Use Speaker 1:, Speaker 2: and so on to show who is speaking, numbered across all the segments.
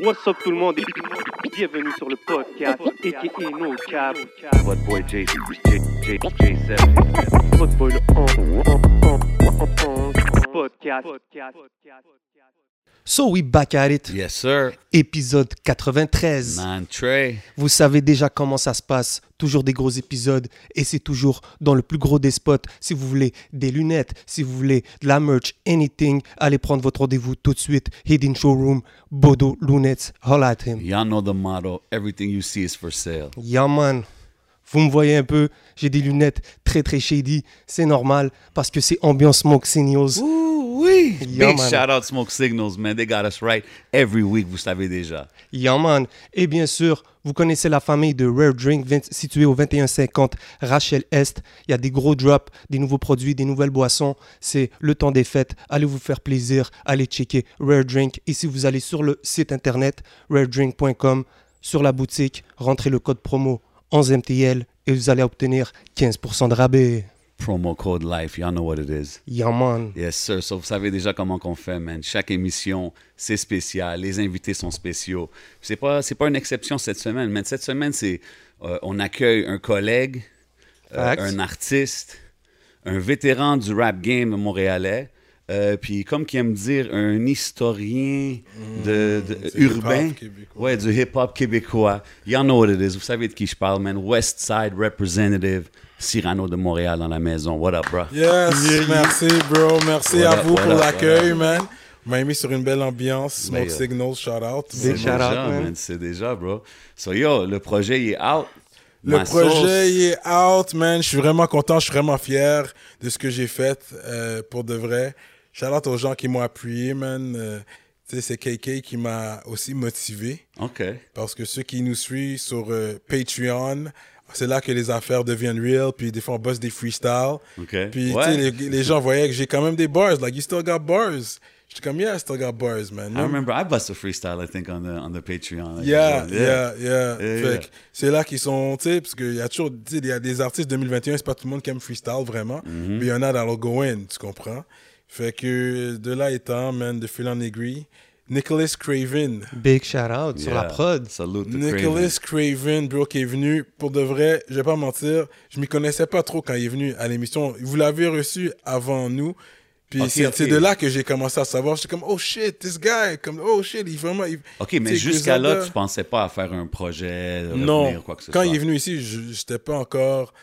Speaker 1: What's up tout le monde et bienvenue sur le podcast et No Cap.
Speaker 2: What boy J J J J7.
Speaker 1: Votre boy le on- podcast.
Speaker 3: So we back at it,
Speaker 4: Yes, sir.
Speaker 3: épisode 93.
Speaker 4: Man, Trey.
Speaker 3: Vous savez déjà comment ça se passe, toujours des gros épisodes et c'est toujours dans le plus gros des spots. Si vous voulez des lunettes, si vous voulez de la merch, anything, allez prendre votre rendez-vous tout de suite. Hidden Showroom, Bodo Lunettes, holla at him.
Speaker 4: Y'all know the motto. Everything you see is for sale.
Speaker 3: Yeah man, vous me voyez un peu, j'ai des lunettes très très shady, c'est normal parce que c'est ambiance Smoke Signals.
Speaker 4: Ooh wee!
Speaker 3: Yeah,
Speaker 4: Big
Speaker 3: man.
Speaker 4: shout out Smoke Signals, man. They got us right every week. Vous savez déjà.
Speaker 3: Yaman. Et bien sûr, vous connaissez la famille de Rare Drink, vingt- située au 2150 Rachel Est. Il y a des gros drops, des nouveaux produits, des nouvelles boissons. C'est le temps des fêtes. Allez vous faire plaisir. Allez checker Rare Drink. Et si vous allez sur le site internet raredrink.com, sur la boutique, rentrez le code promo 11MTL et vous allez obtenir 15% de rabais.
Speaker 4: Promo code life. Y'all know what it is.
Speaker 3: Yaman.
Speaker 5: Mm.
Speaker 4: Yes, sir. So, vous savez déjà comment qu'on fait, man. Chaque émission, c'est spécial. Les invités sont spéciaux. C'est pas, c'est pas une exception cette semaine, man. Cette semaine, c'est, euh, on accueille un collègue, euh,
Speaker 3: Facts.
Speaker 4: un artiste, un vétéran du rap game montréalais, euh, puis comme qui aime dire, un historien de, de-
Speaker 5: Mm. du
Speaker 4: urbain,
Speaker 5: hip-hop québécois.
Speaker 4: ouais, du hip-hop québécois. You know what it is. Vous savez de qui je parle, man. West Side Representative, Cyrano de Montréal dans la maison. What up, bro?
Speaker 5: Yes, merci bro, merci
Speaker 4: Voilà,
Speaker 5: à vous
Speaker 4: voilà,
Speaker 5: pour l'accueil,
Speaker 4: voilà.
Speaker 5: man. On m'a mis sur une belle ambiance, Smoke
Speaker 4: Ben, euh,
Speaker 5: Signals, shout out.
Speaker 3: Big
Speaker 4: C'est
Speaker 3: shout out,
Speaker 4: déjà,
Speaker 3: man.
Speaker 4: man. C'est déjà, bro. So, yo, le projet, il est out.
Speaker 5: Le
Speaker 4: Ma
Speaker 5: projet
Speaker 4: sauce.
Speaker 5: il est out, man. Je suis vraiment content, je suis vraiment fier de ce que j'ai fait euh, pour de vrai. Shout out aux gens qui m'ont appuyé, man. Euh, tu sais, c'est KK qui m'a aussi motivé.
Speaker 4: OK.
Speaker 5: Parce que ceux qui nous suivent sur euh, Patreon, c'est là que les affaires deviennent real. Puis des fois, on bosse des freestyles.
Speaker 4: Ok.
Speaker 5: Puis
Speaker 4: Ouais.
Speaker 5: tu sais, les, les gens voyaient que j'ai quand même des bars. Like, you still got bars. J'étais comme, yeah, I still got bars, man.
Speaker 4: I remember I bust a freestyle, I think, on the, on the Patreon.
Speaker 5: Yeah, yeah, yeah.
Speaker 4: Yeah,
Speaker 5: Fait
Speaker 4: yeah.
Speaker 5: que c'est là qu'ils sont, tu sais, parce qu'il y a toujours, tu sais, il y a des artistes 2021, c'est pas tout le monde qui aime freestyle vraiment,
Speaker 4: Mm-hmm.
Speaker 5: mais il y en a dans le go-in, tu comprends? Fait que de là étant, man, de fil en aiguille, Nicholas Craven.
Speaker 3: Big shout out sur la
Speaker 4: Yeah.
Speaker 3: prod.
Speaker 4: Salute to Craven.
Speaker 5: Nicholas Craven, bro, qui est venu, pour de vrai, je vais pas mentir, je m'y connaissais pas trop quand il est venu à l'émission. Vous l'avez reçu avant nous. Puis
Speaker 4: Ok,
Speaker 5: c'est
Speaker 4: ok.
Speaker 5: c'est de là que j'ai commencé à savoir. J'étais comme, oh shit, this guy, comme, oh shit, il est vraiment. il-
Speaker 4: OK,
Speaker 5: tu sais,
Speaker 4: mais jusqu'à là,
Speaker 5: Griselda-
Speaker 4: tu pensais pas à faire un projet, revenir,
Speaker 5: Non,
Speaker 4: quoi que ce
Speaker 5: quand
Speaker 4: soit.
Speaker 5: il est venu ici, je- j'étais pas encore.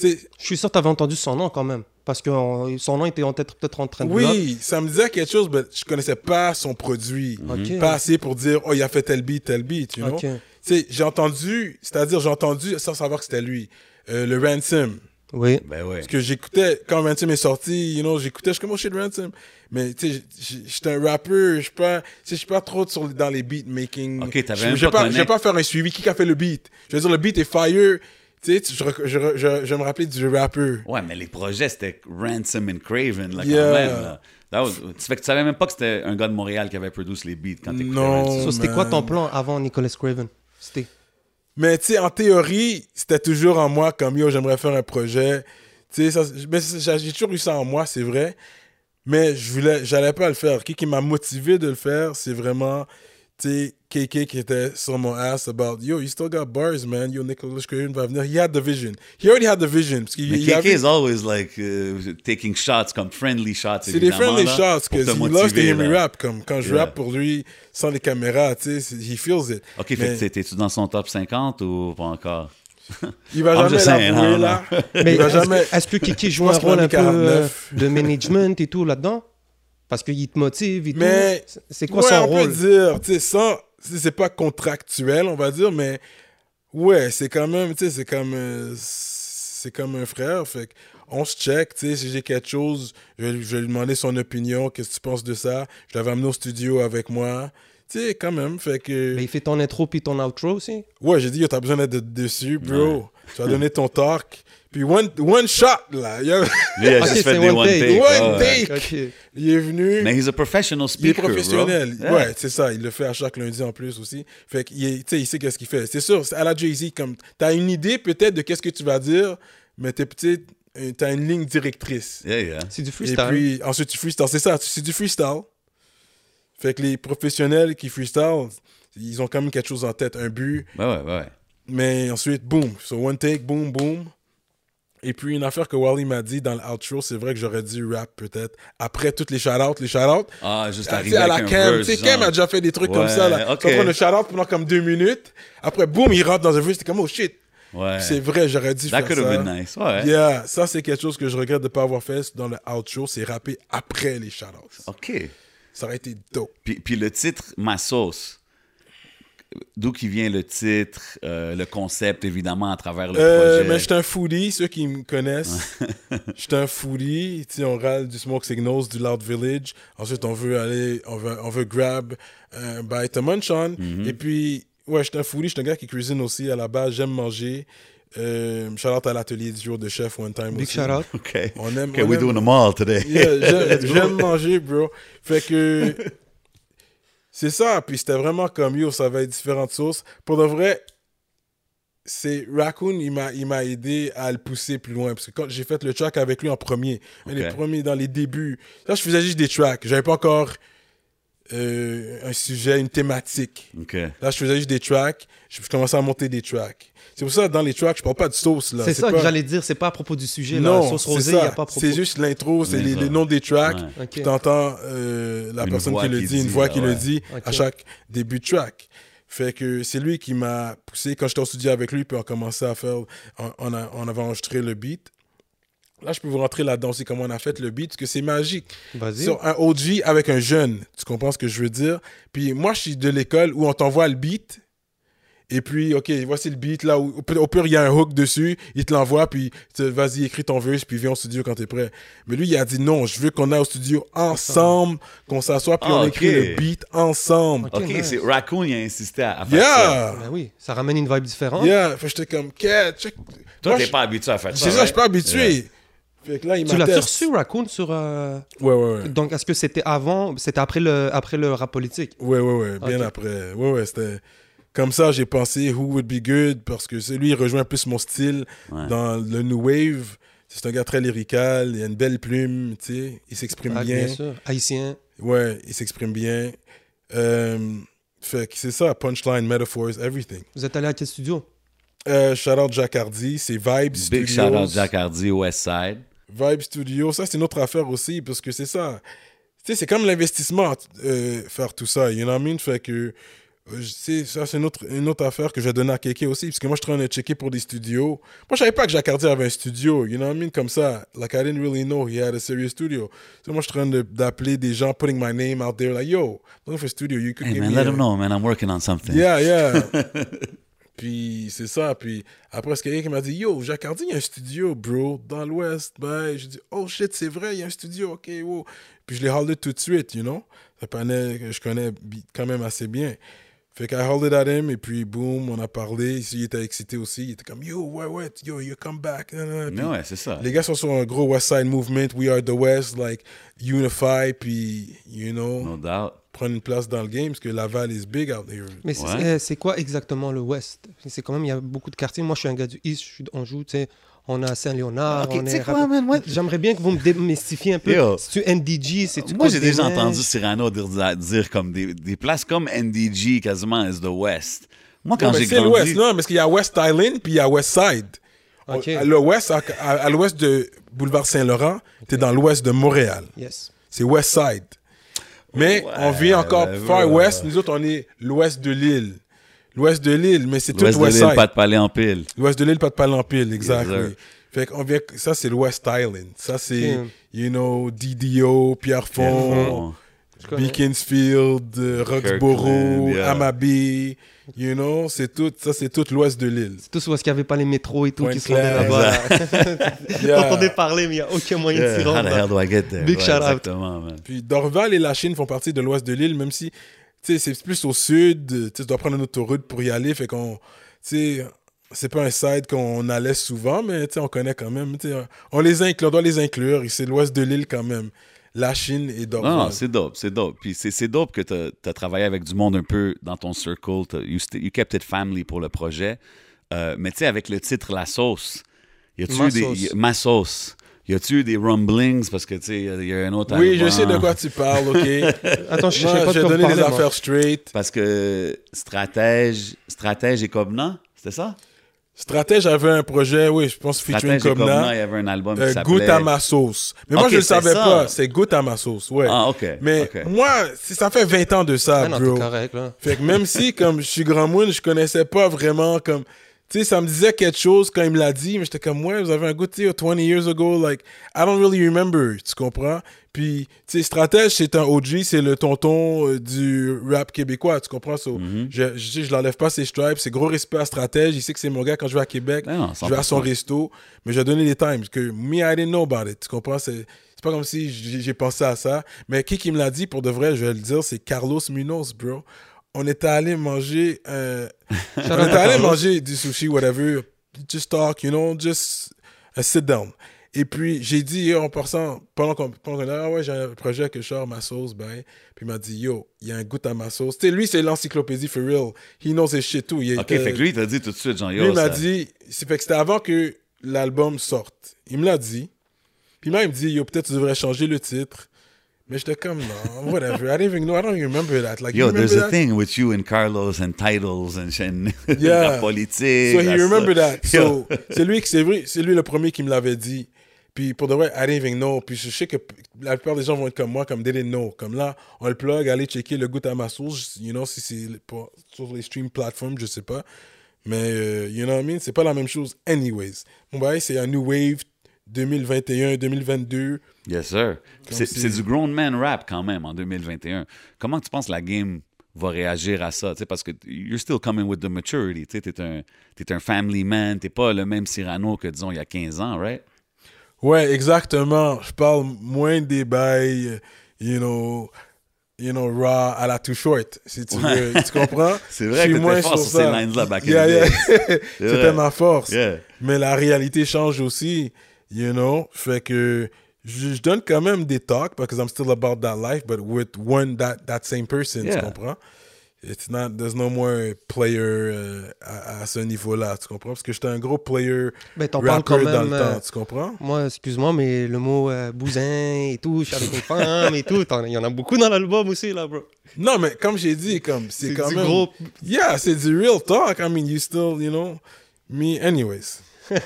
Speaker 5: tu sais,
Speaker 3: Je suis sûr que tu avais entendu son nom quand même. Parce que on- son nom était en- peut-être en train de bloc.
Speaker 5: Oui, ça me disait quelque chose, mais je connaissais pas son produit.
Speaker 3: Ok.
Speaker 5: Mm-hmm. Pas assez pour dire, oh, il a fait tel beat, tel beat, you know?
Speaker 3: Ok.
Speaker 5: Tu sais, j'ai entendu, c'est-à-dire, j'ai entendu, sans savoir que c'était lui, euh, le Ransom.
Speaker 3: Oui.
Speaker 4: Ben ouais.
Speaker 5: Parce que j'écoutais, quand Ransom est sorti, you know, j'écoutais, je suis comme, oh shit, Ransom. Mais, tu sais, j'- j'étais un rappeur, je suis pas, tu sais, je suis pas trop sur, dans les beat making.
Speaker 4: Ok, t'avais
Speaker 5: Je-
Speaker 4: même
Speaker 5: je vais
Speaker 4: pas
Speaker 5: Je vais
Speaker 4: connect.
Speaker 5: pas faire un suivi, qui a fait le beat? Je veux dire, le beat est fire. Tu sais, tu- je, rec- je, re- je, je me rappelais du rappeur.
Speaker 4: Ouais, mais les projets, c'était Ransom and Craven, là, quand
Speaker 5: Yeah.
Speaker 4: même. Là. That was- Tu fais que tu savais même pas que c'était un gars de Montréal qui avait produit les beats quand t'écoutais
Speaker 5: Non.
Speaker 4: Ransom.
Speaker 3: So, c'était quoi
Speaker 5: man.
Speaker 3: ton plan avant Nicolas Craven C'était.
Speaker 5: Mais tu sais, en théorie, c'était toujours en moi comme yo, j'aimerais faire un projet. Tu sais, ça- mais c'est- j'ai j'ai toujours eu ça en moi, c'est vrai. Mais je voulais, j'allais pas le faire. Qui qui m'a motivé de le faire, c'est vraiment, tu sais, KK qui était sur mon ass about yo, you still got bars, man. Yo, Nicolas Craven va venir. He had the vision. He already had the vision. Parce qu'il
Speaker 4: Mais
Speaker 5: il
Speaker 4: KK
Speaker 5: avait-
Speaker 4: is always like euh, taking shots comme friendly shots.
Speaker 5: C'est des
Speaker 4: évidemment,
Speaker 5: friendly
Speaker 4: là,
Speaker 5: shots,
Speaker 4: pour
Speaker 5: que
Speaker 4: te
Speaker 5: he
Speaker 4: motiver,
Speaker 5: loves to hear me
Speaker 4: là.
Speaker 5: rap. Comme quand je
Speaker 4: Yeah.
Speaker 5: rappe pour lui sans les caméras, tu sais, c'est- he feels it.
Speaker 4: Ok, fait
Speaker 5: Mais
Speaker 4: que t'es- t'es-tu dans son top 50 ou pas encore?
Speaker 5: il va
Speaker 4: I'm
Speaker 5: jamais
Speaker 4: just saying,
Speaker 5: l'avouer,
Speaker 4: hein,
Speaker 5: là.
Speaker 3: Mais
Speaker 5: Il va
Speaker 3: est-ce que-
Speaker 5: jamais.
Speaker 3: est-ce que Kiki joue
Speaker 5: pense
Speaker 3: un
Speaker 5: qu'il va
Speaker 3: rôle un
Speaker 5: mis
Speaker 3: peu euh,
Speaker 5: 49.
Speaker 3: de management et tout là-dedans Parce qu'il te motive et
Speaker 5: Mais-
Speaker 3: tout. C'est quoi
Speaker 5: ouais,
Speaker 3: son
Speaker 5: on
Speaker 3: rôle
Speaker 5: peut dire, tu sais, sans, c'est c'est pas contractuel, on va dire, mais ouais, c'est quand même, tu sais, c'est comme, euh, c'est comme un frère, fait que on se check, tu sais, si j'ai quelque chose, je, vais- je vais lui demander son opinion, qu'est-ce que tu penses de ça, je l'avais amené au studio avec moi, tu sais, quand même, fait que,
Speaker 3: Mais il fait ton intro puis ton outro aussi.
Speaker 5: ouais, j'ai dit, yo, t'as besoin d'être dessus, bro, tu vas donner ton talk, puis one, one shot, là, yo,
Speaker 4: Lui, il a
Speaker 3: Ok,
Speaker 4: juste fait
Speaker 3: c'est
Speaker 4: des
Speaker 3: one
Speaker 4: one
Speaker 3: take.
Speaker 4: take.
Speaker 5: Ah, One
Speaker 4: ouais.
Speaker 5: take. il est venu...
Speaker 4: Mais he's a professional
Speaker 5: Il est
Speaker 4: speaker. bro.
Speaker 5: professionnel.
Speaker 4: Yeah.
Speaker 5: Ouais, c'est ça. Il le fait à chaque lundi en plus aussi. Fait qu'il est- tu sais, il sait qu'est-ce qu'il fait. C'est sûr, c'est à la Jay-Z, comme, t'as une idée peut-être de qu'est-ce que tu vas dire, mais t'es peut-être, euh, t'as une ligne directrice.
Speaker 4: Yeah, yeah.
Speaker 3: C'est du
Speaker 5: Et
Speaker 3: freestyle.
Speaker 5: puis, ensuite, tu freestyle. C'est ça, tu- c'est du freestyle. Fait que les professionnels qui freestyle, ils ont quand même quelque chose en tête, un but.
Speaker 4: Ouais, ouais, ouais.
Speaker 5: Mais ensuite, boom. So one take, boom, boom. Et puis une affaire que Wally m'a dit dans l'outro, c'est vrai que j'aurais dit rap peut-être. Après toutes les shout-outs, les shout-outs.
Speaker 4: Ah, juste
Speaker 5: Ah, tu
Speaker 4: arriver
Speaker 5: sais, à la
Speaker 4: avec un
Speaker 5: cam. Tu
Speaker 4: verse,
Speaker 5: sais,
Speaker 4: genre.
Speaker 5: Cam a déjà fait des trucs comme
Speaker 4: Ouais,
Speaker 5: ça. Là.
Speaker 4: ok.
Speaker 5: Tu prends le shout-out pendant comme deux minutes. Après, boum, il rentre dans un verse. C'était comme, oh shit.
Speaker 4: Ouais.
Speaker 5: C'est vrai, j'aurais dû
Speaker 4: That
Speaker 5: faire
Speaker 4: could have
Speaker 5: ça.
Speaker 4: been nice. Ouais.
Speaker 5: Yeah, ça c'est quelque chose que je regrette de ne pas avoir fait dans le outro, c'est rapper après les shoutouts.
Speaker 4: OK.
Speaker 5: Ça aurait été dope.
Speaker 4: Puis, puis le titre Ma sauce. D'où qui vient le titre, euh, le concept, évidemment, à travers le
Speaker 5: Euh,
Speaker 4: projet.
Speaker 5: mais je suis un foodie, ceux qui me connaissent. Je suis un foodie. Tu sais, on râle du Smoke Signals, du Loud Village. Ensuite, on veut aller, on veut, on veut grab euh, by The Munchon. Et puis, ouais, je suis un foodie. Je suis un gars qui cuisine aussi à la base. J'aime manger. Euh, shout out à l'atelier du jour de chef one time
Speaker 3: Big
Speaker 5: aussi.
Speaker 3: shout out.
Speaker 4: OK.
Speaker 5: On aime,
Speaker 4: OK,
Speaker 5: on
Speaker 4: we're
Speaker 5: aime-
Speaker 4: doing them all today.
Speaker 5: Yeah, j'aime-
Speaker 4: Let's go.
Speaker 5: j'aime manger, bro. Fait que. C'est ça. Puis c'était vraiment comme yo, ça va être différentes sources. Pour de vrai, c'est Raccoon, il m'a, il m'a aidé à le pousser plus loin. Parce que quand j'ai fait le track avec lui en premier, un des
Speaker 4: Ok.
Speaker 5: premiers dans les débuts, là, je faisais juste des tracks. J'avais pas encore euh, un sujet, une thématique.
Speaker 4: OK.
Speaker 5: Là, je faisais juste des tracks. Je je commençais à monter des tracks. C'est pour ça, dans les tracks, je parle pas de sauce. Là.
Speaker 3: C'est ça
Speaker 5: pas-
Speaker 3: que j'allais dire, c'est pas à propos du sujet. Là.
Speaker 5: non,
Speaker 3: Sauce
Speaker 5: c'est
Speaker 3: rosée, il
Speaker 5: ça.
Speaker 3: n'y a pas à propos.
Speaker 5: C'est juste l'intro, c'est les,
Speaker 4: L'intro.
Speaker 5: les noms des tracks.
Speaker 4: Ouais.
Speaker 3: Ok.
Speaker 5: Tu t'entends euh, la
Speaker 4: Une
Speaker 5: personne
Speaker 4: voix
Speaker 5: qui le
Speaker 4: qui
Speaker 5: dit, une
Speaker 4: dit,
Speaker 5: voix
Speaker 4: là,
Speaker 5: qui le
Speaker 4: ouais.
Speaker 5: dit à
Speaker 3: Ok.
Speaker 5: chaque début de track. Fait que c'est lui qui m'a poussé quand j'étais en studio avec lui, puis on commençait à faire, on, on a- on avait enregistré le beat. Là, je peux vous rentrer là-dedans aussi comment on a fait le beat, parce que c'est magique.
Speaker 3: Vas-y.
Speaker 5: Sur un OG avec un jeune, tu comprends ce que je veux dire? Puis moi, je suis de l'école où on t'envoie le beat, et puis, OK, voici le beat, là, où, au pire- au pire, il y a un hook dessus, il te l'envoie, puis tu- vas-y, écris ton verse, puis viens au studio quand t'es prêt. Mais lui, il a dit non, je veux qu'on aille au studio ensemble, qu'on s'assoie, puis
Speaker 4: Ah,
Speaker 5: on
Speaker 4: ok.
Speaker 5: écrit le beat ensemble.
Speaker 4: OK,
Speaker 3: nice.
Speaker 4: c'est Raccoon, il a insisté à, à faire ça.
Speaker 5: Yeah!
Speaker 3: Ben oui, ça ramène une vibe différente.
Speaker 5: Yeah! Fait que j'étais comme, OK, check.
Speaker 4: Toi,
Speaker 5: Moi,
Speaker 4: t'es
Speaker 5: je-
Speaker 4: pas habitué à faire ça.
Speaker 5: C'est ça,
Speaker 4: right?
Speaker 5: je suis pas habitué. Fait que là, il m'a
Speaker 3: Tu l'as reçu, Raccoon, sur. euh,
Speaker 5: Ouais, ouais, ouais.
Speaker 3: Donc, est-ce que c'était avant, c'était après le, après le rap politique
Speaker 5: Ouais, ouais, ouais, bien
Speaker 3: Ok.
Speaker 5: après. Ouais, ouais, c'était. Comme ça, j'ai pensé Who Would Be Good parce que c'est- lui, il rejoint plus mon style
Speaker 4: Ouais.
Speaker 5: dans le New Wave. C'est un gars très lyrical, il a une belle plume, tu sais, il s'exprime
Speaker 3: Ah,
Speaker 5: bien.
Speaker 3: sûr. Haïtien.
Speaker 5: Ouais, il s'exprime bien. Euh, fait que c'est ça, punchline, metaphors, everything.
Speaker 3: Vous êtes allé à quel studio
Speaker 5: Euh, shout out Jack Hardy, c'est Vibes
Speaker 4: Big
Speaker 5: Studios.
Speaker 4: shout out Jack Hardy, Westside.
Speaker 5: Vibe Studio, ça c'est une autre affaire aussi parce que c'est ça. Tu sais, c'est comme l'investissement euh, faire tout ça, you know what I mean? Fait que euh, je- c'est- ça c'est une autre, une autre affaire que je vais donner à Keke aussi parce que moi je suis en train de checker pour des studios. Moi je savais pas que Jacardi avait un studio, you know what I mean? Comme ça, like I didn't really know he had a serious studio. So, moi je suis en train de- d'appeler des gens putting my name out there like yo, I'm looking for a studio, you could
Speaker 4: Hey
Speaker 5: give
Speaker 4: man,
Speaker 5: me
Speaker 4: let
Speaker 5: a-
Speaker 4: him know, man, I'm working on something.
Speaker 5: Yeah, yeah. puis c'est ça. Puis après, ce quelqu'un qui m'a dit Yo, Jacardi, il y a un studio, bro, dans l'Ouest. Ben, j'ai dit Oh shit, c'est vrai, il y a un studio, ok, wow. Puis je l'ai hollé tout de suite, you know. Ça prenait que je connais bi- quand même assez bien. Fait qu'à holled at him, et puis boum, on a parlé. Il était excité aussi. Il était comme Yo, ouais, ouais, yo, you come back. Nan, nan, nan.
Speaker 4: Mais
Speaker 5: Puis
Speaker 4: ouais, c'est ça.
Speaker 5: Les gars sont sur un gros West Side Movement, We Are the West, like Unify, puis, you know,
Speaker 4: No doubt.
Speaker 5: prendre une place dans le game, parce que Laval is big out there.
Speaker 3: Mais c'est- euh,
Speaker 4: Ouais.
Speaker 3: c'est- c'est quoi exactement le West C'est quand même, il y a beaucoup de quartiers. Moi, je suis un gars du East, je suis d'Anjou, tu sais. On a Saint-Léonard,
Speaker 4: Ok,
Speaker 3: on
Speaker 4: tu
Speaker 3: est.
Speaker 4: sais quoi, man, moi-
Speaker 3: J'aimerais bien que vous me démystifiez un peu.
Speaker 4: Yo.
Speaker 3: C'est-tu NDG C'est-tu
Speaker 4: Moi, j'ai
Speaker 3: Côte des
Speaker 4: déjà
Speaker 3: Neiges?
Speaker 4: entendu Cyrano dire, dire comme des, des places comme NDG, quasiment, is the West. Moi, quand
Speaker 5: Non, mais
Speaker 4: j'ai
Speaker 5: c'est
Speaker 4: grandi...
Speaker 5: l'Ouest, non, parce qu'il y a West Island puis il y a West Side. On-
Speaker 3: Ok.
Speaker 5: à l'ouest, à, à- à l'ouest de Boulevard Saint-Laurent, t'es dans l'ouest de Montréal.
Speaker 3: Yes.
Speaker 5: C'est West Side. Mais
Speaker 4: Ouais,
Speaker 5: on vit encore
Speaker 4: ben
Speaker 5: far
Speaker 4: voilà.
Speaker 5: west. Nous autres, on est l'ouest de l'île. L'ouest de l'île, mais c'est tout
Speaker 4: L'Ouest de
Speaker 5: West
Speaker 4: l'île,
Speaker 5: Side.
Speaker 4: pas de palais en pile.
Speaker 5: L'ouest de l'île, pas de Palampil, exact.
Speaker 4: sir.
Speaker 5: oui. Fait qu'on vient, ça c'est l'Ouest Island. Ça c'est,
Speaker 3: Ok.
Speaker 5: you know, DDO, Pierrefonds,
Speaker 4: Pierrefonds.
Speaker 3: Je connais.
Speaker 5: Beaconsfield, euh,
Speaker 4: Kirkland,
Speaker 5: Roxborough,
Speaker 4: yeah.
Speaker 5: Amabi, you know, c'est tout, ça c'est tout l'Ouest de l'île.
Speaker 3: C'est tous où est-ce qu'il n'y avait pas les métros et tout
Speaker 5: Point
Speaker 3: qui sont allés
Speaker 5: Claire.
Speaker 3: là-bas.
Speaker 5: Yeah.
Speaker 3: T'entendais parler, mais il n'y a aucun moyen de
Speaker 4: Yeah,
Speaker 3: s'y
Speaker 4: how the
Speaker 3: rendre.
Speaker 4: hell do I get there?
Speaker 3: Big
Speaker 4: Ouais,
Speaker 3: shout out.
Speaker 4: Exactement, man.
Speaker 5: Puis Dorval et la Chine font partie de l'ouest de l'île, même si tu sais, c'est plus au sud, euh, tu sais, tu dois prendre une autoroute pour y aller, fait qu'on tu sais, c'est pas un site qu'on allait souvent, mais tu sais, on connaît quand même. tu sais, On les inclut, on doit les inclure. et C'est l'ouest de l'île quand même. La Chine et
Speaker 4: Non, non,
Speaker 5: Dorval.
Speaker 4: c'est dope, c'est dope. Puis c'est c'est dope que tu as, travaillé avec du monde un peu dans ton circle. t'as- You, st- you kept it family pour le projet. Euh, mais tu sais, avec le titre La Sauce, y a-tu
Speaker 3: Ma
Speaker 4: eu des.
Speaker 3: Sauce.
Speaker 4: y- ma Sauce. Y a-tu eu des rumblings? Parce que, tu sais, il y, a un autre
Speaker 5: Oui, je
Speaker 4: album.
Speaker 5: sais de quoi tu parles, ok?
Speaker 3: Attends, je sais
Speaker 5: Moi,
Speaker 3: pas
Speaker 5: je
Speaker 3: de
Speaker 5: vais
Speaker 3: quoi vous
Speaker 5: donner des
Speaker 3: parlez, moi.
Speaker 5: affaires straight.
Speaker 4: Parce que stratège, stratège et Cobna, c'était ça?
Speaker 5: Stratège avait un projet, oui, je pense, featuring
Speaker 4: Stratège et Cobna, il y
Speaker 5: Comna.
Speaker 4: avait un album qui
Speaker 5: Euh,
Speaker 4: s'appelait...
Speaker 5: Goûte à ma sauce. Mais moi,
Speaker 4: Ok,
Speaker 5: je le
Speaker 4: c'est
Speaker 5: savais
Speaker 4: ça.
Speaker 5: pas. C'est Goûte à ma sauce, ouais.
Speaker 4: Ah, ok,
Speaker 5: Mais
Speaker 4: ok.
Speaker 5: moi, si ça fait 20 ans de ça,
Speaker 3: Ah non,
Speaker 5: bro.
Speaker 3: t'es correct, là.
Speaker 5: Fait que même si, comme je suis grand moon, je connaissais pas vraiment, comme, tu sais, ça me disait quelque chose quand il me l'a dit, mais j'étais comme, ouais, vous avez un goût, tu sais, 20 years ago, like, I don't really remember, tu comprends? Puis, tu sais, Stratège, c'est un OG, c'est le tonton euh, du rap québécois, tu comprends? So, Je, je, je l'enlève pas ses stripes, c'est gros respect à Stratège, il sait que c'est mon gars quand je vais à Québec,
Speaker 4: Ah non,
Speaker 5: je vais à son
Speaker 4: 100%.
Speaker 5: resto, mais je vais donner les times, que me, I didn't know about it, tu comprends? C'est c'est pas comme si j'ai j'ai pensé à ça, mais qui qui me l'a dit, pour de vrai, je vais le dire, c'est Carlos Munoz, bro on était allé manger euh, on
Speaker 3: Shout out
Speaker 5: était
Speaker 3: à
Speaker 5: allé
Speaker 3: Carlos.
Speaker 5: manger du sushi whatever just talk you know just a sit down et puis j'ai dit yo, en passant pendant qu'on pendant qu'on est là, ah ouais j'ai un projet que je sors ma sauce ben puis il m'a dit yo il y a un goût à ma sauce tu sais lui c'est l'encyclopédie for real he knows his shit too Il euh,
Speaker 4: OK,
Speaker 5: était-
Speaker 4: fait que lui, il t'a dit tout de suite, genre, yo,
Speaker 5: lui il m'a
Speaker 4: ça-
Speaker 5: dit c'est fait que c'était avant que l'album sorte il me l'a dit puis moi il me dit yo peut-être tu devrais changer le titre mais j'étais comme non whatever I don't even know I don't even remember that like you
Speaker 4: Yo, there's
Speaker 5: remember
Speaker 4: a
Speaker 5: that?
Speaker 4: thing with you and Carlos and titles and shit.
Speaker 5: Yeah.
Speaker 4: la politique.
Speaker 5: So he
Speaker 4: la-
Speaker 5: remembered that.
Speaker 4: Yo.
Speaker 5: So, c'est lui qui, c'est vrai, c'est lui le premier qui me l'avait dit. Puis pour de vrai, I didn't even know. Puis je sais que p- la plupart des gens vont être comme moi, comme they didn't know. Comme là, on le plug, allez checker le goût à ma sauce, you know, si c'est pour- sur les stream platforms, je sais pas. Mais, euh, you know what I mean? C'est pas la même chose, anyways. Mon bail, c'est un New Wave 2021, 2022.
Speaker 4: Yes, sir. C'est
Speaker 5: si-
Speaker 4: c'est du grown man rap quand même en 2021. Comment tu penses la game va réagir à ça? Tu sais, parce que you're still coming with the maturity. Tu sais, t'es un, t'es un family man. T'es pas le même Cyrano que, disons, il y a 15 ans, right?
Speaker 5: Ouais, exactement. Je parle moins des bails, you know, you know, raw à la too short, si tu veux. Tu comprends?
Speaker 4: C'est
Speaker 5: Je
Speaker 4: vrai
Speaker 5: suis
Speaker 4: que
Speaker 5: moins
Speaker 4: t'étais fort sur ces
Speaker 5: ça.
Speaker 4: lines-là back in
Speaker 5: Yeah,
Speaker 4: the
Speaker 5: yeah.
Speaker 4: day. C'est
Speaker 5: C'était
Speaker 4: vrai.
Speaker 5: ma force.
Speaker 4: Yeah.
Speaker 5: Mais la réalité change aussi, you know. Fait que je, je donne quand même des talks because I'm still about that life, but with one that that same person, tu
Speaker 4: Yeah.
Speaker 5: comprends? It's not, there's no more player euh, à, à ce niveau-là, tu comprends? Parce que j'étais un gros player
Speaker 3: Mais Ben, t'en parles quand
Speaker 5: rapper dans
Speaker 3: même.
Speaker 5: le
Speaker 3: euh,
Speaker 5: temps, tu comprends?
Speaker 3: Moi, excuse-moi, mais le mot euh, bousin et tout, je suis avec une femme et tout, t'en- il y en a beaucoup dans l'album aussi, là, bro.
Speaker 5: Non, mais comme j'ai dit, comme c'est
Speaker 3: C'est
Speaker 5: quand
Speaker 3: du
Speaker 5: même.
Speaker 3: gros-
Speaker 5: Yeah, c'est du real talk. I mean, you still, you know, me anyways.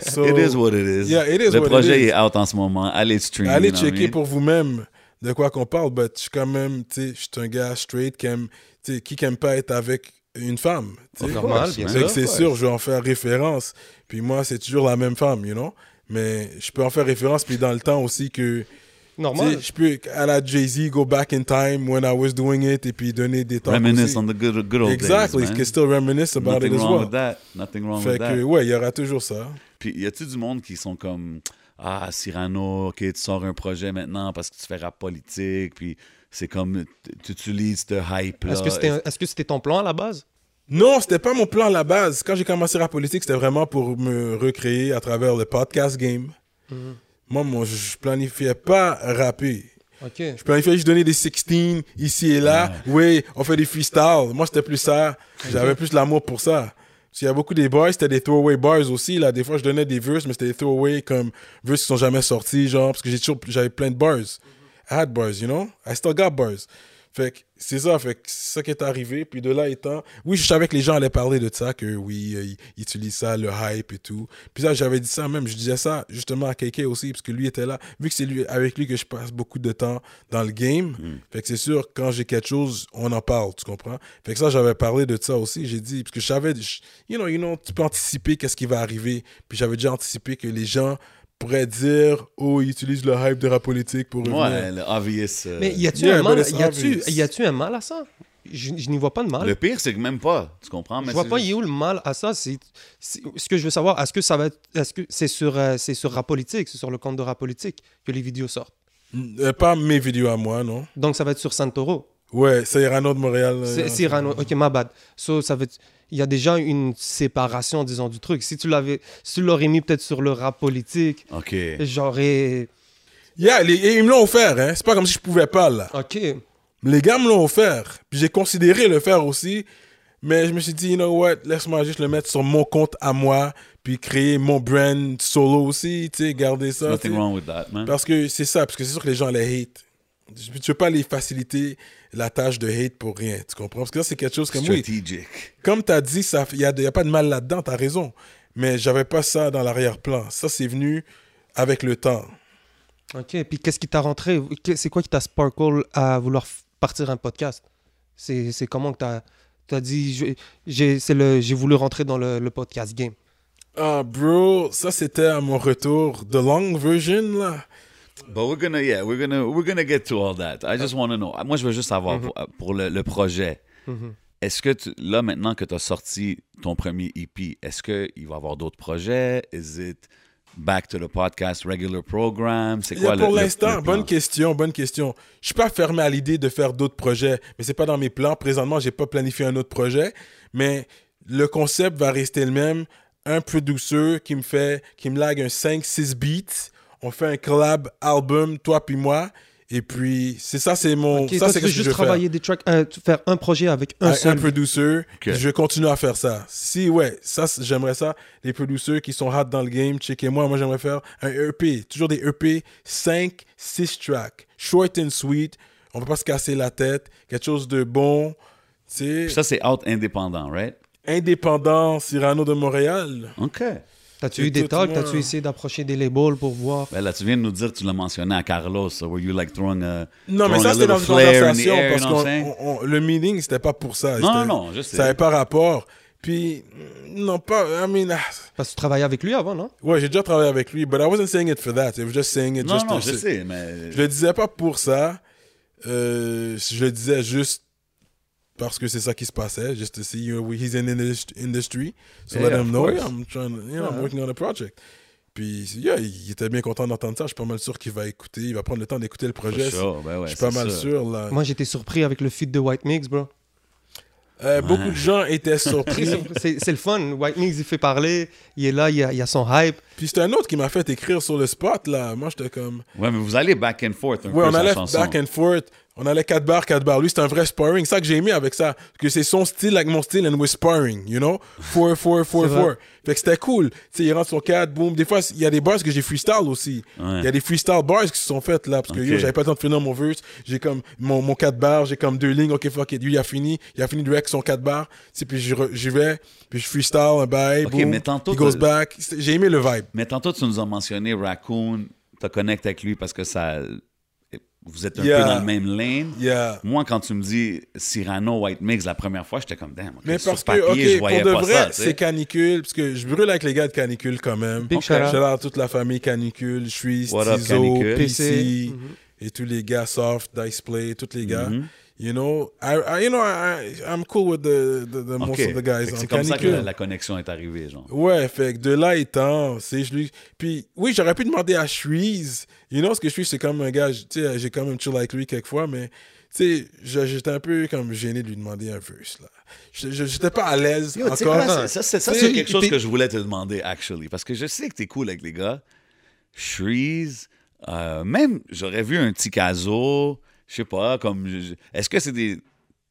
Speaker 5: So,
Speaker 4: It is what it is.
Speaker 5: Yeah, it is
Speaker 4: le
Speaker 5: what it
Speaker 4: projet
Speaker 5: is.
Speaker 4: est out en ce moment. Allez stream.
Speaker 5: Allez
Speaker 4: you know what I
Speaker 5: checker
Speaker 4: mean?
Speaker 5: pour vous-même de quoi qu'on parle, but je suis quand même, tu sais, je suis un gars straight qui aime, tu sais, qui aime pas être avec une femme. tu sais.
Speaker 3: Normal, bien
Speaker 5: Fait que
Speaker 3: sûr.
Speaker 5: c'est sûr, je vais en faire référence. Puis moi, c'est toujours la même femme, you know. Mais je peux en faire référence, puis dans le temps aussi que. Tu
Speaker 3: Normal.
Speaker 5: sais, je peux, à la Jay-Z, go back in time when I was doing it, et puis donner des temps.
Speaker 4: Reminisce
Speaker 5: aussi.
Speaker 4: on the good, good old
Speaker 5: Exactly,
Speaker 4: days, man.
Speaker 5: can still reminisce about
Speaker 4: Nothing
Speaker 5: it as
Speaker 4: wrong
Speaker 5: well.
Speaker 4: with that. Nothing wrong
Speaker 5: Fait
Speaker 4: with that.
Speaker 5: que, ouais, il y aura toujours ça.
Speaker 4: Puis y a-tu du monde qui sont comme Ah, Cyrano, ok, tu sors un projet maintenant parce que tu fais rap politique, puis c'est comme t- tu utilises ce hype là.
Speaker 3: Est-ce que c'était un- est-ce que c'était ton plan à la base
Speaker 5: Non, c'était pas mon plan à la base. Quand j'ai commencé la politique, c'était vraiment pour me recréer à travers le podcast game. Moi, moi, je je planifiais pas rapper.
Speaker 3: Ok.
Speaker 5: Je planifiais juste donner des 16 ici et là. Oui, on fait des freestyles. Moi, c'était plus ça. J'avais plus l'amour pour ça. Parce qu'il y a beaucoup des boys, c'était des throwaway bars aussi. Là, des fois, je donnais des verses, mais c'était des throwaway comme verses qui sont jamais sortis, genre, parce que j'ai toujours, j'avais plein de bars. I had bars, you know? I still got bars. Fait que c'est ça, fait que c'est ça qui est arrivé. Puis de là étant, oui, je savais que les gens allaient parler de ça, que oui, euh, ils, ils utilisent ça, le hype et tout. Puis ça, j'avais dit ça même, je disais ça justement à Keke aussi, parce que lui était là. Vu que c'est lui, avec lui que je passe beaucoup de temps dans le game, fait que c'est sûr, quand j'ai quelque chose, on en parle, tu comprends? Fait que ça, j'avais parlé de ça aussi, j'ai dit, parce que je savais, je- you know, you know, tu peux anticiper qu'est-ce qui va arriver. Puis j'avais déjà anticipé que les gens pourraient dire, oh, ils utilisent le hype de la politique pour revenir.
Speaker 4: Ouais, le obvious. euh,
Speaker 3: Mais y a-tu
Speaker 5: Yeah,
Speaker 3: un mal
Speaker 5: but it's
Speaker 3: y a-tu
Speaker 5: obvious.
Speaker 3: y a-tu un mal à ça Je, je n'y vois pas de mal.
Speaker 4: le pire, c'est que même pas. Tu comprends?
Speaker 3: Je
Speaker 4: Mais
Speaker 3: vois
Speaker 4: c'est
Speaker 3: pas
Speaker 4: juste-
Speaker 3: il est où le mal à ça. C'est c'est- ce que je veux savoir. Est-ce que ça va être- Est-ce que c'est sur euh, c'est sur rap politique, c'est sur le compte de rap politique que les vidéos sortent.
Speaker 5: Euh, pas mes vidéos à moi, non.
Speaker 3: Donc ça va être sur Santoro.
Speaker 5: Ouais, Cyrano de Montréal. euh,
Speaker 3: C'est Cyrano. Ok, ma bad. So, ça veut dire- il y a déjà une séparation, disons, du truc. Si tu l'avais, si tu l'aurais mis peut-être sur le rap politique,
Speaker 4: Ok.
Speaker 3: j'aurais.
Speaker 5: Yeah, les- et ils me l'ont offert, hein. C'est pas comme si je pouvais pas, là.
Speaker 3: Ok.
Speaker 5: Mais Les gars me l'ont offert. Puis j'ai considéré le faire aussi. Mais je me suis dit, you know what, laisse-moi juste le mettre sur mon compte à moi, puis créer mon brand solo aussi, tu sais, garder ça. tu
Speaker 4: Nothing
Speaker 5: sais.
Speaker 4: wrong with that, man.
Speaker 5: Parce que c'est ça, parce que c'est sûr que les gens les hate. Je ne veux pas les faciliter la tâche de hate pour rien, tu comprends? Parce que ça, c'est quelque chose comme, oui,
Speaker 4: Strategic.
Speaker 5: comme tu as dit, il n'y a, de- y a pas de mal là-dedans, tu as raison. Mais j'avais pas ça dans l'arrière-plan. Ça, c'est venu avec le temps.
Speaker 3: OK. Puis qu'est-ce qui t'a rentré? Que- C'est quoi qui t'a sparkle à vouloir f- partir un podcast? C'est c'est comment que t'as as dit, je- j'ai c'est le- j'ai voulu rentrer dans le, le podcast game.
Speaker 5: Ah, bro, ça, c'était à mon retour. The long version, là.
Speaker 4: But we're gonna, yeah, we're gonna, we're gonna get to all that. I just want to know. Moi, je veux juste savoir
Speaker 5: Mm-hmm.
Speaker 4: pour, pour le, le projet. Est-ce que tu- là maintenant que tu as sorti ton premier EP, est-ce que il va y avoir d'autres projets? Is it back to the podcast regular program? C'est
Speaker 5: Il y a
Speaker 4: quoi le
Speaker 5: pour
Speaker 4: le-
Speaker 5: l'instant,
Speaker 4: le plan?
Speaker 5: bonne question, bonne question. Je suis pas fermé à l'idée de faire d'autres projets, mais c'est pas dans mes plans. Présentement, j'ai pas planifié un autre projet, mais le concept va rester le même. Un producer qui me fait, qui me lag un 5-6 beats. On fait un collab album, toi puis moi. Et puis, c'est ça, c'est mon.
Speaker 3: Ok,
Speaker 5: ça,
Speaker 3: toi,
Speaker 5: c'est
Speaker 3: tu
Speaker 5: que
Speaker 3: veux
Speaker 5: je
Speaker 3: juste
Speaker 5: veux faire.
Speaker 3: travailler des tracks, un- faire un projet avec un
Speaker 5: un, un
Speaker 3: seul.
Speaker 5: producer.
Speaker 4: Ok.
Speaker 5: Je continue à faire ça. Si, ouais, ça, c'est- j'aimerais ça. Les producers qui sont hot dans le game, checkez-moi. Moi, j'aimerais faire un EP. Toujours des E EP 5, 6 tracks. Short and sweet. On va pas se casser la tête. Quelque chose de bon. Tu
Speaker 4: Puis
Speaker 5: sais,
Speaker 4: ça, c'est out indépendant, right?
Speaker 5: indépendant Cyrano de Montréal.
Speaker 4: OK.
Speaker 3: T'as-tu
Speaker 5: C'est
Speaker 3: eu des
Speaker 5: tout,
Speaker 3: talks?
Speaker 5: moi.
Speaker 3: T'as-tu essayé d'approcher des labels pour voir?
Speaker 4: Ben là, tu viens de nous dire que tu l'as mentionné à Carlos. So were you like throwing a.
Speaker 5: Non,
Speaker 4: throwing
Speaker 5: mais
Speaker 4: a
Speaker 5: ça, c'était dans
Speaker 4: little
Speaker 5: une
Speaker 4: flare in the
Speaker 5: conversation.
Speaker 4: air,
Speaker 5: parce
Speaker 4: you know what I'm
Speaker 5: que
Speaker 4: saying?
Speaker 5: le meeting, c'était pas pour ça.
Speaker 4: Non,
Speaker 5: C'était-
Speaker 4: non, je sais.
Speaker 5: Ça avait pas rapport. Puis, non, pas. I mean, ah,
Speaker 3: Parce que tu travaillais avec lui avant, non?
Speaker 5: Ouais, j'ai déjà travaillé avec lui, but I wasn't saying it for that. I was just saying it
Speaker 4: Non,
Speaker 5: just
Speaker 4: non,
Speaker 5: to
Speaker 4: je
Speaker 5: say-
Speaker 4: sais, mais.
Speaker 5: Je le disais pas pour ça. Euh, je le disais juste parce que c'est ça qui se passait. Just to see, you know, he's in the indus- industry. So
Speaker 4: Yeah,
Speaker 5: let
Speaker 4: of
Speaker 5: him know.
Speaker 4: course.
Speaker 5: yeah, I'm trying to- you know, I'm working on a project. Puis, yeah, il était bien content d'entendre ça. Je suis pas mal sûr qu'il va écouter. Il va prendre le temps d'écouter le projet.
Speaker 4: sure, ben ouais,
Speaker 5: je suis pas
Speaker 4: c'est
Speaker 5: mal
Speaker 4: sûr.
Speaker 5: sûr, là.
Speaker 3: Moi, j'étais surpris avec le feat de White Mix, bro.
Speaker 5: Euh, Beaucoup de gens étaient
Speaker 3: Très
Speaker 5: surpris.
Speaker 3: surpris. C'est c'est le fun. White Mix, il fait parler. Il est là, il y a, il y a son hype.
Speaker 5: Puis, c'est un autre qui m'a fait écrire sur le spot, là. Moi, j'étais comme.
Speaker 4: Ouais, mais vous allez back and forth un
Speaker 5: Ouais,
Speaker 4: peu
Speaker 5: on
Speaker 4: sur
Speaker 5: allait
Speaker 4: la chanson.
Speaker 5: back and forth. On allait 4 bars, 4 bars. Lui, c'est un vrai sparring. C'est ça que j'ai aimé avec ça. Parce que c'est son style avec mon style and we're sparring, you know? 4, 4, 4,
Speaker 3: C'est vrai.
Speaker 5: 4. Fait que c'était cool. Tu sais, il rentre sur 4, boum. Des fois, il y a des bars que j'ai freestyle aussi. Il
Speaker 4: Ouais.
Speaker 5: y a des freestyle bars qui se sont faites là. Parce que
Speaker 4: Ok.
Speaker 5: yo, j'avais pas le temps de finir mon verse. J'ai comme mon, mon 4 bars, j'ai comme deux lignes. Ok, fuck it. Lui, il a fini. Il a fini direct son 4 bars. Tu sais, puis j'y re- j'y vais. Puis je freestyle un bail.
Speaker 4: Ok,
Speaker 5: boum,
Speaker 4: mais tantôt,
Speaker 5: He goes
Speaker 4: t'as-
Speaker 5: back. C'est- J'ai aimé le vibe.
Speaker 4: Mais tantôt, tu nous as mentionné Raccoon. Tu connecté avec lui parce que ça. Vous êtes un
Speaker 5: Yeah.
Speaker 4: peu dans le même lane.
Speaker 5: Yeah.
Speaker 4: Moi, quand tu me dis Cyrano White Mix la première fois, j'étais comme damn. ok,
Speaker 5: Mais
Speaker 4: sur
Speaker 5: parce que,
Speaker 4: papier, je
Speaker 5: ok, pour
Speaker 4: voyais
Speaker 5: de
Speaker 4: pas
Speaker 5: vrai,
Speaker 4: ça, tu sais.
Speaker 5: c'est Canicule, parce que je brûle avec les gars de Canicule quand même.
Speaker 3: Big
Speaker 5: Ok.
Speaker 3: shout out.
Speaker 5: Shout out à toute la famille Canicule, je suis
Speaker 4: What up,
Speaker 5: Tizo,
Speaker 4: Canicule?
Speaker 5: PC,
Speaker 3: Mhm.
Speaker 5: et tous les gars, Soft, Dice Play, tous les gars.
Speaker 4: Mhm.
Speaker 5: You know, I, I- you know, I, I- I'm cool with the, the, the most
Speaker 4: Ok.
Speaker 5: of the
Speaker 4: Fait
Speaker 5: guys
Speaker 4: que
Speaker 5: en
Speaker 4: C'est comme ça que
Speaker 5: Canicule.
Speaker 4: la, la connexion est arrivée, genre.
Speaker 5: Ouais, fait que de là étant, c'est je lui. Puis oui, j'aurais pu demander à Shreeze. You know, ce que Shreeze, c'est comme un gars, tu sais, j'ai quand même chill avec lui quelquefois, mais tu sais, je- j'étais un peu comme gêné de lui demander un verse là. Je- je- J'étais pas à l'aise
Speaker 4: Yo, tu sais
Speaker 5: encore.
Speaker 4: quoi, c'est- ça, c'est, ça,
Speaker 3: Tu
Speaker 4: c'est
Speaker 3: sais,
Speaker 4: quelque
Speaker 3: il
Speaker 4: chose
Speaker 3: t'est-
Speaker 4: que je voulais te demander, actually. Parce que je sais que t'es cool avec les gars. Shreeze, euh, même, j'aurais vu un petit caso, je sais pas, comme. je- je- Est-ce que c'est des.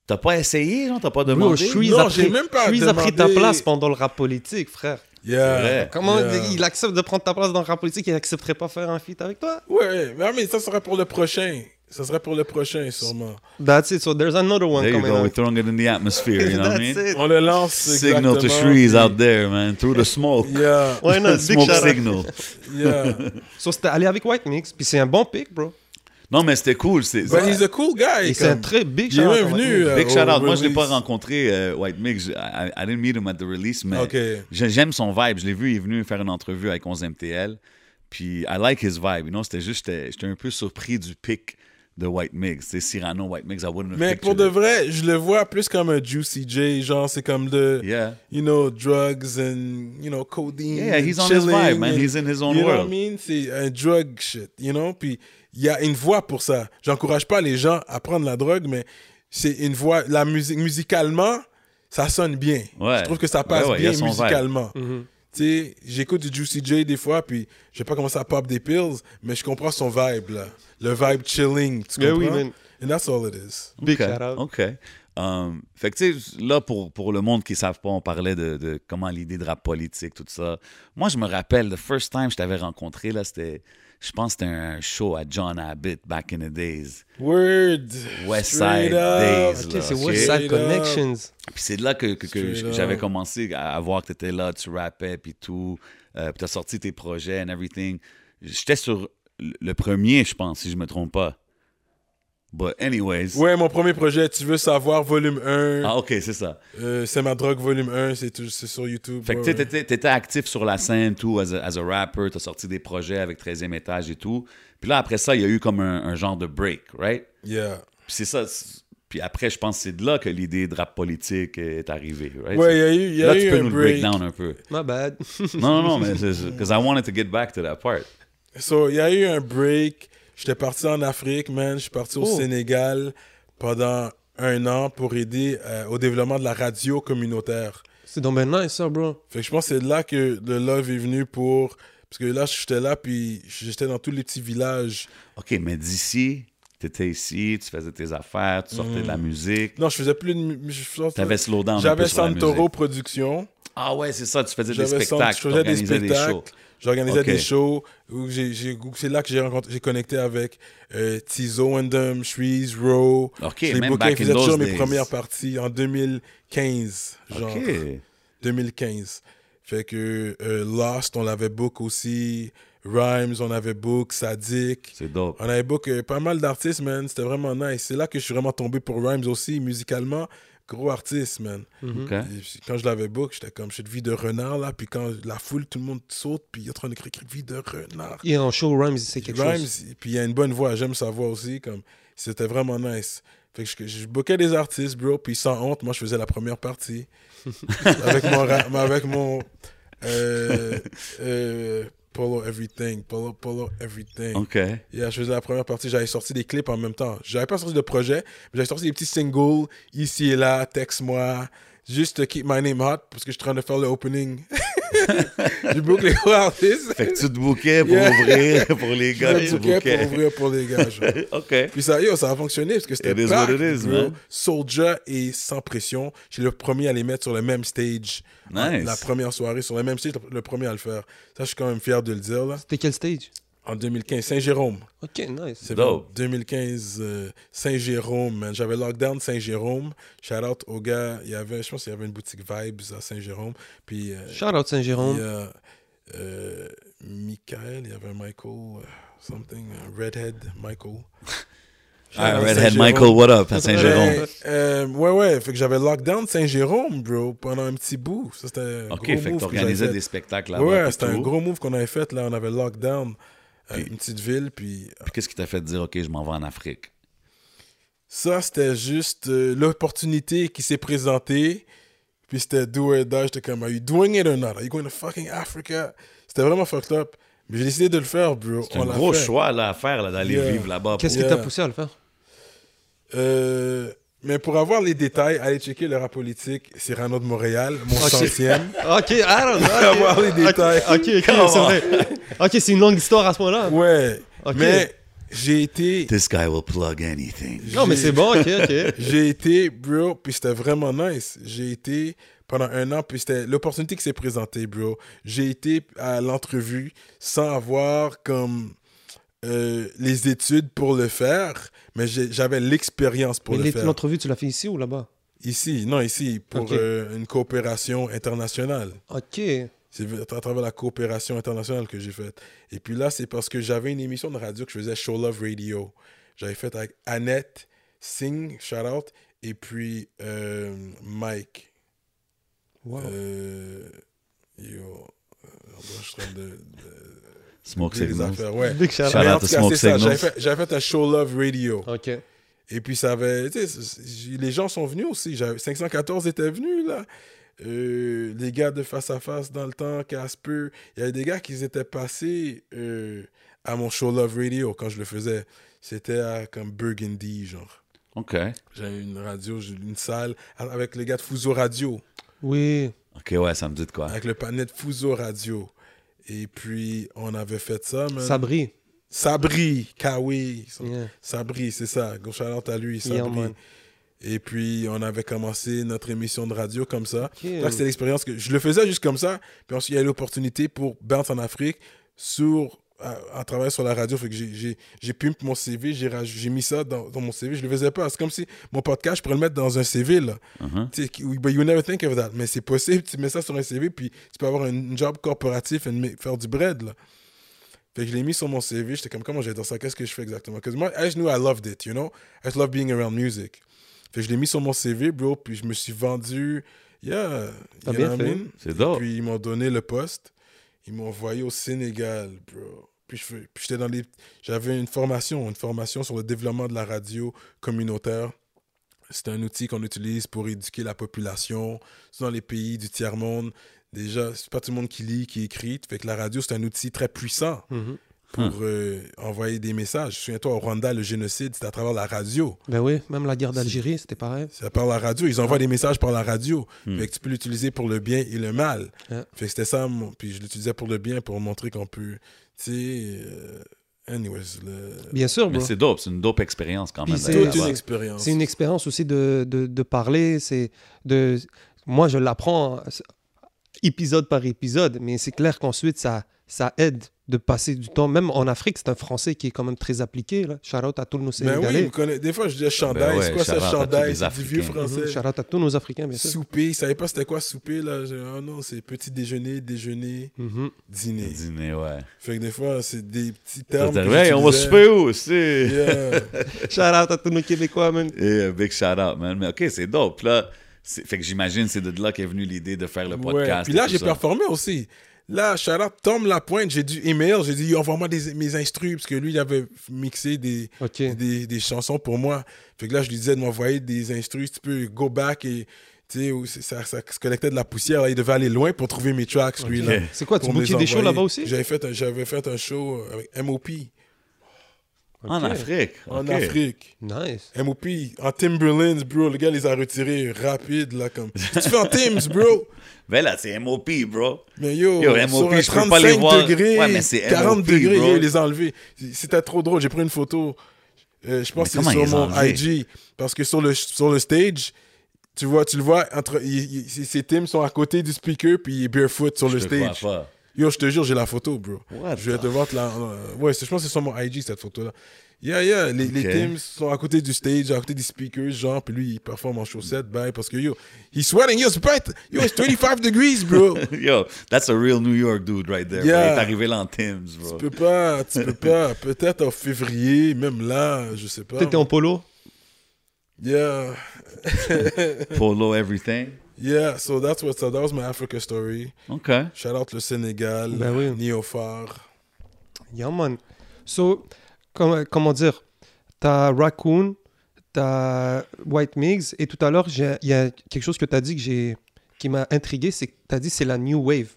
Speaker 4: T'as pas essayé, genre? T'as pas demandé?
Speaker 3: Bro, Shreeze
Speaker 5: Non,
Speaker 3: a,
Speaker 5: j'ai
Speaker 3: pris-
Speaker 5: même pas
Speaker 3: Shreeze a pris ta
Speaker 5: demandé.
Speaker 3: place pendant le rap politique, frère.
Speaker 5: Yeah.
Speaker 4: Ouais.
Speaker 3: Comment
Speaker 5: Yeah.
Speaker 3: il accepte de prendre ta place dans le rap politique Il accepterait pas faire un feat avec toi
Speaker 5: Ouais, mais, mais ça serait pour le prochain. Ça serait pour le prochain, sûrement.
Speaker 3: That's it. So there's another one
Speaker 4: There you
Speaker 3: coming
Speaker 4: go, we're
Speaker 3: up.
Speaker 4: throwing it in the atmosphere, you know what I mean?
Speaker 3: That's it.
Speaker 5: On le lance.
Speaker 4: Signal to
Speaker 5: exactement,
Speaker 4: Shreeze
Speaker 5: puis-
Speaker 4: out there, man, through the smoke.
Speaker 5: Yeah,
Speaker 3: Why not? Big
Speaker 4: smoke
Speaker 3: shout out.
Speaker 4: signal.
Speaker 5: yeah.
Speaker 3: So c'était aller avec White Mix, puis c'est un bon pick, bro.
Speaker 4: Non, mais c'était cool. C'est,
Speaker 5: But he's a cool guy.
Speaker 3: Et c'est un
Speaker 5: comme-
Speaker 3: très big
Speaker 5: Il est
Speaker 3: shout-out
Speaker 5: même
Speaker 3: à White
Speaker 5: venu.
Speaker 3: Mix.
Speaker 5: euh,
Speaker 4: Big shout out.
Speaker 5: au
Speaker 4: Moi, je l'ai pas
Speaker 5: release.
Speaker 4: rencontré, euh, White Mix. I, I- I didn't meet him at the release, mais
Speaker 5: Ok.
Speaker 4: j'ai- j'aime son vibe. Je l'ai vu, il est venu faire une entrevue avec 11MTL. Puis, I like his vibe. You know, c'était juste, j'étais j'étais un peu surpris du pic de White Mix. C'est Cyrano, White Mix, I wouldn't have
Speaker 5: Mais pour
Speaker 4: pictured it.
Speaker 5: de vrai, je le vois plus comme un Juicy J, genre c'est comme de,
Speaker 4: Yeah.
Speaker 5: you know, drugs and, you know, codeine.
Speaker 4: Yeah, he's
Speaker 5: and
Speaker 4: on his vibe,
Speaker 5: chilling
Speaker 4: man.
Speaker 5: and-
Speaker 4: He's in his own
Speaker 5: you know
Speaker 4: world.
Speaker 5: what I mean? C'est un drug shit, you know? Puis il y a une voix pour ça. J'encourage pas les gens à prendre la drogue, mais c'est une voix, la musique, musicalement, ça sonne bien.
Speaker 4: Ouais.
Speaker 5: Je trouve que ça
Speaker 4: Ouais,
Speaker 5: passe
Speaker 4: ouais, il y a
Speaker 5: bien
Speaker 4: son vibe.
Speaker 5: musicalement.
Speaker 3: Mm-hmm.
Speaker 5: Tu sais, j'écoute du Juicy J des fois, puis je vais pas commencer à pop des pills, mais je comprends son vibe, là. Le vibe chilling, tu
Speaker 3: Yeah, Ben oui,
Speaker 5: comprends?
Speaker 3: man.
Speaker 5: And that's all it is.
Speaker 3: Big
Speaker 4: OK.
Speaker 3: shout-out.
Speaker 4: OK. Um, fait que, tu sais, là, pour, pour le monde qui ne savent pas, on parlait de, de comment l'idée de rap politique, tout ça. Moi, je me rappelle, the first time je t'avais rencontré, là, c'était, je pense, que c'était un show à John Abbott back in the days.
Speaker 5: Word.
Speaker 4: West
Speaker 5: Straight
Speaker 4: Side
Speaker 5: up.
Speaker 4: Days.
Speaker 3: Ok,
Speaker 4: là,
Speaker 3: c'est
Speaker 4: ok?
Speaker 3: West Side
Speaker 5: euh, Straight up.
Speaker 3: Connections.
Speaker 4: Puis c'est de là que, que- que
Speaker 5: Straight
Speaker 4: j'avais
Speaker 5: up.
Speaker 4: commencé à, à voir que tu étais là, tu rappais, puis tout. Euh, puis tu as sorti tes projets and everything. J'étais sur le le premier, je pense, si je me trompe pas. But anyways.
Speaker 5: Ouais, mon premier projet, Tu veux savoir, volume 1.
Speaker 4: Ah, OK, c'est ça.
Speaker 5: Euh, c'est ma drogue, volume 1. C'est tout- c'est sur YouTube.
Speaker 4: Fait que
Speaker 5: ouais,
Speaker 4: tu sais,
Speaker 5: ouais.
Speaker 4: t'étais, t'étais actif sur la scène, tout, as a, as a rapper, t'as sorti des projets avec 13e étage et tout. Puis là, après ça, il y a eu comme un, un genre de break, right?
Speaker 5: Yeah.
Speaker 4: Puis c'est ça. c'est- Puis après, je pense que c'est de là que l'idée de rap politique est arrivée, right?
Speaker 5: Ouais, il y a eu, il y a
Speaker 4: là, tu
Speaker 5: eu
Speaker 4: peux
Speaker 5: un
Speaker 4: nous
Speaker 5: break.
Speaker 4: le break down un peu.
Speaker 3: My bad.
Speaker 4: Non, non, non, mais c'est parce I wanted to get back to that part.
Speaker 5: So, il y a eu un break. J'étais parti en Afrique, man. Je suis parti au
Speaker 3: Oh.
Speaker 5: Sénégal pendant un an pour aider euh, au développement de la radio communautaire.
Speaker 3: c'est donc ben nice, ça, bro.
Speaker 5: Fait que je pense que c'est de là que le love est venu pour. Parce que là, j'étais là, puis j'étais dans tous les petits villages.
Speaker 4: OK, mais d'ici, t'étais ici, tu faisais tes affaires, tu sortais de
Speaker 5: Mm.
Speaker 4: la musique.
Speaker 5: Non, je faisais plus de. mu- je faisais-
Speaker 4: T'avais slow down un peu
Speaker 5: J'avais
Speaker 4: sur la
Speaker 5: Santoro
Speaker 4: musique.
Speaker 5: Productions.
Speaker 4: Ah ouais, c'est ça, tu faisais des
Speaker 5: J'avais Santoro-
Speaker 4: spectacles,
Speaker 5: Je faisais des
Speaker 4: t'organisais des
Speaker 5: spectacles.
Speaker 4: shows.
Speaker 5: J'organisais
Speaker 4: Ok.
Speaker 5: des shows. où j'ai- j'ai- où C'est là que j'ai rencontré- j'ai connecté avec euh, Tizo Wendham, Shreeze, Rowe.
Speaker 4: Ok,
Speaker 5: Je les
Speaker 4: même
Speaker 5: bookais,
Speaker 4: back
Speaker 5: ils
Speaker 4: in
Speaker 5: faisaient toujours
Speaker 4: those
Speaker 5: mes
Speaker 4: days.
Speaker 5: premières parties en 2015. Genre.
Speaker 4: OK.
Speaker 5: 2015. Fait que euh, Lost, on l'avait book aussi. Rhymes, on avait book. Sadik.
Speaker 4: C'est dope.
Speaker 5: On avait book euh, pas mal d'artistes, man. C'était vraiment nice. C'est là que je suis vraiment tombé pour Rhymes aussi, musicalement. Gros artiste, man.
Speaker 4: OK.
Speaker 5: Et puis, Quand je l'avais book, j'étais comme, j'ai de vie de renard, là. Puis quand la foule, tout le monde saute, puis il est en train de crier, vie de renard.
Speaker 3: Et en show Rhymes, c'est quelque
Speaker 5: Rhymes,
Speaker 3: chose.
Speaker 5: puis il a une bonne voix, j'aime sa voix aussi, comme c'était vraiment nice. Fait que je, je bookais des artistes, bro, puis sans honte, moi je faisais la première partie avec mon ra- mais avec mon euh, euh, Polo Everything, Polo Polo Everything.
Speaker 4: OK.
Speaker 5: Yeah, je faisais la première partie, j'avais sorti des clips en même temps. J'avais pas sorti de projet, mais j'avais sorti des petits singles ici et là, texte-moi, juste to keep my name hot parce que je suis en train de faire le opening. je book les gros artistes.
Speaker 4: Fait que tu te bouquais pour
Speaker 5: Yeah.
Speaker 4: ouvrir pour les
Speaker 5: Je
Speaker 4: gars,
Speaker 5: me
Speaker 4: tu
Speaker 5: bouquais
Speaker 4: bouquais.
Speaker 5: pour ouvrir pour les gars. genre.
Speaker 4: OK.
Speaker 5: Puis ça, yo, ça a fonctionné parce que c'était
Speaker 4: It is
Speaker 5: packed,
Speaker 4: what it is,
Speaker 5: bro.
Speaker 4: man.
Speaker 5: Soldier et Sans Pression. J'ai le premier à les mettre sur le même stage.
Speaker 4: Nice.
Speaker 5: La première soirée sur le même stage, le premier à le faire. Ça, je suis quand même fier de le dire, là.
Speaker 3: C'était quel stage?
Speaker 5: En 2015, Saint-Jérôme.
Speaker 3: Ok, nice.
Speaker 5: C'est
Speaker 4: Dope.
Speaker 5: bon. 2015, euh, Saint-Jérôme, man. J'avais Lockdown Saint-Jérôme. Shout out aux gars. Il y avait, je pense qu'il y avait une boutique Vibes à Saint-Jérôme. Puis, euh,
Speaker 3: Shout out Saint-Jérôme.
Speaker 5: il y a euh, Michael, il y avait un Michael, euh, something, euh, Redhead Michael.
Speaker 4: Ah,
Speaker 5: Shout out
Speaker 4: Redhead
Speaker 5: Saint-Jérôme.
Speaker 4: Michael, what up à Saint-Jérôme?
Speaker 5: Ben, euh, ouais, ouais. Fait que j'avais lockdown de Saint-Jérôme, bro, pendant un petit bout. Ça, c'était un
Speaker 4: OK,
Speaker 5: gros
Speaker 4: fait que
Speaker 5: move
Speaker 4: t'organisais
Speaker 5: j'avais
Speaker 4: des
Speaker 5: fait.
Speaker 4: spectacles là-bas.
Speaker 5: Ouais,
Speaker 4: puis
Speaker 5: c'était un
Speaker 4: tout.
Speaker 5: gros move qu'on avait fait, là. On avait lockdown, euh,
Speaker 4: Puis-
Speaker 5: une petite ville, puis...
Speaker 4: Puis qu'est-ce qui t'a fait dire, OK, je m'en vais en Afrique?
Speaker 5: Ça, c'était juste euh, l'opportunité qui s'est présentée. Puis c'était do or die. J'étais comme, are you doing it or not? Are you going to fucking Africa? C'était vraiment fucked up. Mais j'ai décidé de le faire, bro.
Speaker 4: C'est
Speaker 5: On
Speaker 4: un
Speaker 5: l'a
Speaker 4: gros
Speaker 5: fait.
Speaker 4: choix là, à faire, là, d'aller
Speaker 5: Yeah.
Speaker 4: vivre là-bas.
Speaker 3: Qu'est-ce qui
Speaker 5: Yeah.
Speaker 3: t'a poussé à le faire?
Speaker 5: Euh, mais pour avoir les détails, allez checker le rap politique Cyrano de Montréal, mon
Speaker 3: Ok.
Speaker 5: centième.
Speaker 3: Ok, I don't know. ok.
Speaker 5: avoir les détails.
Speaker 3: Ok, ok, c'est vrai. Ok, c'est une longue histoire à ce moment-là.
Speaker 5: Ouais.
Speaker 3: Ok.
Speaker 5: Mais j'ai été.
Speaker 4: This guy will plug anything.
Speaker 3: Non, mais
Speaker 5: j'ai-
Speaker 3: c'est bon, ok, ok.
Speaker 5: J'ai été, bro, puis c'était vraiment nice. J'ai été pendant un an, puis c'était l'opportunité qui s'est présentée, bro. J'ai été à l'entrevue sans avoir comme euh, les études pour le faire, mais j'ai- j'avais l'expérience pour
Speaker 3: Mais
Speaker 5: le
Speaker 3: l'é-
Speaker 5: faire.
Speaker 3: l'entrevue, tu l'as fait ici ou là-bas?
Speaker 5: Ici, non, ici, pour
Speaker 3: Ok.
Speaker 5: euh, une coopération internationale.
Speaker 3: Ok.
Speaker 5: C'est à travers la coopération internationale que j'ai faite. Et puis là, c'est parce que j'avais une émission de radio que je faisais, Show Love Radio. J'avais faite avec Annette Singh, shout out, et puis euh, Mike.
Speaker 3: Wow.
Speaker 5: Euh, yo. euh, je suis en train de- de-
Speaker 4: Smoke
Speaker 5: des
Speaker 4: signals.
Speaker 5: affaires, ouais.
Speaker 3: Big shout-out.
Speaker 4: Shout out
Speaker 5: Mais en
Speaker 4: to
Speaker 5: tout cas,
Speaker 4: Smoke
Speaker 5: c'est ça.
Speaker 4: Signals.
Speaker 5: J'avais fait, j'avais fait un Show Love Radio.
Speaker 3: Ok.
Speaker 5: Et puis ça avait. tu sais, c- j- Les gens sont venus aussi. J'avais- 514 étaient venus là. Euh, les gars de face à face dans le temps, Casper. Il y avait des gars qui étaient passés euh, à mon show Love Radio quand je le faisais. C'était à comme Burgundy, genre.
Speaker 4: OK.
Speaker 5: J'avais une radio, j'ai une salle a- avec les gars de Fuso Radio,
Speaker 3: Oui.
Speaker 4: OK, ouais, ça me dit de quoi.
Speaker 5: avec le panel de Fuso Radio. Et puis on avait fait ça, man.
Speaker 3: Sabri.
Speaker 5: Sabri, Kawi.
Speaker 3: Yeah.
Speaker 5: Sabri, c'est ça. Gros shout-out à lui,
Speaker 3: Yeah,
Speaker 5: Sabri.
Speaker 3: man.
Speaker 5: Et puis, on avait commencé notre émission de radio comme ça.
Speaker 3: Ok.
Speaker 5: Fait que C'est l'expérience que je le faisais juste comme ça. Puis ensuite, il y a eu l'opportunité pour Bounce en Afrique sur, à, à travers sur la radio. Fait que j'ai- j'ai j'ai pimp mon CV, j'ai raj- j'ai mis ça dans, dans mon CV. Je le faisais pas. C'est comme si mon podcast, je pourrais le mettre dans un CV. Là.
Speaker 3: Hein?
Speaker 4: Mhm.
Speaker 5: Tu sais, qui- But you never think of that. Mais c'est possible. Tu mets ça sur un CV, puis tu peux avoir un une job corporatif et me- faire du bread. Là. Fait que je l'ai mis sur mon CV. J'étais comme, comment je vais dire ça? Qu'est-ce que je fais exactement? Parce que moi, I just knew I loved it, you know? I just love being around music. Fait que je l'ai mis sur mon CV, bro, puis je me suis vendu. Yeah,
Speaker 3: T'as
Speaker 5: you
Speaker 3: bien
Speaker 5: know what
Speaker 3: fait.
Speaker 5: I mean?
Speaker 4: C'est dope.
Speaker 5: Puis ils m'ont donné le poste. Ils m'ont envoyé au Sénégal, bro. Puis je fais- puis j'étais dans les. J'avais une formation, une formation sur le développement de la radio communautaire. C'est un outil qu'on utilise pour éduquer la population. C'est dans les pays du tiers-monde. Déjà, c'est pas tout le monde qui lit, qui écrit. Fait que la radio, c'est un outil très puissant
Speaker 3: Mhm.
Speaker 5: pour
Speaker 4: Hmm.
Speaker 5: euh, envoyer des messages. Souviens-toi, au Rwanda, le génocide, c'est à travers la radio.
Speaker 3: Ben oui, même la guerre d'Algérie, c'était pareil.
Speaker 5: C'est par la radio. Ils
Speaker 4: Ah.
Speaker 5: envoient des messages par la radio.
Speaker 4: Hmm.
Speaker 5: Fait que tu peux l'utiliser pour le bien et le mal.
Speaker 4: Ah.
Speaker 3: Yeah.
Speaker 5: Fait que c'était ça, mon- puis je l'utilisais pour le bien, pour montrer qu'on peut... Tu sais... euh, anyways, le-
Speaker 3: Bien sûr,
Speaker 4: Mais
Speaker 3: bro.
Speaker 4: c'est dope, c'est une dope expérience quand
Speaker 3: Puis
Speaker 4: même.
Speaker 3: c'est-
Speaker 4: d'aller
Speaker 5: toute
Speaker 3: c'est-
Speaker 5: une
Speaker 4: là-bas.
Speaker 5: expérience.
Speaker 3: C'est une expérience aussi de, de, de parler. C'est de moi je l'apprends euh, c'est- épisode par épisode, mais c'est clair qu'ensuite ça ça aide de passer du temps. Même en Afrique, c'est un Français qui est quand même très appliqué. Là. Shout out à tous nos
Speaker 5: Ben oui,
Speaker 3: Sénégalais.
Speaker 5: vous connaissez- Des fois, je disais chandail.
Speaker 4: Ben ouais,
Speaker 5: c'est quoi ça,
Speaker 4: shout-out à tous
Speaker 5: chandail?
Speaker 4: les
Speaker 5: C'est du vieux
Speaker 4: Africains.
Speaker 5: français.
Speaker 3: Mhm, shout out à tous nos Africains, bien sûr.
Speaker 5: Souper. Ils savaient pas c'était quoi souper, là. J'ai- Ah non, c'est petit déjeuner, déjeuner,
Speaker 3: Mhm.
Speaker 5: dîner.
Speaker 4: Dîner, ouais.
Speaker 5: Fait que des fois, c'est des petits
Speaker 4: Ça,
Speaker 5: termes
Speaker 4: t'as-
Speaker 5: que
Speaker 4: Hey, on va
Speaker 5: j'utilisais.
Speaker 4: souper où? C'est...
Speaker 5: Yeah.
Speaker 3: Shout out à tous nos Québécois, man.
Speaker 4: Et un big shout out, man. Mais OK, c'est dope. Puis Là, c'est- fait que j'imagine c'est de là qu'est venue l'idée de faire le
Speaker 5: Ouais.
Speaker 4: podcast.
Speaker 5: Puis là,
Speaker 4: et tout
Speaker 5: j'ai
Speaker 4: ça.
Speaker 5: performé aussi. Là, Charlotte Tom Lapointe, j'ai dû email, j'ai dit envoie-moi des- mes instrus, parce que lui, il avait mixé des,
Speaker 3: Ok.
Speaker 5: des, des chansons pour moi. Fait que là, je lui disais de m'envoyer des instrus, tu peux go back et. Tu sais, où c'est- ça, ça se collectait de la poussière, là, il devait aller loin pour trouver mes tracks, lui. Là,
Speaker 3: C'est quoi, Ah, tu
Speaker 5: pour me les
Speaker 3: bookais des shows
Speaker 5: envoyer.
Speaker 3: là-bas aussi?
Speaker 5: J'avais fait, un- j'avais fait un show avec MOP
Speaker 4: En
Speaker 3: Ok.
Speaker 4: Afrique.
Speaker 5: en
Speaker 4: OK.
Speaker 5: Afrique.
Speaker 3: Nice.
Speaker 5: MOP en Timberlands, bro, le gars les a retirés rapide, là, comme. tu fais en Timbs, bro!
Speaker 4: Ben là, c'est MOP, bro.
Speaker 5: Mais yo,
Speaker 4: Yo,
Speaker 5: sur
Speaker 4: MOP,
Speaker 5: un
Speaker 4: je peux pas
Speaker 5: 35
Speaker 4: les voir.
Speaker 5: degrés,
Speaker 4: Ouais, mais c'est
Speaker 5: 40
Speaker 4: MOP,
Speaker 5: degrés,
Speaker 4: bro.
Speaker 5: yo, il les a enlevés. C'était trop drôle. J'ai pris une photo. euh, je pense que
Speaker 4: Mais comment
Speaker 5: c'est sur
Speaker 4: ils les ont
Speaker 5: mon
Speaker 4: enlevés?
Speaker 5: IG. Parce que sur le, sur le stage, tu vois, tu le vois, entre, il- il- ses ses teams sont à côté du speaker, puis il est barefoot sur le
Speaker 4: Je te crois
Speaker 5: stage.
Speaker 4: pas.
Speaker 5: Yo, je te jure, j'ai la photo, bro.
Speaker 4: What
Speaker 5: je vais
Speaker 4: the-
Speaker 5: devoir te la. euh, ouais, c'est- je pense que c'est sur mon IG, cette photo-là. Yeah, yeah, les, les
Speaker 4: Ok.
Speaker 5: teams sont à côté du stage, à côté des speakers, genre, puis lui, il performe en chaussettes, bye, parce que yo, he's sweating, yo, c'est pas être- Yo, it's 25 degrees, bro.
Speaker 4: Yo, that's a real New York dude right there.
Speaker 5: Yeah.
Speaker 4: bro. Il est arrivé là en Tim's, bro.
Speaker 5: Tu peux pas, tu peux pas. Peut-être en février, même là, je sais pas.
Speaker 3: T'étais en polo?
Speaker 5: Yeah,
Speaker 4: Polo, everything.
Speaker 5: yeah. So that's what that was my Africa story.
Speaker 4: OK.
Speaker 5: Shout out le Sénégal,
Speaker 3: Ben oui.
Speaker 5: Néophar.
Speaker 3: Yeah, man. So, com- comment dire T'as Raccoon, t'as White Migs, et tout à l'heure, j'ai- il y a quelque chose que t'as dit que j'ai, qui m'a intrigué, c'est que t'as dit c'est la new wave.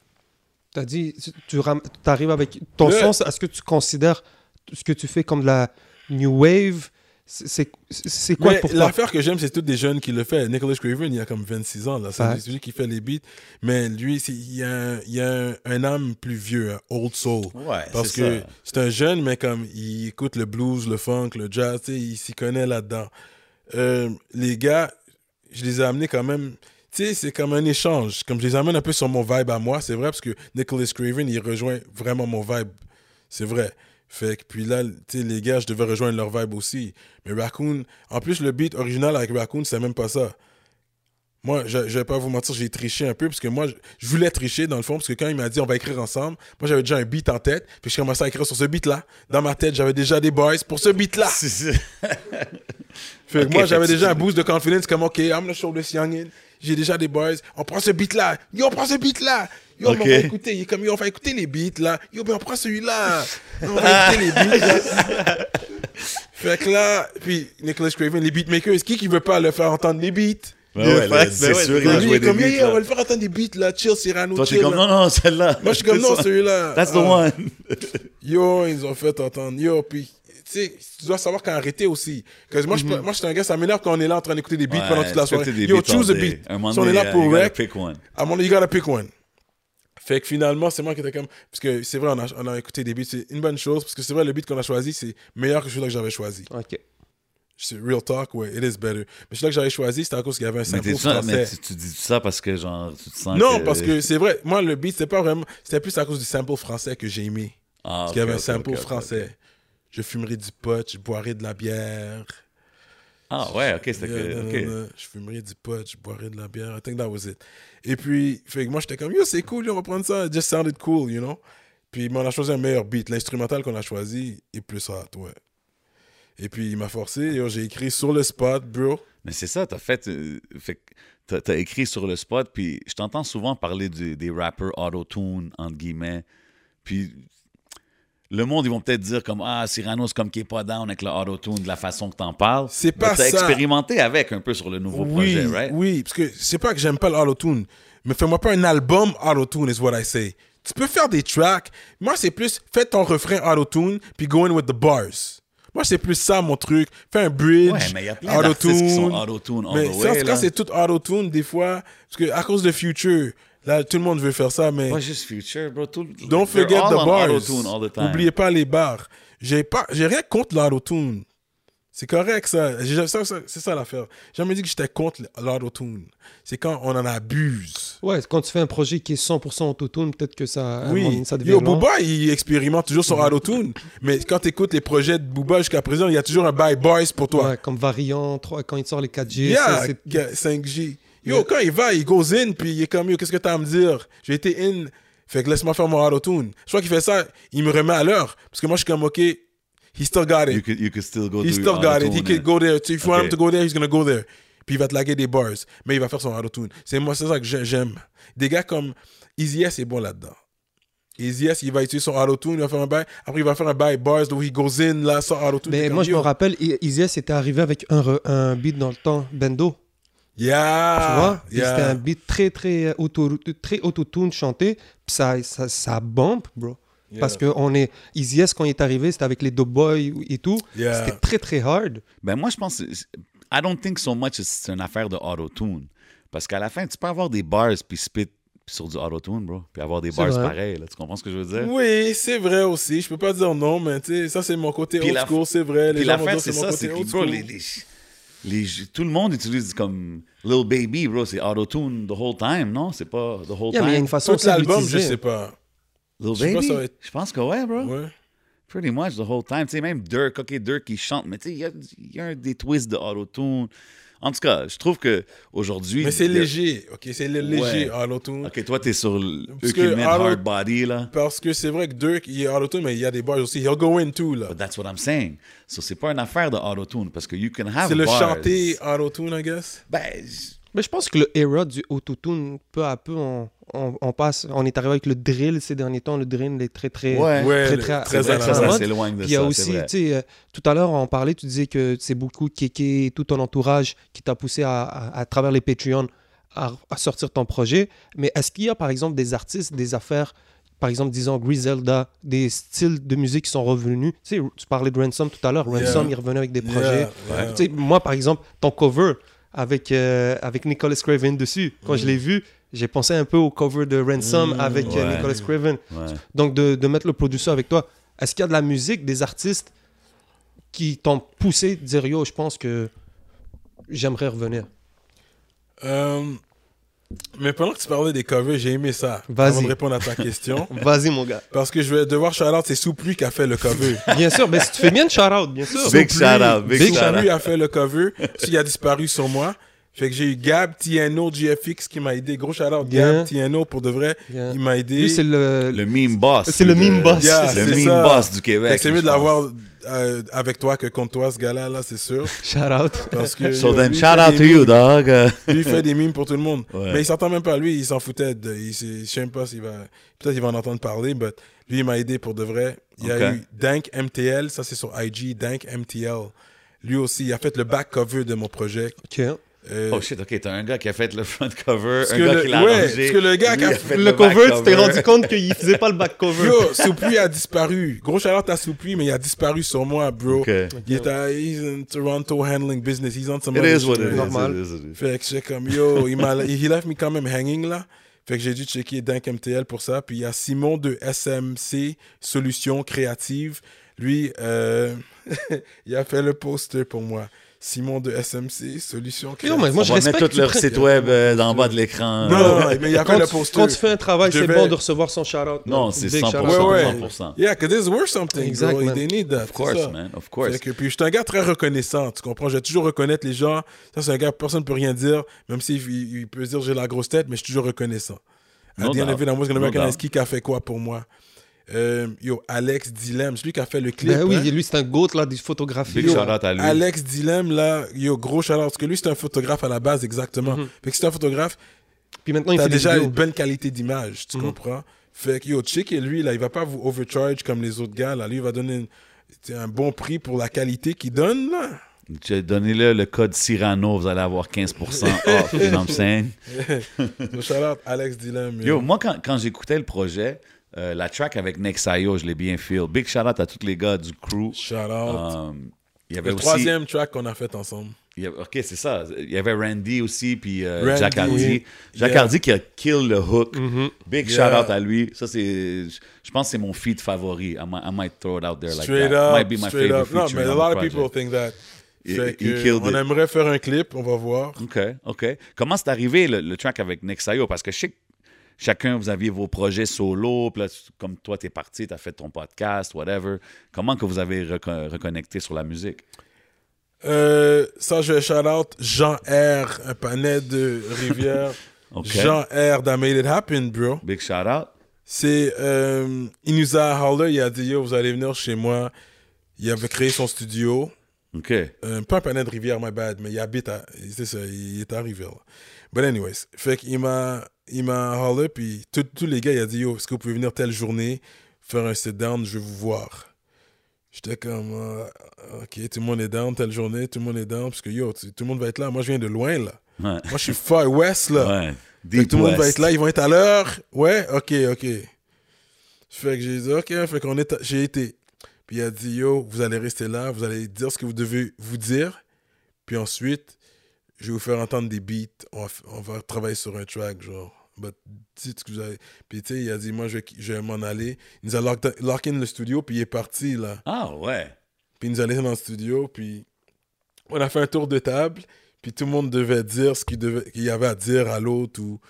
Speaker 3: T'as dit, tu- tu ram- t'arrives avec ton
Speaker 5: Ouais.
Speaker 3: sens, est-ce que tu considères ce que tu fais comme de la new wave C'est- C'est c'est quoi
Speaker 5: Mais
Speaker 3: pour toi
Speaker 5: l'affaire que j'aime, c'est tous des jeunes qui le font. Nicholas Craven, il a comme 26 ans là. C'est
Speaker 3: Ouais.
Speaker 5: celui qui fait les beats, mais lui, c'est- il y a, un- il y a un, un âme plus vieux, un old soul.
Speaker 4: Ouais,
Speaker 5: Parce
Speaker 4: c'est
Speaker 5: que
Speaker 4: ça.
Speaker 5: c'est un jeune, mais comme il écoute le blues, le funk, le jazz, tu sais, il s'y connaît là-dedans. Euh, les gars, je les ai amenés quand même. Tu sais, c'est comme un échange. Comme je les amène un peu sur mon vibe à moi, c'est vrai, parce que Nicholas Craven, il rejoint vraiment mon vibe. C'est vrai. Fait que puis là, tu sais, les gars, je devais rejoindre leur vibe aussi. Mais Raccoon, en plus, le beat original avec Raccoon, c'est même pas ça. Moi, je, je vais pas vous mentir, j'ai triché un peu parce que moi, je, je voulais tricher dans le fond parce que quand il m'a dit on va écrire ensemble, moi j'avais déjà un beat en tête, puis je commençais à écrire sur ce beat-là. Dans ma tête, j'avais déjà des boys pour ce beat-là.
Speaker 4: C'est ça.
Speaker 5: Fait que
Speaker 4: Ok,
Speaker 5: moi, j'avais
Speaker 4: fait que
Speaker 5: déjà
Speaker 4: tu-
Speaker 5: un boost de confidence comme OK, I'm the show youngin. J'ai déjà des boys. On prend ce beat-là. Yo, on prend ce beat-là. Yo, mais
Speaker 4: Ok.
Speaker 5: on va écouter. Il est comme, yo, on va écouter les beats, là. Yo, mais on prend celui-là. On va écouter les beats, là. Fait que là, puis Nicholas Craven, les beatmakers, qui qui veut pas le faire entendre les beats?
Speaker 4: Ben
Speaker 5: Le
Speaker 4: ouais, là,
Speaker 5: fait,
Speaker 4: c'est
Speaker 5: ben ouais.
Speaker 4: sûr, il va
Speaker 5: Lui,
Speaker 4: jouer
Speaker 5: est
Speaker 4: des
Speaker 5: comme, yeah,
Speaker 4: beats,
Speaker 5: yeah,
Speaker 4: là.
Speaker 5: on va le faire entendre des beats, là. Chill, Cyrano,
Speaker 4: Toi, t'es
Speaker 5: chill.
Speaker 4: comme,
Speaker 5: là.
Speaker 4: non, non, celle-là.
Speaker 5: Moi, je suis comme, non, celui-là.
Speaker 4: That's the
Speaker 5: Ah.
Speaker 4: one.
Speaker 5: Yo, ils ont fait entendre. Yo, puis tu sais, tu dois savoir quand arrêter aussi. Parce que moi, je peux- moi, je suis un gars, ça m'énerve quand on est là en train d'écouter des beats
Speaker 4: Mhm. Ouais,
Speaker 5: pendant toute la soirée.
Speaker 4: écoutez des
Speaker 5: Yo,
Speaker 4: beats
Speaker 5: choose a
Speaker 4: all day.
Speaker 5: beat.
Speaker 4: Un moment
Speaker 5: Si on est
Speaker 4: donné,
Speaker 5: là pour
Speaker 4: you gotta
Speaker 5: rec,
Speaker 4: pick one.
Speaker 5: à mon you gotta pick one. Fait que finalement, c'est moi qui étais comme. Parce que c'est vrai, on a, on a écouté des beats, c'est une bonne chose. Parce que c'est vrai, le beat qu'on a choisi, c'est meilleur que celui-là que j'avais choisi.
Speaker 3: Ok.
Speaker 5: C'est real talk, ouais, it is better. Mais c'est là que j'avais choisi, c'était à cause qu'il y avait un
Speaker 4: Mais,
Speaker 5: sample
Speaker 4: t'es-tu- mais
Speaker 5: français.
Speaker 4: tu, tu dis ça parce que genre, tu te sens.
Speaker 5: Non, parce que c'est vrai, moi, le beat, c'était pas vraiment. C'était plus à cause du sample français que j'ai aimé.
Speaker 4: Ah,
Speaker 5: Parce
Speaker 4: ok,
Speaker 5: qu'il y avait un
Speaker 4: ok,
Speaker 5: sample
Speaker 4: ok, ok.
Speaker 5: français. Je fumerai du pot, je boirai de la bière.
Speaker 4: Ah, ouais, ok, c'était
Speaker 5: Yeah,
Speaker 4: que.
Speaker 5: non,
Speaker 4: ok.
Speaker 5: non, non, Je fumerai du pot, je boirai de la bière. I think that was it. Et puis, fait que moi, j'étais comme, yo, c'est cool, on va prendre ça. It just sounded cool, you know? Puis, mais on a choisi un meilleur beat. L'instrumental qu'on a choisi est plus hot, ouais. Et puis, il m'a forcé. yo, J'ai écrit sur le spot, bro.
Speaker 4: Mais c'est ça, t'as fait. euh, fait que t'as, t'as écrit sur le spot, puis je t'entends souvent parler du- des rappers auto-tune, entre guillemets. Puis le monde, ils vont peut-être dire comme Ah, Cyrano, c'est comme qui est pas down avec le auto-tune de la façon que t'en parles.
Speaker 5: C'est
Speaker 4: Mais
Speaker 5: pas
Speaker 4: t'as
Speaker 5: ça.
Speaker 4: expérimenté avec un peu sur le nouveau
Speaker 5: oui,
Speaker 4: projet, right?
Speaker 5: Oui, parce que c'est pas que j'aime pas l'auto-tune, mais fais-moi pas un album auto-tune, is what I say. Tu peux faire des tracks. Moi, c'est plus, fais ton refrain auto-tune, puis go in with the bars. Moi, c'est plus ça, mon truc. Fais un bridge,
Speaker 4: Ouais, mais il y a plein d'artistes qui sont auto-tune all
Speaker 5: Mais
Speaker 4: the
Speaker 5: ça,
Speaker 4: way,
Speaker 5: quand
Speaker 4: là.
Speaker 5: c'est tout auto-tune, des fois, parce que à cause de Future, là, tout le monde veut faire ça, mais...
Speaker 4: Pas juste Future, bro. Tout,
Speaker 5: Don't
Speaker 4: they're
Speaker 5: forget
Speaker 4: all
Speaker 5: the
Speaker 4: on
Speaker 5: bars.
Speaker 4: auto-tune all the time.
Speaker 5: N'oubliez pas les bars. J'ai pas, j'ai rien contre l'autotune. C'est correct ça. J'ai- ça, ça- c'est ça l'affaire. J'ai jamais dit que j'étais contre l'autotune. C'est quand on en abuse.
Speaker 3: Ouais, quand tu fais un projet qui est 100% autotune, peut-être que ça, à un moment
Speaker 5: Oui.
Speaker 3: donné, Ah, ça devient Mm-hmm.
Speaker 5: Yo,
Speaker 3: lent.
Speaker 5: Booba, il expérimente toujours son autotune. Mais quand tu écoutes les projets de Booba jusqu'à présent, il y a toujours un bye boys pour toi.
Speaker 3: Ouais, comme variant, trois- quand il sort les 4G, ça,
Speaker 5: Yeah,
Speaker 3: c'est-
Speaker 5: ga- 5G. Yo, quand il va, il goes in, puis il est comme, yo, qu'est-ce que t'as à me dire? J'ai été in, fait que laisse-moi faire mon auto-tune. Je crois qu'il fait ça, il me remet à l'heure. Parce que moi, je suis comme, OK, he still got
Speaker 4: You
Speaker 5: it.
Speaker 4: could, you could still go
Speaker 5: He
Speaker 4: do
Speaker 5: still got it. He
Speaker 4: auto-tune
Speaker 5: could
Speaker 4: and-
Speaker 5: go there. So if you want him
Speaker 4: Ok.
Speaker 5: to go there, he's gonna go there. Puis il va te laguer des bars, mais il va faire son auto-tune. C'est moi, c'est ça que j'ai- j'aime. Des gars comme Easy S est bon là-dedans. Easy S, il va utiliser son auto-tune, il va faire un bail. Après, il va faire un bail bars, où il goes in, là, sans auto-tune. T'es
Speaker 3: Mais
Speaker 5: comme,
Speaker 3: Ben, moi, je me
Speaker 5: yo.
Speaker 3: rappelle, I- Izias était arrivé avec un, re- un beat dans le temps, Bendo. Tu
Speaker 5: Ah, Yeah!
Speaker 3: vois Et C'était un beat très, très, euh, auto, très auto-tune chanté. Puis ça, ça, ça bump, bro. Parce que on est. Izias, quand il est arrivé, c'était avec les Doughboys et tout.
Speaker 5: Yeah.
Speaker 3: C'était très, très hard.
Speaker 4: Ben moi, je pense. que c'est- I don't think so much c'est une affaire de auto-tune. Parce qu'à la fin, tu peux avoir des bars puis spit sur du auto-tune, bro. Puis avoir des
Speaker 3: C'est
Speaker 4: bars
Speaker 3: vrai.
Speaker 4: pareils. là. Tu comprends ce que je veux dire?
Speaker 5: Oui, c'est vrai aussi. Je peux pas dire non, mais tu sais, ça c'est mon côté
Speaker 4: Puis
Speaker 5: old
Speaker 4: la-
Speaker 5: school, c'est vrai. Les
Speaker 4: Puis
Speaker 5: gens
Speaker 4: la
Speaker 5: vont
Speaker 4: fin,
Speaker 5: dire
Speaker 4: c'est
Speaker 5: c'est mon
Speaker 4: ça. C'est
Speaker 5: côté
Speaker 4: que,
Speaker 5: old
Speaker 4: bro,
Speaker 5: school.
Speaker 4: les, les- les- tout le monde utilise comme Lil Baby, bro. C'est auto-tune the whole time, non? C'est pas the whole
Speaker 3: Yeah, mais il y a
Speaker 4: time.
Speaker 3: une façon
Speaker 5: Tout
Speaker 3: de
Speaker 5: l'album, je
Speaker 3: l'utiliser.
Speaker 5: sais pas.
Speaker 4: Lil
Speaker 5: je sais pas,
Speaker 4: Baby?
Speaker 5: ça va être-
Speaker 4: Je pense que ouais, bro.
Speaker 5: Ouais.
Speaker 4: Pretty much the whole time. Tu sais, même Dirk, OK, Dirk, il chante, mais tu sais, il y a, il y a un des twists de auto-tune. En tout cas, je trouve que aujourd'hui
Speaker 5: Mais c'est
Speaker 4: il y a-
Speaker 5: léger, ok, c'est le-
Speaker 4: Ouais.
Speaker 5: léger à l'automne.
Speaker 4: OK, toi, t'es sur le
Speaker 5: Parce
Speaker 4: eux qui
Speaker 5: que
Speaker 4: mettent
Speaker 5: Auto-
Speaker 4: Hard Body, là.
Speaker 5: Parce que c'est vrai que Dirk, il est à l'automne, mais il y a des bars aussi. He'll go in too, là.
Speaker 4: But that's what I'm saying. So, c'est pas une affaire de auto-tune parce que you can have
Speaker 5: C'est le
Speaker 4: bars.
Speaker 5: chanter à l'automne, I guess.
Speaker 4: Ben, j-
Speaker 3: Mais je pense que le era du autotune, peu à peu, on, on, on passe. On est arrivé avec le drill ces derniers temps. Le drill est très, très.
Speaker 4: ouais.
Speaker 5: Ouais,
Speaker 3: Très,
Speaker 5: le-
Speaker 3: très-
Speaker 4: C'est
Speaker 5: très
Speaker 4: vrai
Speaker 5: à
Speaker 4: que
Speaker 5: la
Speaker 4: ça,
Speaker 3: Très
Speaker 4: ça
Speaker 5: mode.
Speaker 3: mode.
Speaker 4: s'éloigne de ça.
Speaker 3: Puis il y a
Speaker 4: c'est
Speaker 3: aussi,
Speaker 4: vrai.
Speaker 3: tu sais, euh, tout à l'heure, on parlait, tu disais que c'est beaucoup Kéké et tout ton entourage qui t'a poussé à, à- à travers les Patreons à, à sortir ton projet. Mais est-ce qu'il y a, par exemple, des artistes, des affaires, par exemple, disons Griselda, des styles de musique qui sont revenus Tu sais, tu parlais de Ransom tout à l'heure. Ransom, il
Speaker 5: Yeah.
Speaker 3: revenait avec des
Speaker 5: Yeah,
Speaker 3: projets.
Speaker 5: yeah.
Speaker 3: Tu sais, moi, par exemple, ton cover avec, euh, avec Nicholas Craven dessus, quand
Speaker 5: Mm.
Speaker 3: je l'ai vu, j'ai pensé un peu au cover de Ransom avec euh,
Speaker 4: Ouais.
Speaker 3: Nicholas Craven.
Speaker 4: Ouais.
Speaker 3: Donc, de, de mettre le producer avec toi. Est-ce qu'il y a de la musique, des artistes qui t'ont poussé de dire Yo, je pense que j'aimerais revenir
Speaker 5: Euh, Mais pendant que tu parlais des covers, j'ai aimé ça.
Speaker 3: Vas-y.
Speaker 5: Avant de répondre à ta question.
Speaker 3: Vas-y, mon gars.
Speaker 5: Parce que je vais devoir shout out, c'est Souplu qui a fait le cover.
Speaker 3: Bien sûr, mais si tu fais bien de shout-out, bien sûr.
Speaker 4: Big shout-out,
Speaker 5: Big
Speaker 4: big
Speaker 5: Souplu
Speaker 4: shout-out.
Speaker 5: a fait le cover. Il a disparu sur moi. Fait que j'ai eu Gab, Tiano, GFX qui m'a aidé. Gros shout out,
Speaker 3: Bien.
Speaker 5: Gab, Tiano, pour de vrai.
Speaker 3: Bien.
Speaker 5: Il m'a aidé.
Speaker 3: Lui, c'est le.
Speaker 4: Le meme boss.
Speaker 3: C'est le
Speaker 4: de-
Speaker 3: meme boss.
Speaker 5: Yeah,
Speaker 4: le
Speaker 5: c'est
Speaker 4: meme
Speaker 5: ça.
Speaker 4: boss du
Speaker 5: Fait que
Speaker 4: Québec.
Speaker 5: c'est mieux
Speaker 4: je
Speaker 5: de
Speaker 4: pense.
Speaker 5: l'avoir euh, avec toi que contre toi, ce gars-là, là, c'est sûr.
Speaker 3: Shout-out.
Speaker 5: Parce que,
Speaker 4: So
Speaker 5: euh,
Speaker 4: then,
Speaker 5: lui,
Speaker 4: shout
Speaker 5: il fait
Speaker 4: out to
Speaker 5: des
Speaker 4: you,
Speaker 5: mimes.
Speaker 4: dog.
Speaker 5: Lui, il fait des mimes pour tout le monde.
Speaker 4: Ouais.
Speaker 5: Mais il s'entend même pas. Lui, il s'en foutait. De, il, s'est- je sais même pas s'il va. Peut-être il va en entendre parler, mais lui, il m'a aidé pour de vrai. Il y a
Speaker 4: Ok.
Speaker 5: eu Dank MTL. Ça, c'est sur IG. Dank MTL. Lui aussi, il a fait le back cover de mon projet.
Speaker 3: Ok.
Speaker 5: Euh,
Speaker 4: Oh shit, ok, t'as un gars qui a fait le front cover, un
Speaker 5: que
Speaker 4: gars
Speaker 5: le-
Speaker 4: qui l'a
Speaker 5: ouais,
Speaker 4: arrangé.
Speaker 5: parce que le gars
Speaker 4: lui
Speaker 5: qui a
Speaker 4: a
Speaker 5: fait
Speaker 4: fait
Speaker 3: Le
Speaker 4: back
Speaker 3: cover, tu t'es
Speaker 4: cover.
Speaker 3: rendu compte qu'il faisait pas le back cover.
Speaker 5: Yo, Soupli a disparu. Gros shout-out à Soupli, mais il a disparu sur moi, bro.
Speaker 4: Ok.
Speaker 5: Il est à, he's in Toronto handling business. He's on some
Speaker 4: It
Speaker 5: other
Speaker 4: is what
Speaker 5: shit.
Speaker 4: it is,
Speaker 3: Normal.
Speaker 4: it is. what it is.
Speaker 5: Fait que j'ai comme, yo, il m'a, he left me quand même hanging, là. Fait que j'ai dû checker Dunk MTL pour ça. Puis il y a Simon de SMC Solutions Créatives. Lui, euh, il a fait le poster pour moi. Simon de SMC, Solution
Speaker 3: Yo,
Speaker 5: Créative.
Speaker 3: mais moi, je
Speaker 4: On va mettre
Speaker 3: respecte.
Speaker 4: tout
Speaker 3: tu
Speaker 4: leur
Speaker 3: prends-
Speaker 4: site web euh, d'en bas de l'écran.
Speaker 5: Non,
Speaker 4: Euh,
Speaker 5: non, mais il a
Speaker 3: quand,
Speaker 5: fait le
Speaker 3: tu, quand
Speaker 5: poster.
Speaker 3: tu fais un travail,
Speaker 5: Je
Speaker 3: c'est
Speaker 5: vais-
Speaker 3: bon de recevoir son shout-out.
Speaker 4: Non,
Speaker 3: man.
Speaker 4: c'est
Speaker 3: Big
Speaker 4: 100%.
Speaker 5: Ouais,
Speaker 3: shout-out.
Speaker 5: ouais.
Speaker 4: 100%.
Speaker 5: Yeah, cause it's worth something,
Speaker 3: Exact,
Speaker 5: bro.
Speaker 3: man.
Speaker 5: They need that.
Speaker 4: Of course,
Speaker 5: c'est ça.
Speaker 4: man. Of
Speaker 5: Fait
Speaker 4: course.
Speaker 5: que- puis je suis un gars très reconnaissant, tu comprends? Je vais toujours reconnaître les gens. Ça, c'est un gars, personne ne peut rien dire, même s'il il- il peut dire j'ai la grosse tête, mais je suis toujours reconnaissant.
Speaker 4: No
Speaker 5: At the end
Speaker 4: doubt.
Speaker 5: of it, I'm always gonna
Speaker 4: No
Speaker 5: recognize
Speaker 4: doubt.
Speaker 5: qui a fait quoi pour moi. Euh, yo, Alex Dilem, c'est lui qui a fait le clip.
Speaker 3: Ben oui,
Speaker 5: hein?
Speaker 3: lui, c'est un goat là, du photographie.
Speaker 4: Big
Speaker 5: Yo,
Speaker 4: shout-out à lui.
Speaker 5: Alex Dilem, là, yo, gros shout Parce que lui, c'est un photographe à la base, exactement.
Speaker 4: Mm-hmm.
Speaker 5: Fait que c'est un photographe,
Speaker 3: Puis maintenant, il
Speaker 5: t'as
Speaker 3: fait des
Speaker 5: déjà une
Speaker 3: vidéos.
Speaker 5: bonne qualité d'image,
Speaker 4: Mm-hmm.
Speaker 5: tu comprends? Fait que, yo, check et lui, là, il va pas vous overcharge comme les autres gars, là. Lui, il va donner une- t'sais, un bon prix pour la qualité qu'il donne, là.
Speaker 4: Je- Donnez-le le code Cyrano, vous allez avoir 15% off. you know what I'm saying?
Speaker 5: Yo, shout-out Alex Dilem.
Speaker 4: Yo, moi, quand, quand j'écoutais le projet, euh, la track avec Nexayo, je l'ai bien feel. Big shout-out à tous les gars du crew.
Speaker 5: Shout-out.
Speaker 4: Euh, Il y avait
Speaker 5: le
Speaker 4: aussi.
Speaker 5: troisième track qu'on a fait ensemble.
Speaker 4: il y avait- ok, c'est ça. Il y avait Randy aussi, puis euh,
Speaker 5: Randy,
Speaker 4: Jack Hardy.
Speaker 5: oui.
Speaker 4: Jack
Speaker 5: Yeah. Mm-hmm.
Speaker 4: Hardy qui a kill le hook. Big
Speaker 5: Yeah.
Speaker 4: shout-out à lui. Ça, c'est. Je je pense que c'est mon feat favori. I might, I might throw it out there like
Speaker 5: straight
Speaker 4: that.
Speaker 5: up,
Speaker 4: might be my
Speaker 5: straight
Speaker 4: favorite
Speaker 5: up. Non,
Speaker 4: feature
Speaker 5: mais a
Speaker 4: on
Speaker 5: lot
Speaker 4: the
Speaker 5: of
Speaker 4: project.
Speaker 5: people think that.
Speaker 4: He-
Speaker 5: Fait
Speaker 4: he
Speaker 5: que,
Speaker 4: killed
Speaker 5: on
Speaker 4: it.
Speaker 5: aimerait faire un clip, on va voir.
Speaker 4: OK, OK. Comment c'est arrivé le, le track avec Nexayo? Parce que je sais que chacun, vous aviez vos projets solo, puis là, tu- comme toi, t'es parti, t'as fait ton podcast, whatever. Comment que vous avez reco- reconnecté sur la musique?
Speaker 5: Euh, ça, je vais shout-out Jean R, un panel de Rivière.
Speaker 4: OK.
Speaker 5: Jean R, that made it happen, bro.
Speaker 4: Big shout-out.
Speaker 5: C'est, euh, il nous a holler, il a dit, yo, vous allez venir chez moi. Il avait créé son studio.
Speaker 4: OK.
Speaker 5: Euh, pas un panel de Rivière, my bad, mais il habite à. C'est ça, il est à Rivière. là. But, anyways, fait qu'il m'a, il m'a holler, puis tout- tous les gars, il a dit Yo, est-ce que vous pouvez venir telle journée faire un sit-down, je veux vous voir. J'étais comme Ah, Ok, tout le monde est down, telle journée, tout le monde est down, parce que yo, tu- tout le monde va être là. Moi, je viens de loin, là.
Speaker 4: Ouais.
Speaker 5: Moi, je suis far west, là.
Speaker 4: ouais.
Speaker 5: Fait que
Speaker 4: Deep
Speaker 5: tout le monde va
Speaker 4: West.
Speaker 5: être là, ils vont être à l'heure. Ouais, ok, ok. Fait que j'ai dit, ok, hein, fait qu'on est, à- j'ai été. Puis il a dit, yo, vous allez rester là, vous allez dire ce que vous devez vous dire. Puis ensuite, je vais vous faire entendre des beats. On va, f- on va travailler sur un track, genre. But, dites ce que vous avez. Puis tu sais, il a dit, moi, je, vais- je vais m'en aller. Il nous a locked, lock in le studio, puis il est parti, là.
Speaker 4: Ah, ouais.
Speaker 5: Puis il nous a laissé dans le studio, puis on a fait un tour de table, puis tout le monde devait dire ce qu'il devait- qu'il y avait à dire à l'autre, ou,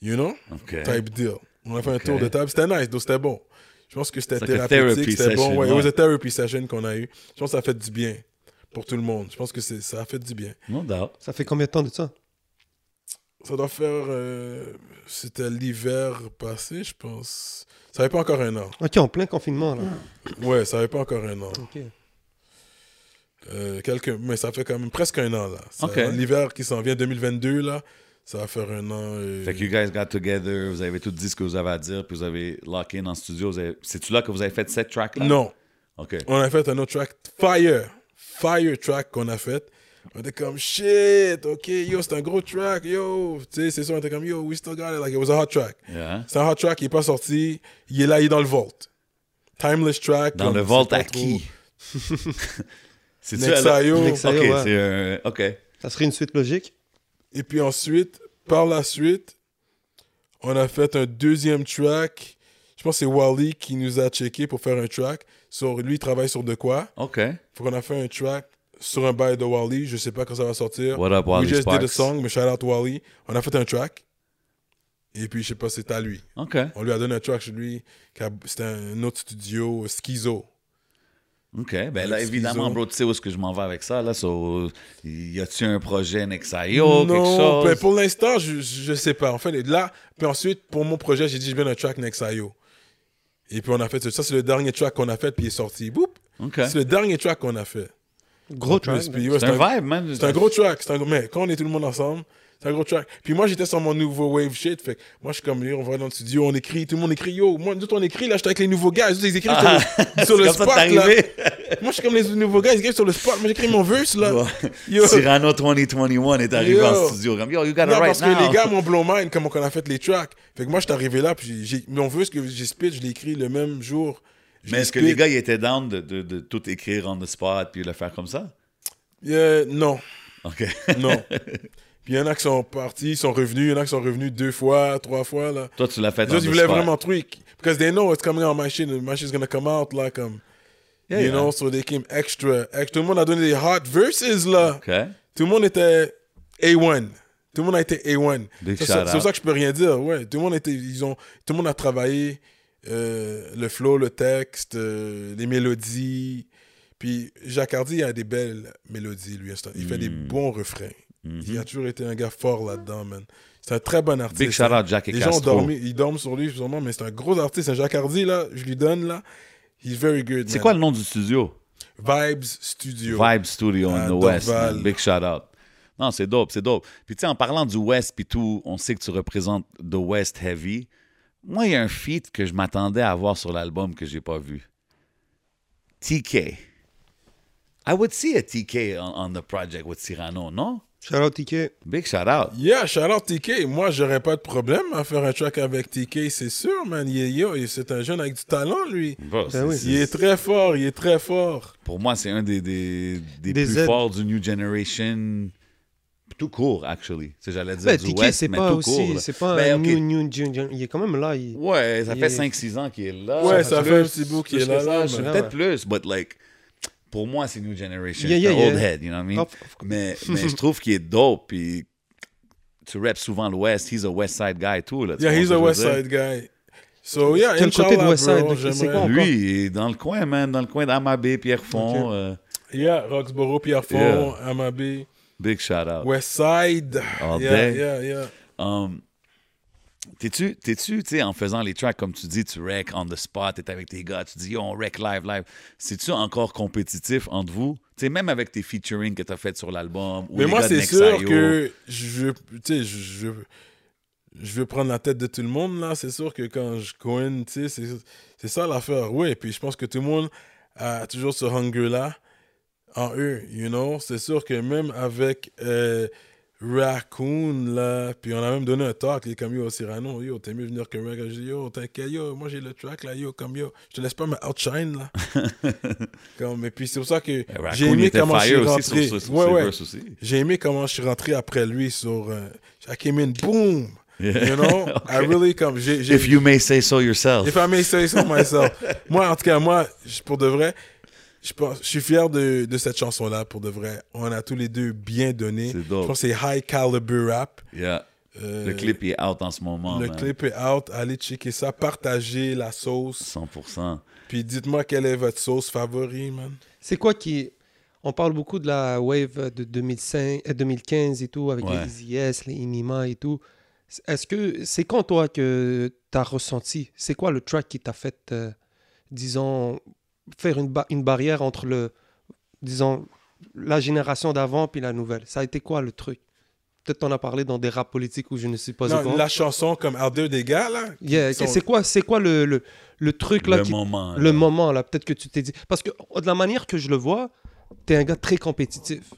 Speaker 5: you know,
Speaker 4: OK.
Speaker 5: type deal. On a fait
Speaker 4: Ok.
Speaker 5: un tour de table, c'était nice, donc c'était bon. Je pense que c'était
Speaker 4: It's like a
Speaker 5: thérapeutique,
Speaker 4: therapy
Speaker 5: c'était bon.
Speaker 4: session,
Speaker 5: Ouais, It was
Speaker 4: ouais.
Speaker 5: a therapy session qu'on a eu. Je pense que ça a fait du bien pour tout le monde. Je pense que c'est- ça a fait du bien.
Speaker 4: No doubt.
Speaker 3: Ça fait combien de temps de ça
Speaker 5: Ça doit faire... euh, c'était l'hiver passé, je pense. Ça n'avait pas encore un an.
Speaker 3: Ok, en plein confinement là.
Speaker 5: Ouais, ça n'avait pas encore un an.
Speaker 3: Ok.
Speaker 5: Euh, quelques, mais ça fait quand même presque un an là. Ça-
Speaker 4: Ok.
Speaker 5: L'hiver qui s'en vient 2022 là, ça va faire un an. euh,
Speaker 4: Fait que you guys got together, vous avez tout dit ce que vous avez à dire, puis vous avez lock in en studio. Vous avez- C'est-tu là que vous avez fait cette track-là?
Speaker 5: Non,
Speaker 4: OK.
Speaker 5: on a fait un autre track Fire, Fire track qu'on a fait. On était comme shit, ok, yo c'est un gros track, yo, tu sais c'est ça on était comme yo we still got it like it was a hot track.
Speaker 4: Yeah.
Speaker 5: C'est un hot track, il est pas sorti, il est là, il est dans le vault. Timeless track.
Speaker 4: Dans
Speaker 5: comme
Speaker 4: le
Speaker 5: c'est
Speaker 4: vault
Speaker 5: pas
Speaker 4: à
Speaker 5: trop-
Speaker 4: qui? C'est-tu à la-
Speaker 5: Nexayo.
Speaker 4: Ok,
Speaker 3: Nexayo, ouais.
Speaker 4: c'est un... OK.
Speaker 3: Ça serait une suite logique.
Speaker 5: Et puis ensuite, par la suite, on a fait un deuxième track. Je pense que c'est Wally qui nous a checké pour faire un track. Sur, lui, il travaille sur de quoi.
Speaker 4: OK.
Speaker 5: Faut qu'on a fait un track sur un bail de Wally. Je sais pas quand ça va sortir.
Speaker 4: What up, Wally
Speaker 5: We just did
Speaker 4: Sparks?
Speaker 5: a song, mais shout out Wally. On a fait un track. Et puis, je sais pas, c'est à lui.
Speaker 4: OK.
Speaker 5: On lui a donné un track chez lui. qui a- C'était un autre studio, Schizo.
Speaker 4: OK. Ben là,
Speaker 5: Avec
Speaker 4: évidemment,
Speaker 5: Schizo.
Speaker 4: bro, tu sais où est-ce que je m'en vais avec ça, là. So, y a-tu un projet Nexayo, quelque chose?
Speaker 5: ben, pour l'instant, je, je sais pas. En fait, là, puis ensuite, pour mon projet, j'ai dit, je viens d'un track Nexayo. Et puis on a fait ça. Ça, c'est le dernier track qu'on a fait, puis il est sorti. Boop!
Speaker 4: OK.
Speaker 5: C'est le dernier track qu'on a fait.
Speaker 3: Gros
Speaker 5: En plus,
Speaker 3: track.
Speaker 5: puis,
Speaker 3: man.
Speaker 5: ouais,
Speaker 4: C'est un vibe, man.
Speaker 5: C'est un gros track. C'est un gros- mais quand on est tout le monde ensemble, c'est un gros track. Puis moi, j'étais sur mon nouveau wave shit. Fait que moi, je suis comme, yo, on va dans le studio, on écrit, tout le monde écrit, yo, moi, nous, on écrit, là, j'étais avec les nouveaux gars, nous, ils écrivent sur le-
Speaker 4: Ah, C'est
Speaker 5: sur le,
Speaker 4: comme ça
Speaker 5: spot,
Speaker 4: que t'es
Speaker 5: là.
Speaker 4: arrivé.
Speaker 5: Moi, je suis comme les nouveaux gars, ils écrivent sur le spot, moi, j'écris mon verse, là. Yo.
Speaker 4: Cyrano 2021 est arrivé
Speaker 5: Yo.
Speaker 4: en studio. Comme, yo, you gotta
Speaker 5: Non,
Speaker 4: write
Speaker 5: parce
Speaker 4: now.
Speaker 5: que les gars, mon blow mind, comment qu'on a fait les tracks. Fait que moi, je suis arrivé là, puis j'ai, mais on veut ce que j'ai spit, je l'ai écrit le même jour. Je
Speaker 4: Mais
Speaker 5: l'ai
Speaker 4: est-ce que
Speaker 5: spit.
Speaker 4: les gars, ils étaient down de, de- de tout écrire on the spot puis le faire comme ça?
Speaker 5: Euh, non,
Speaker 4: OK.
Speaker 5: non. puis il y en a qui sont partis, ils sont revenus, il y en a qui sont revenus deux fois, trois fois, là.
Speaker 4: Toi, tu l'as fait
Speaker 5: Les
Speaker 4: on the
Speaker 5: autres, ils voulaient
Speaker 4: spot.
Speaker 5: vraiment truc. Because they know it's coming on my shit, and my shit's gonna come out, là, comme.
Speaker 4: Yeah,
Speaker 5: um, you
Speaker 4: yeah.
Speaker 5: know, so they came extra, extra. Tout le monde a donné des hot verses, là.
Speaker 4: OK.
Speaker 5: Tout le monde était A1. Tout le monde a été A1.
Speaker 4: Big
Speaker 5: Ça,
Speaker 4: shout
Speaker 5: C'est
Speaker 4: out.
Speaker 5: c'est pour ça que je peux rien dire. Ouais, tout le monde était, ils ont, tout le monde a travaillé euh, le flow, le texte, euh, les mélodies. Puis Jacardi il a des belles mélodies, lui. Il fait des
Speaker 4: Hmm.
Speaker 5: bons refrains.
Speaker 4: Mm-hmm.
Speaker 5: Il a toujours été un gars fort là-dedans, man. C'est un très bon artiste.
Speaker 4: Big shout out Jack et
Speaker 5: Les gens ont
Speaker 4: Castro.
Speaker 5: dormi, ils dorment sur lui, sûrement, mais c'est un gros artiste. Un Jacardi, là, je lui donne, là. He's very good.
Speaker 4: C'est
Speaker 5: man.
Speaker 4: quoi le nom du studio?
Speaker 5: Vibes Studio.
Speaker 4: Vibe Studio in
Speaker 5: Ah,
Speaker 4: the
Speaker 5: Dorval.
Speaker 4: West. man. Big shout out. Non, c'est dope, c'est dope. Puis tu sais, en parlant du West puis tout, on sait que tu représentes The West Heavy. Moi, il y a un feat que je m'attendais à voir sur l'album que j'ai pas vu. TK. I would see a TK on, on the project with Cyrano, non?
Speaker 3: Shout out Ticket.
Speaker 4: Big shout out.
Speaker 5: Yeah, shout-out TK. Moi, j'aurais pas de problème à faire un track avec TK, c'est sûr, man. Il est- yo, il- c'est un jeune avec du talent, lui.
Speaker 4: Bro, c'est-
Speaker 3: oui.
Speaker 4: c'est-
Speaker 5: Ben Il est très fort, il est très fort.
Speaker 4: Pour moi, c'est un des, des, des
Speaker 3: Des
Speaker 4: plus
Speaker 3: aides.
Speaker 4: forts du New Generation. Tout court, actually. Tu sais, J'allais dire
Speaker 3: Ben,
Speaker 4: du
Speaker 3: Ticket,
Speaker 4: West,
Speaker 3: c'est
Speaker 4: mais
Speaker 3: pas
Speaker 4: tout court.
Speaker 3: aussi.
Speaker 4: là.
Speaker 3: C'est pas
Speaker 4: Ben,
Speaker 3: un
Speaker 4: ok,
Speaker 3: new, new, gen- gen- Il est quand même là. il-
Speaker 4: Ouais, ça
Speaker 3: Il
Speaker 4: fait
Speaker 3: est-
Speaker 4: 5-6 ans qu'il est là.
Speaker 5: Ouais, ça
Speaker 4: Plus-
Speaker 5: fait un petit bout qu'il
Speaker 4: plus
Speaker 5: est là,
Speaker 4: que
Speaker 5: là,
Speaker 4: ça, je-
Speaker 5: mais-
Speaker 4: Peut-être plus, but like, pour moi, c'est New Generation.
Speaker 3: Yeah, yeah,
Speaker 4: C'est un Old
Speaker 3: yeah.
Speaker 4: head, you know what I mean?
Speaker 3: Of- of-
Speaker 4: Mais, mais je trouve qu'il est dope, puis tu rappes souvent l'Ouest. He's a West Side guy, tout. Là, tu
Speaker 5: Yeah,
Speaker 4: vois
Speaker 5: he's
Speaker 4: ce
Speaker 5: a
Speaker 4: que je veux
Speaker 5: West
Speaker 4: dire?
Speaker 5: Side guy. So, yeah,
Speaker 3: Quel côté de
Speaker 5: Inch'Allah,
Speaker 3: West Side?
Speaker 5: bro,
Speaker 3: C'est
Speaker 5: j'aimerais-
Speaker 3: quoi?
Speaker 4: Lui, il est dans le coin, man, dans le coin d'Amabé, Pierrefonds. euh,
Speaker 5: Yeah, Roxborough, Pierrefonds,
Speaker 4: Yeah.
Speaker 5: Amabé,
Speaker 4: big shout out.
Speaker 5: West Side.
Speaker 4: All
Speaker 5: yeah,
Speaker 4: day.
Speaker 5: yeah, yeah.
Speaker 4: Um, T'es-tu, t'es-tu, tu sais, en faisant les tracks, comme tu dis, tu rec on the spot, t'es avec tes gars, tu dis, yo, on rec live, live. C'est-tu encore compétitif entre vous? Tu sais, même avec tes featuring que t'as fait sur l'album. ou
Speaker 5: Mais
Speaker 4: les
Speaker 5: moi,
Speaker 4: gars de
Speaker 5: c'est
Speaker 4: Next
Speaker 5: sûr
Speaker 4: IO.
Speaker 5: que je veux, tu sais, je, je, je veux prendre la tête de tout le monde, là. C'est sûr que quand je coin, tu sais, c'est, c'est ça l'affaire. Oui, puis je pense que tout le monde a toujours ce hunger-là en eux, you know. C'est sûr que même avec euh, Raccoon, là, puis on a même donné un talk, il est comme, yo, Cyrano, yo, t'es mieux venir que Raccoon. Je dis, yo, t'inquiète, yo, moi j'ai le track, là, yo, comme, yo, je te laisse pas me outshine, là. comme, et puis c'est pour ça que
Speaker 4: Eh, Raccoon,
Speaker 5: j'ai
Speaker 4: il
Speaker 5: aimé
Speaker 4: était
Speaker 5: comment je suis
Speaker 4: fire aussi
Speaker 5: rentré.
Speaker 4: sur, sur, sur
Speaker 5: Ouais,
Speaker 4: ses
Speaker 5: ouais.
Speaker 4: verses aussi.
Speaker 5: J'ai aimé comment je suis rentré après lui sur euh, I came in, boom. You know, I really comme j'ai j'ai-
Speaker 4: If you may say so yourself.
Speaker 5: if I may say so myself. moi, en tout cas, moi, je- pour de vrai, je, pense, je suis fier de, de cette chanson-là, pour de vrai. On a tous les deux bien donné.
Speaker 4: C'est
Speaker 5: Je
Speaker 4: dope.
Speaker 5: pense que c'est high caliber rap.
Speaker 4: Yeah.
Speaker 5: Euh,
Speaker 4: Le clip il est out en ce moment.
Speaker 5: le
Speaker 4: man.
Speaker 5: clip est out. Allez checker ça. Partagez la sauce.
Speaker 4: 100%.
Speaker 5: Puis dites-moi quelle est votre sauce favorite, man.
Speaker 3: C'est quoi qui. On parle beaucoup de la wave de 2005, euh, 2015 et tout, avec
Speaker 4: Ouais.
Speaker 3: les IS, les Inima et tout. Est-ce que c'est quand toi que tu as ressenti C'est quoi le track qui t'a fait, euh, disons, faire une, ba- une barrière entre le, disons, la génération d'avant puis la nouvelle Ça a été quoi le truc Peut-être t'en as parlé dans des rap politiques où je ne suis pas au
Speaker 5: Non,
Speaker 3: courant.
Speaker 5: la chanson comme Out There des gars, là.
Speaker 3: Yeah,
Speaker 5: Son-
Speaker 3: C'est quoi, c'est quoi le, le, le truc là
Speaker 4: le
Speaker 3: qui
Speaker 4: moment. hein.
Speaker 3: le moment là, peut-être que tu t'es dit. Parce que oh, de la manière que je le vois, t'es un gars très compétitif.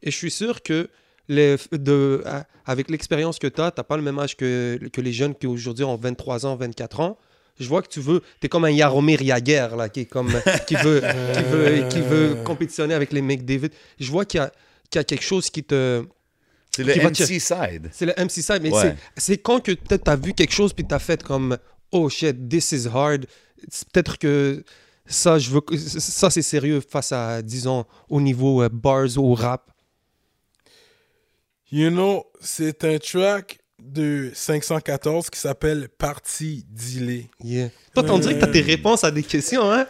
Speaker 3: Et je suis sûr que les, de, à- avec l'expérience que t'as, t'as pas le même âge que, que les jeunes qui aujourd'hui ont 23 ans, 24 ans. Je vois que tu veux, t'es comme un Yaromir Yaguer là, qui est comme, qui veut, qui veut, qui veut compétitionner avec les mecs David. Je vois qu'il y a, qu'il y a quelque chose qui te,
Speaker 4: C'est le
Speaker 3: qui va
Speaker 4: MC side.
Speaker 3: c'est le MC side, mais
Speaker 4: Ouais.
Speaker 3: c'est- c'est quand que peut-être t'as vu quelque chose puis t'as fait comme oh shit, this is hard. C'est Peut-être que ça, je veux, que- ça c'est sérieux face à disons au niveau euh, bars au rap.
Speaker 5: You know, c'est un track de 514 qui s'appelle Parti Dilé.
Speaker 3: Yeah. Toi, t'en dirais que t'as des réponses à des questions, hein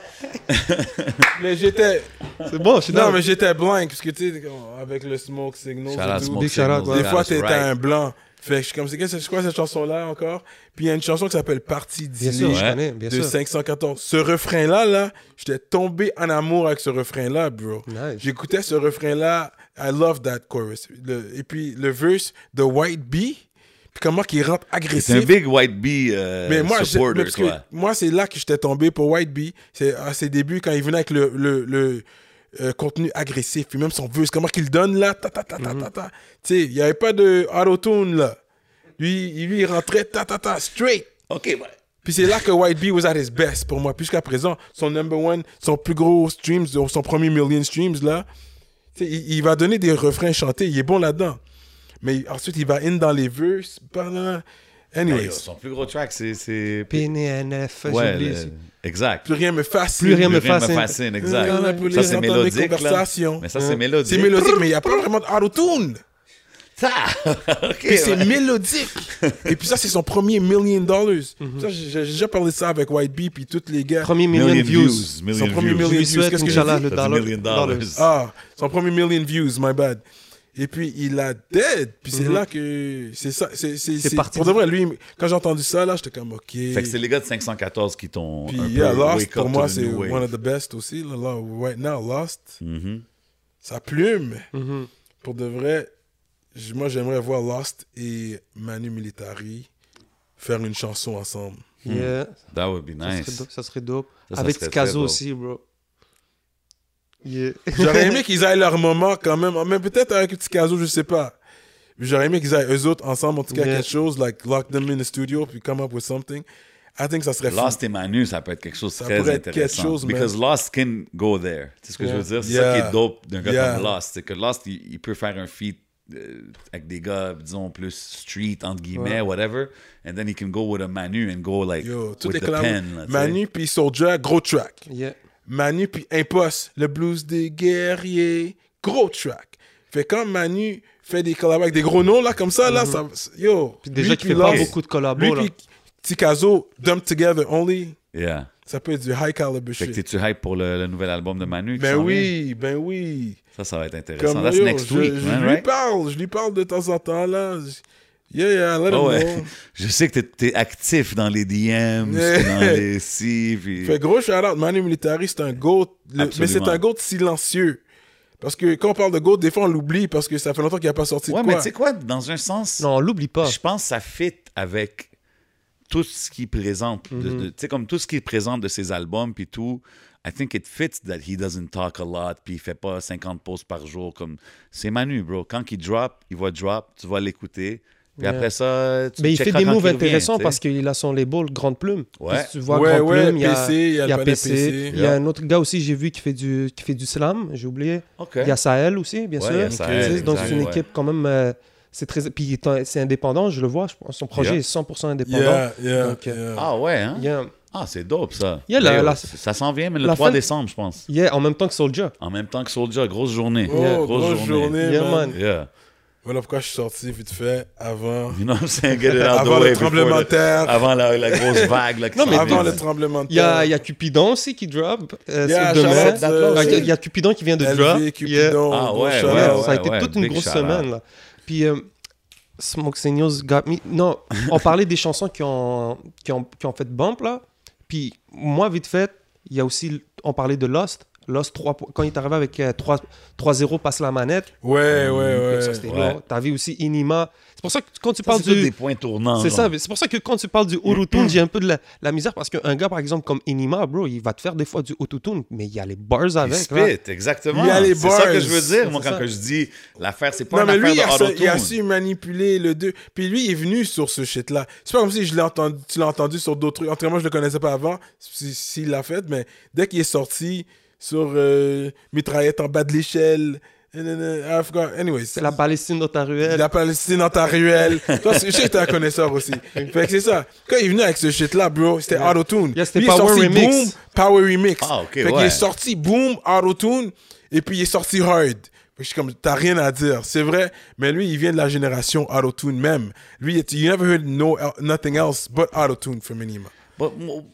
Speaker 5: Mais j'étais.
Speaker 3: C'est bon, je suis
Speaker 5: Non,
Speaker 3: d'accord.
Speaker 5: mais j'étais blank, parce que tu sais, avec le smoke signal.
Speaker 4: Shout
Speaker 5: et
Speaker 4: out
Speaker 5: tout,
Speaker 4: Smoke
Speaker 3: Big shout
Speaker 4: Signals,
Speaker 3: out, ouais.
Speaker 5: Des
Speaker 4: shout
Speaker 5: fois,
Speaker 4: out
Speaker 5: t'étais
Speaker 4: Right.
Speaker 5: un blanc. Fait que je suis comme, c'est qu'est-ce- c'est quoi cette chanson-là encore? Puis il y a une chanson qui s'appelle Parti
Speaker 3: Bien
Speaker 5: Dilé
Speaker 3: sûr, je
Speaker 4: Ouais.
Speaker 3: connais, bien
Speaker 5: de
Speaker 3: sûr.
Speaker 5: 514. Ce refrain-là, là, j'étais tombé en amour avec ce refrain-là, bro.
Speaker 3: Nice.
Speaker 5: J'écoutais ce refrain-là, I love that chorus. Le- et puis le verse de White Bee, puis comment qu'il rentre agressif.
Speaker 4: C'est un big white bee euh,
Speaker 5: Mais moi, j'ai- mais
Speaker 4: supporter,
Speaker 5: parce que
Speaker 4: toi.
Speaker 5: moi, c'est là que j'étais tombé pour White Bee. C'est à ses débuts, quand il venait avec le, le, le, euh, contenu agressif, puis même son verse, comment qu'il donne là, ta ta ta ta ta ta. Tu sais, il n'y avait pas de auto-tune là. Lui, il- lui, il rentrait ta ta ta, straight.
Speaker 4: OK, ouais.
Speaker 5: Puis c'est là que White Bee was at his best pour moi. Puis Jusqu'à présent, son number one, son plus gros streams, son premier million streams là, tu sais, il, il va donner des refrains chantés, il est bon là-dedans. Mais ensuite, il va in dans les verses. par là. Anyways,
Speaker 4: Hey, oh, son plus gros track, c'est- c'est.
Speaker 3: PNNF,
Speaker 4: Ouais,
Speaker 3: j'oublie.
Speaker 4: le- exact.
Speaker 5: plus rien me fascine.
Speaker 3: Plus rien me
Speaker 4: Le rythme
Speaker 3: fascine.
Speaker 4: exact.
Speaker 5: Dans la police,
Speaker 4: Ça, c'est
Speaker 5: j'entends des
Speaker 4: mélodique. là.
Speaker 5: conversations.
Speaker 4: Mais ça, c'est mélodique.
Speaker 5: Hein? C'est mélodique, mais il n'y a pas vraiment de auto-tune.
Speaker 4: Ah! OK,
Speaker 5: Puis c'est
Speaker 4: ouais.
Speaker 5: mélodique. Et puis ça, c'est son premier million dollars. Ça, j'ai j'ai déjà parlé de ça avec White Bee puis tous les
Speaker 3: Mm-hmm.
Speaker 5: gars.
Speaker 3: Premier million, views.
Speaker 4: Million
Speaker 5: Son premier
Speaker 4: views.
Speaker 5: million
Speaker 3: Je lui
Speaker 5: views,
Speaker 3: souhaite,
Speaker 5: qu'est-ce que
Speaker 3: Inch'Allah,
Speaker 5: j'ai
Speaker 3: le
Speaker 4: dit?
Speaker 3: dollar.
Speaker 4: Million dollars.
Speaker 5: Ah, son premier million views, my bad. Et puis il a dead. Puis c'est
Speaker 3: Mhm.
Speaker 5: là que c'est ça. C'est c'est-
Speaker 3: C'est
Speaker 5: c'est-
Speaker 3: parti.
Speaker 5: Pour de vrai, lui, quand j'ai entendu ça, là, j'étais comme ok.
Speaker 4: Fait que c'est les gars de 514 qui t'ont.
Speaker 5: Puis
Speaker 4: un
Speaker 5: yeah,
Speaker 4: peu
Speaker 5: Lost,
Speaker 4: wake up
Speaker 5: pour
Speaker 4: to
Speaker 5: moi,
Speaker 4: the
Speaker 5: c'est
Speaker 4: new wave.
Speaker 5: one of the best aussi. Là, là, right now, Lost,
Speaker 4: Mhm.
Speaker 5: sa plume.
Speaker 3: Mhm.
Speaker 5: Pour de vrai, j- moi, j'aimerais voir Lost et Manu Militari faire une chanson ensemble.
Speaker 3: Yeah,
Speaker 4: That would be
Speaker 3: ça, serait
Speaker 4: nice.
Speaker 3: dope, ça serait dope.
Speaker 4: Ça, ça
Speaker 3: Avec
Speaker 4: serait très
Speaker 3: Tikazo
Speaker 4: dope.
Speaker 3: aussi, bro. Yeah.
Speaker 5: J'aurais aimé qu'ils aient leur moment quand même. Ah, Mais peut-être avec un petit caso, je sais pas. J'aurais aimé qu'ils aient eux autres ensemble, en tout cas,
Speaker 3: Yeah.
Speaker 5: quelque chose, like lock them in the studio, puis come up with something. I think ça serait fou.
Speaker 4: Lost et Manu, ça peut être quelque chose de
Speaker 5: Ça
Speaker 4: très
Speaker 5: pourrait être quelque
Speaker 4: intéressant.
Speaker 5: chose, man.
Speaker 4: Because Lost can go there. Tu sais ce que je veux dire? C'est ça qui
Speaker 5: Yeah.
Speaker 4: est dope d'un gars
Speaker 5: Yeah.
Speaker 4: comme Lost. C'est que Lost, il, il peut faire un feat euh, avec des gars, disons, plus street, entre guillemets, whatever. And then he can go with a Manu and go like
Speaker 5: Yo, tout
Speaker 4: with
Speaker 5: est
Speaker 4: the
Speaker 5: clair.
Speaker 4: pen. là, tu sais.
Speaker 5: Manu puis Soldier, gros track.
Speaker 3: Yeah.
Speaker 5: Manu puis Impost, le blues des guerriers, gros track. Fait quand Manu fait des collabs avec des gros noms, là, comme ça, là, ça... Yo,
Speaker 3: Mm-hmm. Puis déjà,
Speaker 5: lui
Speaker 3: tu fais pas
Speaker 5: Lost,
Speaker 3: beaucoup de
Speaker 5: Lui
Speaker 3: collabos, là.
Speaker 5: puis Tikazo, Dump Together Only,
Speaker 4: Yeah.
Speaker 5: ça peut être du high caliber
Speaker 4: Fait que
Speaker 5: shit.
Speaker 4: t'es-tu hype pour le, le nouvel album de Manu? qui
Speaker 5: Ben
Speaker 4: s'en vient?
Speaker 5: oui, ben oui.
Speaker 4: Ça, ça va être intéressant.
Speaker 5: Comme,
Speaker 4: That's
Speaker 5: yo,
Speaker 4: Euh, next
Speaker 5: je,
Speaker 4: week,
Speaker 5: je
Speaker 4: man,
Speaker 5: lui
Speaker 4: right?
Speaker 5: parle, je lui parle de temps en temps, là. Je- Yeah, yeah, let
Speaker 4: Ah
Speaker 5: him
Speaker 4: ouais.
Speaker 5: know.
Speaker 4: Je sais que t'es es actif dans les DMs,
Speaker 5: Yeah.
Speaker 4: dans les si, puis...
Speaker 5: Fait gros shout-out, Manu Militari, c'est un GOAT. le- mais
Speaker 4: Absolument.
Speaker 5: c'est un GOAT silencieux. Parce que quand on parle de GOAT, des fois, on l'oublie parce que ça fait longtemps qu'il n'a pas sorti
Speaker 4: Ouais,
Speaker 5: de quoi.
Speaker 4: mais tu sais quoi? Dans un sens...
Speaker 3: Non, on l'oublie pas.
Speaker 4: Je pense que ça fit avec tout ce qu'il présente. de-
Speaker 3: Mm-hmm.
Speaker 4: de- Tu sais, comme tout ce qu'il présente de ses albums, puis tout. I think it fits that he doesn't talk a lot, puis il fait pas 50 posts par jour. comme C'est Manu, bro. Quand il drop, il va drop, tu vas l'écouter. Puis après ça, tu
Speaker 3: Mais il fait
Speaker 4: checkeras
Speaker 3: des
Speaker 4: quand
Speaker 3: moves
Speaker 4: revient,
Speaker 3: intéressants
Speaker 4: tu sais.
Speaker 3: parce qu'il a son label Grande Plume.
Speaker 4: Ouais.
Speaker 3: Puis si tu vois
Speaker 5: Ouais,
Speaker 3: Grande
Speaker 5: ouais,
Speaker 3: Plume, il y a
Speaker 5: PC, il y a le palais
Speaker 3: PC.
Speaker 5: PC.
Speaker 3: Il y a un autre gars aussi, j'ai vu, qui fait du, qui fait du slam, j'ai oublié.
Speaker 4: OK.
Speaker 3: Il y a Sahel aussi, bien
Speaker 4: Ouais,
Speaker 3: sûr.
Speaker 4: il y a Sahel,
Speaker 3: Tu sais, Donc,
Speaker 4: exact,
Speaker 3: c'est une
Speaker 4: ouais.
Speaker 3: équipe quand même. euh, c'est très, puis il est un- c'est indépendant, je le vois. je pense. Son projet
Speaker 4: Yeah.
Speaker 3: est 100% indépendant.
Speaker 5: Yeah, yeah,
Speaker 3: Donc, euh,
Speaker 5: yeah.
Speaker 4: Ah ouais, hein?
Speaker 3: Il y a-
Speaker 4: Ah, c'est dope, ça.
Speaker 3: Il y a la-
Speaker 4: Yo,
Speaker 3: la-
Speaker 4: Ça s'en vient, mais le
Speaker 3: la
Speaker 4: 3
Speaker 3: fin-
Speaker 4: décembre, je pense.
Speaker 3: il y a en même temps que Soldier.
Speaker 4: En même temps que Soldier, grosse journée.
Speaker 5: Oh,
Speaker 4: Yeah,
Speaker 5: grosse, journée,
Speaker 3: Yeah,
Speaker 5: man.
Speaker 3: man.
Speaker 4: Yeah.
Speaker 5: Voilà pourquoi je suis sorti vite fait avant,
Speaker 4: You know what I'm saying? Get it out
Speaker 5: avant
Speaker 4: the way
Speaker 5: le
Speaker 4: before
Speaker 5: tremblement de
Speaker 4: the-
Speaker 5: terre.
Speaker 4: Avant la, la grosse vague. Là, qui
Speaker 3: Non,
Speaker 4: s'en
Speaker 3: mais-
Speaker 4: vient.
Speaker 5: Avant le tremblement de
Speaker 3: Il y a,
Speaker 5: terre.
Speaker 3: il y a Cupidon aussi qui drop. euh,
Speaker 5: Yeah,
Speaker 3: c'est demain.
Speaker 5: shout-out, euh,
Speaker 3: Ah, Il y a- il y a Cupidon qui vient de drop.
Speaker 5: LV,
Speaker 3: Yeah.
Speaker 5: Cupidon,
Speaker 4: Ah
Speaker 5: gros
Speaker 4: ouais,
Speaker 5: shout-out.
Speaker 3: Yeah,
Speaker 4: ouais,
Speaker 3: ça a été
Speaker 4: ouais,
Speaker 3: toute une
Speaker 4: big
Speaker 3: grosse
Speaker 4: shout-out.
Speaker 3: semaine. Là. Puis euh, Smoke Signals got me. Non, on parlait des chansons qui ont, qui, ont, qui ont fait bump là. Puis moi, vite fait, il y a aussi. On parlait de Lost. Lost 3 po- quand il est arrivé avec euh, 3 3-0, passe la manette.
Speaker 5: Ouais, ouais, ouais.
Speaker 3: Ça, c'était
Speaker 4: Ouais.
Speaker 3: lourd. T'avais aussi Inima. C'est pour ça que quand tu
Speaker 4: Ça,
Speaker 3: parles
Speaker 4: c'est tous
Speaker 3: du.
Speaker 4: des points tournants.
Speaker 3: C'est
Speaker 4: genre.
Speaker 3: ça, mais c'est pour ça que quand tu parles du autotune, j'ai un peu de la, la misère parce qu'un gars, par exemple, comme Inima, bro, il va te faire des fois du autotune, mais il y a les bars
Speaker 4: Il
Speaker 3: avec. là.
Speaker 4: spit, exactement.
Speaker 5: Il y a les
Speaker 4: C'est ça que
Speaker 5: bars.
Speaker 4: je veux dire, moi,
Speaker 3: C'est
Speaker 4: quand
Speaker 3: ça.
Speaker 4: que je dis l'affaire, c'est pas
Speaker 5: Non,
Speaker 4: une
Speaker 5: mais lui, il a,
Speaker 4: affaire
Speaker 5: su,
Speaker 4: de hein.
Speaker 5: il a
Speaker 4: autotune.
Speaker 5: su manipuler le deux. Puis lui, il est venu sur ce shit-là. C'est pas comme si je l'ai entendu, tu l'as entendu sur d'autres trucs. En tout cas, moi, je le connaissais pas avant, s'il si, s'il l'a fait, mais dès qu'il est sorti sur euh, Mitraillette en bas de l'échelle, nanana, I forgot. Anyways.
Speaker 3: C'est la Palestine dans ta ruelle.
Speaker 5: La Palestine dans ta ruelle. Toi, c'est- je sais que t'es un connaisseur aussi. Fait que c'est ça. Quand il est venu avec ce shit-là, bro, c'était
Speaker 3: Yeah.
Speaker 5: auto-tune.
Speaker 3: Yeah, c'était
Speaker 5: Lui, il est
Speaker 3: Power
Speaker 5: sorti
Speaker 3: Remix.
Speaker 5: Boom, Power Remix.
Speaker 4: Ah, ok,
Speaker 5: fait qu'il
Speaker 4: ouais.
Speaker 5: est sorti Boom, auto-tune, et puis il est sorti Hard. Fait que je suis comme, t'as rien à dire. C'est vrai, mais lui, il vient de la génération auto-tune même. Lui, il- you never heard no, nothing else but auto-tune from Enima.
Speaker 4: But, mo-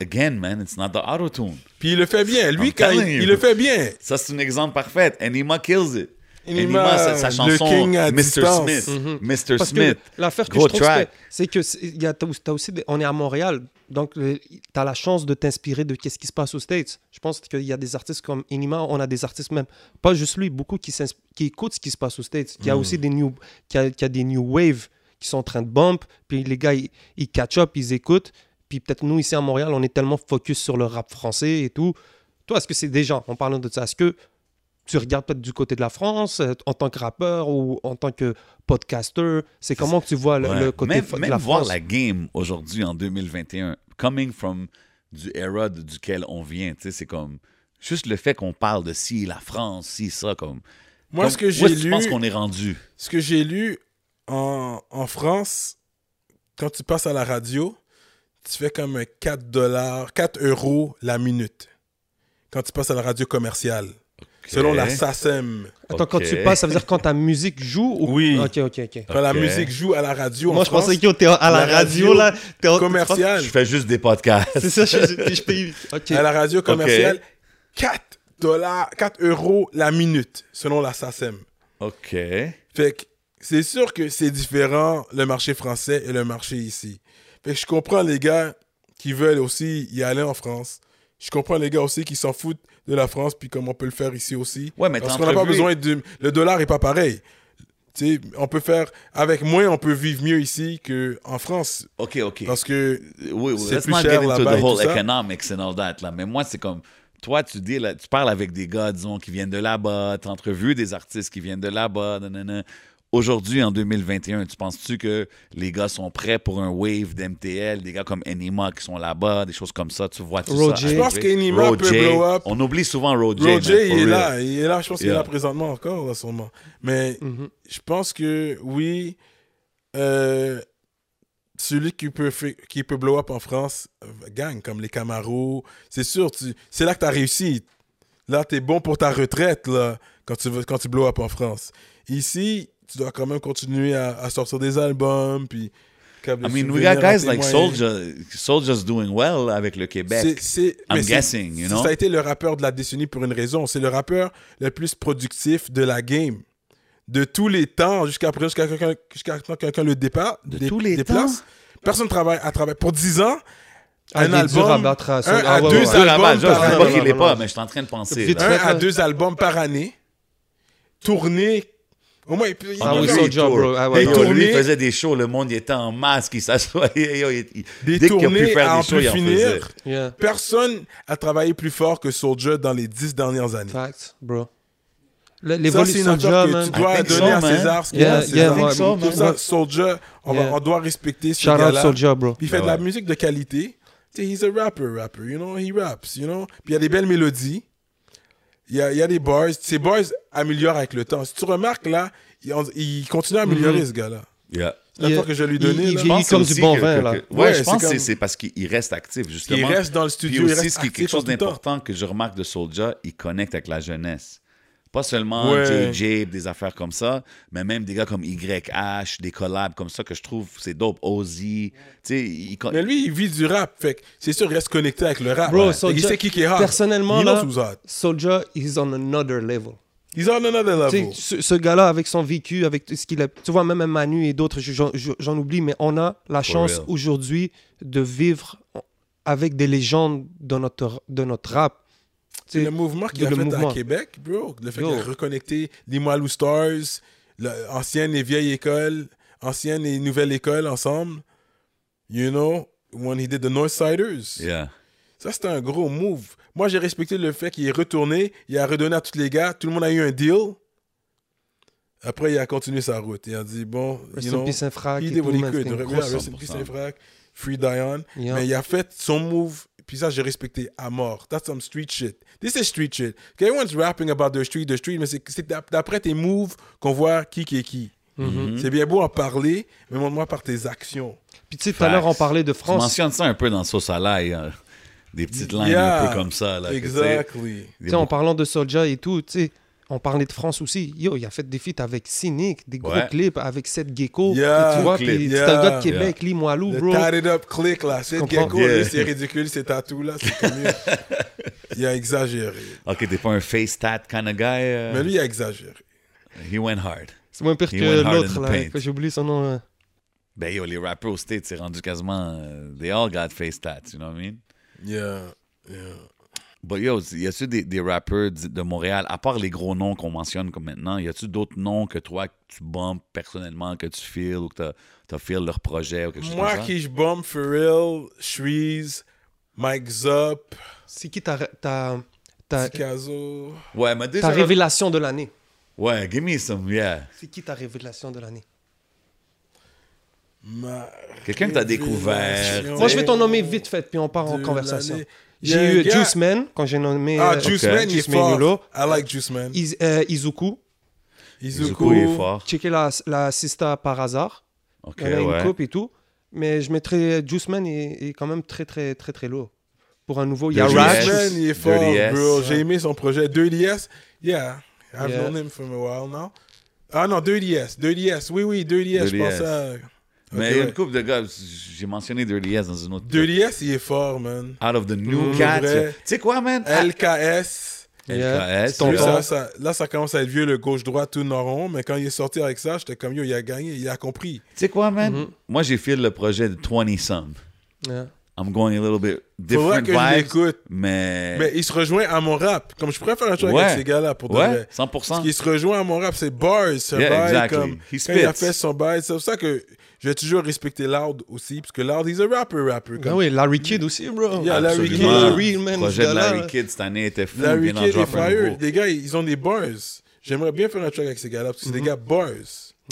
Speaker 4: again, man, it's not the autotune.
Speaker 5: Puis il le fait bien. Lui,
Speaker 4: I'm
Speaker 5: quand il,
Speaker 4: telling you.
Speaker 5: il le fait bien.
Speaker 4: Ça, c'est un exemple parfait. Enima kills it.
Speaker 5: Enima,
Speaker 4: Enima, sa, sa
Speaker 5: le
Speaker 4: chanson
Speaker 5: king à
Speaker 4: Mr.
Speaker 5: distance.
Speaker 4: Smith.
Speaker 3: Mhm.
Speaker 4: Mr.
Speaker 3: Parce
Speaker 4: Smith.
Speaker 3: que l'affaire que
Speaker 4: Gros
Speaker 3: je trouve,
Speaker 4: track.
Speaker 3: c'est que c'est- il y a, t'as aussi- t'as aussi des- on est à Montréal, donc tu as la chance de t'inspirer de qu'est-ce qui se passe aux States. Je pense qu'il y a des artistes comme Inima, on a des artistes même, pas juste lui, beaucoup qui, s'ins- qui écoutent ce qui se passe aux States.
Speaker 4: Mm.
Speaker 3: Il y a aussi des new, qui a, qui a des new wave qui sont en train de bump, puis les gars, ils, ils catch up, ils écoutent, puis peut-être nous ici à Montréal, on est tellement focus sur le rap français et tout. Toi, est-ce que c'est des gens, en parlant de ça, est-ce que tu regardes peut-être du côté de la France euh, en tant que rappeur ou en tant que podcaster C'est comment que tu vois le,
Speaker 4: Ouais.
Speaker 3: le côté
Speaker 4: même
Speaker 3: fa- de
Speaker 4: même
Speaker 3: la
Speaker 4: voir
Speaker 3: France
Speaker 4: la game aujourd'hui en 2021, coming from du era de- duquel on vient, tu sais, c'est comme juste le fait qu'on parle de si la France, si ça, comme.
Speaker 5: Moi,
Speaker 4: comme-
Speaker 5: ce que
Speaker 4: où
Speaker 5: j'ai
Speaker 4: est-ce que
Speaker 5: lu.
Speaker 4: tu penses qu'on est rendu?
Speaker 5: ce que j'ai lu en, en France, quand tu passes à la radio, tu fais comme un 4 dollars, 4 euros la minute. Quand tu passes à la radio commerciale. Selon la SACEM.
Speaker 3: Attends, quand
Speaker 4: Ok.
Speaker 3: tu passes, ça veut dire quand ta musique joue ou...
Speaker 5: Oui.
Speaker 3: Ok, ok, ok.
Speaker 5: Quand la
Speaker 4: Ok.
Speaker 5: musique joue à la radio
Speaker 3: Moi,
Speaker 5: en
Speaker 3: je
Speaker 5: France,
Speaker 3: pensais que t'es à la,
Speaker 5: la
Speaker 3: radio,
Speaker 5: radio
Speaker 3: là. t'es en-
Speaker 5: commerciale.
Speaker 4: Je fais juste des podcasts.
Speaker 3: C'est ça, je, je paye. Ok.
Speaker 5: À la radio commerciale, 4 dollars, 4 euros la minute, selon la SACEM.
Speaker 4: OK.
Speaker 5: Fait que c'est sûr que c'est différent le marché français et le marché ici. Fait que je comprends les gars qui veulent aussi y aller en France. Je comprends les gars aussi qui s'en foutent de la France puis comme on peut le faire ici aussi.
Speaker 4: Ouais, mais
Speaker 5: Parce
Speaker 4: t'as
Speaker 5: qu'on n'a pas
Speaker 4: entrevu-
Speaker 5: besoin de le dollar est pas pareil. Tu sais, on peut faire avec moins, on peut vivre mieux ici que en France
Speaker 4: OK, OK.
Speaker 5: parce que
Speaker 4: oui, oui.
Speaker 5: c'est
Speaker 4: Let's
Speaker 5: plus
Speaker 4: not
Speaker 5: cher
Speaker 4: get into
Speaker 5: là-bas et
Speaker 4: the whole
Speaker 5: tout ça.
Speaker 4: economics and all that. Là. Mais moi, c'est comme, toi, tu, dis, là, tu parles avec des gars, disons, qui viennent de là-bas, tu entrevues des artistes qui viennent de là-bas. nanana. Aujourd'hui, en 2021, tu penses-tu que les gars sont prêts pour un wave d'MTL, des gars comme Enima qui sont là-bas, des choses comme ça, tu vois tout
Speaker 3: Road
Speaker 4: ça?
Speaker 3: J. Je
Speaker 5: pense qu'Enima
Speaker 4: Road
Speaker 5: peut
Speaker 4: J.
Speaker 5: blow up.
Speaker 4: On oublie souvent Road J. man, for
Speaker 5: Roger, il est
Speaker 4: real.
Speaker 5: là. Il est là, je pense qu'il est
Speaker 4: Yeah.
Speaker 5: là présentement encore, là, sûrement. Mais
Speaker 3: Mhm.
Speaker 5: je pense que, oui, euh, celui qui peut, fait- qui peut blow up en France euh, gagne, comme les Camaros. C'est sûr, tu- c'est là que tu as réussi. Là, tu es bon pour ta retraite, là, quand tu, veux- quand tu blow up en France. Ici, tu dois quand même continuer à, à sortir des albums, puis...
Speaker 4: I mean, we got guys like Soldier, Soldier's doing well avec le Québec.
Speaker 5: C'est- c'est-
Speaker 4: I'm
Speaker 5: mais c'est-
Speaker 4: guessing, you
Speaker 5: c'est-
Speaker 4: know?
Speaker 5: Ça a été le rappeur de la décennie pour une raison. C'est le rappeur le plus productif de la game. De tous les temps, jusqu'à présent, jusqu'à quelqu'un jusqu'à temps que quelqu'un le départ.
Speaker 4: De tous les temps?
Speaker 5: Personne travaille à travail. Pour 10 ans,
Speaker 3: Ah, il
Speaker 5: un
Speaker 3: est dur à
Speaker 5: album,
Speaker 3: battre à ça.
Speaker 5: un
Speaker 3: Ah,
Speaker 5: à
Speaker 3: ouais,
Speaker 5: deux
Speaker 3: ouais,
Speaker 4: C'est
Speaker 3: ouais.
Speaker 4: ça, la base.
Speaker 5: albums
Speaker 4: Je ne
Speaker 5: par
Speaker 3: Ah,
Speaker 4: sais pas
Speaker 3: non, non,
Speaker 5: année.
Speaker 4: qu'il est
Speaker 3: non,
Speaker 4: pas,
Speaker 3: non.
Speaker 4: mais je suis en train de penser.
Speaker 3: Vite
Speaker 4: là.
Speaker 5: Un
Speaker 3: fait, là.
Speaker 5: à deux albums par année. Tournés. Au moins, il peut- il
Speaker 3: Ah
Speaker 5: peut
Speaker 3: oui,
Speaker 5: faire
Speaker 3: Soulja, bro. Ah ouais,
Speaker 4: Des
Speaker 3: non.
Speaker 4: tournées.
Speaker 5: Tournées.
Speaker 4: il faisait des shows, le monde il était en masque, il s'assoyait. yo, il- il-
Speaker 5: des
Speaker 4: Dès qu'il a pu
Speaker 5: tournées
Speaker 4: faire
Speaker 5: à en
Speaker 4: des shows, il
Speaker 5: plus
Speaker 4: en faisait.
Speaker 5: finir.
Speaker 3: Yeah.
Speaker 5: Personne a travaillé plus fort que Soldier dans les 10 dernières années.
Speaker 3: Facts, bro. Le-
Speaker 5: Ça, c'est une
Speaker 3: L'évolution de
Speaker 5: affaire
Speaker 3: Soulja,
Speaker 5: que
Speaker 3: man.
Speaker 5: tu dois
Speaker 4: I think
Speaker 5: donner
Speaker 4: so,
Speaker 5: à
Speaker 4: man.
Speaker 5: César ce qu'il
Speaker 3: Yeah,
Speaker 5: a à
Speaker 3: yeah,
Speaker 5: César.
Speaker 4: I think so,
Speaker 5: Tout
Speaker 4: man.
Speaker 5: ça, Soldier, on, va-
Speaker 3: Yeah.
Speaker 5: on doit respecter ce
Speaker 3: Shout out
Speaker 5: gars-là.
Speaker 3: Soulja, bro.
Speaker 5: Il fait
Speaker 4: Ben
Speaker 5: de la
Speaker 4: ouais.
Speaker 5: musique de qualité. Tu sais, he's a rapper, rapper, you know, he raps, you know. Puis il y a des belles mélodies. Il y a, il y a des bars. Ces bars améliorent avec le temps. Si tu remarques, là, il, on- il continue à
Speaker 3: Mm-hmm.
Speaker 5: améliorer, ce gars-là.
Speaker 4: Yeah.
Speaker 5: La
Speaker 3: Il-
Speaker 5: fois que je lui
Speaker 3: il-
Speaker 5: donnais,
Speaker 3: il
Speaker 5: là.
Speaker 4: Je pense
Speaker 3: vieillit comme
Speaker 4: aussi
Speaker 3: du bon
Speaker 4: que-
Speaker 3: vin,
Speaker 4: que-
Speaker 3: là.
Speaker 4: que-
Speaker 5: Ouais,
Speaker 4: ouais, je
Speaker 5: c'est
Speaker 4: pense que
Speaker 5: comme-
Speaker 4: c'est- c'est parce qu'il reste actif, justement.
Speaker 5: Il reste dans le studio,
Speaker 4: Puis
Speaker 5: il
Speaker 4: aussi,
Speaker 5: reste
Speaker 4: ce qui est
Speaker 5: actif
Speaker 4: quelque chose
Speaker 5: en tout temps.
Speaker 4: d'important que je remarque de Soulja, il connecte avec la jeunesse. Pas seulement
Speaker 5: Ouais.
Speaker 4: JJ, des affaires comme ça, mais même des gars comme YH, des collabs comme ça que je trouve, c'est dope. Ozzy, tu sais, il con-
Speaker 5: Mais lui, il vit du rap. Fait que c'est sûr, il reste connecté avec le rap.
Speaker 3: Bro,
Speaker 5: Fait
Speaker 3: Soulja,
Speaker 5: qu'il sait qui qui est hot.
Speaker 3: personnellement,
Speaker 5: il
Speaker 3: là-
Speaker 5: knows who's hot.
Speaker 3: Soldier is on another level.
Speaker 5: He's on another
Speaker 3: Tu sais,
Speaker 5: level.
Speaker 3: ce, ce gars-là, avec son vécu, avec tout ce qu'il a. Tu vois, même Manu et d'autres, je- j'en- je- j'en oublie, mais on a
Speaker 5: Oh,
Speaker 3: la chance
Speaker 4: real.
Speaker 3: aujourd'hui de vivre avec des légendes de notre, de notre rap. Tu sais,
Speaker 5: le mouvement qu'il
Speaker 3: de-
Speaker 5: a
Speaker 3: le
Speaker 5: fait
Speaker 3: mouvement.
Speaker 5: à Québec, bro. Le fait
Speaker 3: Yo.
Speaker 5: qu'il a reconnecté les Malou Stars, le- ancienne et vieille école, ancienne et nouvelle école ensemble. You know, when he did the Northsiders.
Speaker 4: Yeah.
Speaker 5: Ça, c'était un gros move. Moi, j'ai respecté le fait qu'il est retourné, il a redonné à tous les gars, tout le monde a eu un deal. Après, il a continué sa route. Il a dit, bon,
Speaker 3: Rest
Speaker 5: you
Speaker 3: in
Speaker 5: know,
Speaker 3: peace, Infrac
Speaker 5: il
Speaker 3: et
Speaker 5: did
Speaker 3: tout,
Speaker 5: what he
Speaker 3: man,
Speaker 5: could.
Speaker 3: c'était une
Speaker 5: Yeah,
Speaker 4: grosse
Speaker 5: rest in peace,
Speaker 4: 100%.
Speaker 5: Infrac, Free Dion.
Speaker 3: Yeah.
Speaker 5: Mais il a fait son move, puis ça, j'ai respecté à mort. That's some street shit. This is street shit. Everyone's rapping about the street, the street, mais c'est c'est d'ap- d'après tes moves qu'on voit qui qui est qui.
Speaker 3: Mm-hmm.
Speaker 5: C'est bien beau en parler, mais montre-moi par tes actions.
Speaker 3: Puis tu sais, tout à l'heure, on
Speaker 4: Facts.
Speaker 3: parlait de
Speaker 4: Tu
Speaker 3: France.
Speaker 4: mentionnes ça un peu dans Sauce à l'ail, hein. des petites lignes un
Speaker 5: Yeah.
Speaker 4: peu comme ça. Là, que, tu sais,
Speaker 5: Exactly.
Speaker 4: des
Speaker 3: Tu sais, en
Speaker 4: boucles-
Speaker 3: parlant de Soulja et tout, tu sais, on parlait de France aussi. Yo, il a fait des feats avec Cynic, des gros
Speaker 4: Ouais.
Speaker 3: clips avec Seth Gecko.
Speaker 5: Yeah.
Speaker 3: tu vois,
Speaker 4: Gros
Speaker 3: puis
Speaker 4: clips.
Speaker 3: c'est un gars de
Speaker 5: Yeah.
Speaker 3: Québec, Lee Moilou,
Speaker 5: Le
Speaker 3: bro.
Speaker 5: tatted up click là, c'est
Speaker 3: comprends.
Speaker 5: gecko,
Speaker 4: Yeah.
Speaker 5: lui, c'est ridicule, ces tatous là, c'est comme lui. Il a exagéré.
Speaker 4: Ok, t'es pas un face tat kind of guy. euh,
Speaker 5: Mais lui, il a exagéré.
Speaker 4: He went hard.
Speaker 3: C'est moins pire
Speaker 4: He
Speaker 3: que
Speaker 4: went hard in
Speaker 3: l'autre,
Speaker 4: the
Speaker 3: là,
Speaker 4: paint.
Speaker 3: que j'ai oublié son nom. euh.
Speaker 4: Ben yo, les rappers au States, c'est rendu quasiment. euh, they all got face tats, you know what I mean?
Speaker 5: Yeah. yeah.
Speaker 4: But yo, Bah, y a-tu des, des rappers d- de Montréal, à part les gros noms qu'on mentionne comme maintenant, y a-tu d'autres noms que toi, que tu bombes personnellement, que tu files ou que t'as- t'as feel leur projet ou quelque chose
Speaker 5: Moi
Speaker 4: comme ça?
Speaker 5: qui je bombe Pharrell, Shreeze, Mike Zop,
Speaker 3: C'est qui ta, ta, ta,
Speaker 5: Picasso.
Speaker 4: Ouais, mais déjà.
Speaker 3: ta révélation de l'année
Speaker 4: Ouais, give me some, yeah.
Speaker 3: C'est qui ta révélation de l'année
Speaker 5: Ma-
Speaker 4: Quelqu'un que t'as découvert.
Speaker 5: Révélation.
Speaker 3: Moi, je vais t'en nommer vite fait, puis on part en
Speaker 5: De
Speaker 3: conversation.
Speaker 5: l'année. Il y a un
Speaker 3: J'ai eu
Speaker 5: gars-
Speaker 3: Juice Man, quand j'ai nommé
Speaker 5: Ah,
Speaker 3: euh,
Speaker 5: Juice
Speaker 4: ok.
Speaker 5: Man, il est
Speaker 3: Juice Man, Yolo.
Speaker 5: fort. I like Juice Man.
Speaker 3: Iz- euh, Izuku.
Speaker 5: Izuku.
Speaker 4: Zuko, il est fort.
Speaker 3: Checker la, la Sista par hasard.
Speaker 4: Ah. Ok,
Speaker 3: Il y en a une
Speaker 4: ouais.
Speaker 3: coupe et tout. Mais je mettrais euh, Juice Man est, est quand même très, très, très, très lourd. Pour un nouveau, il y a
Speaker 4: Dirty
Speaker 3: Raj.
Speaker 4: Ass.
Speaker 5: Rashman, il est fort,
Speaker 4: Dirty S.
Speaker 5: bro. J'ai aimé son projet. 2DS, yeah. I've
Speaker 3: Yeah.
Speaker 5: known him for a while now. Ah non, 2DS, 2DS, oui, oui, 2DS, je
Speaker 4: 2DS.
Speaker 5: pense à...
Speaker 4: Mais il
Speaker 5: Ok,
Speaker 4: y a
Speaker 5: ouais.
Speaker 4: une couple de gars, j'ai mentionné Dirty S dans une autre.
Speaker 5: 2DS, il est fort, man.
Speaker 4: Out of the New
Speaker 5: Mm,
Speaker 4: Cats.
Speaker 5: vrai.
Speaker 4: Tu sais quoi, man?
Speaker 5: LKS.
Speaker 3: Yeah.
Speaker 4: LKS.
Speaker 3: Ton
Speaker 5: Lui,
Speaker 4: là.
Speaker 5: ça, ça- là, ça commence à être vieux, le gauche-droit tout noron, mais quand il est sorti avec ça, j'étais comme, yo, il a gagné, il a compris.
Speaker 4: Ah, Tu sais quoi, man?
Speaker 5: Mm-hmm.
Speaker 4: Moi, j'ai fait le projet de 20 Some.
Speaker 3: Yeah.
Speaker 4: I'm going a little bit different
Speaker 5: Faudrait que je
Speaker 4: vibes.
Speaker 5: l'écoute.
Speaker 4: Mais.
Speaker 5: Mais il se rejoint à mon rap. Comme je pourrais faire un show
Speaker 4: Ouais.
Speaker 5: avec ces gars-là, pour de
Speaker 4: ouais,
Speaker 5: vrai. Parce
Speaker 4: 100%.
Speaker 5: qu'il se rejoint à mon rap, c'est bars, ce
Speaker 4: Yeah,
Speaker 5: bail,
Speaker 4: exactly.
Speaker 5: comme,
Speaker 4: He
Speaker 5: quand il a
Speaker 4: spits.
Speaker 5: fait son bail, c'est pour ça que je vais toujours respecter Loud aussi, parce que Loud, he's a rapper, rapper.
Speaker 3: Ah
Speaker 5: Comme,
Speaker 3: oui, Larry Kidd aussi, bro.
Speaker 5: Yeah, Larry
Speaker 4: Absolument.
Speaker 5: Kidd,
Speaker 3: Ah, Larry, man,
Speaker 4: Le
Speaker 3: ce
Speaker 4: projet de
Speaker 3: gars-là,
Speaker 4: Larry
Speaker 3: là.
Speaker 4: Kidd cette année était fou.
Speaker 5: Larry
Speaker 4: il vient d'en
Speaker 5: Kidd et
Speaker 4: dropper un
Speaker 5: Fire,
Speaker 4: nouveau.
Speaker 5: les gars, ils ont des bars. J'aimerais bien faire un track avec ces gars-là, parce que c'est
Speaker 3: Mhm.
Speaker 5: des gars bars.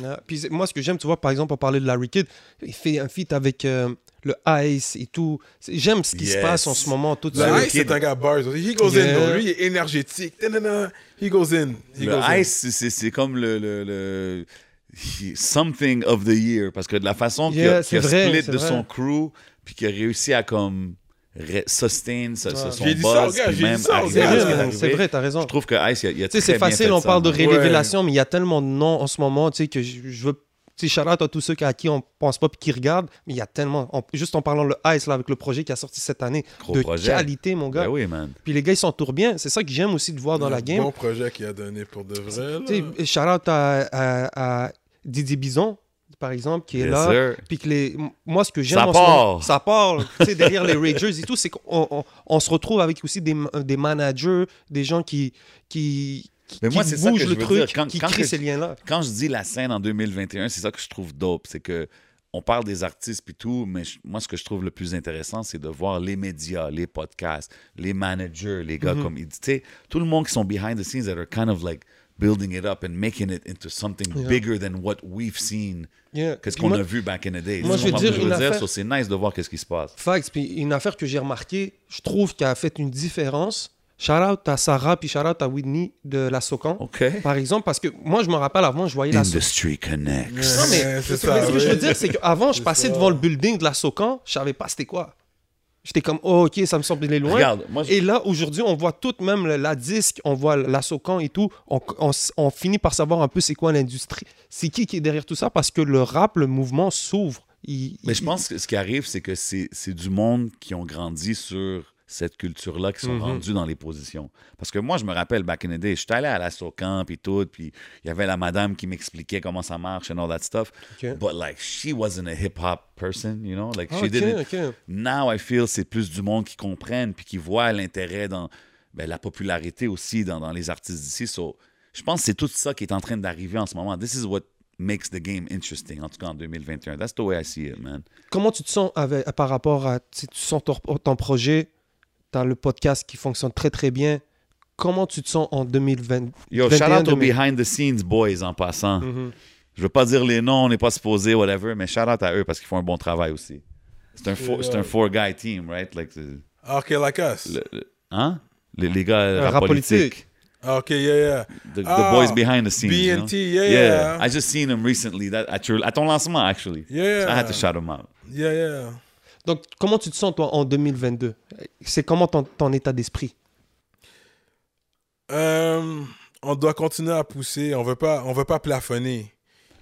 Speaker 3: Ah, puis c'est- moi, ce que j'aime, tu vois, par exemple, on parlait de Larry Kidd, il fait un feat avec euh, le Ice et tout. C'est- J'aime ce qui se
Speaker 4: Yes. Bah
Speaker 3: passe en ce moment, tout ça.
Speaker 5: Le
Speaker 4: Larry
Speaker 5: Ice,
Speaker 4: Kidd.
Speaker 5: c'est un gars bars. He goes
Speaker 3: Yeah.
Speaker 5: in, bro. lui, il est énergétique. Ta- na- na. He goes in. He goes in.
Speaker 4: Le Ice, c'est- c'est- c'est comme le, le- le- he- something of the year parce que de la façon qu'il a-
Speaker 3: Yeah,
Speaker 4: qu'il a,
Speaker 3: c'est vrai,
Speaker 4: split
Speaker 3: c'est
Speaker 4: de
Speaker 3: vrai.
Speaker 4: son crew puis qu'il a réussi à comme re- sustain ce-
Speaker 3: Ah.
Speaker 4: ce- son
Speaker 5: J'ai dit ça aux
Speaker 4: buzz
Speaker 5: gars,
Speaker 4: puis
Speaker 5: j'ai
Speaker 4: même
Speaker 5: dit ça aux
Speaker 4: arriver
Speaker 3: C'est
Speaker 5: gars.
Speaker 4: à ce
Speaker 3: vrai,
Speaker 4: qu'il est
Speaker 3: man,
Speaker 4: arrivé.
Speaker 3: c'est vrai, t'as raison.
Speaker 4: Je trouve que Ice, il a, il a
Speaker 3: Tu sais, c'est
Speaker 4: très bien
Speaker 3: facile,
Speaker 4: fait
Speaker 3: on
Speaker 4: ça,
Speaker 3: parle de
Speaker 4: man.
Speaker 5: ré-
Speaker 3: révélation, mais il y a tellement de noms en ce moment, tu sais, que je, je veux. Tu sais, shout-out à tous ceux à qui on pense pas puis qui regardent, mais il y a tellement. en- juste en parlant le Ice, là, avec le projet qui a sorti cette année,
Speaker 4: Gros
Speaker 3: de
Speaker 4: projet.
Speaker 3: qualité, mon gars.
Speaker 4: Ben oui, man.
Speaker 3: Puis les gars, ils s'entourent bien. C'est ça que j'aime aussi de voir dans la game.
Speaker 5: Bon projet qu'il a donné pour de vrai. là.
Speaker 3: Tu sais, shout-out à, à- à Didier Bison, par exemple, qui est
Speaker 4: Yes,
Speaker 3: là.
Speaker 4: sir.
Speaker 3: Puis que les, m- moi, ce que j'aime
Speaker 4: Ça
Speaker 3: en ce moment,
Speaker 4: part.
Speaker 3: ça part, tu sais, derrière les Ragers et tout, c'est qu'on on, on se retrouve avec aussi des, m- des managers, des gens qui, qui, qui,
Speaker 4: Mais moi,
Speaker 3: qui
Speaker 4: c'est ça que
Speaker 3: bougent
Speaker 4: je
Speaker 3: le
Speaker 4: veux
Speaker 3: truc,
Speaker 4: dire. Quand-
Speaker 3: qui
Speaker 4: quand
Speaker 3: créent
Speaker 4: que-
Speaker 3: ces liens-là.
Speaker 4: Quand je dis la scène en 2021, c'est ça que je trouve dope. C'est que on parle des artistes puis tout, mais je- moi, ce que je trouve le plus intéressant, c'est de voir les médias, les podcasts, les managers, les gars
Speaker 3: Mhm.
Speaker 4: comme... Tu sais, tout le monde qui sont behind the scenes that are kind of like building it up and making it into something bigger than what we've seen,
Speaker 3: Yeah.
Speaker 4: qu'est-ce
Speaker 3: Puis
Speaker 4: qu'on
Speaker 3: moi-
Speaker 4: a vu back in the day.
Speaker 3: moi,
Speaker 4: Tu
Speaker 3: je vais
Speaker 4: comprends ce que
Speaker 3: dire une affaire-
Speaker 4: So, c'est nice de voir qu'est-ce qui se passe.
Speaker 3: Facts. Puis une affaire que j'ai remarquée, je trouve qu'elle a fait une différence. Shout-out à Sarah, puis shout-out à Whitney de la Socan,
Speaker 4: OK.
Speaker 3: par exemple, parce que moi, je me rappelle avant, je voyais la Socan.
Speaker 4: Industry Connects.
Speaker 3: Non, mais
Speaker 5: Ouais, c'est
Speaker 3: mais
Speaker 5: ça.
Speaker 3: ce que je veux
Speaker 5: oui.
Speaker 3: dire, c'est qu'avant, je passais
Speaker 5: ça.
Speaker 3: devant le building de la Socan, je savais pas c'était quoi. J'étais comme, oh, ok, ça me semblait loin.
Speaker 4: Regarde, moi, je-
Speaker 3: Et là, aujourd'hui, on voit tout, même le- la disque, on voit la Socan et tout. On, on s- on finit par savoir un peu c'est quoi l'industrie. C'est qui qui est derrière tout ça parce que le rap, le mouvement s'ouvre. Il-
Speaker 4: Mais
Speaker 3: il-
Speaker 4: je pense que ce qui arrive, c'est que c'est c'est du monde qui ont grandi sur cette culture-là, qui sont
Speaker 3: Mhm.
Speaker 4: rendus dans les positions. Parce que moi, je me rappelle, back in the day, j'étais allé à la Socan, puis tout, puis il y avait la madame qui m'expliquait comment ça marche and all that stuff.
Speaker 3: Ok.
Speaker 4: But like, she wasn't a hip-hop person, you know? Like,
Speaker 3: Ah,
Speaker 4: she
Speaker 3: ok,
Speaker 4: didn't...
Speaker 3: ok.
Speaker 4: Now, I feel c'est plus du monde qui comprennent, puis qui voit l'intérêt dans ben, la popularité aussi dans, dans les artistes d'ici. So, je pense que c'est tout ça qui est en train d'arriver en ce moment. This is what makes the game interesting, en tout cas en 2021. That's the way I see it, man.
Speaker 3: Comment tu te sens avec- par rapport à. Tu sais, tu sens ton, ton projet, tu as le podcast qui fonctionne très très bien. Comment tu te sens en 2020
Speaker 4: Yo, shout out aux
Speaker 3: 2021.
Speaker 4: behind the scenes boys en passant.
Speaker 3: Mm.
Speaker 4: Je veux pas dire les noms, on n'est pas supposé, whatever, mais shout out à eux parce qu'ils font un bon travail aussi. C'est un, four, c'est un four guy team, right? Like, euh,
Speaker 5: Ok, like us.
Speaker 4: le- le- hein? Les, les gars, rap,
Speaker 3: Euh, rap politique.
Speaker 4: politique.
Speaker 5: Ok, yeah, yeah.
Speaker 4: The, the
Speaker 5: Ah,
Speaker 4: boys behind the scenes. you know?
Speaker 5: BNT, yeah, yeah.
Speaker 4: I just seen them recently that, at, your, at ton lancement, actually.
Speaker 5: Yeah.
Speaker 4: So I had to shout them out.
Speaker 5: Yeah, yeah.
Speaker 3: Donc, comment tu te sens, toi, en 2022 C'est comment ton, ton état d'esprit
Speaker 5: Euh, on doit continuer à pousser. On veut pas, on veut pas plafonner.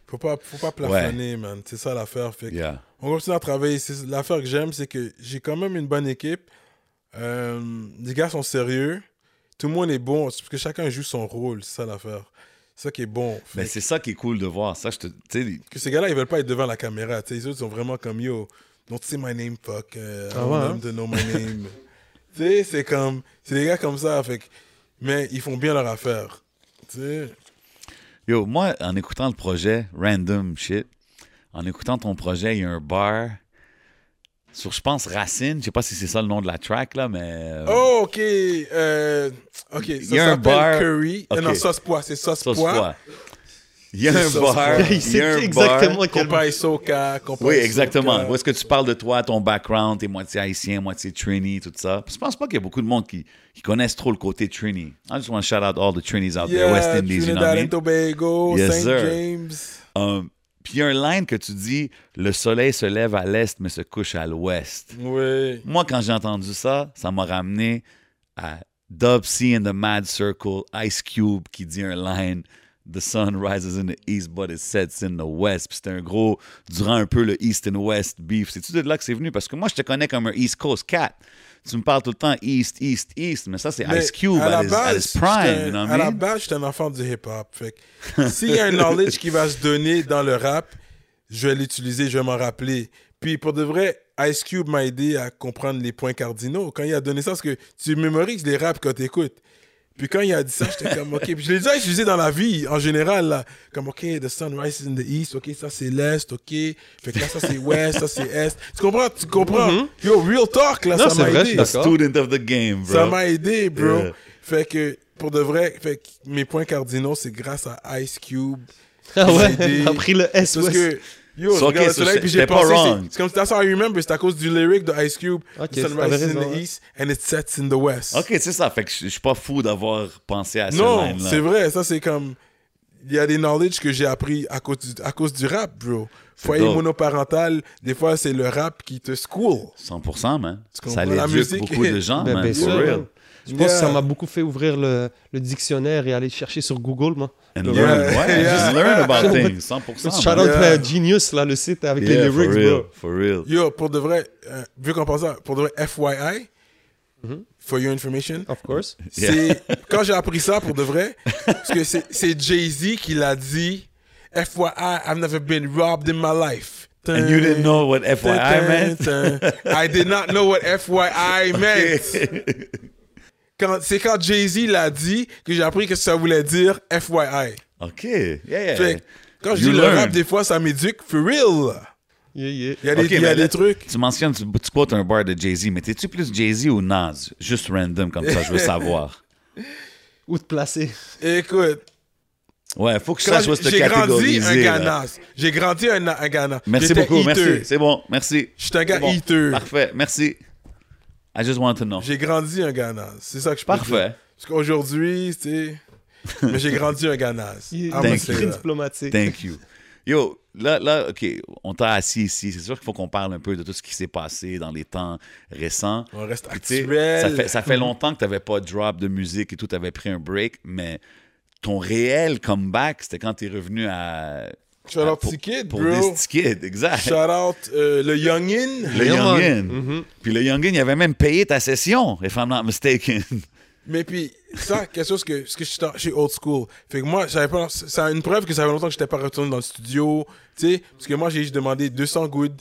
Speaker 5: Faut pas, faut pas plafonner, man. C'est ça l'affaire. Fait que
Speaker 4: Yeah.
Speaker 5: On continue à travailler. C'est- L'affaire que j'aime, c'est que j'ai quand même une bonne équipe. Euh, les gars sont sérieux. Tout le monde est bon. C'est parce que chacun joue son rôle. C'est ça l'affaire. C'est ça qui est bon. Fait
Speaker 4: Mais c'est ça qui est cool de voir. Ça, je te. tu sais,
Speaker 5: que ces gars-là, ils veulent pas être devant la caméra. tu sais, les autres sont vraiment comme yo. Don't say my name, fuck. Euh, I
Speaker 3: Ah
Speaker 5: don't
Speaker 3: ouais,
Speaker 5: want
Speaker 3: hein?
Speaker 5: them to know my name. tu sais, c'est comme. C'est des gars comme ça. Fait que- mais ils font bien leur affaire. Tu sais.
Speaker 4: Yo, moi, en écoutant le projet, random shit, en écoutant ton projet, il y a un bar sur, je pense, Racine. Je sais pas si c'est ça le nom de la track, là, mais. euh,
Speaker 5: Oh, ok. Euh, ok. Ça
Speaker 4: y a un
Speaker 5: s'appelle
Speaker 4: bar.
Speaker 5: Curry. Euh,
Speaker 4: Ok.
Speaker 5: non, sauce pois. C'est sauce,
Speaker 4: sauce
Speaker 5: pois.
Speaker 4: pois. Il y a
Speaker 5: C'est
Speaker 4: un bar.
Speaker 5: sauce pois.
Speaker 4: Il y a un bar.
Speaker 3: quel
Speaker 5: Compa Isoka, Compa
Speaker 4: Oui,
Speaker 5: Isoka. euh,
Speaker 4: exactement. Où est-ce que tu parles de toi, ton background, t'es moitié haïtien, moitié Trini, tout ça. Puis je pense pas qu'il y a beaucoup de monde qui, qui connaissent trop le côté Trini. I just want to shout out all the Trinis out there, West Indies, you know what I
Speaker 5: Trinidad
Speaker 4: mean?
Speaker 5: and Tobago,
Speaker 4: Yes,
Speaker 5: St.
Speaker 4: sir.
Speaker 5: James.
Speaker 4: Um, Puis il y a un line que tu dis le soleil se lève à l'est mais se couche à l'ouest.
Speaker 5: Oui.
Speaker 4: Moi, quand j'ai entendu ça, ça m'a ramené à Dub C and the Mad Circle, Ice Cube qui dit un line The sun rises in the east, but it sets in the west. Puis c'était un gros, durant un peu le east and west beef. C'est-tu de là que c'est venu? Parce que moi, je te connais comme un East Coast cat. Tu me parles tout le temps east, east, east, mais ça, c'est
Speaker 5: Mais
Speaker 4: Ice Cube
Speaker 5: la
Speaker 4: à his- at
Speaker 5: base,
Speaker 4: his prime.
Speaker 5: j'étais-
Speaker 4: You know
Speaker 5: à
Speaker 4: what I
Speaker 5: la
Speaker 4: mean?
Speaker 5: base, j'étais un enfant du hip-hop. Fait que s'il y a un knowledge qui va se donner dans le rap, je vais l'utiliser, je vais m'en rappeler. Puis pour de vrai, Ice Cube m'a aidé à comprendre les points cardinaux. Quand il a donné ça, parce que tu mémorises les raps quand t'écoutes. Puis quand il a dit ça, j'étais comme, OK. Puis je l'ai déjà utilisé dans la vie, en général, là. Comme, OK, the sun rises in the east. OK, ça, c'est l'est. OK. Fait que là, ça, c'est ouest. Ça, c'est est. Tu comprends? Tu comprends?
Speaker 4: Mm-hmm.
Speaker 5: Yo, real talk, là,
Speaker 3: Non,
Speaker 5: ça
Speaker 3: c'est
Speaker 5: m'a
Speaker 3: vrai, je
Speaker 5: aidé.
Speaker 3: suis d'accord.
Speaker 4: Student of the game, bro.
Speaker 5: Ça m'a aidé, bro.
Speaker 4: Yeah.
Speaker 5: Fait que, pour de vrai, fait que mes points cardinaux, c'est grâce à Ice Cube.
Speaker 3: Ah ouais,
Speaker 5: J'ai aidé.
Speaker 3: t'as pris le S.
Speaker 5: Parce
Speaker 3: ouais.
Speaker 5: que, yo,
Speaker 4: So,
Speaker 5: je
Speaker 4: ok,
Speaker 5: regarde le
Speaker 4: so
Speaker 5: soleil,
Speaker 4: c'est-
Speaker 5: puis j'ai
Speaker 4: t'es pas
Speaker 5: pensé,
Speaker 4: wrong.
Speaker 5: c'est- c'est comme ça, ça, I remember, c'est à cause du lyric de Ice Cube.
Speaker 3: Ok,
Speaker 5: The sun
Speaker 3: t'avais
Speaker 5: rises in
Speaker 3: raison,
Speaker 5: the
Speaker 3: ouais.
Speaker 5: east and it sets in the west.
Speaker 4: OK, c'est ça. Fait que je je suis pas fou d'avoir pensé à ce
Speaker 5: Non,
Speaker 4: line-là.
Speaker 5: c'est vrai, ça, c'est comme, il y a des knowledge que j'ai appris à cause du, à cause du rap, bro. Foyer
Speaker 4: dope.
Speaker 5: monoparental, des fois, c'est le rap qui te school.
Speaker 4: 100%, man.
Speaker 5: Tu comprends?
Speaker 4: Ça
Speaker 5: La
Speaker 4: l'éduque
Speaker 5: musique-
Speaker 4: beaucoup de gens,
Speaker 3: Ben,
Speaker 4: Ah, man.
Speaker 3: bien
Speaker 4: for
Speaker 3: sûr.
Speaker 4: real.
Speaker 3: Je pense que ça
Speaker 5: Yeah.
Speaker 3: m'a beaucoup fait ouvrir le, le dictionnaire et aller chercher sur Google, moi.
Speaker 4: And
Speaker 5: Yeah.
Speaker 4: learn. Ouais,
Speaker 5: Yeah.
Speaker 4: just learn about things. 100%.
Speaker 3: Shout
Speaker 4: man.
Speaker 3: out
Speaker 5: Yeah.
Speaker 3: à Genius, là, le site avec
Speaker 4: Yeah,
Speaker 3: les
Speaker 4: for
Speaker 3: lyrics,
Speaker 4: real.
Speaker 3: bro.
Speaker 4: For real.
Speaker 5: Yo, pour de vrai, euh, vu qu'on pense à, pour de vrai, FYI, for your information,
Speaker 3: Of course.
Speaker 5: C'est quand j'ai appris ça pour de vrai, parce que c'est- c'est Jay-Z qui l'a dit. FYI, I've never been robbed in my life.
Speaker 4: And you didn't know what FYI meant?
Speaker 5: I did not know what FYI meant. Quand- C'est quand Jay-Z l'a dit que j'ai appris que ça voulait dire FYI.
Speaker 4: OK. Yeah, yeah.
Speaker 5: Fait que quand je
Speaker 4: Eh. You
Speaker 5: dis le
Speaker 4: learn.
Speaker 5: rap, des fois, ça m'éduque. For real.
Speaker 3: Yeah, yeah.
Speaker 5: Il y a des,
Speaker 4: Ok,
Speaker 5: il y a
Speaker 4: mais
Speaker 5: des
Speaker 4: là,
Speaker 5: trucs.
Speaker 4: Tu mentionnes, tu, tu quotes un bar de Jay-Z, mais t'es-tu plus Jay-Z ou Nas? Juste random comme ça, je veux savoir.
Speaker 3: Où te placer
Speaker 5: Écoute,
Speaker 4: Ouais, faut que je
Speaker 5: quand
Speaker 4: sache où se
Speaker 5: j'ai grandi un
Speaker 4: catégoriser. là.
Speaker 5: Ganas. J'ai grandi un, un Ganas.
Speaker 4: Merci
Speaker 5: J'étais
Speaker 4: beaucoup,
Speaker 5: heater.
Speaker 4: merci. C'est bon, merci.
Speaker 5: J'étais un gars
Speaker 4: C'est bon.
Speaker 5: heater.
Speaker 4: Parfait, merci. I just want to know.
Speaker 5: J'ai grandi un Ganas. C'est ça que je peux
Speaker 4: Parfait.
Speaker 5: dire. Parce qu'aujourd'hui, tu sais. Mais j'ai grandi un Ganas.
Speaker 3: Il
Speaker 5: Ah,
Speaker 3: est
Speaker 5: mais
Speaker 4: Thank
Speaker 5: c'est
Speaker 4: you.
Speaker 3: très
Speaker 5: vrai.
Speaker 3: diplomatique.
Speaker 4: Thank you. Yo, là, là, OK, on t'a assis ici. C'est sûr qu'il faut qu'on parle un peu de tout ce qui s'est passé dans les temps récents.
Speaker 5: On reste
Speaker 4: Puis, tu sais,
Speaker 5: actuel. Mm-hmm.
Speaker 4: Ça fait, ça fait longtemps que t'avais pas drop de musique et tout, t'avais pris un break, mais ton réel comeback, c'était quand t'es revenu à...
Speaker 5: Shout out
Speaker 4: pour-
Speaker 5: T-Kid,
Speaker 4: Pour
Speaker 5: bro.
Speaker 4: This Kid, exact.
Speaker 5: Shout out Mm-hmm. euh, le Youngin.
Speaker 4: Le
Speaker 3: Yeah, man.
Speaker 4: Youngin.
Speaker 3: Mm-hmm.
Speaker 4: Puis le Youngin, il avait même payé ta session, if I'm not mistaken.
Speaker 5: Mais puis, ça, quelque chose que, parce que je suis dans- je suis old school. Fait que moi, j'avais pas, c'est une preuve que ça fait longtemps que j'étais pas retourné dans le studio. Tu sais, parce que moi, j'ai juste demandé 200 good.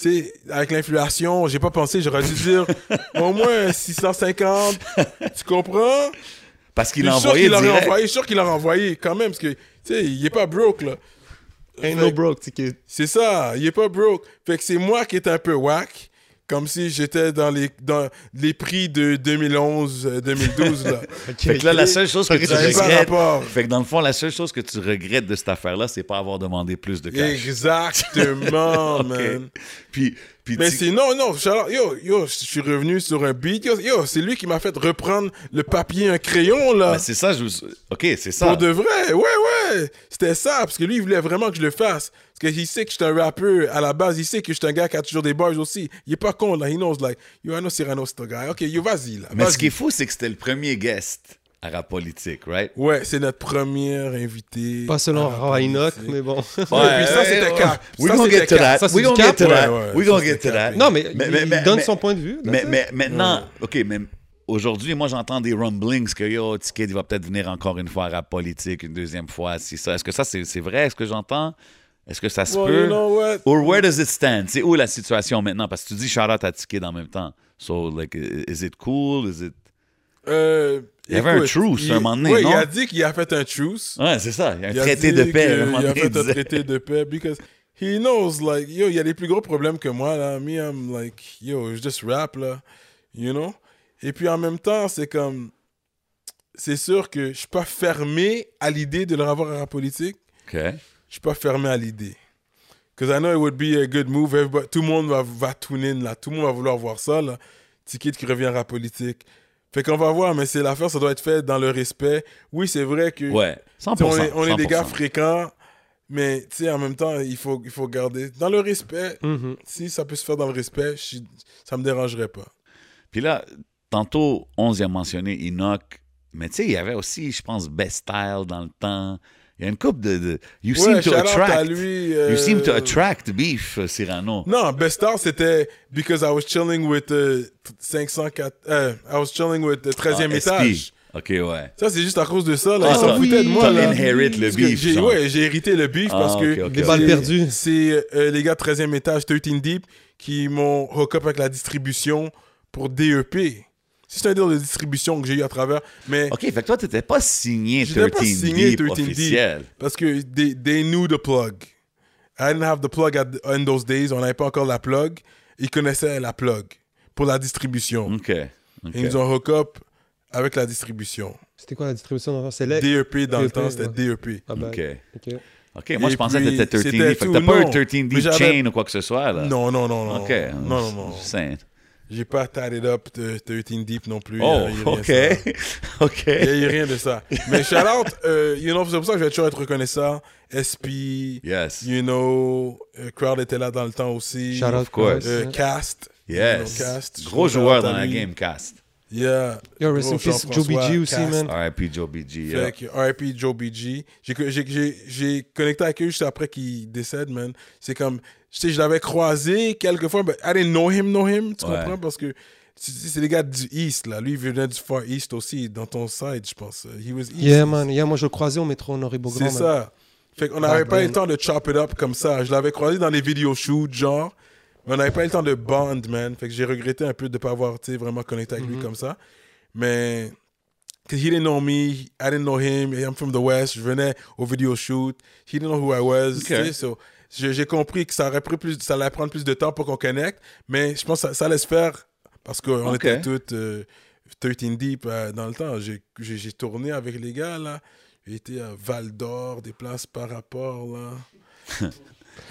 Speaker 5: Tu sais, avec l'inflation, j'ai pas pensé, j'aurais dû dire au moins 650. Tu comprends?
Speaker 4: Parce qu'il
Speaker 5: Je
Speaker 4: a
Speaker 5: suis sûr
Speaker 4: envoyé
Speaker 5: qu'il l'a
Speaker 4: direct.
Speaker 5: renvoyé, je suis sûr qu'il l'a renvoyé quand même, parce que, tu sais, il est pas broke, là.
Speaker 3: Ain't no broke, ticket.
Speaker 5: C'est ça, il est pas broke. Fait que c'est moi qui est un peu whack, comme si j'étais dans les, dans les prix de euh, 2011-2012, là.
Speaker 4: Fait que là, la seule chose que tu
Speaker 5: Ça avait pas
Speaker 4: regrettes...
Speaker 5: rapport.
Speaker 4: Fait que dans le fond, la seule chose que tu regrettes de cette affaire-là, c'est pas avoir demandé plus de cash.
Speaker 5: Exactement,
Speaker 4: OK.
Speaker 5: man.
Speaker 4: Puis, puis
Speaker 5: Mais
Speaker 4: tu-
Speaker 5: c'est non, non, shout-out. yo, yo, je suis revenu sur un beat. Yo, yo, c'est lui qui m'a fait reprendre le papier, un crayon, là.
Speaker 4: Ben, c'est ça, je vous... OK, c'est ça.
Speaker 5: Pour de vrai, ouais, ouais. C'était ça, parce que lui, il voulait vraiment que je le fasse. Parce qu'il sait que je suis un rappeur à la base. Il sait que je suis un gars qui a toujours des bars aussi. Il est pas con, là. He knows, like, yo, I know Cyrano, c'est un gars. OK, yo, vas-y, là.
Speaker 4: Mais
Speaker 5: vas-y.
Speaker 4: ce qui est fou, c'est que c'était le premier guest à Rap Politique, right?
Speaker 5: Ouais, c'est notre premier invité.
Speaker 3: Pas selon
Speaker 5: Ah,
Speaker 3: Roanoke,
Speaker 5: c'est-
Speaker 3: mais bon.
Speaker 5: Ouais, puis ça, c'était cap.
Speaker 4: We're
Speaker 5: Ça,
Speaker 4: gonna
Speaker 5: c'était
Speaker 4: get to
Speaker 5: cap.
Speaker 4: that.
Speaker 3: Ça, c'est
Speaker 4: We're
Speaker 3: du
Speaker 4: gonna get
Speaker 3: cap.
Speaker 4: to that.
Speaker 5: Ouais, ouais,
Speaker 4: We're
Speaker 5: ça,
Speaker 4: gonna
Speaker 5: c'est
Speaker 4: get to
Speaker 5: du cap.
Speaker 4: that.
Speaker 3: Non, mais,
Speaker 4: Mais-
Speaker 3: il-
Speaker 4: mais-
Speaker 3: il
Speaker 4: mais-
Speaker 3: donne
Speaker 4: mais-
Speaker 3: son point de vue.
Speaker 4: Mais,
Speaker 3: that's it.
Speaker 4: mais maintenant, OK, mais aujourd'hui, moi, j'entends des rumblings que yo, Ticket, il va peut-être venir encore une fois à Rap Politique, une deuxième fois, si ça. Est-ce que ça, c'est c'est vrai? Est-ce que j'entends? Est-ce que ça se
Speaker 5: Well,
Speaker 4: peut?
Speaker 5: you know what?
Speaker 4: Or where does it stand? C'est où la situation maintenant? Parce que tu dis shout out à Ticket en même temps. So, like, is it cool? Is it.
Speaker 5: Euh,
Speaker 4: Il y avait un
Speaker 5: écoute,
Speaker 4: truce,
Speaker 5: il-
Speaker 4: un moment donné,
Speaker 5: ouais,
Speaker 4: non?
Speaker 5: il a dit qu'il a fait un truce.
Speaker 4: Ouais, c'est ça. Il y a un
Speaker 5: Il a
Speaker 4: traité
Speaker 5: dit
Speaker 4: de paix.
Speaker 5: que-
Speaker 4: à un moment
Speaker 5: Il a
Speaker 4: donné,
Speaker 5: fait
Speaker 4: il
Speaker 5: un
Speaker 4: disait.
Speaker 5: traité de paix because he knows like yo, il y a des plus gros problèmes que moi là. Me I'm like yo, je just rap là, you know. Et puis en même temps, c'est comme c'est sûr que je suis pas fermé à l'idée de le revoir à la politique.
Speaker 4: OK.
Speaker 5: Je suis pas fermé à l'idée. Because I know it would be a good move. Everybody- tout le monde va, va tune in là. Tout le monde va vouloir voir ça là. Ticket qui revient à la politique. Fait qu'on va voir, mais c'est l'affaire, ça doit être fait dans le respect. Oui, c'est vrai que
Speaker 4: Ouais, 100%.
Speaker 5: on est, on est des gars
Speaker 4: 100%.
Speaker 5: fréquents. Mais tu sais, en même temps, il faut, il faut garder dans le respect.
Speaker 3: Mhm.
Speaker 5: Si ça peut se faire dans le respect, je suis- ça me dérangerait pas.
Speaker 4: Puis là, tantôt, 11 a mentionné Enoch, mais tu sais, il y avait aussi, je pense, Best Style dans le temps. Il y a une coupe de, de- You seem
Speaker 5: Ouais,
Speaker 4: to
Speaker 5: shout-out à
Speaker 4: attract.
Speaker 5: lui,
Speaker 4: You
Speaker 5: euh,
Speaker 4: seem to attract beef, euh, Cyrano.
Speaker 5: Non, Best Star, c'était Because I was chilling with euh, 504. euh, I was chilling with the 13e
Speaker 4: Ah, SP.
Speaker 5: étage.
Speaker 4: Ok, ouais.
Speaker 5: Ça, c'est juste à cause de ça. Là.
Speaker 4: Ah,
Speaker 5: Ils s'en
Speaker 4: oui.
Speaker 5: foutaient de moi.
Speaker 4: T'en
Speaker 5: Là.
Speaker 4: inherit le
Speaker 5: Parce que
Speaker 4: beef,
Speaker 5: j'ai-
Speaker 4: genre.
Speaker 5: Ouais, j'ai hérité le beef
Speaker 4: Ah,
Speaker 5: parce que.
Speaker 4: ok, ok,
Speaker 3: Des
Speaker 4: ok.
Speaker 3: balles
Speaker 5: c'est-
Speaker 3: perdues.
Speaker 5: C'est euh, les gars de 13e étage, 13 Deep, qui m'ont hook up avec la distribution pour DEP. C'est un deal de distribution que j'ai eu à travers. Mais
Speaker 4: Ok, fait que toi, t'étais pas signé
Speaker 5: J'étais
Speaker 4: 13
Speaker 5: pas signé
Speaker 4: Deep
Speaker 5: 13 Deep.
Speaker 4: officiel.
Speaker 5: Parce que they, they knew the plug. I didn't have the plug at, in those days. On n'avait pas encore la plug. Ils connaissaient la plug pour la distribution.
Speaker 4: Ok. Mm, ok.
Speaker 5: Et ils nous ont hook up avec la distribution.
Speaker 3: C'était quoi la distribution d'enfants? C'est là.
Speaker 5: DEP dans le
Speaker 3: DEP,
Speaker 5: temps, c'était E DEP.
Speaker 3: Ah ben,
Speaker 4: Ok.
Speaker 3: ok.
Speaker 4: Ok, moi,
Speaker 5: Et
Speaker 4: je pensais que
Speaker 5: puis,
Speaker 4: t'étais 13
Speaker 5: c'était
Speaker 4: Deep. Fait que
Speaker 5: tout.
Speaker 4: t'as pas
Speaker 5: Non.
Speaker 4: un 13
Speaker 5: Mais
Speaker 4: Deep
Speaker 5: j'avais-
Speaker 4: chain ou quoi que ce soit, là.
Speaker 5: Non, non, non, non.
Speaker 4: Ok.
Speaker 5: Non, non, non.
Speaker 4: Saint.
Speaker 5: J'ai pas tied it up de 13 Deep non plus.
Speaker 4: Oh,
Speaker 5: Il y a- il y a rien
Speaker 4: ok.
Speaker 5: de ça.
Speaker 4: ok.
Speaker 5: Il n'y a eu rien de ça. Mais shout-out, euh, you know, c'est pour ça que je vais toujours être reconnaissant. SP,
Speaker 4: Yes.
Speaker 5: you know, euh, Crowd était là dans le temps aussi.
Speaker 3: Shout out,
Speaker 4: Of course.
Speaker 3: Chris.
Speaker 5: Euh, Cast.
Speaker 4: Yes.
Speaker 5: You know, Cast.
Speaker 4: Gros
Speaker 5: Je trouve
Speaker 4: joueur
Speaker 5: shout-out
Speaker 4: dans
Speaker 5: à
Speaker 4: la
Speaker 5: lui.
Speaker 4: game, Cast.
Speaker 5: Yeah.
Speaker 3: Yo, rest in
Speaker 5: Gros
Speaker 3: peace, Joe
Speaker 5: Jean-François,
Speaker 3: BG aussi,
Speaker 5: Cast.
Speaker 3: man.
Speaker 4: RIP Joe BG.
Speaker 5: Fait
Speaker 4: yeah.
Speaker 5: que RIP Joe BG. J'ai que- j'ai- J'ai j'ai connecté avec eux juste après qu'il décède, man. C'est comme, je sais, je l'avais croisé quelques fois, mais I didn't know him, know him. Tu
Speaker 4: Ouais.
Speaker 5: comprends? Parce que c'est c'est les gars du East, là. Lui, il venait du Far East aussi, dans ton side, je pense. Euh, He was East.
Speaker 3: Yeah, man. Yeah, moi, je le croisais au métro Honoré-Beaugrand.
Speaker 5: C'est
Speaker 3: man.
Speaker 5: ça. Fait qu'on n'avait
Speaker 3: Bad
Speaker 5: pas eu
Speaker 3: man.
Speaker 5: le temps de chop it up comme ça. Je l'avais croisé dans les vidéos shoots, genre. Mais on n'avait pas eu le temps de bond, man. Fait que j'ai regretté un peu de ne pas avoir tu sais, vraiment connecté avec lui comme ça. Mais. Cause he didn't know me, I didn't know him, I'm from the West, je venais au video shoot, he didn't know who I was, tu sais, so, j'ai j'ai compris que ça aurait pris plus, ça allait prendre plus de temps pour qu'on connecte, mais je pense que ça, ça allait se faire parce qu'on
Speaker 4: Ok.
Speaker 5: était tous euh, 13 deep euh, dans le temps. J'ai- J'ai j'ai tourné avec les gars là, j'ai été à Val d'Or, des places par rapport là.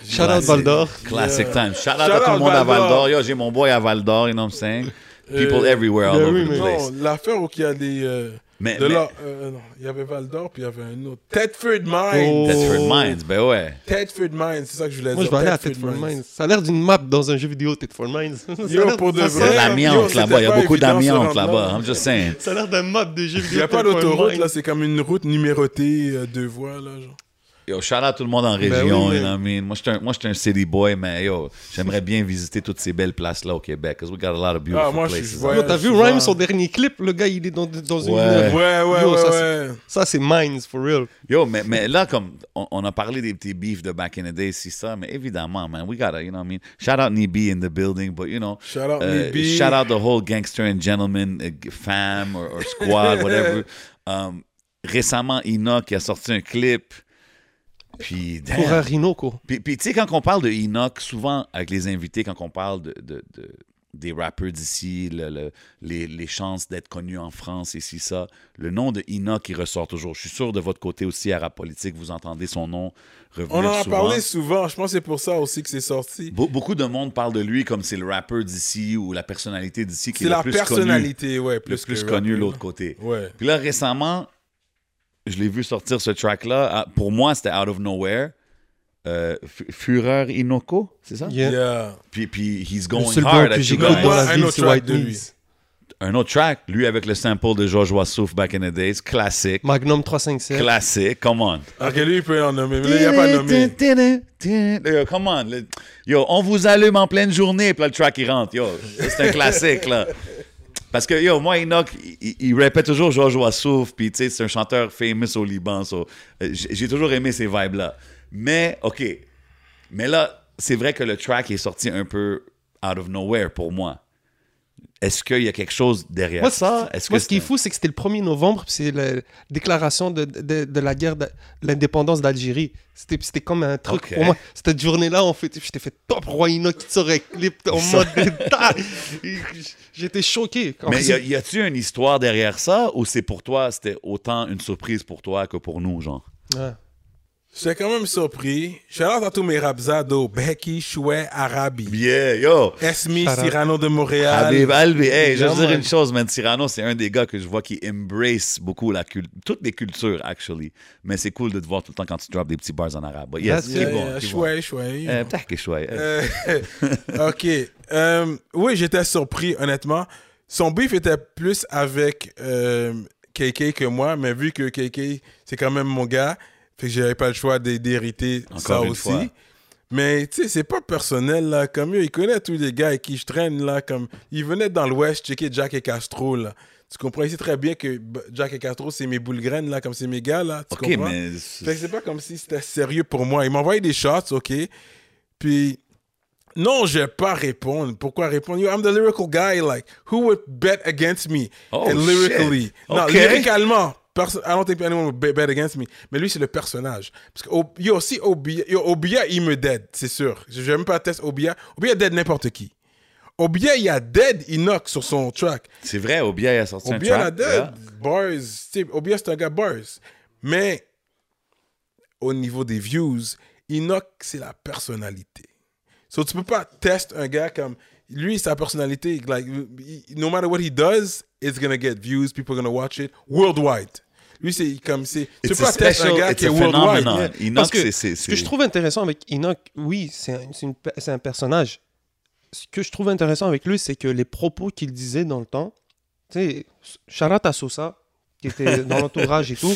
Speaker 3: Shout out Val d'Or.
Speaker 4: Classic
Speaker 5: Yeah.
Speaker 4: time. Shout out
Speaker 5: Shout
Speaker 4: à tout le
Speaker 5: out
Speaker 4: monde à
Speaker 5: Val
Speaker 4: Val d'Or.
Speaker 5: d'Or.
Speaker 4: Yo, j'ai mon boy à Val d'Or, you know what I'm saying? People
Speaker 5: Euh,
Speaker 4: everywhere, all
Speaker 3: ben
Speaker 4: over
Speaker 3: oui,
Speaker 4: the
Speaker 3: mais-
Speaker 4: place.
Speaker 5: Non, l'affaire où il y a des. euh,
Speaker 4: Mais-
Speaker 5: de
Speaker 4: mais-
Speaker 5: là, euh, non, il y avait Val d'Or, puis il y avait un autre. Tedford Mines!
Speaker 3: Oh.
Speaker 4: That's for mines, ben ouais.
Speaker 5: Tedford Mines, c'est ça que je voulais
Speaker 3: Moi, je
Speaker 5: dire.
Speaker 3: vais aller à Tetford
Speaker 5: Tedford
Speaker 3: Mines. Ça a l'air d'une map dans un jeu vidéo, Tetford Mines. Ça a
Speaker 5: Yo,
Speaker 3: l'air-
Speaker 5: pour
Speaker 4: Il y a
Speaker 3: ça-
Speaker 5: de
Speaker 4: de
Speaker 5: vrai, yo,
Speaker 4: l'amiante
Speaker 5: c'était
Speaker 4: là-bas. Il y a
Speaker 5: pas
Speaker 4: beaucoup
Speaker 5: évident ce
Speaker 4: d'amiante
Speaker 5: rendre-là.
Speaker 4: là-bas. I'm just saying.
Speaker 3: Ça a l'air d'un map de jeu
Speaker 5: Il
Speaker 3: vidéo.
Speaker 5: n'y a pas
Speaker 3: Tetford
Speaker 5: d'autoroute,
Speaker 3: Mines.
Speaker 5: là, c'est comme une route numérotée euh, deux voies, là, genre.
Speaker 4: Yo, shout out tout le monde en
Speaker 3: Ben
Speaker 4: région,
Speaker 3: oui,
Speaker 4: you know what
Speaker 3: mais-
Speaker 4: I mean? Moi, je suis un- moi, je suis un city boy, mais yo, j'aimerais bien visiter toutes ces belles places-là au Québec, because we got a lot of beautiful
Speaker 5: Ah, moi, je suis-
Speaker 4: places. hein.
Speaker 5: je voyage.
Speaker 3: Yo, T'as vu
Speaker 5: souvent.
Speaker 3: Rhyme, son dernier clip? Le gars, il est dans, dans une. euh,
Speaker 4: Ouais.
Speaker 5: Ouais, ouais,
Speaker 3: Yo,
Speaker 5: ouais,
Speaker 3: ça,
Speaker 5: ouais.
Speaker 3: c'est- Ça, c'est Mines, for real.
Speaker 4: Yo, mais, mais là, comme on, on a parlé des petits beefs de back in the day, si ça, mais évidemment, man, we gotta, you know what I mean? Shout out Nibi in the building, but you know.
Speaker 5: Shout out
Speaker 4: uh,
Speaker 5: Nibi.
Speaker 4: Shout out the whole gangster and gentleman uh, g- fam or, or squad, whatever. Um, récemment, Enoch il a sorti un clip. Puis, damn.
Speaker 3: Pour un Rhinoco.
Speaker 4: Puis, puis, tu sais, quand on parle de Enoch, souvent avec les invités, quand on parle de, de- de- des rappeurs d'ici, le- le- les, les chances d'être connus en France, ici, ça, le nom de Enoch, il ressort toujours. Je suis sûr de votre côté aussi, à Rap Politique, vous entendez son nom revenir
Speaker 5: On en a
Speaker 4: souvent.
Speaker 5: parlé souvent. Je pense que c'est pour ça aussi que c'est sorti.
Speaker 4: Be- beaucoup de monde parle de lui comme c'est le rappeur d'ici ou la personnalité d'ici qui
Speaker 5: C'est
Speaker 4: est le
Speaker 5: la
Speaker 4: plus
Speaker 5: personnalité, ouais.
Speaker 4: connu, le
Speaker 5: Plus
Speaker 4: plus
Speaker 5: que
Speaker 4: connu
Speaker 5: rapper.
Speaker 4: l'autre côté.
Speaker 5: Ouais.
Speaker 4: Puis là, récemment, je l'ai vu sortir ce track-là. Ah, Pour moi, c'était Out of Nowhere. Euh, Fu- Fureur Inoko, c'est ça?
Speaker 3: Yeah.
Speaker 5: Yeah.
Speaker 4: Puis, puis he's
Speaker 3: Le
Speaker 4: going
Speaker 3: seul
Speaker 4: hard
Speaker 3: bon que
Speaker 4: at you
Speaker 3: j'écoute dans
Speaker 5: Moi,
Speaker 4: guys.
Speaker 3: la
Speaker 5: un
Speaker 3: vie,
Speaker 5: autre
Speaker 3: c'est
Speaker 5: track
Speaker 3: White
Speaker 5: de lui.
Speaker 3: Knees.
Speaker 4: Un autre track, lui avec le sample de George Wassouf back in the days, classique.
Speaker 3: Magnum 357.
Speaker 4: Classique, come on.
Speaker 5: Alors que lui, il peut en nommer, mais là, il n'y a pas nommé.
Speaker 4: Yo, come on. le- Yo, on vous allume en pleine journée, puis là, le track, il rentre. Yo, ça, c'est un classique, là. Parce que, yo, moi, Enoch, il, il- il rappait toujours George Wassouf, puis, tu sais, c'est un chanteur famous au Liban, so, euh, j'ai j'ai toujours aimé ces vibes-là. Mais, OK. Mais là, c'est vrai que le track est sorti un peu out of nowhere pour moi. Est-ce qu'il y a quelque chose derrière
Speaker 3: Moi,
Speaker 4: ça? Est-ce
Speaker 3: Moi, ce qui est
Speaker 4: c'est un-
Speaker 3: fou, c'est que c'était le 1er novembre, puis c'est la déclaration de, de- de la guerre, de l'indépendance d'Algérie. C'était c'était comme un truc
Speaker 4: Ok.
Speaker 3: pour moi. Cette journée-là, en fait, j'étais fait top Roy Enoch qui sort un clip en mode. Ah J'étais choqué. En
Speaker 4: Mais
Speaker 3: plus,
Speaker 4: y a- y a-tu une histoire derrière ça, ou c'est pour toi, c'était autant une surprise pour toi que pour nous, genre?
Speaker 3: ouais.
Speaker 5: J'étais quand même surpris. Shout-out à tous mes rapzado. Becky Chouet Arabi.
Speaker 4: Yeah, yo!
Speaker 5: Esmi
Speaker 3: Shout-out.
Speaker 5: Cyrano de Montréal.
Speaker 4: Habib Albi, hey, je veux
Speaker 5: Yeah,
Speaker 4: dire
Speaker 5: man.
Speaker 4: une chose, man. Cyrano, c'est un des gars que je vois qui embrace beaucoup la culture, toutes les cultures, actually. Mais c'est cool de te voir tout le temps quand tu drops des petits bars en arabe. But yes,
Speaker 3: That's
Speaker 4: keep
Speaker 5: Yeah,
Speaker 4: going,
Speaker 5: yeah,
Speaker 4: keep going.
Speaker 5: Chouet, Chouet.
Speaker 4: Eh, بتحكي شوي. Eh.
Speaker 5: Euh, ok. Euh, oui, j'étais surpris, honnêtement. Son beef était plus avec euh, KK que moi, mais vu que KK, c'est quand même mon gars, fait que j'avais pas le choix d'hé- d'hériter
Speaker 4: Encore
Speaker 5: ça
Speaker 4: une
Speaker 5: aussi.
Speaker 4: fois.
Speaker 5: Mais tu sais, c'est pas personnel, là. Comme eux, il connaît tous les gars avec qui je traîne, là. Comme, il venait dans l'Ouest checker Jack et Castro, là. Tu comprends? Il sait très bien que B- Jack et Castro, c'est mes boules graines, là, comme c'est mes gars, là. Tu
Speaker 4: OK,
Speaker 5: comprends?
Speaker 4: mais
Speaker 5: Fait que c'est pas comme si c'était sérieux pour moi. Il m'envoyait des shots, OK? Puis, non, je vais pas répondre. Pourquoi répondre? Yo, I'm the lyrical guy, like, who would bet against me?
Speaker 4: Oh,
Speaker 5: And lyrically.
Speaker 4: shit.
Speaker 5: Non,
Speaker 4: OK.
Speaker 5: lyricalement. Perso I don't think anyone would bet bet against me. Mais lui, c'est le personnage. Parce que, O- yo, si Obia, yo, Obia, il me dead, c'est sûr. Je vais même pas test Obia. Obia dead n'importe qui. Obia, il a dead Inox sur son track.
Speaker 4: c'est vrai, Obia a sorti un
Speaker 5: Obia la
Speaker 4: track.
Speaker 5: dead.
Speaker 4: yeah.
Speaker 5: Bars. tu sais, Obia, c'est un gars bars. Mais au niveau des views, Enoch, c'est la personnalité. So, tu peux pas test un gars comme. Lui, sa personnalité, like, he- no matter what he does, it's gonna get views, people are gonna watch it worldwide. Lui, c'est comme c'est. Tu peux
Speaker 4: It's
Speaker 5: pas
Speaker 4: a
Speaker 5: test un
Speaker 4: special-
Speaker 5: gars
Speaker 4: it's
Speaker 5: qui est
Speaker 4: a
Speaker 5: worldwide.
Speaker 4: phenomenon.
Speaker 5: Yeah.
Speaker 4: Enoch,
Speaker 3: Parce que
Speaker 4: c'est- c'est-
Speaker 3: ce que
Speaker 4: c'est-
Speaker 3: je trouve intéressant avec Enoch, oui, c'est un, c'est une pe- c'est un personnage. Ce que je trouve intéressant avec lui, c'est que les propos qu'il disait dans le temps, tu sais, Charat à Sosa, qui était dans l'entourage et tout,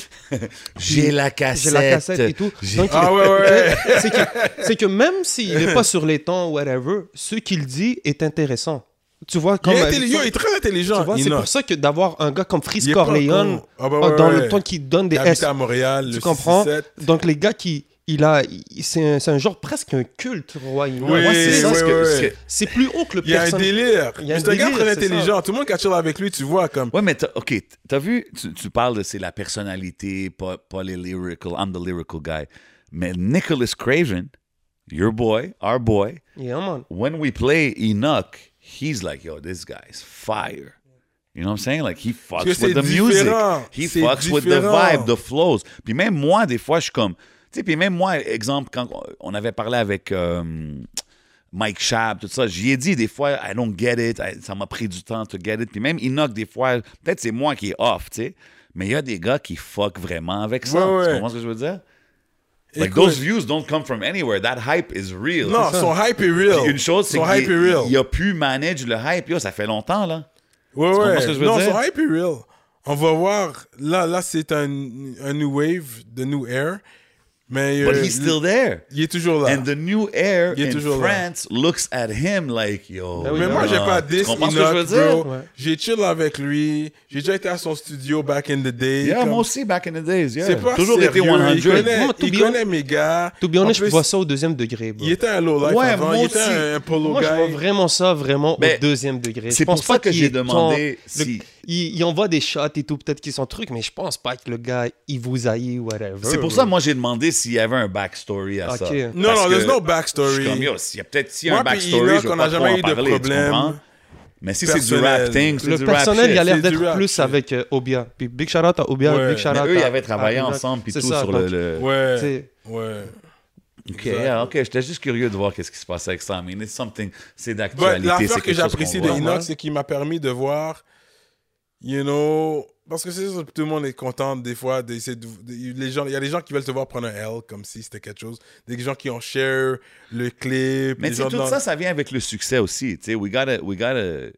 Speaker 4: J'ai la cassette.
Speaker 3: j'ai la cassette et tout.
Speaker 4: J'ai-
Speaker 3: Donc,
Speaker 5: Ah ouais, ouais.
Speaker 3: c'est que, c'est que même s'il n'est pas sur les temps, whatever, ce qu'il dit est intéressant. Tu vois,
Speaker 5: Il
Speaker 3: comme.
Speaker 5: est, intelligent, il est très
Speaker 3: Tu
Speaker 5: intelligent.
Speaker 3: vois, c'est
Speaker 5: Enoch.
Speaker 3: pour ça que d'avoir un gars comme Fritz
Speaker 5: Il est pas
Speaker 3: Corleone Oh,
Speaker 5: con. Ah bah ouais,
Speaker 3: dans
Speaker 5: ouais.
Speaker 3: le temps qui donne des
Speaker 5: Il
Speaker 3: S.
Speaker 5: habite à Montréal,
Speaker 3: Tu
Speaker 5: le
Speaker 3: comprends
Speaker 5: 6-7.
Speaker 3: Donc les gars qui il a il- c'est un, c'est un genre presque un culte roi Enoch.
Speaker 5: Oui,
Speaker 3: Moi, c'est
Speaker 5: oui,
Speaker 3: ça,
Speaker 5: oui,
Speaker 3: ce que-
Speaker 5: oui.
Speaker 3: ce que- c'est plus haut que le
Speaker 5: Il y a un
Speaker 3: personnage. Il
Speaker 5: délire.
Speaker 3: y a
Speaker 5: Mais
Speaker 3: un
Speaker 5: c'est un gars
Speaker 3: délire,
Speaker 5: très
Speaker 3: c'est ça.
Speaker 5: intelligent. Tout le monde qui chill avec lui, tu vois, comme.
Speaker 4: Ouais, mais t'as- OK, t'as vu, tu, tu parles de c'est la personnalité, pas, pas les lyrical, I'm the lyrical guy. Mais Nicholas Craven, your boy, our boy,
Speaker 3: Yeah, man.
Speaker 4: when we play Enoch, he's like, yo, this guy's fire. You know what I'm saying? Like, he fucks
Speaker 5: Parce que
Speaker 4: with the
Speaker 5: c'est différent.
Speaker 4: music. He
Speaker 5: C'est
Speaker 4: fucks with the
Speaker 5: différent.
Speaker 4: vibe, the flows. Puis même moi, des fois, je suis comme... Tu sais, puis même moi, exemple, quand on avait parlé avec euh, Mike Schaab, tout ça, j'y ai dit des fois, I don't get it, I- ça m'a pris du temps to get it. Puis même Enoch, des fois, peut-être c'est moi qui est off, tu sais. Mais il y a des gars qui fuck vraiment avec ça.
Speaker 5: Ouais,
Speaker 4: Tu
Speaker 5: ouais.
Speaker 4: comprends ce que je veux dire? Like,
Speaker 5: Écoute.
Speaker 4: those views don't come from anywhere. That hype is real.
Speaker 5: Non, son hype est real.
Speaker 4: Puis une chose, c'est
Speaker 5: Son hype est
Speaker 4: qu'il
Speaker 5: real.
Speaker 4: il a pu manage le hype. Yo, ça fait longtemps, là.
Speaker 5: Ouais,
Speaker 4: comprends
Speaker 5: ouais.
Speaker 4: ce que je veux
Speaker 5: non,
Speaker 4: dire?
Speaker 5: son hype est real. On va voir. Là, là c'est un, un new wave, the new air. Mais
Speaker 4: But
Speaker 5: euh,
Speaker 4: he's still there.
Speaker 5: il est toujours là.
Speaker 4: And the new air
Speaker 5: Il est
Speaker 4: in
Speaker 5: toujours là.
Speaker 4: France looks at him like, yo.
Speaker 3: Ah oui,
Speaker 5: Mais moi, j'ai pas
Speaker 4: Tu
Speaker 5: dit
Speaker 4: comprends ce que je veux dire?
Speaker 3: Ouais.
Speaker 5: J'ai chill avec lui. J'ai déjà été à son studio back in the day.
Speaker 4: Yeah,
Speaker 5: Comme-
Speaker 4: moi aussi, back in the days. Yeah.
Speaker 5: C'est pas
Speaker 4: Toujours été
Speaker 5: sérieux. hein.
Speaker 4: 100.
Speaker 5: Il connaît,
Speaker 3: Moi, to
Speaker 5: il
Speaker 3: be
Speaker 5: connaît mes gars.
Speaker 3: To be
Speaker 5: En
Speaker 3: honest,
Speaker 5: plus,
Speaker 3: je vois ça au deuxième degré. bro.
Speaker 5: Il était un low life
Speaker 4: Ouais,
Speaker 5: avant.
Speaker 4: moi
Speaker 5: Il était
Speaker 4: aussi.
Speaker 5: un, un polo
Speaker 3: Moi,
Speaker 5: guy.
Speaker 3: je vois vraiment ça vraiment
Speaker 4: Mais
Speaker 3: au deuxième degré.
Speaker 4: C'est
Speaker 3: Je pense
Speaker 4: pour ça
Speaker 3: pas
Speaker 4: que
Speaker 3: qu'il
Speaker 4: j'ai
Speaker 3: est
Speaker 4: demandé
Speaker 3: tant- le-
Speaker 4: si-
Speaker 3: il, il envoie des shots et tout, peut-être qu'ils sont trucs, mais je pense pas que le gars il vous haït ou whatever.
Speaker 4: C'est pour ça, moi, j'ai demandé s'il y avait un backstory à
Speaker 3: Ok.
Speaker 4: ça.
Speaker 3: Non,
Speaker 5: Non,
Speaker 4: Parce
Speaker 5: non,
Speaker 4: que
Speaker 5: there's no
Speaker 4: Je suis
Speaker 5: backstory.
Speaker 4: comme, yo, s'il y a peut-être s'il y a
Speaker 5: Moi,
Speaker 4: un
Speaker 5: puis
Speaker 4: backstory,
Speaker 5: Enoch,
Speaker 4: je veux pas
Speaker 5: on n'a
Speaker 4: trop
Speaker 5: jamais
Speaker 4: en
Speaker 5: eu de
Speaker 4: parler, tu
Speaker 5: problème.
Speaker 4: comprends? Mais si c'est du rap
Speaker 5: Personnel.
Speaker 4: thing, c'est
Speaker 3: Le
Speaker 4: du rap
Speaker 3: personnel,
Speaker 4: shit.
Speaker 3: il a l'air
Speaker 5: C'est du
Speaker 3: d'être
Speaker 5: rap
Speaker 3: plus
Speaker 5: shit.
Speaker 3: avec euh, Obia. Puis big shout out à Obia,
Speaker 5: Ouais.
Speaker 3: big shout
Speaker 4: Mais
Speaker 3: out
Speaker 4: eux, ils
Speaker 3: à-
Speaker 4: avaient travaillé
Speaker 3: à Enoch.
Speaker 4: ensemble puis
Speaker 3: C'est
Speaker 4: tout
Speaker 3: ça,
Speaker 4: sur
Speaker 3: donc,
Speaker 4: le- le.
Speaker 5: Ouais.
Speaker 3: C'est-
Speaker 5: Ouais.
Speaker 4: Ok, yeah, ok, j'étais juste curieux de voir qu'est-ce qui se passait avec ça. Mais it's something, c'est
Speaker 5: But
Speaker 4: d'actualité. c'est
Speaker 5: l'affaire que
Speaker 4: quelque chose
Speaker 5: j'apprécie
Speaker 4: qu'on
Speaker 5: de
Speaker 4: voit.
Speaker 5: Inox, c'est qu'il m'a permis de voir, you know, parce que c'est sûr que tout le monde est content des fois. d'essayer de- de- les gens, il y a des gens qui veulent te voir prendre un L comme si c'était quelque chose. Des gens qui ont share le clip.
Speaker 4: Mais
Speaker 5: les
Speaker 4: tu sais,
Speaker 5: gens
Speaker 4: tout
Speaker 5: dans-
Speaker 4: ça, ça vient avec le succès aussi. Tu sais, we gotta, we gotta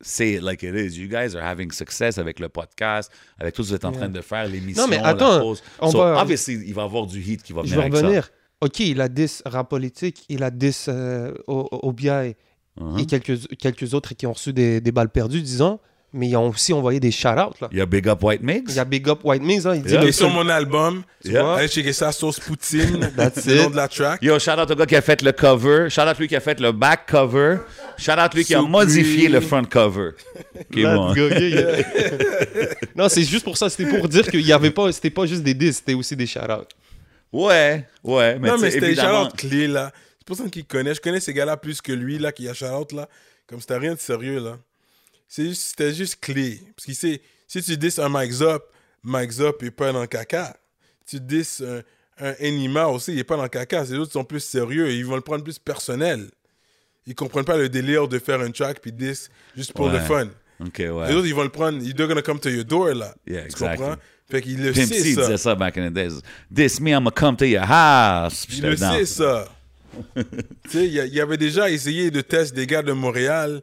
Speaker 4: say it like it is. You guys are having success avec le podcast, avec tout ce que vous êtes en train de faire, l'émission,
Speaker 3: Non, mais attends,
Speaker 4: la pause.
Speaker 3: on
Speaker 4: So,
Speaker 3: va-
Speaker 4: obviously, il va y avoir du hit qui va
Speaker 3: Je
Speaker 4: venir
Speaker 3: vais
Speaker 4: avec ça.
Speaker 3: revenir. OK, il a 10 rap politique, il a 10 euh, au- au- Obia et,
Speaker 4: Mhm.
Speaker 3: et quelques, quelques autres qui ont reçu des, des balles perdues, disons, mais ils ont aussi envoyé des shout-outs. là.
Speaker 4: Il y a Big Up White
Speaker 3: Il
Speaker 4: Mix.
Speaker 3: y a Big Up White Mix, hein, il dit
Speaker 4: Yeah.
Speaker 5: Il
Speaker 3: le
Speaker 5: est sur mon album.
Speaker 4: Tu vois?
Speaker 5: Allez checker ça, Sauce Poutine.
Speaker 3: That's
Speaker 5: le nom
Speaker 3: it.
Speaker 5: de la track.
Speaker 4: Yo, shout out au gars qui a fait le cover. Shout out lui qui a fait le back cover. Shout out lui qui a
Speaker 5: Soupli.
Speaker 4: modifié le front cover. Ok, bon.
Speaker 3: non, c'est juste pour ça, c'était pour dire qu'il y avait pas, c'était pas juste des 10, c'était aussi des shout-outs.
Speaker 4: Ouais, ouais. Mais
Speaker 5: non,
Speaker 4: tu
Speaker 5: mais
Speaker 4: sais,
Speaker 5: c'était
Speaker 4: évidemment-
Speaker 5: Charlotte Clé, là. C'est pour ça qu'il connaît. Je connais ces gars-là plus que lui, là, qui a Charlotte, là. Comme c'était rien de sérieux, là. C'est juste- C'était juste Clé. Parce qu'il sait, si tu dis un Mike Zop, Mike Zop est pas dans le caca. Tu dis un, un Enima aussi, il est pas dans le caca. Les autres sont plus sérieux et ils vont le prendre plus personnel. Ils comprennent pas le délire de faire un track puis 10 juste pour le
Speaker 4: Ouais.
Speaker 5: fun.
Speaker 4: OK, ouais.
Speaker 5: Les autres, ils vont le prendre. They're gonna come to your door, là.
Speaker 4: Yeah,
Speaker 5: tu
Speaker 4: exactly.
Speaker 5: comprends? Fait qu'il le
Speaker 4: Pimp
Speaker 5: sait,
Speaker 4: C
Speaker 5: ça.
Speaker 4: disait ça back in the days. This me, I'ma come to your house. Puis j'étais
Speaker 5: Il le
Speaker 4: down.
Speaker 5: sait, ça. tu sais, il y, a- il y avait déjà essayé de test des gars de Montréal.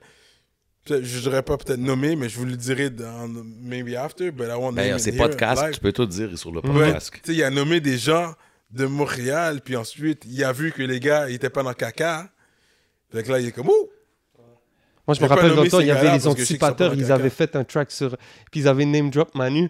Speaker 5: Peut-être- Je ne pas peut-être nommer, mais je vous le dirai dans Maybe After, but I won't name
Speaker 4: D'ailleurs,
Speaker 5: it
Speaker 4: Ben, c'est
Speaker 5: here,
Speaker 4: podcast,
Speaker 5: live.
Speaker 4: tu peux tout dire sur le
Speaker 5: Ouais,
Speaker 4: podcast.
Speaker 5: tu sais, il a nommé des gens de Montréal, puis ensuite, il a vu que les gars, ils étaient pas dans le caca. Fait que là, il est comme, oh, ouh!
Speaker 3: Moi, je
Speaker 5: J'ai
Speaker 3: me
Speaker 5: pas
Speaker 3: rappelle
Speaker 5: nommé
Speaker 3: dans le temps,
Speaker 5: ces
Speaker 3: il y avait
Speaker 5: gars-là
Speaker 3: les
Speaker 5: parce que je sais qu'ils sont pas
Speaker 3: anticipateurs,
Speaker 5: dans
Speaker 3: ils
Speaker 5: caca.
Speaker 3: avaient fait un track sur. Puis ils avaient name drop Manu.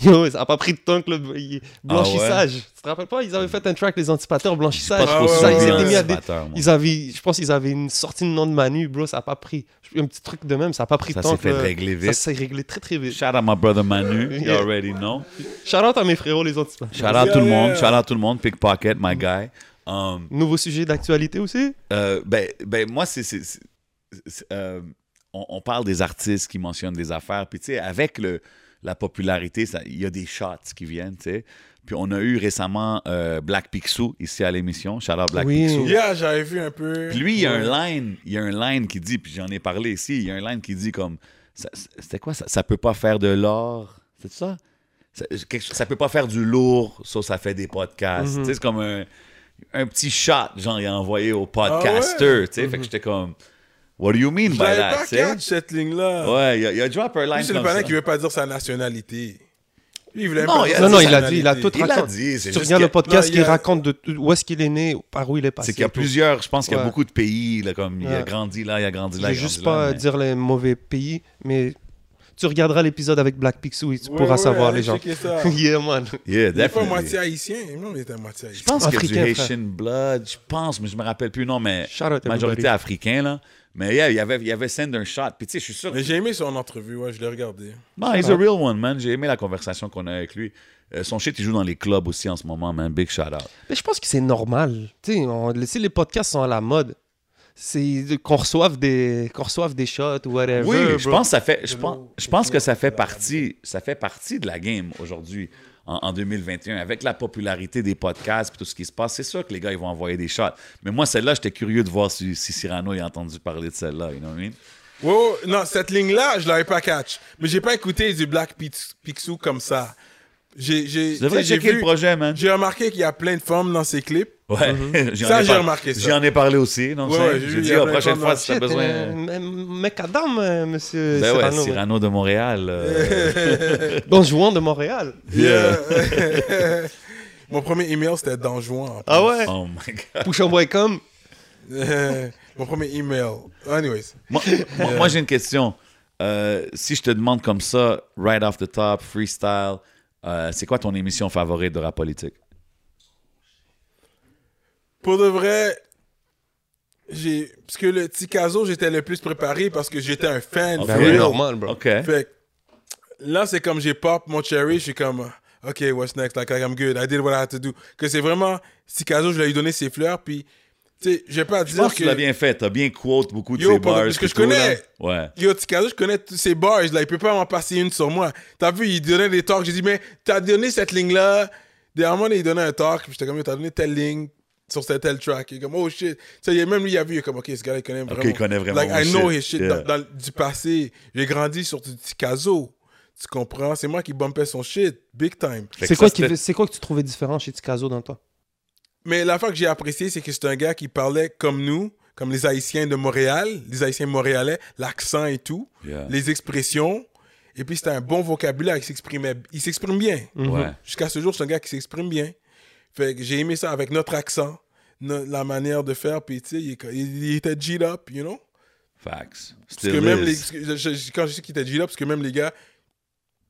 Speaker 3: Yo, ça n'a pas pris de temps que le
Speaker 4: Ah
Speaker 3: il- blanchissage. Tu te rappelles pas Ils avaient fait un track, les anticipateurs,
Speaker 4: Pas
Speaker 3: blanchissage.
Speaker 5: Ah
Speaker 4: trop
Speaker 5: ouais,
Speaker 3: ils,
Speaker 5: ouais,
Speaker 3: s'étaient
Speaker 5: ouais.
Speaker 3: mis à des-
Speaker 4: conservateur, moi.
Speaker 3: ils avaient, je pense qu'ils avaient une sortie de nom de Manu, bro, ça n'a pas pris. Un petit truc de même, ça n'a pas pris de
Speaker 4: Ça
Speaker 3: temps.
Speaker 4: s'est
Speaker 3: que
Speaker 4: fait
Speaker 5: euh,
Speaker 3: le-
Speaker 4: régler
Speaker 3: Ça
Speaker 4: vite.
Speaker 3: s'est réglé très très vite.
Speaker 4: Shout out my brother Manu, you
Speaker 3: Yeah.
Speaker 4: already know.
Speaker 3: Shout out à mes frérots, les anticipateurs.
Speaker 4: Shout out tout le
Speaker 5: Yeah.
Speaker 4: monde, shout out tout le monde, pickpocket, my guy. Um,
Speaker 3: Nouveau sujet d'actualité aussi
Speaker 4: euh, ben, ben, moi, c'est. c'est- c'est- c'est- euh, on, on parle des artistes qui mentionnent des affaires. Puis, tu sais, avec le, la popularité, ça- il y a des shots qui viennent, tu sais. Puis, on a eu récemment euh, Black Picsou ici à l'émission. Shout out Black
Speaker 3: Oui.
Speaker 4: Picsou.
Speaker 5: Yeah, j'avais vu un peu.
Speaker 4: Puis lui, il y a un line, il y a un line qui dit, puis j'en ai parlé ici, il y a un line qui dit comme, ça- c'était quoi ça? Ça peut pas faire de l'or, c'est ça? Ça, quelque chose- ça peut pas faire du lourd, ça, ça fait des podcasts. Tu sais, c'est comme un, un petit shot, genre, il a envoyé au podcaster, tu sais. Fait que j'étais comme, what do you mean
Speaker 5: Je
Speaker 4: by
Speaker 5: l'avais
Speaker 4: that,
Speaker 5: pas
Speaker 4: tu sais?
Speaker 5: catch, cette ligne-là.
Speaker 4: Ouais, il y a, il a drop un
Speaker 5: Lui,
Speaker 4: line
Speaker 5: c'est le
Speaker 4: comme
Speaker 5: panel
Speaker 4: ça.
Speaker 5: qui veut pas dire sa nationalité. Lui, il voulait
Speaker 4: Non,
Speaker 5: pas dire
Speaker 4: il a dit-
Speaker 5: sa
Speaker 3: Non, non, il a dit,
Speaker 5: nationalité.
Speaker 3: il a tout
Speaker 4: Il l'a
Speaker 3: raconté.
Speaker 4: dit, c'est
Speaker 3: Tu
Speaker 4: juste
Speaker 3: regardes le
Speaker 4: qu'il y a-
Speaker 3: podcast
Speaker 5: Non, il
Speaker 3: qui
Speaker 5: y a-
Speaker 3: raconte de tout- où est-ce qu'il est né, par où il est passé.
Speaker 4: C'est qu'il y a
Speaker 3: et tout.
Speaker 4: plusieurs, je pense qu'il y a
Speaker 3: Ouais.
Speaker 4: beaucoup de pays, là, comme il a
Speaker 3: Ouais.
Speaker 4: grandi là, il a grandi
Speaker 3: Je
Speaker 4: là.
Speaker 3: vais
Speaker 4: il a
Speaker 3: juste
Speaker 4: grandi là,
Speaker 3: pas
Speaker 4: mais-
Speaker 3: dire les mauvais pays, mais tu regarderas l'épisode avec Black Picsou et tu
Speaker 5: Ouais,
Speaker 3: pourras
Speaker 5: ouais,
Speaker 3: savoir
Speaker 5: allez
Speaker 3: les gens.
Speaker 5: checker ça.
Speaker 3: yeah, man.
Speaker 4: Yeah,
Speaker 5: Il est pas
Speaker 4: definitely.
Speaker 5: moitié haïtien. Non, il était moitié
Speaker 4: Je
Speaker 5: haïtien.
Speaker 4: pense qu'il y a du
Speaker 3: Africain, frère.
Speaker 4: Haitian blood, je pense, mais je me rappelle plus. Non, mais
Speaker 3: Shout out
Speaker 4: majorité
Speaker 3: everybody.
Speaker 4: africain, là. Mais yeah, il y avait, il y avait send un shot. Puis tu sais, je suis sûr.
Speaker 5: Mais j'ai aimé son entrevue, ouais, je l'ai regardé.
Speaker 4: Non, he's a real one, man. J'ai aimé la conversation qu'on a avec lui. Euh, son shit, il joue dans les clubs aussi en ce moment, man. Big shout out.
Speaker 3: Mais je pense que c'est normal. Tu sais, on- si les podcasts sont à la mode, c'est qu'on reçoive des qu'on reçoive des shots ou whatever.
Speaker 4: Oui, je
Speaker 3: bro.
Speaker 4: pense, que ça fait, je, pense, je pense que ça fait partie, ça fait partie de la game aujourd'hui, en, en 2021. Avec la popularité des podcasts et tout ce qui se passe, c'est sûr que les gars, ils vont envoyer des shots. Mais moi, celle-là, j'étais curieux de voir si, si Cyrano a entendu parler de celle-là. You know what I mean?
Speaker 5: Ouais, ouais, non, cette ligne-là, je l'avais pas catch. Mais j'ai pas écouté du Black Pix- Picsou comme ça. J'ai, j'ai,
Speaker 4: Tu devrais
Speaker 5: tu sais, j'ai
Speaker 4: checker le
Speaker 5: vu-
Speaker 4: projet, man.
Speaker 5: J'ai remarqué qu'il y a plein de femmes dans ses clips.
Speaker 4: Ouais, j'en
Speaker 5: Mhm. Ça,
Speaker 4: ai
Speaker 5: j'ai
Speaker 4: par-
Speaker 5: remarqué ça.
Speaker 4: J'en ai parlé aussi. Donc,
Speaker 5: Ouais, ouais, j'ai
Speaker 4: j'ai
Speaker 5: vu, il y
Speaker 4: dit,
Speaker 5: a
Speaker 4: la
Speaker 5: plein de
Speaker 4: prochaine
Speaker 5: gens
Speaker 4: fois,
Speaker 5: dans-
Speaker 4: si
Speaker 3: Shit,
Speaker 4: t'as besoin.
Speaker 3: euh, mais- mec à dame, euh, monsieur
Speaker 4: ben ouais,
Speaker 3: Cyrano, ouais.
Speaker 4: Cyrano de Montréal. euh,
Speaker 3: Don Juan de Montréal.
Speaker 4: Yeah.
Speaker 5: Yeah. Mon premier email, c'était dans juin.
Speaker 3: Ah ouais?
Speaker 4: oh my God.
Speaker 3: Pouchon.com.
Speaker 5: Mon premier email. Anyways.
Speaker 4: Moi, moi- moi, j'ai une question. Euh, si je te demande comme ça, right off the top, freestyle, euh, c'est quoi ton émission favorite de rap politique?
Speaker 5: Pour de vrai, j'ai. Parce que le Ticazo, j'étais le plus préparé parce que j'étais un fan.
Speaker 4: Ok.
Speaker 5: for
Speaker 3: Ben oui,
Speaker 5: real.
Speaker 3: normal, bro.
Speaker 4: OK.
Speaker 5: Fait que là, c'est comme j'ai pop mon cherry, je suis comme, OK, what's next? Like, I'm good. I did what I had to do. Que c'est vraiment, Stikazo, je lui ai donné ses fleurs, puis, tu sais, je vais pas
Speaker 4: Je
Speaker 5: dire
Speaker 4: pense que tu l'as
Speaker 5: que.
Speaker 4: bien fait. T'as bien quote beaucoup de
Speaker 5: Yo,
Speaker 4: ces
Speaker 5: pour-
Speaker 4: bars.
Speaker 5: parce que
Speaker 4: et
Speaker 5: je
Speaker 4: tout,
Speaker 5: connais.
Speaker 4: là. Ouais.
Speaker 5: Yo, Tikazo, je connais tous ses bars, là, il peut pas m'en passer une sur moi. T'as vu, il donnait des talks, j'ai dit, mais t'as donné cette ligne-là. Dernièrement, il donnait un talk, puis j'étais comme, Yo, t'as donné telle ligne sur cette telle track. Il est comme, oh shit. Tu sais, il- même lui, il a vu, il est comme, OK, ce gars-là, il connaît vraiment.
Speaker 4: il connaît vraiment
Speaker 5: Like, I
Speaker 4: mon
Speaker 5: know
Speaker 4: shit.
Speaker 5: his shit
Speaker 4: Yeah.
Speaker 5: dans- dans- du passé. J'ai grandi sur du Tikazo. Tu comprends? C'est moi qui bumpais son shit, big time.
Speaker 4: Fait que
Speaker 3: C'est
Speaker 4: ça,
Speaker 3: quoi, qui-
Speaker 4: c'était-
Speaker 3: c'est quoi que tu trouvais différent chez Ticazo dans toi?
Speaker 5: Mais la fois que j'ai apprécié, c'est que c'est un gars qui parlait comme nous, comme les Haïtiens de Montréal, les Haïtiens montréalais, l'accent et tout,
Speaker 4: Yeah.
Speaker 5: les expressions. Et puis c'était un bon vocabulaire, il s'exprimait, il s'exprime bien.
Speaker 4: Ouais.
Speaker 5: Jusqu'à ce jour, c'est un gars qui s'exprime bien. Fait que j'ai aimé ça avec notre accent, no- la manière de faire, puis tu sais, il, est- il- il était G'd up, you know?
Speaker 4: Facts.
Speaker 5: Parce que
Speaker 4: Still
Speaker 5: même
Speaker 4: is.
Speaker 5: les, parce que je- je- quand je sais qu'il était G'd up, parce que même les gars,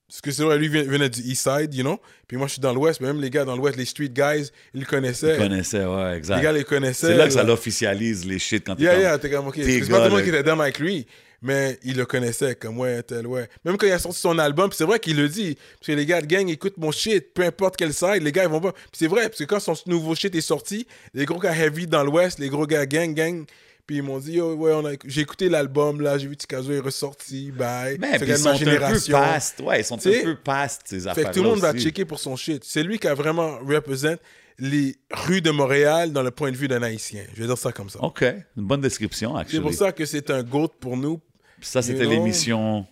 Speaker 5: parce que c'est vrai, lui vient- venait du East Side, you know? Puis moi, je suis dans l'Ouest, mais même les gars dans l'Ouest, les street guys, ils le connaissaient.
Speaker 4: Je connaissais, ouais, exact.
Speaker 5: les gars les connaissaient. euh,
Speaker 4: C'est là que ça
Speaker 5: là.
Speaker 4: l'officialise, les shit, quand t'es
Speaker 5: Yeah,
Speaker 4: comme-
Speaker 5: yeah, t'es comme, ok.
Speaker 4: T'es
Speaker 5: C'est pas tout le
Speaker 4: gars,
Speaker 5: monde
Speaker 4: là.
Speaker 5: qui était down avec lui, mais il le connaissait, comme, ouais, tel, ouais. Même quand il a sorti son album, puis c'est vrai qu'il le dit, parce que les gars de gang écoutent mon shit, peu importe quel side, les gars, ils vont pas. Puis c'est vrai, parce que quand son nouveau shit est sorti, les gros gars heavy dans l'Ouest, les gros gars gang, gang, Puis ils m'ont dit, Yo, ouais, on a éc- j'ai écouté l'album, là, j'ai vu Tikazo est ressorti, bye.
Speaker 4: Ben,
Speaker 5: C'est
Speaker 4: puis ils
Speaker 5: gars de
Speaker 4: sont
Speaker 5: ma
Speaker 4: un peu
Speaker 5: génération.
Speaker 4: past. Ouais, ils sont
Speaker 5: T'sais,
Speaker 4: un peu past, ces affaires-là.
Speaker 5: Fait que tout le monde va
Speaker 4: aussi.
Speaker 5: checker pour son shit. C'est lui qui a vraiment représente les rues de Montréal dans le point de vue d'un Haïtien. Je vais dire ça comme ça.
Speaker 4: OK. Une bonne description,
Speaker 5: C'est pour
Speaker 4: Oh, actually.
Speaker 5: ça que c'est un goat pour nous.
Speaker 4: Ça, c'était
Speaker 5: You know?
Speaker 4: l'émission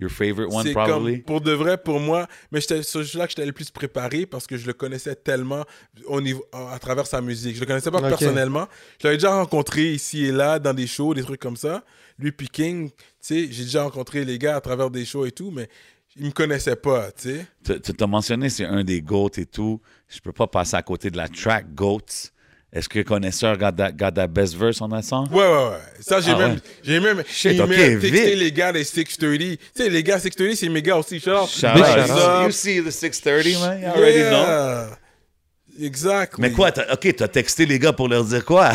Speaker 4: Your Favorite One,
Speaker 5: C'est
Speaker 4: probably.
Speaker 5: comme pour de vrai pour moi, mais j'étais c'est juste là que j'étais le plus préparé parce que je le connaissais tellement au niveau à, à travers sa musique. Je le connaissais pas
Speaker 3: Ok.
Speaker 5: personnellement. Je l'avais déjà rencontré ici et là dans des shows, des trucs comme ça. Lui puis King, tu sais, j'ai déjà rencontré les gars à travers des shows et tout, mais ils me connaissaient pas, tu sais.
Speaker 4: Tu tu t'as mentionné, c'est un des GOATs et tout. Je peux pas passer à côté de la track GOATs. Est-ce que connaisseur got that, got that best verse on that song?
Speaker 5: Ouais, ouais, ouais. Ça, j'ai
Speaker 4: Ah
Speaker 5: même.
Speaker 4: ouais.
Speaker 5: J'ai même.
Speaker 4: Shit,
Speaker 5: il
Speaker 4: ok,
Speaker 5: m'a texté
Speaker 4: vite.
Speaker 5: les gars des 630. Tu sais, les gars 630, c'est mes gars aussi. Shout out.
Speaker 4: Shout
Speaker 3: Big
Speaker 4: out.
Speaker 3: shout out.
Speaker 4: You see the 630, man? You already know.
Speaker 5: Exact.
Speaker 4: Mais quoi? t'as- OK, t'as texté les gars pour leur dire quoi?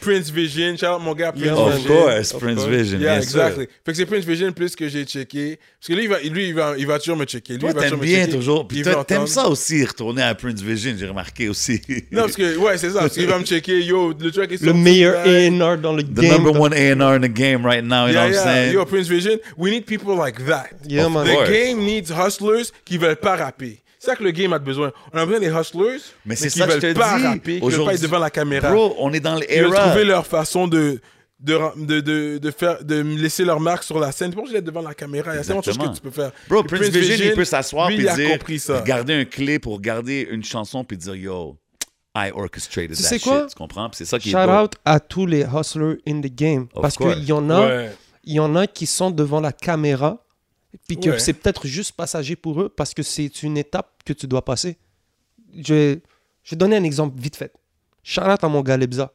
Speaker 5: Prince Vision. Shout out mon gars, Prince
Speaker 3: Yeah,
Speaker 5: Vision.
Speaker 3: man.
Speaker 4: of course, Prince Vision,
Speaker 5: Yeah,
Speaker 4: bien sûr.
Speaker 5: exactly. Fait que c'est Prince Vision plus que j'ai checké. Parce que lui, il va, lui, il va, il va toujours me checker. Lui,
Speaker 4: Toi,
Speaker 5: il va
Speaker 4: t'aimes
Speaker 5: toujours me
Speaker 4: bien
Speaker 5: checker.
Speaker 4: toujours. Puis
Speaker 5: Il
Speaker 4: toi,
Speaker 5: veut
Speaker 4: t'aimes
Speaker 5: entendre.
Speaker 4: ça aussi, retourner à Prince Vision, j'ai remarqué aussi.
Speaker 5: Non, parce que, ouais, c'est ça. Parce qu'il va me checker. Yo, le track est
Speaker 3: Le
Speaker 5: sorti,
Speaker 3: meilleur
Speaker 5: ouais.
Speaker 3: A&R dans le
Speaker 4: The
Speaker 3: game.
Speaker 4: number one A&R in the game right now, you know
Speaker 5: Yeah,
Speaker 4: what I'm
Speaker 5: yeah.
Speaker 4: saying?
Speaker 5: Yo, Prince Vision, we need people like that.
Speaker 3: Yeah, man.
Speaker 5: The
Speaker 4: course.
Speaker 5: game needs hustlers qui veulent pas rapper. C'est ça que le game a besoin. On a besoin des hustlers
Speaker 4: Mais c'est
Speaker 5: qui
Speaker 4: ça que
Speaker 5: veulent
Speaker 4: je te
Speaker 5: pas
Speaker 4: dis.
Speaker 5: rapper, qui veulent pas
Speaker 4: Aujourd'hui-
Speaker 5: être devant la caméra.
Speaker 4: Bro, on est dans
Speaker 5: Ils veulent
Speaker 4: l'era.
Speaker 5: trouver leur façon de de, ra- de, de, de faire, de laisser leur marque sur la scène. Pourquoi je l'ai devant la caméra? Il y a tellement de choses
Speaker 4: Exactement.
Speaker 5: que tu peux faire.
Speaker 4: Bro,
Speaker 5: Et
Speaker 4: Prince, Virgin, il peut s'asseoir
Speaker 5: lui,
Speaker 4: puis
Speaker 5: il a
Speaker 4: dire,
Speaker 5: compris ça.
Speaker 4: regarder un clip ou regarder une chanson puis dire yo, I orchestrated
Speaker 3: Tu
Speaker 4: that
Speaker 3: sais
Speaker 4: shit,
Speaker 3: quoi?
Speaker 4: tu comprends? Puis c'est ça qui
Speaker 3: Shout
Speaker 4: est dope.
Speaker 3: out à tous les hustlers in the game.
Speaker 4: Of
Speaker 3: parce
Speaker 4: course.
Speaker 3: qu'il y en a, il y en a qui sont devant la caméra, puis que
Speaker 5: Ouais.
Speaker 3: c'est peut-être juste passager pour eux parce que c'est une étape que tu dois passer. Je, je vais donner un exemple vite fait. Shout out à mon gars Lebza.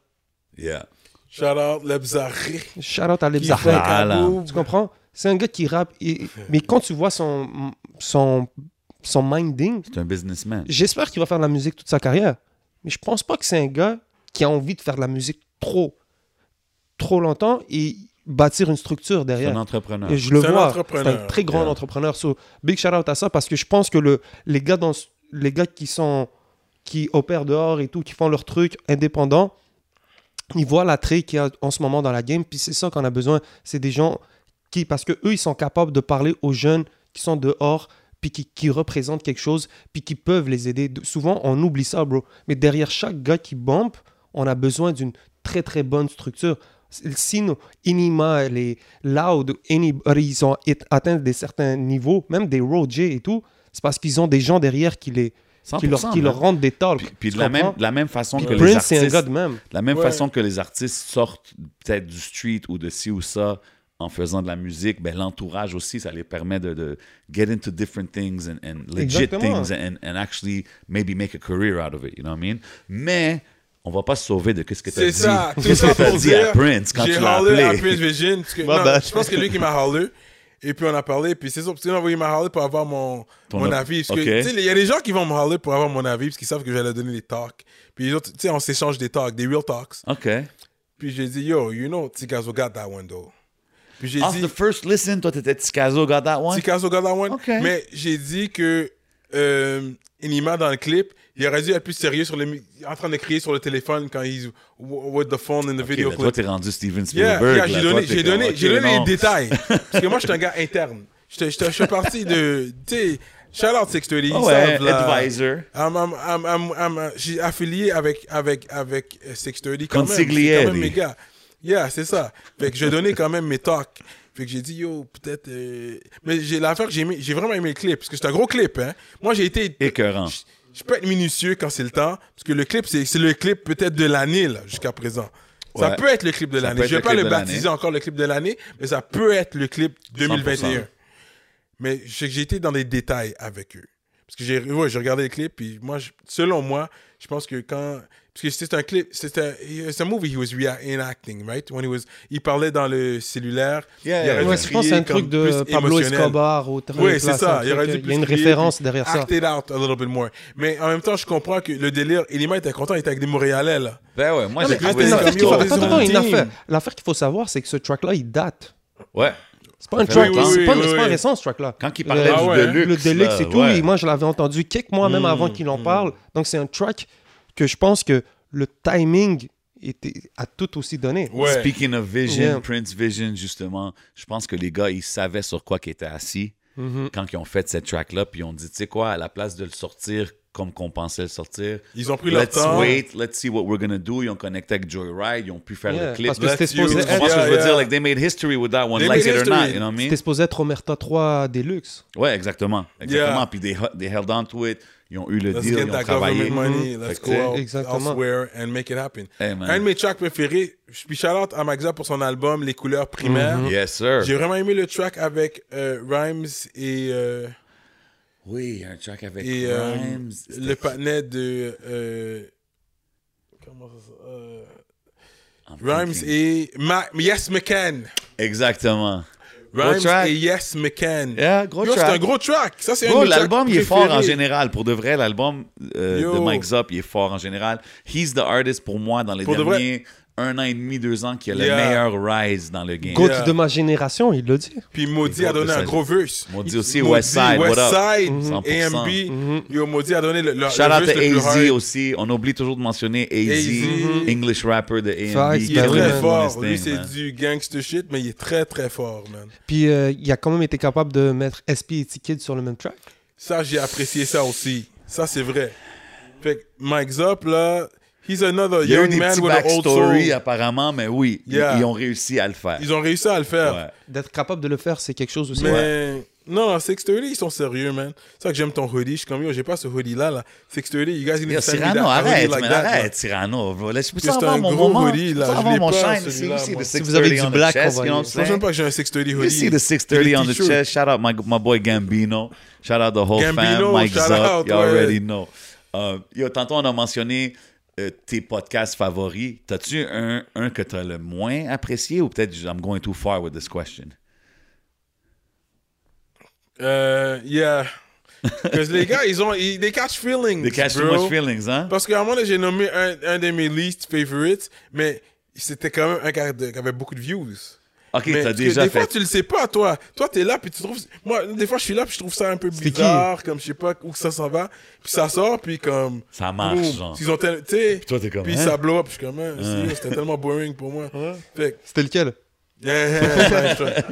Speaker 4: Yeah.
Speaker 5: Shout out Lebzaré.
Speaker 3: Shout out à
Speaker 5: qui
Speaker 3: Lebza.
Speaker 5: fait
Speaker 4: Ah, là.
Speaker 5: Kaboom.
Speaker 3: Tu comprends? C'est un gars qui rappe. et- mais quand tu vois son, son, son minding,
Speaker 4: C'est un businessman.
Speaker 3: j'espère qu'il va faire de la musique toute sa carrière. Mais je pense pas que c'est un gars qui a envie de faire de la musique trop, trop longtemps et bâtir une structure
Speaker 4: C'est un
Speaker 3: derrière.
Speaker 4: entrepreneur.
Speaker 3: Et je le
Speaker 5: C'est un
Speaker 3: vois. C'est
Speaker 5: entrepreneur.
Speaker 3: un très grand
Speaker 4: Yeah.
Speaker 3: entrepreneur. So, big shout out à ça parce que je pense que le, les, gars dans, ce- les gars qui sont qui opèrent dehors et tout, qui font leur truc indépendant, ils voient l'attrait qu'il y a en ce moment dans la game. Puis c'est ça qu'on a besoin. C'est des gens qui, parce que eux, ils sont capables de parler aux jeunes qui sont dehors, puis qui, qui représentent quelque chose, puis qui peuvent les aider. De- Souvent, on oublie ça, bro. Mais derrière chaque gars qui bombe, on a besoin d'une très, très bonne structure. Si nos Inima, les Loud, anybody, ils ont et- atteint des certains niveaux, même des Roger et tout, c'est parce qu'ils ont des gens derrière qui, les, qui, leur,
Speaker 4: 100%,
Speaker 3: qui leur
Speaker 4: man.
Speaker 3: rendent des talks.
Speaker 4: Puis, puis
Speaker 3: Tu
Speaker 4: de, la
Speaker 3: comprends?
Speaker 4: même, de la même façon que les
Speaker 3: Prince, c'est un
Speaker 4: artistes,
Speaker 3: gars de même.
Speaker 4: de la même
Speaker 5: Ouais.
Speaker 4: façon que les artistes sortent peut-être du street ou de ci ou ça en faisant de la musique, ben, l'entourage aussi, ça les permet de, de get into different things and, and legit
Speaker 3: Exactement.
Speaker 4: things and, and actually maybe make a career out of it, you know what I mean? Mais on va pas se sauver de qu'est-ce que tu as
Speaker 5: C'est
Speaker 4: dit.
Speaker 5: ça. Tout
Speaker 4: Qu'est-ce
Speaker 5: ça
Speaker 4: que tu as
Speaker 5: pour
Speaker 4: dit à
Speaker 5: dire.
Speaker 4: Prince quand tu
Speaker 5: J'ai
Speaker 4: l'as
Speaker 5: hurlé à Prince
Speaker 4: appelé.
Speaker 5: Virgin. parce que- non,
Speaker 4: bad.
Speaker 5: Je pense que c'est lui qui m'a hurlé. Et puis on a parlé. Puis c'est ça. Parce que non, oui, il m'a hurlé pour avoir mon,
Speaker 4: Ton
Speaker 5: mon
Speaker 4: op-
Speaker 5: avis. Parce que,
Speaker 4: Ok.
Speaker 5: tu sais, il y a des gens qui vont me hurler pour avoir mon avis. Parce qu'ils savent que je vais leur donner des talks. Puis les autres, tu sais, on s'échange des talks, des real talks.
Speaker 4: OK.
Speaker 5: Puis j'ai dit, yo, you know, Tikazo got that one though. Puis j'ai
Speaker 4: Off
Speaker 5: dit,
Speaker 4: the first listen, toi, t'étais Tikazo, got that one?
Speaker 5: Tikazo got that one.
Speaker 4: Ok.
Speaker 5: Mais j'ai dit que euh, Inima dans le clip, il aurait dû être plus sérieux sur le, mi- en train de crier sur le téléphone quand il with the phone in the
Speaker 4: Ok,
Speaker 5: video
Speaker 4: là,
Speaker 5: clip.
Speaker 4: toi, t'es rendu Steven
Speaker 5: Yeah,
Speaker 4: Spielberg.
Speaker 5: yeah,
Speaker 4: là,
Speaker 5: j'ai
Speaker 4: toi, t'es
Speaker 5: donné, j'ai
Speaker 4: comme,
Speaker 5: donné,
Speaker 4: ok,
Speaker 5: j'ai donné
Speaker 4: non.
Speaker 5: les détails. Parce que moi, je suis un gars interne. J'étais- j'étais- Je suis parti de. Tu sais, shout out 630. ils
Speaker 4: Ah ouais,
Speaker 5: savent, là.
Speaker 4: advisor.
Speaker 5: I'm- I'm- I'm- I'm- I'm, euh, J'ai affilié avec, avec, avec euh, 630 quand même.
Speaker 4: Consigliere.
Speaker 5: C'est quand même mes gars. Yeah, c'est ça. Fait que j'ai donné quand même mes talks. Fait que j'ai dit, yo, peut-être. euh, Mais j'ai l'affaire que j'ai aimé- j'ai vraiment aimé le clip. Parce que c'est un gros clip, hein. Moi, j'ai été.
Speaker 4: Écœurant.
Speaker 5: Je- Je peux être minutieux quand c'est le temps. Parce que le clip, c'est c'est le clip peut-être de l'année, là, jusqu'à présent. Ça
Speaker 4: Ouais.
Speaker 5: peut être le clip de
Speaker 4: Ça
Speaker 5: l'année.
Speaker 4: peut
Speaker 5: Je
Speaker 4: être le
Speaker 5: vais pas
Speaker 4: clip
Speaker 5: le
Speaker 4: de l'année.
Speaker 5: baptiser encore le clip de l'année, mais ça peut être le clip 2021.
Speaker 4: 100%.
Speaker 5: Mais je sais que j'ai été dans les détails avec eux. Parce que j'ai ouais, j'ai regardé le clip, puis moi, je- selon moi, je pense que quand. Parce que c'est un clip, c'est un, c'est un movie he was reenacting, right? When he was, il parlait dans le cellulaire.
Speaker 4: Yeah,
Speaker 5: il aurait
Speaker 4: ouais,
Speaker 5: dû
Speaker 3: Ouais, je pense que c'est
Speaker 5: crier
Speaker 3: un truc
Speaker 5: comme
Speaker 3: de
Speaker 5: plus
Speaker 3: Pablo
Speaker 5: émotionnel.
Speaker 3: Escobar euh, ou
Speaker 5: Oui, c'est ça. Il
Speaker 3: y
Speaker 5: aurait dû
Speaker 3: a
Speaker 5: plus
Speaker 3: une
Speaker 5: crier,
Speaker 3: référence
Speaker 5: puis
Speaker 3: derrière ça.
Speaker 5: Act it out a little bit more. Mais en même temps, je comprends que le délire, Elima était content, il était avec des Montréalais, là.
Speaker 4: Ben ouais, moi, j'ai
Speaker 5: mais
Speaker 4: trouvé
Speaker 5: attends,
Speaker 4: ça
Speaker 5: l'affaire qu'il
Speaker 4: cool.
Speaker 5: faut- attends, attends,
Speaker 3: Attends, une
Speaker 5: Team.
Speaker 3: affaire. L'affaire qu'il faut savoir, c'est que ce track-là, il date.
Speaker 4: Ouais.
Speaker 3: C'est pas un
Speaker 4: fait
Speaker 3: track,
Speaker 4: longtemps.
Speaker 3: c'est pas,
Speaker 5: Oui, oui,
Speaker 3: c'est pas
Speaker 5: oui.
Speaker 3: récent ce track-là.
Speaker 4: Quand il parlait
Speaker 3: Le-
Speaker 5: Ah
Speaker 4: du
Speaker 5: ouais, hein?
Speaker 4: Deluxe.
Speaker 3: le Deluxe
Speaker 4: là,
Speaker 3: et tout,
Speaker 4: ouais. Mm.
Speaker 3: et moi je l'avais entendu quelques mois même avant qu'il en parle. Donc c'est un track que je pense que le timing était, a tout aussi donné.
Speaker 5: Ouais.
Speaker 4: Speaking of vision,
Speaker 3: Yeah.
Speaker 4: Prince Vision, justement, je pense que les gars, ils savaient sur quoi qu'ils étaient assis quand ils ont fait cette track-là. Puis ils ont dit, tu sais quoi, à la place de le sortir comme qu'on pensait le sortir,
Speaker 5: Ils ont pris leur
Speaker 4: let's
Speaker 5: temps.
Speaker 4: wait, let's see what we're gonna do. Ils ont connecté avec Joyride, ils ont pu faire
Speaker 3: Yeah,
Speaker 4: le clip.
Speaker 3: parce que
Speaker 5: Let
Speaker 3: c'était
Speaker 5: you-
Speaker 3: supposé,
Speaker 4: Tu comprends ce
Speaker 3: être-
Speaker 4: que je veux
Speaker 5: Yeah,
Speaker 4: dire?
Speaker 5: yeah.
Speaker 4: Like, they made history with that one,
Speaker 5: They
Speaker 4: like it
Speaker 5: made
Speaker 4: or not,
Speaker 5: history.
Speaker 4: you know what I mean?
Speaker 3: c'était supposé être Omerta 3 Deluxe.
Speaker 4: Ouais, exactement. Exactement.
Speaker 5: Yeah.
Speaker 4: Puis they, hu- they held on to it. Ils ont eu le
Speaker 5: Let's
Speaker 4: deal,
Speaker 5: get
Speaker 4: ils ont
Speaker 5: that
Speaker 4: travaillé.
Speaker 5: government money.
Speaker 4: Fait
Speaker 5: Let's
Speaker 4: que, tu sais,
Speaker 5: go out
Speaker 3: Exactement.
Speaker 5: elsewhere and make it happen.
Speaker 4: Hey, man.
Speaker 5: Un de mes tracks préférés, je suis shout-out à Maxa pour son album Les couleurs primaires.
Speaker 4: Yes, sir.
Speaker 5: J'ai vraiment aimé le track avec euh, Rhymes et, euh,
Speaker 4: Oui, un track avec
Speaker 5: et euh,
Speaker 4: Rhymes.
Speaker 5: le patinet de. euh, comment ça s'appelle? Euh,
Speaker 4: I'm
Speaker 5: Rhymes
Speaker 4: thinking.
Speaker 5: et Ma- Yes McCann.
Speaker 4: Exactement. Gros
Speaker 5: Rhymes
Speaker 4: track.
Speaker 5: et Yes McCann.
Speaker 4: Yeah, gros
Speaker 5: Yo, c'est
Speaker 4: track.
Speaker 5: un gros track. Ça, c'est un
Speaker 4: Bro,
Speaker 5: de mes tracks
Speaker 4: l'album, il est fort
Speaker 5: préférés.
Speaker 4: en général. Pour de vrai, l'album euh, de
Speaker 5: Yo.
Speaker 4: Mike Zop, il est fort en général. He's the artist pour moi dans les
Speaker 5: Pour de vrai.
Speaker 4: derniers un an et demi, deux ans, qui a
Speaker 5: Yeah.
Speaker 4: le meilleur rise dans le game.
Speaker 3: Goat
Speaker 5: Yeah.
Speaker 3: de ma génération, il l'a dit.
Speaker 5: Puis Maudit
Speaker 4: Les
Speaker 5: a donné
Speaker 4: gros
Speaker 5: un
Speaker 4: de
Speaker 5: gros verse.
Speaker 4: Maudit aussi, Westside, what up?
Speaker 5: Westside,
Speaker 4: Mhm. 100%.
Speaker 5: AMB. Yo, Maudit a donné le, le,
Speaker 4: Shout
Speaker 5: le
Speaker 4: out
Speaker 5: verse le plus
Speaker 4: to AZ
Speaker 5: hard.
Speaker 4: aussi. On oublie toujours de mentionner AZ,
Speaker 5: AZ.
Speaker 4: English rapper de AMB.
Speaker 3: Facts,
Speaker 4: qui
Speaker 5: Il est
Speaker 3: Ben
Speaker 4: est
Speaker 3: oui,
Speaker 5: très
Speaker 3: man.
Speaker 5: fort. Lui,
Speaker 4: Thing,
Speaker 5: c'est
Speaker 4: man.
Speaker 5: du gangster shit, mais il est très, très fort, man.
Speaker 3: Puis euh, il a quand même été capable de mettre SP et T-Kid sur le même track.
Speaker 5: Ça, j'ai apprécié ça aussi. Ça, c'est vrai. Fait que Mike Zop, là, he's another
Speaker 4: Il y a eu
Speaker 5: young
Speaker 4: des
Speaker 5: man
Speaker 4: petits
Speaker 5: with an old
Speaker 4: backstories
Speaker 5: soul.
Speaker 4: apparemment, mais oui, ils-
Speaker 5: Yeah.
Speaker 4: ils, ont réussi à le faire.
Speaker 5: Ils ont réussi à le faire.
Speaker 4: Ouais.
Speaker 3: D'être capable de le faire, c'est quelque chose aussi.
Speaker 5: Mais non, 630, ils sont sérieux, man. C'est ça que j'aime ton hoodie. Je suis comme, yo, j'ai pas ce hoodie-là, là. 630, you guys need
Speaker 4: Yo,
Speaker 5: to send me
Speaker 4: Cyrano,
Speaker 5: that hoodie
Speaker 4: arrête,
Speaker 5: like
Speaker 4: man,
Speaker 5: that, man.
Speaker 4: arrête, Cyrano. bro. Laisse- Je peux
Speaker 5: Yo, c'est
Speaker 4: avoir
Speaker 5: un
Speaker 4: mon
Speaker 5: gros
Speaker 4: moment.
Speaker 5: hoodie,
Speaker 4: Je peux
Speaker 5: là. Je
Speaker 4: avoir
Speaker 5: l'ai
Speaker 4: mon
Speaker 5: pas,
Speaker 4: shine.
Speaker 5: celui-là,
Speaker 4: ici,
Speaker 5: moi.
Speaker 4: ici, the
Speaker 5: Si
Speaker 3: vous avez
Speaker 4: 630
Speaker 3: du
Speaker 4: on the
Speaker 3: black,
Speaker 4: chest,
Speaker 3: on
Speaker 4: you know
Speaker 3: va y-
Speaker 4: what I'm
Speaker 5: Je pense même
Speaker 4: saying?
Speaker 5: pas que j'ai un 630 hoodie.
Speaker 4: You see the 630 on the chest. Shout out my, my boy Gambino. Shout out the whole fam.
Speaker 5: Gambino,
Speaker 4: Mike
Speaker 5: shout
Speaker 4: Zop.
Speaker 5: out,
Speaker 4: you
Speaker 5: ouais.
Speaker 4: already know. Euh, yo, tantôt, on a mentionné euh, tes podcasts favoris. T'as-tu un, un que t'as le moins apprécié ou peut-être I'm going too far with this question?
Speaker 5: Euh, yeah. Parce que les gars, ils ont. Ils, they catch feelings.
Speaker 4: They catch too
Speaker 5: bro.
Speaker 4: much feelings, hein?
Speaker 5: Parce qu'à un moment, donné, j'ai nommé un, un de mes least favorites, mais c'était quand même un qui a- qui avait beaucoup de views.
Speaker 4: Ok,
Speaker 5: Mais
Speaker 4: t'as
Speaker 5: parce que
Speaker 4: déjà
Speaker 5: des fois,
Speaker 4: fait.
Speaker 5: tu le sais pas, toi. Toi, t'es là, puis tu trouves. Moi, des fois, je suis là, puis je trouve ça un peu
Speaker 3: qui?
Speaker 5: bizarre, comme je sais pas où ça s'en va. Puis ça sort, puis comme.
Speaker 4: Ça marche,
Speaker 5: boum,
Speaker 4: genre.
Speaker 5: Ils ont tel- tu sais. Puis
Speaker 4: toi, t'es comme,
Speaker 5: Puis
Speaker 4: hein?
Speaker 5: ça blow up, puis je suis comme, hein, c'est- c'était tellement boring pour moi. Fait
Speaker 3: C'était lequel
Speaker 5: que. Yeah, yeah, yeah, yeah.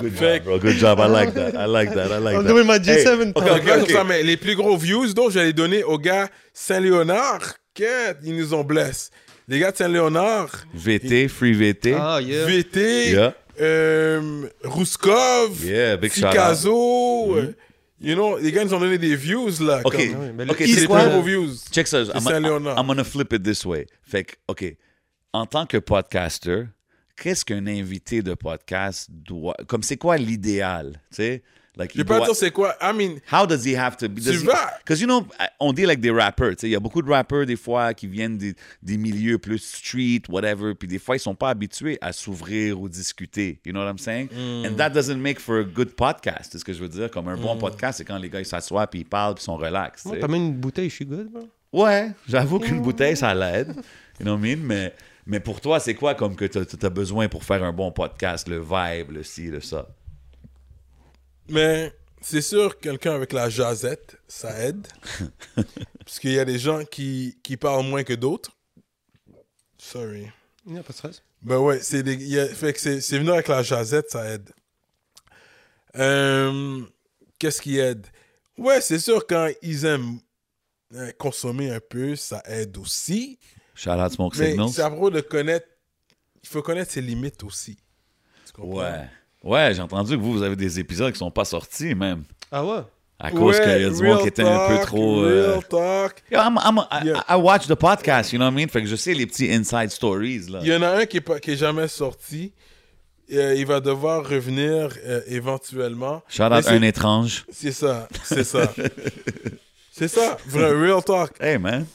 Speaker 4: Good job,
Speaker 5: Fait-
Speaker 4: bro. Good job. I like that. I like that. I like
Speaker 3: I'm
Speaker 4: that.
Speaker 3: doing my G7.
Speaker 4: ok,
Speaker 5: Donc,
Speaker 4: ok,
Speaker 5: là,
Speaker 4: ok.
Speaker 5: ça, mais les plus gros views, donc, je vais les donner aux gars Saint-Léonard, qu'ils nous ont blessés. Les gars de Saint-Léonard,
Speaker 4: VT, free VT.
Speaker 3: Ah, yeah.
Speaker 5: VT,
Speaker 4: Yeah.
Speaker 5: euh, Rouskov,
Speaker 4: Yeah, big shout out. Mm-hmm.
Speaker 5: Picasso, euh, you know, les gars nous ont donné des views, là.
Speaker 4: Ok,
Speaker 5: comme-
Speaker 3: oui, mais le-
Speaker 4: ok,
Speaker 5: Ils
Speaker 4: c'est
Speaker 5: sont
Speaker 4: quoi?
Speaker 5: gros views.
Speaker 4: Check ça. I'm,
Speaker 5: Saint-Léonard.
Speaker 4: I'm gonna flip it this way. Fait que, OK. En tant que podcaster, qu'est-ce qu'un invité de podcast doit. Comme c'est quoi l'idéal? Tu sais? Like,
Speaker 5: Je
Speaker 4: il
Speaker 5: vais pas
Speaker 4: doit-
Speaker 5: dire c'est quoi. I mean,
Speaker 4: How does he have to be?
Speaker 5: Tu vas-
Speaker 4: Because you know, on dit like des rappers. tu sais, Il y a beaucoup de rappers des fois qui viennent des, des milieux plus street, whatever. Puis des fois, ils sont pas habitués à s'ouvrir ou discuter. You know what I'm saying?
Speaker 5: Hmm.
Speaker 4: And that doesn't make for a good podcast. C'est ce que je veux dire. Comme un bon podcast, c'est quand les gars ils s'assoient puis ils parlent puis ils sont relax. tu
Speaker 3: Moi,
Speaker 4: sais.
Speaker 3: t'as même une bouteille, je suis good. bro.
Speaker 4: Ouais, j'avoue
Speaker 5: Hmm.
Speaker 4: qu'une bouteille, ça l'aide. You know what I mean? Mais, mais pour toi, c'est quoi comme que tu as, besoin pour faire un bon podcast? Le vibe, le ci, le ça.
Speaker 5: mais c'est sûr, quelqu'un avec la jazette, ça aide. Parce qu'il y a des gens qui, qui parlent moins que d'autres. Sorry.
Speaker 3: Il n'y a pas de stress.
Speaker 5: Ben ouais, c'est des- il y a- fait que c'est c'est venu avec la jazette, ça aide. Euh, Qu'est-ce qui aide? Ouais, c'est sûr, quand ils aiment euh, consommer un peu, ça aide aussi.
Speaker 4: Shout out Smoke
Speaker 5: Mais
Speaker 4: Signals.
Speaker 5: c'est à propos de connaître. Il faut connaître ses limites aussi. Tu comprends?
Speaker 4: Ouais. Ouais, j'ai entendu que vous, vous avez des épisodes qui sont pas sortis même.
Speaker 3: Ah ouais
Speaker 4: À cause
Speaker 5: Ouais,
Speaker 4: qu'il y a du
Speaker 5: real
Speaker 4: monde qui était un peu
Speaker 5: talk,
Speaker 4: trop. euh,
Speaker 5: Real talk.
Speaker 4: Yo, I'm- I'm- I,
Speaker 5: Yeah.
Speaker 4: I watch the podcast, you know what I mean? Fait que je sais les petits inside stories. là.
Speaker 5: Il y en a un qui n'est qui est jamais sorti. Euh, il va devoir revenir euh, éventuellement.
Speaker 4: Shout out
Speaker 5: Mais c'est-
Speaker 4: un étrange.
Speaker 5: C'est ça, c'est ça. c'est ça, vrai, real talk.
Speaker 4: Hey man.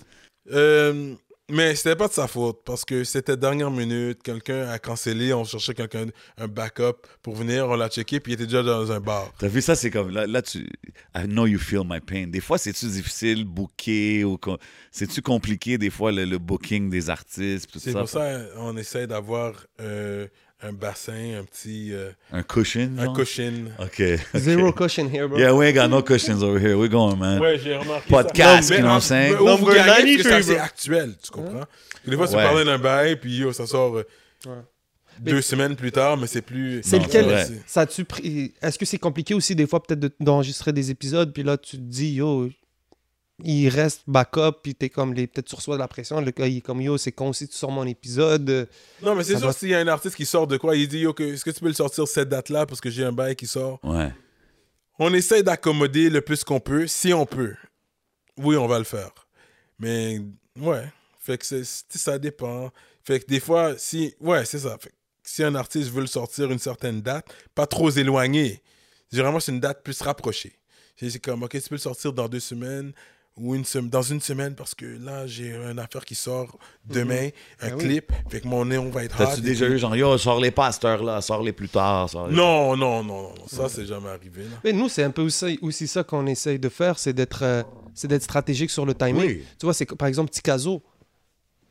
Speaker 5: Euh, mais c'était pas de sa faute parce que c'était dernière minute, quelqu'un a cancellé, on cherchait quelqu'un, un backup pour venir, on l'a checké, puis il était déjà dans un bar.
Speaker 4: T'as vu ça, c'est comme là, là tu. I know you feel my pain. Des fois, c'est-tu difficile, booker ou co- c'est-tu compliqué des fois le, le booking des artistes, pis tout
Speaker 5: C'est
Speaker 4: ça.
Speaker 5: pour ça qu'on essaie d'avoir euh, un bassin, un petit. euh,
Speaker 4: Un cushion?
Speaker 5: un
Speaker 4: genre?
Speaker 5: cushion.
Speaker 4: OK.
Speaker 3: Zero cushion here, bro.
Speaker 4: Yeah, we ain't got no cushions over here. We're going, man.
Speaker 5: Ouais, j'ai remarqué.
Speaker 4: Hein? Podcast,
Speaker 5: ça.
Speaker 4: you know what I'm saying?
Speaker 5: Mais ouvre
Speaker 3: Number
Speaker 5: gagnez, parce que
Speaker 3: 93,
Speaker 5: ça, c'est
Speaker 3: bro.
Speaker 5: actuel, tu Hein? comprends? Parce que Des fois, tu
Speaker 4: Ouais.
Speaker 5: parlais d'un bail, puis yo, ça sort euh, deux
Speaker 3: Mais-
Speaker 5: semaines plus tard, mais c'est plus.
Speaker 3: C'est
Speaker 4: Non,
Speaker 3: lequel
Speaker 4: c'est vrai.
Speaker 3: ça a-tu pris- Est-ce que c'est compliqué aussi des fois peut-être de- d'enregistrer des épisodes puis là tu te dis yo il reste backup puis t'es comme les peut-être tu reçois de la pression le gars il est comme yo c'est con si tu sors mon épisode
Speaker 5: Non, mais c'est
Speaker 3: Ça
Speaker 5: sûr,
Speaker 3: doit-
Speaker 5: s'il y a un artiste qui sort de quoi, il dit Yo, que- est-ce que tu peux le sortir cette date-là parce que j'ai un bail qui sort
Speaker 4: Ouais.
Speaker 5: On essaie d'accommoder le plus qu'on peut, si on peut. Oui, on va le faire. Mais, ouais. Fait que c'est- c'est- ça dépend. Fait que des fois, si. Ouais, c'est ça. Fait que si un artiste veut le sortir une certaine date, pas trop éloignée, généralement, c'est une date plus rapprochée. C'est c'est comme, OK, tu peux le sortir dans deux semaines ou une sem- dans une semaine parce que là, j'ai une affaire qui sort demain, un
Speaker 3: Ben oui.
Speaker 5: clip. Fait que mon on va être hot.
Speaker 4: T'as-tu
Speaker 5: et
Speaker 4: déjà
Speaker 5: puis-
Speaker 4: eu genre, yo, sors-les pas à cette heure-là, sors-les plus tard. sors-les-
Speaker 5: Non, non, non, non. Ça, c'est jamais arrivé. là.
Speaker 3: Mais nous, c'est un peu aussi, aussi ça qu'on essaye de faire, c'est d'être euh, c'est d'être stratégique sur le timing.
Speaker 4: Oui.
Speaker 3: Tu vois, c'est que, par exemple Ticazo.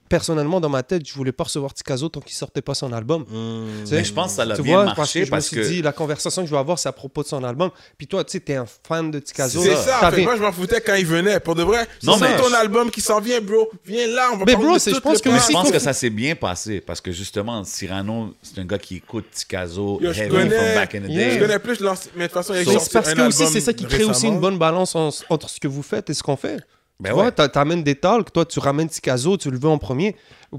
Speaker 3: Personnellement, dans ma tête, je voulais pas recevoir Ticazo tant qu'il sortait pas son album.
Speaker 5: Mm.
Speaker 3: Tu sais,
Speaker 4: Mais je pense que ça l'a
Speaker 3: tu
Speaker 4: bien
Speaker 3: vois,
Speaker 4: marché
Speaker 3: parce que je
Speaker 4: parce
Speaker 3: me
Speaker 4: que-
Speaker 3: suis dit, la conversation que je vais avoir, c'est à propos de son album. Puis toi, tu sais, t'es un fan de Ticazo.
Speaker 5: C'est ça,
Speaker 3: T'as
Speaker 5: fait que
Speaker 3: fait-
Speaker 5: moi je m'en foutais quand il venait, pour de vrai.
Speaker 4: Non,
Speaker 5: Non, c'est
Speaker 4: mais-
Speaker 5: ton album qui s'en vient, bro. Viens là, on va
Speaker 3: Mais
Speaker 5: parler
Speaker 3: bro,
Speaker 5: de
Speaker 3: c'est- je
Speaker 5: tout
Speaker 3: pense
Speaker 5: le
Speaker 3: que
Speaker 5: plan.
Speaker 4: Je
Speaker 3: si-
Speaker 4: pense que ça s'est bien passé parce que justement, Cyrano, c'est un gars qui écoute Ticazo,
Speaker 5: Yo, je
Speaker 4: Heavy
Speaker 5: connais.
Speaker 4: from back in the
Speaker 3: Yeah.
Speaker 5: Je
Speaker 4: day.
Speaker 5: connais plus, je lance- mais de toute façon, il y a
Speaker 3: Mais
Speaker 5: sorti
Speaker 3: c'est Euh, parce
Speaker 5: un
Speaker 3: que aussi,
Speaker 5: album
Speaker 3: c'est ça qui crée aussi
Speaker 5: récemment.
Speaker 3: une bonne balance en- entre ce que vous faites et ce qu'on fait.
Speaker 4: Ben
Speaker 3: tu vois,
Speaker 4: ouais.
Speaker 3: t'a- t'amènes des talks, toi tu ramènes Ticazo, tu le veux en premier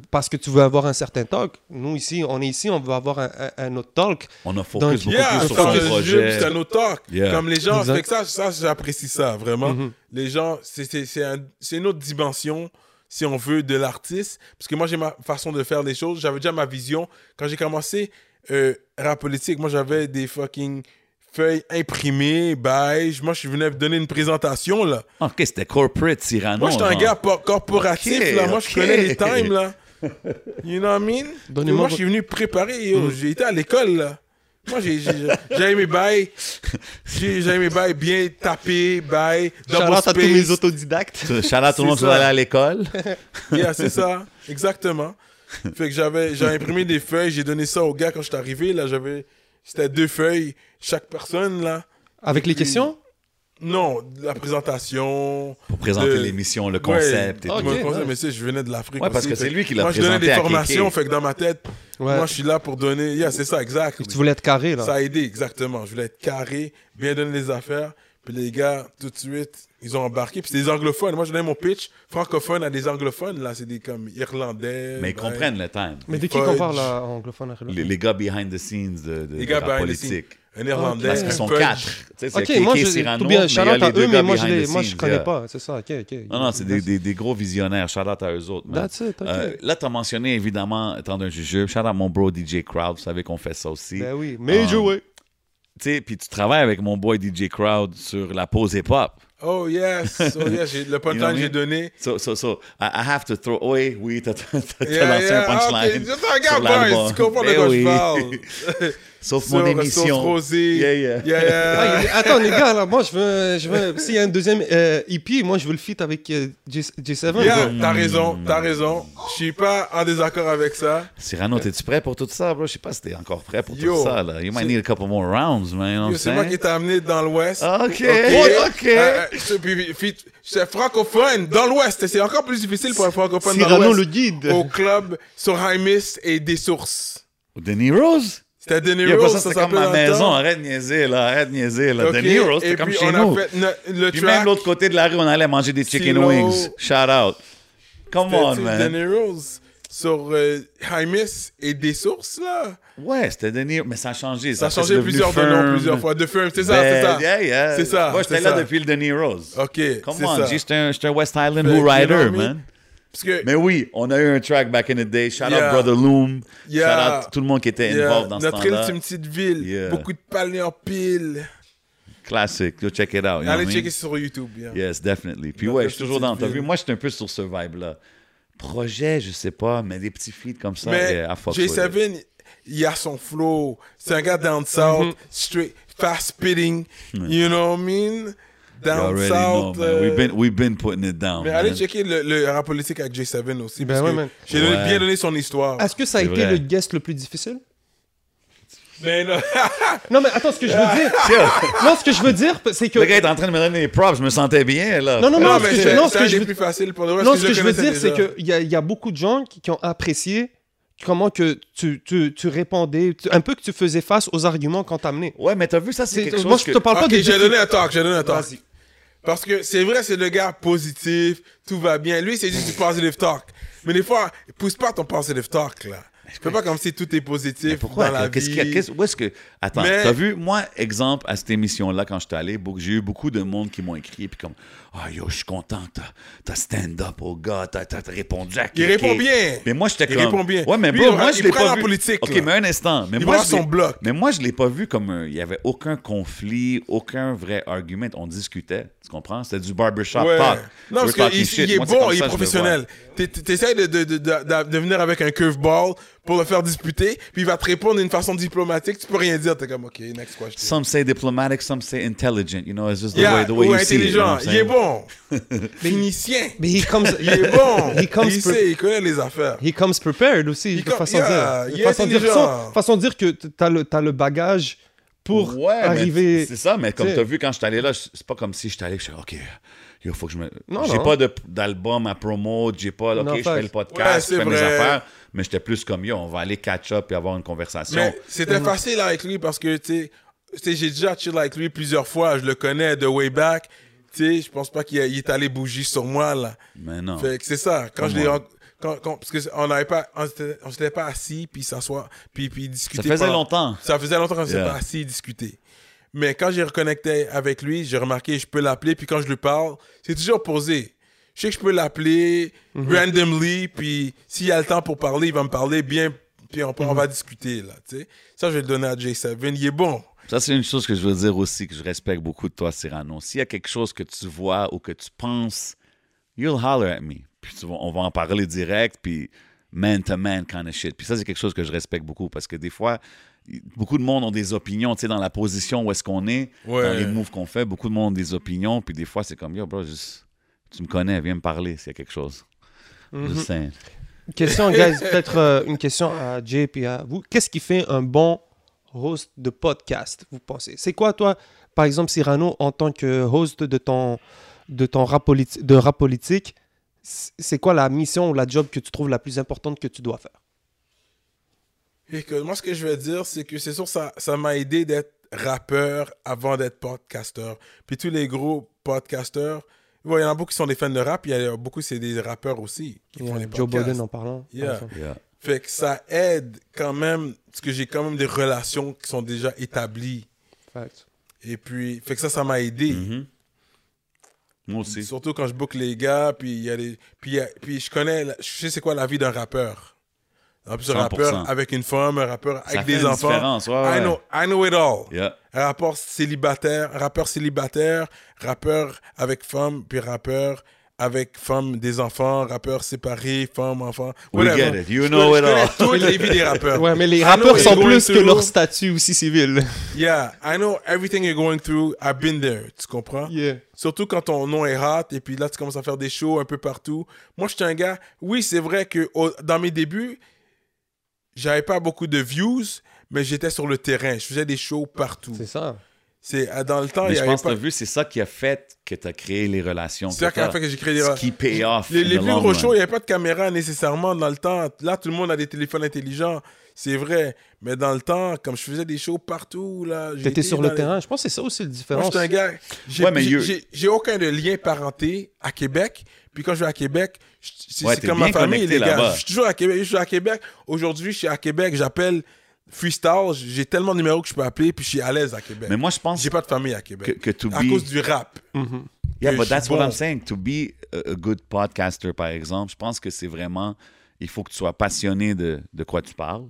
Speaker 3: parce que tu veux avoir un certain talk. Nous ici, on est ici, on veut avoir un, un- un autre talk.
Speaker 4: On a focus
Speaker 3: Donc,
Speaker 4: beaucoup
Speaker 5: Yeah,
Speaker 4: plus
Speaker 5: on
Speaker 4: sur
Speaker 5: parle
Speaker 4: son
Speaker 5: de jeu, puis
Speaker 4: projet.
Speaker 5: c'est un autre talk.
Speaker 4: Yeah. Mm-hmm.
Speaker 5: Comme les gens,
Speaker 3: Exact.
Speaker 5: fait que ça, ça j'apprécie ça, vraiment.
Speaker 3: Mhm.
Speaker 5: Les gens, c'est- c'est c'est un- c'est une autre dimension, si on veut, de l'artiste. Parce que moi, j'ai ma façon de faire les choses. J'avais déjà ma vision. Quand j'ai commencé euh, rap politique, moi, j'avais des fucking feuilles imprimées, beige. Moi, je venais donner une présentation, là.
Speaker 4: Ah, Ok, c'était corporate Cyrano.
Speaker 5: Moi, j'étais un
Speaker 3: ben.
Speaker 4: genre.
Speaker 5: gars por- corporatif,
Speaker 4: Ok,
Speaker 5: là. Moi,
Speaker 4: ok.
Speaker 5: je connais les times, là. You know what I mean?
Speaker 3: Donnez-moi Hmm.
Speaker 5: moi,
Speaker 3: votre-
Speaker 5: je suis venu préparer. yo. J'ai été à l'école, là. Moi, j'ai j'ai- j'avais mes bails. J'ai j'avais mes bails bien tapés, bails. Double
Speaker 3: Shout-out à tous mes
Speaker 5: space.
Speaker 3: autodidactes.
Speaker 4: Shout out tout le monde qui
Speaker 5: C'est
Speaker 4: va aller
Speaker 5: ça.
Speaker 4: à l'école.
Speaker 5: Yeah, c'est ça. Exactement. Fait que j'avais j'ai imprimé des feuilles. J'ai donné ça aux gars quand je suis arrivé, là. J'avais... C'était deux feuilles, chaque personne, là.
Speaker 3: Avec les questions
Speaker 5: Non, la présentation...
Speaker 4: Pour présenter
Speaker 5: de-
Speaker 4: l'émission, le concept et
Speaker 5: Ouais,
Speaker 4: tout.
Speaker 5: moi, le
Speaker 3: Ah, Ok,
Speaker 5: concept,
Speaker 3: nice.
Speaker 5: mais tu sais, je venais de l'Afrique.
Speaker 4: Ouais, parce
Speaker 5: aussi,
Speaker 4: que c'est
Speaker 5: fait-
Speaker 4: lui qui l'a
Speaker 5: Moi, je donnais
Speaker 4: présenté
Speaker 5: des
Speaker 4: à
Speaker 5: formations,
Speaker 4: Kéké.
Speaker 5: fait que dans ma tête,
Speaker 3: Ouais.
Speaker 5: moi, je suis là pour donner. Yeah, c'est ça, exact.
Speaker 3: Tu voulais être carré là.
Speaker 5: Ça a aidé, exactement. Je voulais être carré, bien donner les affaires. Puis les gars, tout de suite, ils ont embarqué. Puis c'est des anglophones. Moi, je donnais mon pitch francophone à des anglophones. Là, c'est des comme irlandais.
Speaker 4: Mais ils
Speaker 5: ben,
Speaker 4: comprennent le time.
Speaker 3: Mais de qui
Speaker 5: Fudge.
Speaker 3: qu'on parle là, anglophone anglophone?
Speaker 4: Les, les gars behind the scenes de, de,
Speaker 5: Les
Speaker 4: de
Speaker 5: gars
Speaker 4: la
Speaker 5: behind the
Speaker 4: politique.
Speaker 5: Un irlandais.
Speaker 4: Parce qu'ils
Speaker 5: un
Speaker 4: sont
Speaker 5: Fudge.
Speaker 4: quatre. Tu sais, c'est
Speaker 3: Ok,
Speaker 4: Kéké,
Speaker 3: moi je,
Speaker 4: Cyrano,
Speaker 3: tout bien,
Speaker 4: mais il y a
Speaker 3: shout out
Speaker 4: les
Speaker 3: à
Speaker 4: deux
Speaker 3: eux,
Speaker 4: gars
Speaker 3: mais moi je,
Speaker 4: behind
Speaker 3: les,
Speaker 4: the
Speaker 3: moi, je
Speaker 4: scenes,
Speaker 3: connais
Speaker 4: yeah.
Speaker 3: pas, c'est ça, ok, ok.
Speaker 4: Non, non, c'est des, des, des gros visionnaires. Shout out à eux autres. man.
Speaker 3: That's it, ok.
Speaker 4: Euh, là, t'as mentionné évidemment Tant d'un jujube. Shout out à mon bro DJ Crowd. Vous savez qu'on fait ça aussi.
Speaker 3: Ben oui, Major
Speaker 4: Ah.
Speaker 3: Way.
Speaker 4: Tu sais, puis tu travailles avec mon boy DJ Crowd sur la pause hip-hop.
Speaker 5: Oh, yes. Oh, yes. J'ai-
Speaker 4: You
Speaker 5: Le
Speaker 4: know
Speaker 5: punchline,
Speaker 4: me?
Speaker 5: j'ai donné.
Speaker 4: So, so, so, I, I have to throw. Oui, oui, t'as t'as- t'as- t'as
Speaker 5: Yeah,
Speaker 4: lancé
Speaker 5: yeah, ah,
Speaker 4: un punchline.
Speaker 5: ok. Je te
Speaker 4: sur
Speaker 5: regarde,
Speaker 4: l'album.
Speaker 5: boys, tu comprends de
Speaker 4: Eh
Speaker 5: quoi
Speaker 4: oui.
Speaker 5: je parle.
Speaker 4: Sauf
Speaker 5: Sur
Speaker 4: mon
Speaker 5: Ressources
Speaker 4: émission.
Speaker 5: Rosées.
Speaker 4: Yeah, yeah.
Speaker 5: Yeah, yeah.
Speaker 3: Ah, il- attends, les gars, là, moi, je veux. Je veux S'il y a un deuxième euh, EP, moi, je veux le feat avec euh, J, J7.
Speaker 5: Yeah,
Speaker 4: Mm.
Speaker 3: bro.
Speaker 5: t'as raison, t'as raison. Je suis pas en désaccord avec ça.
Speaker 4: Cyrano, t'es-tu prêt pour tout ça, bro? Je sais pas si t'es encore prêt pour
Speaker 5: Yo,
Speaker 4: tout ça, là. You might
Speaker 5: c'est-
Speaker 4: need a couple more rounds, man. You know what
Speaker 5: Yo,
Speaker 4: I'm
Speaker 5: C'est moi
Speaker 4: saying?
Speaker 5: qui t'ai amené dans l'Ouest.
Speaker 4: Ah, Ok,
Speaker 5: Euh,
Speaker 4: ok.
Speaker 5: euh, c'est- puis- puis- C'est francophone dans l'Ouest. C'est encore plus difficile pour un francophone dans
Speaker 3: Cyrano le
Speaker 5: l'Ouest.
Speaker 3: guide.
Speaker 5: Au club, sur High Miss et des sources.
Speaker 4: De Niro's?
Speaker 5: C'était De
Speaker 4: Yo,
Speaker 5: Niro,
Speaker 4: pas ça,
Speaker 5: ça
Speaker 4: c'est comme
Speaker 5: s'appelait
Speaker 4: ma
Speaker 5: dans le
Speaker 4: maison.
Speaker 5: temps.
Speaker 4: Arrête de niaiser, là. Arrête de niaiser, là.
Speaker 5: Ok,
Speaker 4: De Niro's, c'est
Speaker 5: et
Speaker 4: comme
Speaker 5: puis
Speaker 4: chez
Speaker 5: on a
Speaker 4: nous.
Speaker 5: fait no- le
Speaker 4: Puis
Speaker 5: track,
Speaker 4: même l'autre côté de la rue, on allait manger des chicken
Speaker 5: Silo.
Speaker 4: wings. Shout out. Come on,
Speaker 5: c'était De
Speaker 4: man.
Speaker 5: Niro's sur euh, High Miss et des sources, là.
Speaker 4: Ouais, c'était De Niro, mais ça a changé.
Speaker 5: Ça a
Speaker 4: Après,
Speaker 5: changé
Speaker 4: c'est devenu
Speaker 5: plusieurs de noms,
Speaker 4: Firm.
Speaker 5: plusieurs fois. De Firm, c'est ça,
Speaker 4: Ben,
Speaker 5: c'est ça.
Speaker 4: yeah, yeah.
Speaker 5: C'est ça,
Speaker 4: Moi, j'étais
Speaker 5: c'est
Speaker 4: là
Speaker 5: ça.
Speaker 4: depuis le De Niro's.
Speaker 5: Ok, c'est
Speaker 4: Come on,
Speaker 5: ça.
Speaker 4: G, j'étais un, j'étais un West Island
Speaker 5: Fait que,
Speaker 4: Who Rider,
Speaker 5: you know me?
Speaker 4: man.
Speaker 5: Parce que
Speaker 4: Mais oui, on a eu un track back in the day. Shout
Speaker 5: Yeah.
Speaker 4: out Brother Loom.
Speaker 5: Yeah.
Speaker 4: Shout out tout le monde qui était
Speaker 5: Yeah,
Speaker 4: involved dans
Speaker 5: Notre
Speaker 4: ce
Speaker 5: île,
Speaker 4: temps-là.
Speaker 5: c'est une petite ville.
Speaker 4: Yeah.
Speaker 5: Beaucoup de palmiers en pile.
Speaker 4: Classic. Go check it out. you know
Speaker 5: Allez
Speaker 4: what I
Speaker 5: checker
Speaker 4: mean?
Speaker 5: sur YouTube. yeah.
Speaker 4: Yes, definitely. Puis
Speaker 5: Notre
Speaker 4: ouais,
Speaker 5: île,
Speaker 4: je suis toujours
Speaker 5: c'est une
Speaker 4: dans. T'as
Speaker 5: ville.
Speaker 4: vu, moi, j'étais un peu sur ce vibe-là. Projet, je sais pas, mais des petits feats comme ça.
Speaker 5: Mais
Speaker 4: yeah, I fuck with it.
Speaker 5: J7, il a son flow. C'est un gars down south,
Speaker 3: Mm-hmm.
Speaker 5: straight, fast spitting. You know what I mean?
Speaker 4: You
Speaker 5: Down
Speaker 4: already know,
Speaker 5: south.
Speaker 4: man.
Speaker 5: euh,
Speaker 4: We've, been, we've been putting it down.
Speaker 5: Mais allez
Speaker 4: man.
Speaker 5: checker le, le rap politique avec J7 aussi.
Speaker 3: Ben
Speaker 5: parce
Speaker 3: ouais,
Speaker 5: que
Speaker 3: man. Ah.
Speaker 5: J'ai donné-
Speaker 4: Ouais.
Speaker 5: bien donné son histoire.
Speaker 3: Est-ce que ça a
Speaker 4: C'est
Speaker 3: été
Speaker 4: vrai.
Speaker 3: le guest le plus difficile
Speaker 5: Mais là,
Speaker 3: Non, mais attends, ce que je veux dire. non, ce que je veux dire, c'est que.
Speaker 4: Le gars est en train de me donner des props, je me sentais bien, là.
Speaker 3: Non, non, non,
Speaker 5: non,
Speaker 3: ce que
Speaker 5: mais
Speaker 3: je-
Speaker 5: c'est
Speaker 3: non, ce
Speaker 5: c'est
Speaker 3: que
Speaker 5: un
Speaker 3: je
Speaker 5: des
Speaker 3: veux-
Speaker 5: plus faciles pour le reste.
Speaker 3: Non,
Speaker 5: parce
Speaker 3: ce que je veux
Speaker 5: connaissais
Speaker 3: dire, c'est
Speaker 5: déjà.
Speaker 3: qu'il y a, il y a beaucoup de gens qui, qui ont apprécié comment que tu, tu, tu répondais, tu- un peu que tu faisais face aux arguments qu'on t'amenait.
Speaker 4: Ouais, mais t'as vu, ça, c'est
Speaker 3: C'est-
Speaker 4: quelque chose
Speaker 3: Moi, je
Speaker 4: que-
Speaker 3: te parle pas
Speaker 5: Ok,
Speaker 3: de...
Speaker 5: j'ai donné un talk, j'ai donné un talk.
Speaker 3: Vas-y.
Speaker 5: Parce que c'est vrai, c'est le gars positif, tout va bien. Lui, c'est juste du positive talk. Mais des fois, pousse pas ton positive talk, là. Je peux pas comme si tout est positif
Speaker 4: Mais pourquoi?
Speaker 5: dans la
Speaker 4: Qu'est-ce qu'il
Speaker 5: vie.
Speaker 4: y a? Qu'est-ce- où est-ce que. Attends,
Speaker 5: Mais-
Speaker 4: t'as vu, moi, exemple, à cette émission-là, quand j'étais allé, beaucoup- j'ai eu beaucoup de monde qui m'ont écrit, puis comme, ah yo, je suis content, t'as t'as stand-up au gars, t'as t'as répondu à
Speaker 5: Il
Speaker 4: Kéké.
Speaker 5: répond bien.
Speaker 4: Mais moi, j'étais
Speaker 5: Il
Speaker 4: comme.
Speaker 5: répond bien.
Speaker 4: Ouais, mais
Speaker 5: Lui,
Speaker 4: bro,
Speaker 5: il-
Speaker 4: moi,
Speaker 5: il
Speaker 4: je l'ai
Speaker 5: prend
Speaker 4: pas
Speaker 5: la
Speaker 4: vu.
Speaker 5: politique,
Speaker 4: Ok,
Speaker 5: là.
Speaker 4: mais un instant. Mais
Speaker 5: Il
Speaker 4: moi,
Speaker 5: prend
Speaker 4: je
Speaker 5: son
Speaker 4: l'ai-
Speaker 5: bloc.
Speaker 4: Mais moi, je l'ai pas vu comme un. Il y avait aucun conflit, aucun vrai argument. On discutait, tu comprends? C'était du barbershop
Speaker 5: Ouais.
Speaker 4: talk.
Speaker 5: Non, parce
Speaker 4: We're talking
Speaker 5: qu'il
Speaker 4: shit.
Speaker 5: il est
Speaker 4: Moi, c'est
Speaker 5: bon,
Speaker 4: comme
Speaker 5: il
Speaker 4: ça
Speaker 5: est
Speaker 4: que je le vois.
Speaker 5: professionnel. T'es- t'es- T'essayes de, de, de, de- de venir avec un curveball pour le faire disputer, puis il va te répondre d'une façon diplomatique, tu peux rien dire. T'es comme, OK, next question.
Speaker 4: Some say diplomatic, some say intelligent. You know, it's just the
Speaker 5: Yeah,
Speaker 4: way, the way
Speaker 5: ou
Speaker 4: you see it. you know
Speaker 5: intelligent.
Speaker 4: what I'm
Speaker 5: il est
Speaker 4: saying?
Speaker 5: bon. Phoenicien.
Speaker 3: Mais he comes...
Speaker 5: Il est bon.
Speaker 3: He comes,
Speaker 5: il
Speaker 3: pre-
Speaker 5: sait, il connaît les affaires.
Speaker 3: he comes prepared aussi, de
Speaker 5: com-
Speaker 3: façon
Speaker 5: yeah,
Speaker 3: de dire.
Speaker 5: il est
Speaker 3: façon de dire,
Speaker 5: intelligent.
Speaker 3: sans- façon de dire que t- t'as le, t'as le bagage pour
Speaker 4: Ouais, mais
Speaker 3: arriver...
Speaker 4: C'est ça, mais comme
Speaker 3: t'sais.
Speaker 4: tu as vu, quand je suis allé là, c'est pas comme si je suis allé, je suis OK, il faut que je me.
Speaker 3: Non,
Speaker 4: J'ai
Speaker 3: non.
Speaker 4: pas de- d'album à promo, j'ai pas, OK,
Speaker 3: Non,
Speaker 4: je
Speaker 3: fact.
Speaker 4: fais le
Speaker 5: Ouais,
Speaker 4: podcast,
Speaker 5: c'est
Speaker 4: je fais mes
Speaker 5: vrai.
Speaker 4: affaires, mais j'étais plus comme yo, on va aller catch up et avoir une conversation.
Speaker 5: Mais c'était facile avec lui parce que, tu sais, tu sais, j'ai déjà chill avec lui plusieurs fois. Je le connais de way back. Tu sais, je pense pas qu'il a- il est allé bouger sur moi, là.
Speaker 4: Mais non.
Speaker 5: Fait que c'est ça. Quand je
Speaker 4: Comme
Speaker 5: l'ai.
Speaker 4: moi.
Speaker 5: ren- Quand, quand- parce qu'on n'avait pas. On s'était- on s'était pas assis, puis s'asseoir, puis, puis discuter.
Speaker 4: Ça faisait
Speaker 5: pendant-
Speaker 4: longtemps.
Speaker 5: Ça faisait longtemps qu'on s'était
Speaker 4: Yeah.
Speaker 5: pas assis, discuter. Mais quand j'ai reconnecté avec lui, j'ai remarqué, je peux l'appeler, puis quand je lui parle, c'est toujours posé. Je sais que je peux l'appeler
Speaker 3: Mhm.
Speaker 5: randomly, puis s'il a le temps pour parler, il va me parler bien, puis on, peut-
Speaker 3: Mhm.
Speaker 5: on va discuter, là, tu sais. Ça, je vais le donner à J7. Il est bon.
Speaker 4: Ça, c'est une chose que je veux dire aussi, que je respecte beaucoup de toi, Cyrano. S'il y a quelque chose que tu vois ou que tu penses, you'll holler at me. Puis tu vas- on va en parler direct, puis man-to-man kind of shit. Puis ça, c'est quelque chose que je respecte beaucoup parce que des fois, y- beaucoup de monde ont des opinions, tu sais, dans la position où est-ce qu'on est, dans
Speaker 5: Ouais.
Speaker 4: les moves qu'on fait, beaucoup de monde ont des opinions, puis des fois, c'est comme, yo, bro, juste, tu me connais, viens me parler s'il y a quelque chose.
Speaker 5: Mhm.
Speaker 3: Mhm.
Speaker 4: Just saying.
Speaker 3: Question, guys, peut-être euh, une question à Jay et à vous. Qu'est-ce qui fait un bon host de podcast, vous pensez C'est quoi, toi, par exemple, Cyrano, en tant que host de ton, de ton rap, politi- de rap politique, c- c'est quoi la mission ou la job que tu trouves la plus importante que tu dois faire
Speaker 5: Et que moi, ce que je veux dire, c'est que c'est sûr, ça, ça m'a aidé d'être rappeur avant d'être podcasteur. Puis tous les gros podcasteurs, ouais, il y en a beaucoup qui sont des fans de rap, il y en a beaucoup, c'est des rappeurs aussi qui font les
Speaker 3: Euh, Joe
Speaker 5: podcasts.
Speaker 3: Biden en parlant. par
Speaker 5: Yeah.
Speaker 3: exemple.
Speaker 4: Yeah.
Speaker 5: Fait que ça aide quand même, parce que j'ai quand même des relations qui sont déjà établies.
Speaker 3: Fact.
Speaker 5: Et puis, fait que ça, ça m'a aidé.
Speaker 4: Mhm. Moi aussi.
Speaker 5: Surtout quand je book les gars, puis il y a les, puis, il y a- puis je connais, la- je sais c'est quoi la vie d'un rappeur. En plus, un
Speaker 4: 100%.
Speaker 5: rappeur avec une femme, un rappeur
Speaker 4: Ça
Speaker 5: avec
Speaker 4: fait
Speaker 5: des
Speaker 4: une
Speaker 5: enfants.
Speaker 4: différence, ouais, ouais.
Speaker 5: I know, I know it all.
Speaker 4: Yeah.
Speaker 5: Un rapport célibataire, un rappeur célibataire, rappeur avec femme, puis rappeur avec femme des enfants, rappeur séparé, femme, enfant.
Speaker 4: We
Speaker 5: whatever.
Speaker 4: get it. You
Speaker 5: Je
Speaker 4: know
Speaker 5: connais-
Speaker 4: it
Speaker 5: je
Speaker 4: all.
Speaker 5: connais toutes les vies des rappeurs.
Speaker 3: Ouais, mais
Speaker 5: I
Speaker 3: les
Speaker 5: know
Speaker 3: rappeurs
Speaker 5: it's
Speaker 3: sont
Speaker 5: going
Speaker 3: plus que
Speaker 5: through.
Speaker 3: leur statut aussi civil.
Speaker 5: Yeah, I know everything you're going through. I've been there. Tu comprends?
Speaker 3: Yeah.
Speaker 5: Surtout quand ton nom est hot et puis là, tu commences à faire des shows un peu partout. Moi, je suis un gars. Oui, c'est vrai que au- dans mes débuts, j'avais pas beaucoup de views, mais j'étais sur le terrain. Je faisais des shows partout.
Speaker 3: C'est ça.
Speaker 5: C'est ah, dans le temps,
Speaker 4: Mais
Speaker 5: il y
Speaker 4: je
Speaker 5: avait
Speaker 4: pense que
Speaker 5: pas.
Speaker 4: t'as vu, c'est ça qui a fait que t'as créé les relations.
Speaker 5: C'est ça qui a fait que j'ai créé des.
Speaker 4: Ce qui paye off.
Speaker 5: Les,
Speaker 4: in
Speaker 5: les
Speaker 4: the
Speaker 5: plus
Speaker 4: long
Speaker 5: gros
Speaker 4: run.
Speaker 5: shows, il n'y avait pas de caméra nécessairement dans le temps. Là, tout le monde a des téléphones intelligents, c'est vrai. Mais dans le temps, comme je faisais des shows partout, là. j'ai
Speaker 3: T'étais
Speaker 5: été
Speaker 3: sur le
Speaker 5: dans les-
Speaker 3: terrain. Je pense que c'est ça aussi la
Speaker 5: Moi,
Speaker 3: différence.
Speaker 5: j'étais un gars. J'ai
Speaker 4: Ouais, mais
Speaker 5: j'ai-
Speaker 4: you-
Speaker 5: j'ai- j'ai aucun de lien parenté à Québec. Puis quand je vais à Québec, je- c'est
Speaker 4: Ouais,
Speaker 5: c'est
Speaker 4: t'es
Speaker 5: comme
Speaker 4: bien
Speaker 5: ma famille,
Speaker 4: connecté
Speaker 5: les gars.
Speaker 4: là-bas.
Speaker 5: Je suis toujours à Québec. Je suis à Québec. Aujourd'hui, je suis à Québec. J'appelle Freestyle. J'ai tellement de numéros que je peux appeler. Puis je suis à l'aise à Québec.
Speaker 4: Mais moi, je pense
Speaker 5: j'ai pas de famille à
Speaker 4: que,
Speaker 5: Québec.
Speaker 4: que to
Speaker 5: à
Speaker 4: be-
Speaker 5: cause du rap.
Speaker 3: Mhm.
Speaker 4: Yeah,
Speaker 5: que
Speaker 4: but
Speaker 5: je
Speaker 4: that's
Speaker 5: suis
Speaker 4: what
Speaker 5: bon.
Speaker 4: I'm saying. To be a, a good podcaster, par exemple, je pense que c'est vraiment. Il faut que tu sois passionné de, de quoi tu parles.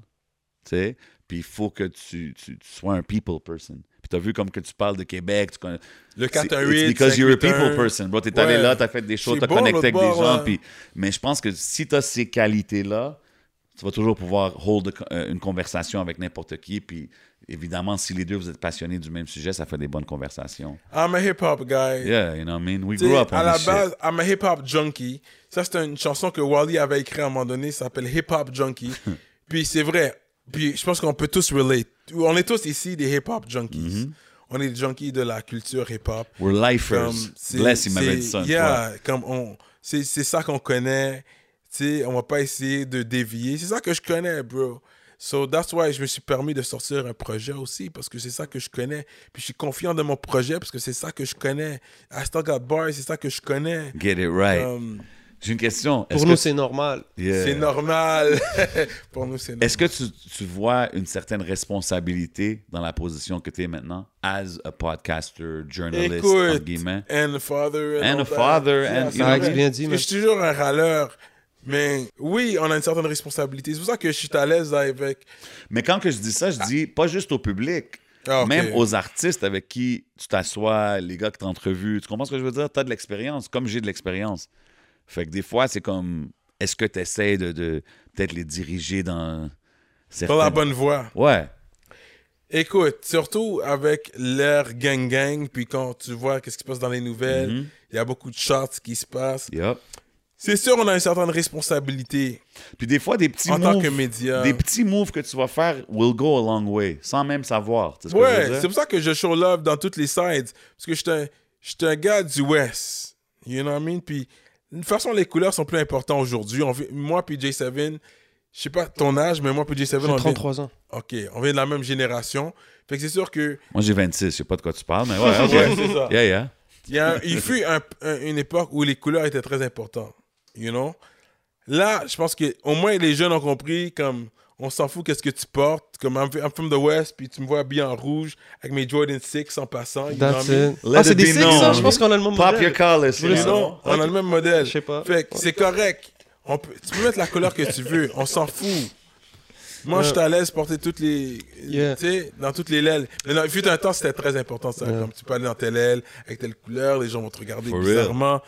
Speaker 4: Tu sais? Puis il faut que tu, tu, tu sois un people person. Puis t'as vu comme que tu parles de Québec. Tu connais,
Speaker 5: Le
Speaker 4: C'est-
Speaker 5: 418.
Speaker 4: it's because you're a
Speaker 5: 581.
Speaker 4: people person, bro. T'es
Speaker 5: Ouais.
Speaker 4: allé là, t'as fait des choses,
Speaker 5: C'est
Speaker 4: t'as
Speaker 5: bon,
Speaker 4: connecté avec
Speaker 5: l'autre
Speaker 4: des
Speaker 5: bord,
Speaker 4: gens.
Speaker 5: ouais.
Speaker 4: puis- mais je pense que si t'as ces qualités-là, tu vas toujours pouvoir hold a co- euh, une conversation avec n'importe qui. Puis évidemment, si les deux vous êtes passionnés du même sujet, ça fait des bonnes conversations.
Speaker 5: I'm a hip-hop guy.
Speaker 4: Yeah, you know what I mean? We
Speaker 5: T'sais,
Speaker 4: grew up on
Speaker 5: à la
Speaker 4: this
Speaker 5: base, I'm a hip hop junkie. Ça, c'est une chanson que Wally avait écrite à un moment donné, ça s'appelle Hip Hop Junkie. Puis c'est vrai, Puis je pense qu'on peut tous relate. On est tous ici des hip-hop junkies.
Speaker 4: Mm-hmm.
Speaker 5: On est des junkies de la culture hip-hop.
Speaker 4: We're lifers.
Speaker 5: Comme, c'est-
Speaker 4: Bless, il m'avait
Speaker 5: c'est-
Speaker 4: dit ça une fois.
Speaker 5: yeah, comme on, c'est, c'est ça qu'on connaît. Tu sais, on va pas essayer de dévier. C'est ça que je connais, bro. So that's why je me suis permis de sortir un projet aussi parce que c'est ça que je connais. Puis je suis confiant de mon projet parce que c'est ça que je connais. I still got bars, c'est ça que je connais.
Speaker 4: Get it right.
Speaker 5: Um,
Speaker 4: J'ai une question. Est-ce
Speaker 3: Pour
Speaker 4: que
Speaker 3: nous,
Speaker 4: tu-
Speaker 3: c'est normal.
Speaker 4: Yeah.
Speaker 5: C'est normal. Pour nous, c'est normal.
Speaker 4: Est-ce que tu, tu vois une certaine responsabilité dans la position que tu es maintenant, as a podcaster, journalist, entre
Speaker 5: Écoute,
Speaker 4: guillemets?
Speaker 5: and a father.
Speaker 4: And
Speaker 5: all
Speaker 4: a
Speaker 5: that.
Speaker 4: father,
Speaker 5: Yeah,
Speaker 4: and-
Speaker 5: c'est
Speaker 4: you
Speaker 5: vrai.
Speaker 3: know. C'est bien dit,
Speaker 5: Parce que
Speaker 3: man.
Speaker 5: Je suis toujours un râleur. Mais oui, on a une certaine responsabilité. C'est pour ça que je suis à l'aise avec.
Speaker 4: Mais quand que je dis ça, je dis pas juste au public,
Speaker 5: Ah, ok.
Speaker 4: même aux artistes avec qui tu t'assois, les gars que tu entrevues. Tu comprends ce que je veux dire? Tu as de l'expérience, comme j'ai de l'expérience. Fait que des fois, c'est comme, est-ce que tu essaies de, de peut-être les diriger dans
Speaker 5: Dans la
Speaker 4: certaines-
Speaker 5: bonne voie.
Speaker 4: Ouais.
Speaker 5: Écoute, surtout avec l'air gang-gang, puis quand tu vois qu'est-ce qui se passe dans les nouvelles,
Speaker 4: Mhm.
Speaker 5: il y a beaucoup de charts qui se passent.
Speaker 4: Yup.
Speaker 5: C'est sûr, on a une certaine responsabilité
Speaker 4: Puis des fois, des petits
Speaker 5: en tant
Speaker 4: moves,
Speaker 5: que média.
Speaker 4: des petits moves que tu vas faire will go a long way, sans même savoir. Tu sais ce que je veux
Speaker 5: Ouais,
Speaker 4: dire?
Speaker 5: c'est pour ça que je show love dans toutes les sides. Parce que je suis un, j'étais un gars du West. You know what I mean? Puis, de toute façon, les couleurs sont plus importantes aujourd'hui. On vit- Moi puis J7, je sais pas ton âge, mais moi puis J7,
Speaker 3: J'ai
Speaker 5: on vient,
Speaker 3: 33 ans.
Speaker 5: OK, on vient de la même génération. Fait que c'est sûr que...
Speaker 4: Moi, j'ai 26, je sais pas de quoi tu parles, mais ouais, ok.
Speaker 5: Ouais, c'est ça.
Speaker 4: Yeah, yeah.
Speaker 5: Il, y a- il fut un- un- une époque où les couleurs étaient très importantes. You know? Là, je pense que au moins les jeunes ont compris comme on s'en fout qu'est-ce que tu portes. Comme I'm, I'm from the West, puis tu me vois habillé en rouge avec mes Jordan 6 en passant. You know
Speaker 3: That's
Speaker 5: what I mean?
Speaker 3: it.
Speaker 4: Let
Speaker 3: Ah, c'est
Speaker 4: it
Speaker 3: des
Speaker 4: be
Speaker 3: six,
Speaker 4: known.
Speaker 3: ça? Je pense qu'on a le même
Speaker 4: Pop your
Speaker 3: modèle.
Speaker 4: collars. you
Speaker 5: Mais
Speaker 4: know?
Speaker 5: non, on a le même modèle.
Speaker 3: Je sais pas.
Speaker 5: Fait que c'est correct. On peut- tu peux mettre la couleur que tu veux. On s'en fout. Moi, je suis à l'aise porter toutes les.
Speaker 3: Yeah.
Speaker 5: Tu sais, dans toutes les lèvres. Mais non, il fut un temps, c'était très important, ça. Comme tu peux aller dans telle aile, avec telle couleur, les gens vont te regarder
Speaker 4: For real.
Speaker 5: bizarrement.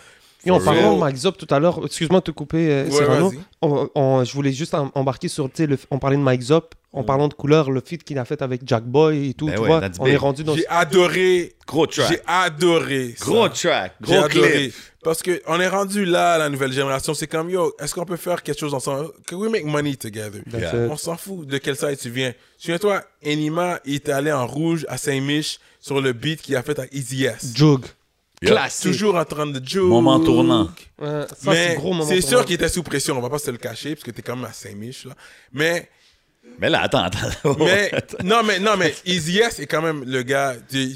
Speaker 3: Et en
Speaker 5: For
Speaker 3: parlant
Speaker 5: real.
Speaker 3: de Mike Zop tout à l'heure, excuse-moi de te couper, euh,
Speaker 5: Ouais,
Speaker 3: Cyrano.
Speaker 5: vas-y.
Speaker 3: On- on- je voulais juste em- embarquer sur, tu sais, le- on parlait de Mike Zop, en parlant de couleur, le feat qu'il a fait avec Jack Boy et tout,
Speaker 4: Mm. Ben
Speaker 3: tu
Speaker 4: ouais,
Speaker 3: vois,
Speaker 4: that's
Speaker 3: on
Speaker 4: big.
Speaker 3: est rendu dans...
Speaker 5: J'ai adoré.
Speaker 4: Gros track.
Speaker 5: J'ai adoré. ça.
Speaker 4: Gros track.
Speaker 5: J'ai
Speaker 4: Gros
Speaker 5: adoré.
Speaker 4: clip.
Speaker 5: Parce qu'on est rendu là, la nouvelle génération. C'est comme, yo, est-ce qu'on peut faire quelque chose ensemble? Can we make money together?
Speaker 3: That's
Speaker 4: Yeah.
Speaker 3: it.
Speaker 5: On s'en fout de quel side tu viens. Souviens-toi, Enima il est allé en rouge à Saint-Mich sur le beat qu'il a fait à Easy S.
Speaker 3: Jug.
Speaker 4: Classique.
Speaker 5: Toujours en train de jouer.
Speaker 4: Moment tournant.
Speaker 3: Ouais, ça, c'est
Speaker 5: Mais
Speaker 3: gros moment
Speaker 5: c'est
Speaker 3: pour
Speaker 5: sûr
Speaker 3: moi.
Speaker 5: qu'il était sous pression, on va pas se le cacher, parce que t'es quand même à Saint-Mich, là. Mais,
Speaker 4: Mais là, attends, attends.
Speaker 5: mais, non, mais, non, mais Easy S est quand même le gars, du-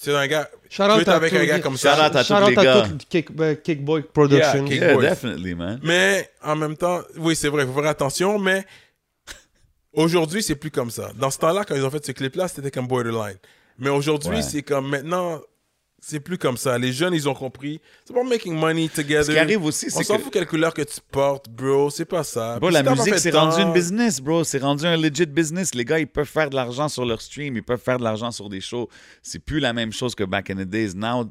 Speaker 5: c'est un gars,
Speaker 3: Shout
Speaker 5: tu veux
Speaker 3: out
Speaker 5: être
Speaker 3: à
Speaker 5: avec
Speaker 3: tous
Speaker 5: un gars
Speaker 3: les-
Speaker 5: comme
Speaker 4: Shout
Speaker 5: ça.
Speaker 4: out à tous
Speaker 3: Shout-out
Speaker 4: les
Speaker 3: à
Speaker 4: gars.
Speaker 3: tout Kick, ben, Kickboy Production.
Speaker 5: Yeah, Kick-
Speaker 4: Yeah,
Speaker 5: boys.
Speaker 4: definitely, man.
Speaker 5: Mais, en même temps, oui, c'est vrai, il faut faire attention, mais aujourd'hui, c'est plus comme ça. Dans ce temps-là, quand ils ont fait ce clip-là, c'était comme borderline. Mais aujourd'hui,
Speaker 4: Ouais.
Speaker 5: c'est comme maintenant, c'est plus comme ça. Les jeunes, ils ont compris. C'est pas making money together.
Speaker 4: Ce qui arrive aussi,
Speaker 5: On
Speaker 4: c'est
Speaker 5: s'en
Speaker 4: que
Speaker 5: fout quelle couleur que tu portes, bro. C'est pas ça.
Speaker 4: bro,
Speaker 5: Puis
Speaker 4: la
Speaker 5: si t'as pas
Speaker 4: musique,
Speaker 5: fait
Speaker 4: c'est
Speaker 5: tant-
Speaker 4: rendu une business, bro. C'est rendu un legit business. Les gars, ils peuvent faire de l'argent sur leur stream, ils peuvent faire de l'argent sur des shows. C'est plus la même chose que back in the days. Now,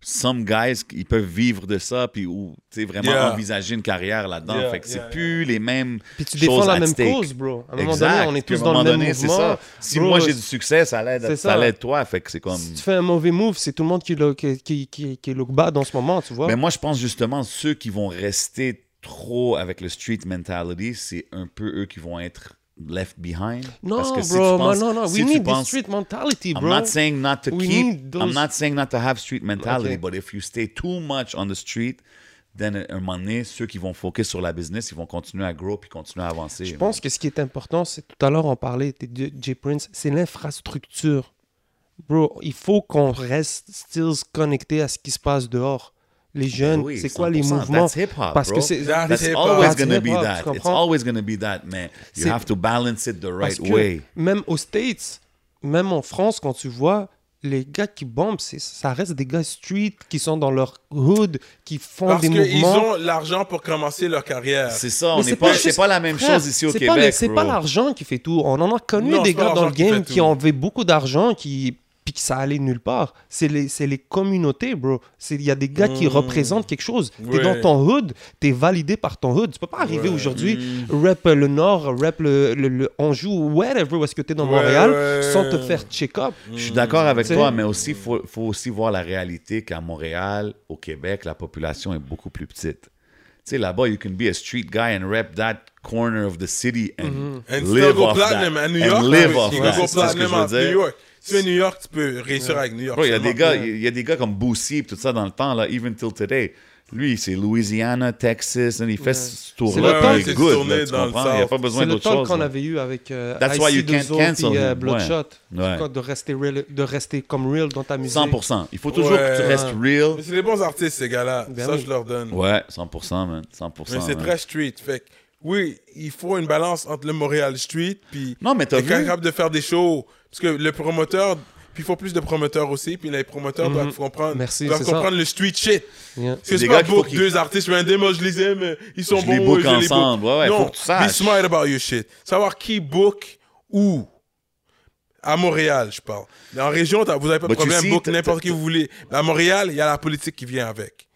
Speaker 4: some guys, ils peuvent vivre de ça, puis ou, tu sais, vraiment
Speaker 5: Yeah.
Speaker 4: envisager une carrière là-dedans.
Speaker 5: Yeah,
Speaker 4: fait que c'est
Speaker 5: yeah,
Speaker 4: plus les mêmes
Speaker 3: Puis tu
Speaker 4: choses
Speaker 3: défends la
Speaker 4: at
Speaker 3: même
Speaker 4: stake.
Speaker 3: cause, bro. À un moment
Speaker 4: Exact.
Speaker 3: donné, on est
Speaker 4: Puis à
Speaker 3: tous
Speaker 4: un
Speaker 3: dans
Speaker 4: moment
Speaker 3: le même
Speaker 4: donné, c'est
Speaker 3: mouvement.
Speaker 4: ça. Si
Speaker 3: Bro,
Speaker 4: moi j'ai du succès, ça l'aide
Speaker 3: c'est
Speaker 4: ça
Speaker 3: ça.
Speaker 4: l'aide toi. Fait que c'est comme.
Speaker 3: Si tu fais un mauvais move, c'est tout le monde qui, le, qui, qui, qui, qui look bad en ce moment, tu vois.
Speaker 4: Mais Ben, moi, je pense justement ceux qui vont rester trop avec le street mentality, c'est un peu eux qui vont être left behind.
Speaker 3: non,
Speaker 4: Parce que
Speaker 3: bro,
Speaker 4: si tu penses-
Speaker 3: non, non,
Speaker 4: si
Speaker 3: we
Speaker 4: tu
Speaker 3: need this
Speaker 4: penses-
Speaker 3: street mentality,
Speaker 4: I'm
Speaker 3: bro.
Speaker 4: not saying not to
Speaker 3: We
Speaker 4: keep.
Speaker 3: need those-
Speaker 4: I'm not saying not to have street mentality,
Speaker 3: Ok.
Speaker 4: but if you stay too much on the street, then à un moment donné, ceux qui vont focus sur la business, ils vont continuer à grow puis continuer à avancer.
Speaker 3: Je pense que ce qui est important, c'est tout à l'heure on parlait de J Prince, c'est l'infrastructure. Bro, il faut qu'on reste still connecté à ce qui se passe dehors. Les jeunes,
Speaker 4: Ben Oui,
Speaker 3: c'est quoi les
Speaker 4: 100%.
Speaker 3: mouvements
Speaker 4: That's hip-hop,
Speaker 3: Parce
Speaker 4: bro.
Speaker 3: que c'est
Speaker 5: That's
Speaker 4: That's
Speaker 5: hip-hop.
Speaker 4: always
Speaker 3: That's
Speaker 4: going to be
Speaker 3: hip-hop, tu
Speaker 4: that. It's
Speaker 3: comprends?
Speaker 4: always going to be that, mais you
Speaker 3: C'est-
Speaker 4: have to balance it the right
Speaker 3: Parce que
Speaker 4: way.
Speaker 3: même aux States, même en France, quand tu vois les gars qui bombent, c'est- ça reste des gars street qui sont dans leur hood, qui font
Speaker 5: Parce
Speaker 3: des
Speaker 5: qu'ils
Speaker 3: mouvements.
Speaker 5: ont l'argent pour commencer leur carrière.
Speaker 4: C'est ça, on
Speaker 3: Euh, Mais
Speaker 4: n'est pas, c'est
Speaker 3: juste-
Speaker 4: pas la même
Speaker 3: Frère,
Speaker 4: chose ici au
Speaker 3: c'est
Speaker 4: Québec.
Speaker 3: pas le- C'est pas
Speaker 4: bro.
Speaker 3: l'argent qui fait tout. On en a connu
Speaker 5: Non, c'est
Speaker 3: des
Speaker 5: pas
Speaker 3: gars dans
Speaker 5: l'argent
Speaker 3: le
Speaker 5: qui fait
Speaker 3: game
Speaker 5: tout.
Speaker 3: qui, avaient beaucoup d'argent, qui puis que ça allait nulle part. C'est les, c'est les communautés, bro. C'est- Il y a des gars qui
Speaker 4: Hmm.
Speaker 5: Mm.
Speaker 3: représentent quelque chose. T'es
Speaker 5: Ouais.
Speaker 3: dans ton hood, t'es validé par ton hood. Tu peux pas arriver
Speaker 5: Ouais. Hmm.
Speaker 3: aujourd'hui, rap le Nord, rap le, le, le Anjou, whatever, où est-ce que t'es dans
Speaker 5: Ouais,
Speaker 3: Montréal,
Speaker 5: ouais.
Speaker 3: sans te faire check-up.
Speaker 4: Je suis d'accord avec
Speaker 3: T'sais-
Speaker 4: toi, mais aussi, il faut, faut aussi voir la réalité qu'à Montréal, au Québec, la population est beaucoup plus petite. Tu sais, là-bas, you can be a street guy and rep that corner of the city and
Speaker 3: Mm-hmm.
Speaker 5: And still
Speaker 4: live
Speaker 5: go
Speaker 4: off
Speaker 5: platinum
Speaker 4: that.
Speaker 5: à New York.
Speaker 4: and
Speaker 5: là,
Speaker 4: live
Speaker 5: oui,
Speaker 4: off
Speaker 5: tu peux
Speaker 4: that.
Speaker 5: go
Speaker 4: C'est ce que
Speaker 5: platinum
Speaker 4: je veux
Speaker 5: en
Speaker 4: dire.
Speaker 5: New York. Tu fais New York, tu peux réussir avec New York.
Speaker 4: Bro, il y a
Speaker 5: seulement.
Speaker 4: des gars, il y a des gars comme Boosie et tout ça dans le temps là, even till today. Lui, c'est Louisiana, Texas, and il fait ce
Speaker 3: C'est
Speaker 4: tour-là.
Speaker 3: le
Speaker 4: puis
Speaker 3: temps que
Speaker 4: Il
Speaker 3: c'est
Speaker 4: est good,
Speaker 5: tourné
Speaker 4: là, tu
Speaker 5: dans le
Speaker 4: comprends? Il n'y a
Speaker 5: South.
Speaker 4: pas
Speaker 3: C'est
Speaker 4: besoin
Speaker 3: le
Speaker 4: d'autre
Speaker 3: temps
Speaker 4: chose.
Speaker 3: qu'on
Speaker 4: là.
Speaker 3: avait eu avec euh,
Speaker 4: That's why you
Speaker 3: IC2O
Speaker 4: can't cancel
Speaker 3: puis, euh,
Speaker 4: him. Ouais.
Speaker 3: Bloodshot.
Speaker 4: Ouais.
Speaker 3: C'est quoi, De, rester real- de rester comme real dans ta musique.
Speaker 4: 100%. Il faut toujours que tu
Speaker 5: Ouais.
Speaker 4: restes real.
Speaker 5: Mais c'est des bons artistes, ces gars-là.
Speaker 3: Ben
Speaker 5: ça,
Speaker 3: oui.
Speaker 5: je leur donne.
Speaker 4: Ouais, hein. 100%, man. 100%.
Speaker 5: Mais c'est
Speaker 4: man.
Speaker 5: très street. Fait que, oui, il faut une balance entre le Montréal street, puis
Speaker 4: Non, mais t'as
Speaker 5: t'es
Speaker 4: vu?
Speaker 5: capable de faire des shows. Parce que le promoteur, puis il faut plus de promoteurs aussi, puis les promoteurs doivent comprendre,
Speaker 3: Mhm. Merci,
Speaker 5: doivent
Speaker 3: c'est
Speaker 5: comprendre le street shit.
Speaker 3: Yeah.
Speaker 5: Parce que
Speaker 4: Des
Speaker 5: c'est
Speaker 4: gars
Speaker 5: pas
Speaker 4: qu'il faut
Speaker 5: book
Speaker 4: qu'ils-
Speaker 5: deux artistes, mais un moi je les aime, ils sont
Speaker 4: Je
Speaker 5: bons.
Speaker 4: les book
Speaker 5: je
Speaker 4: ensemble, ouais, ouais, faut
Speaker 5: non,
Speaker 4: que tu saches.
Speaker 5: Be smart about your shit. Savoir qui book où. À Montréal, je parle. Mais en région, t'as- vous avez pas de
Speaker 4: But you
Speaker 5: problème,
Speaker 4: see,
Speaker 5: book
Speaker 4: t'as-
Speaker 5: n'importe
Speaker 4: t'as-
Speaker 5: qui vous voulez. Mais à Montréal, il y a la politique qui vient avec.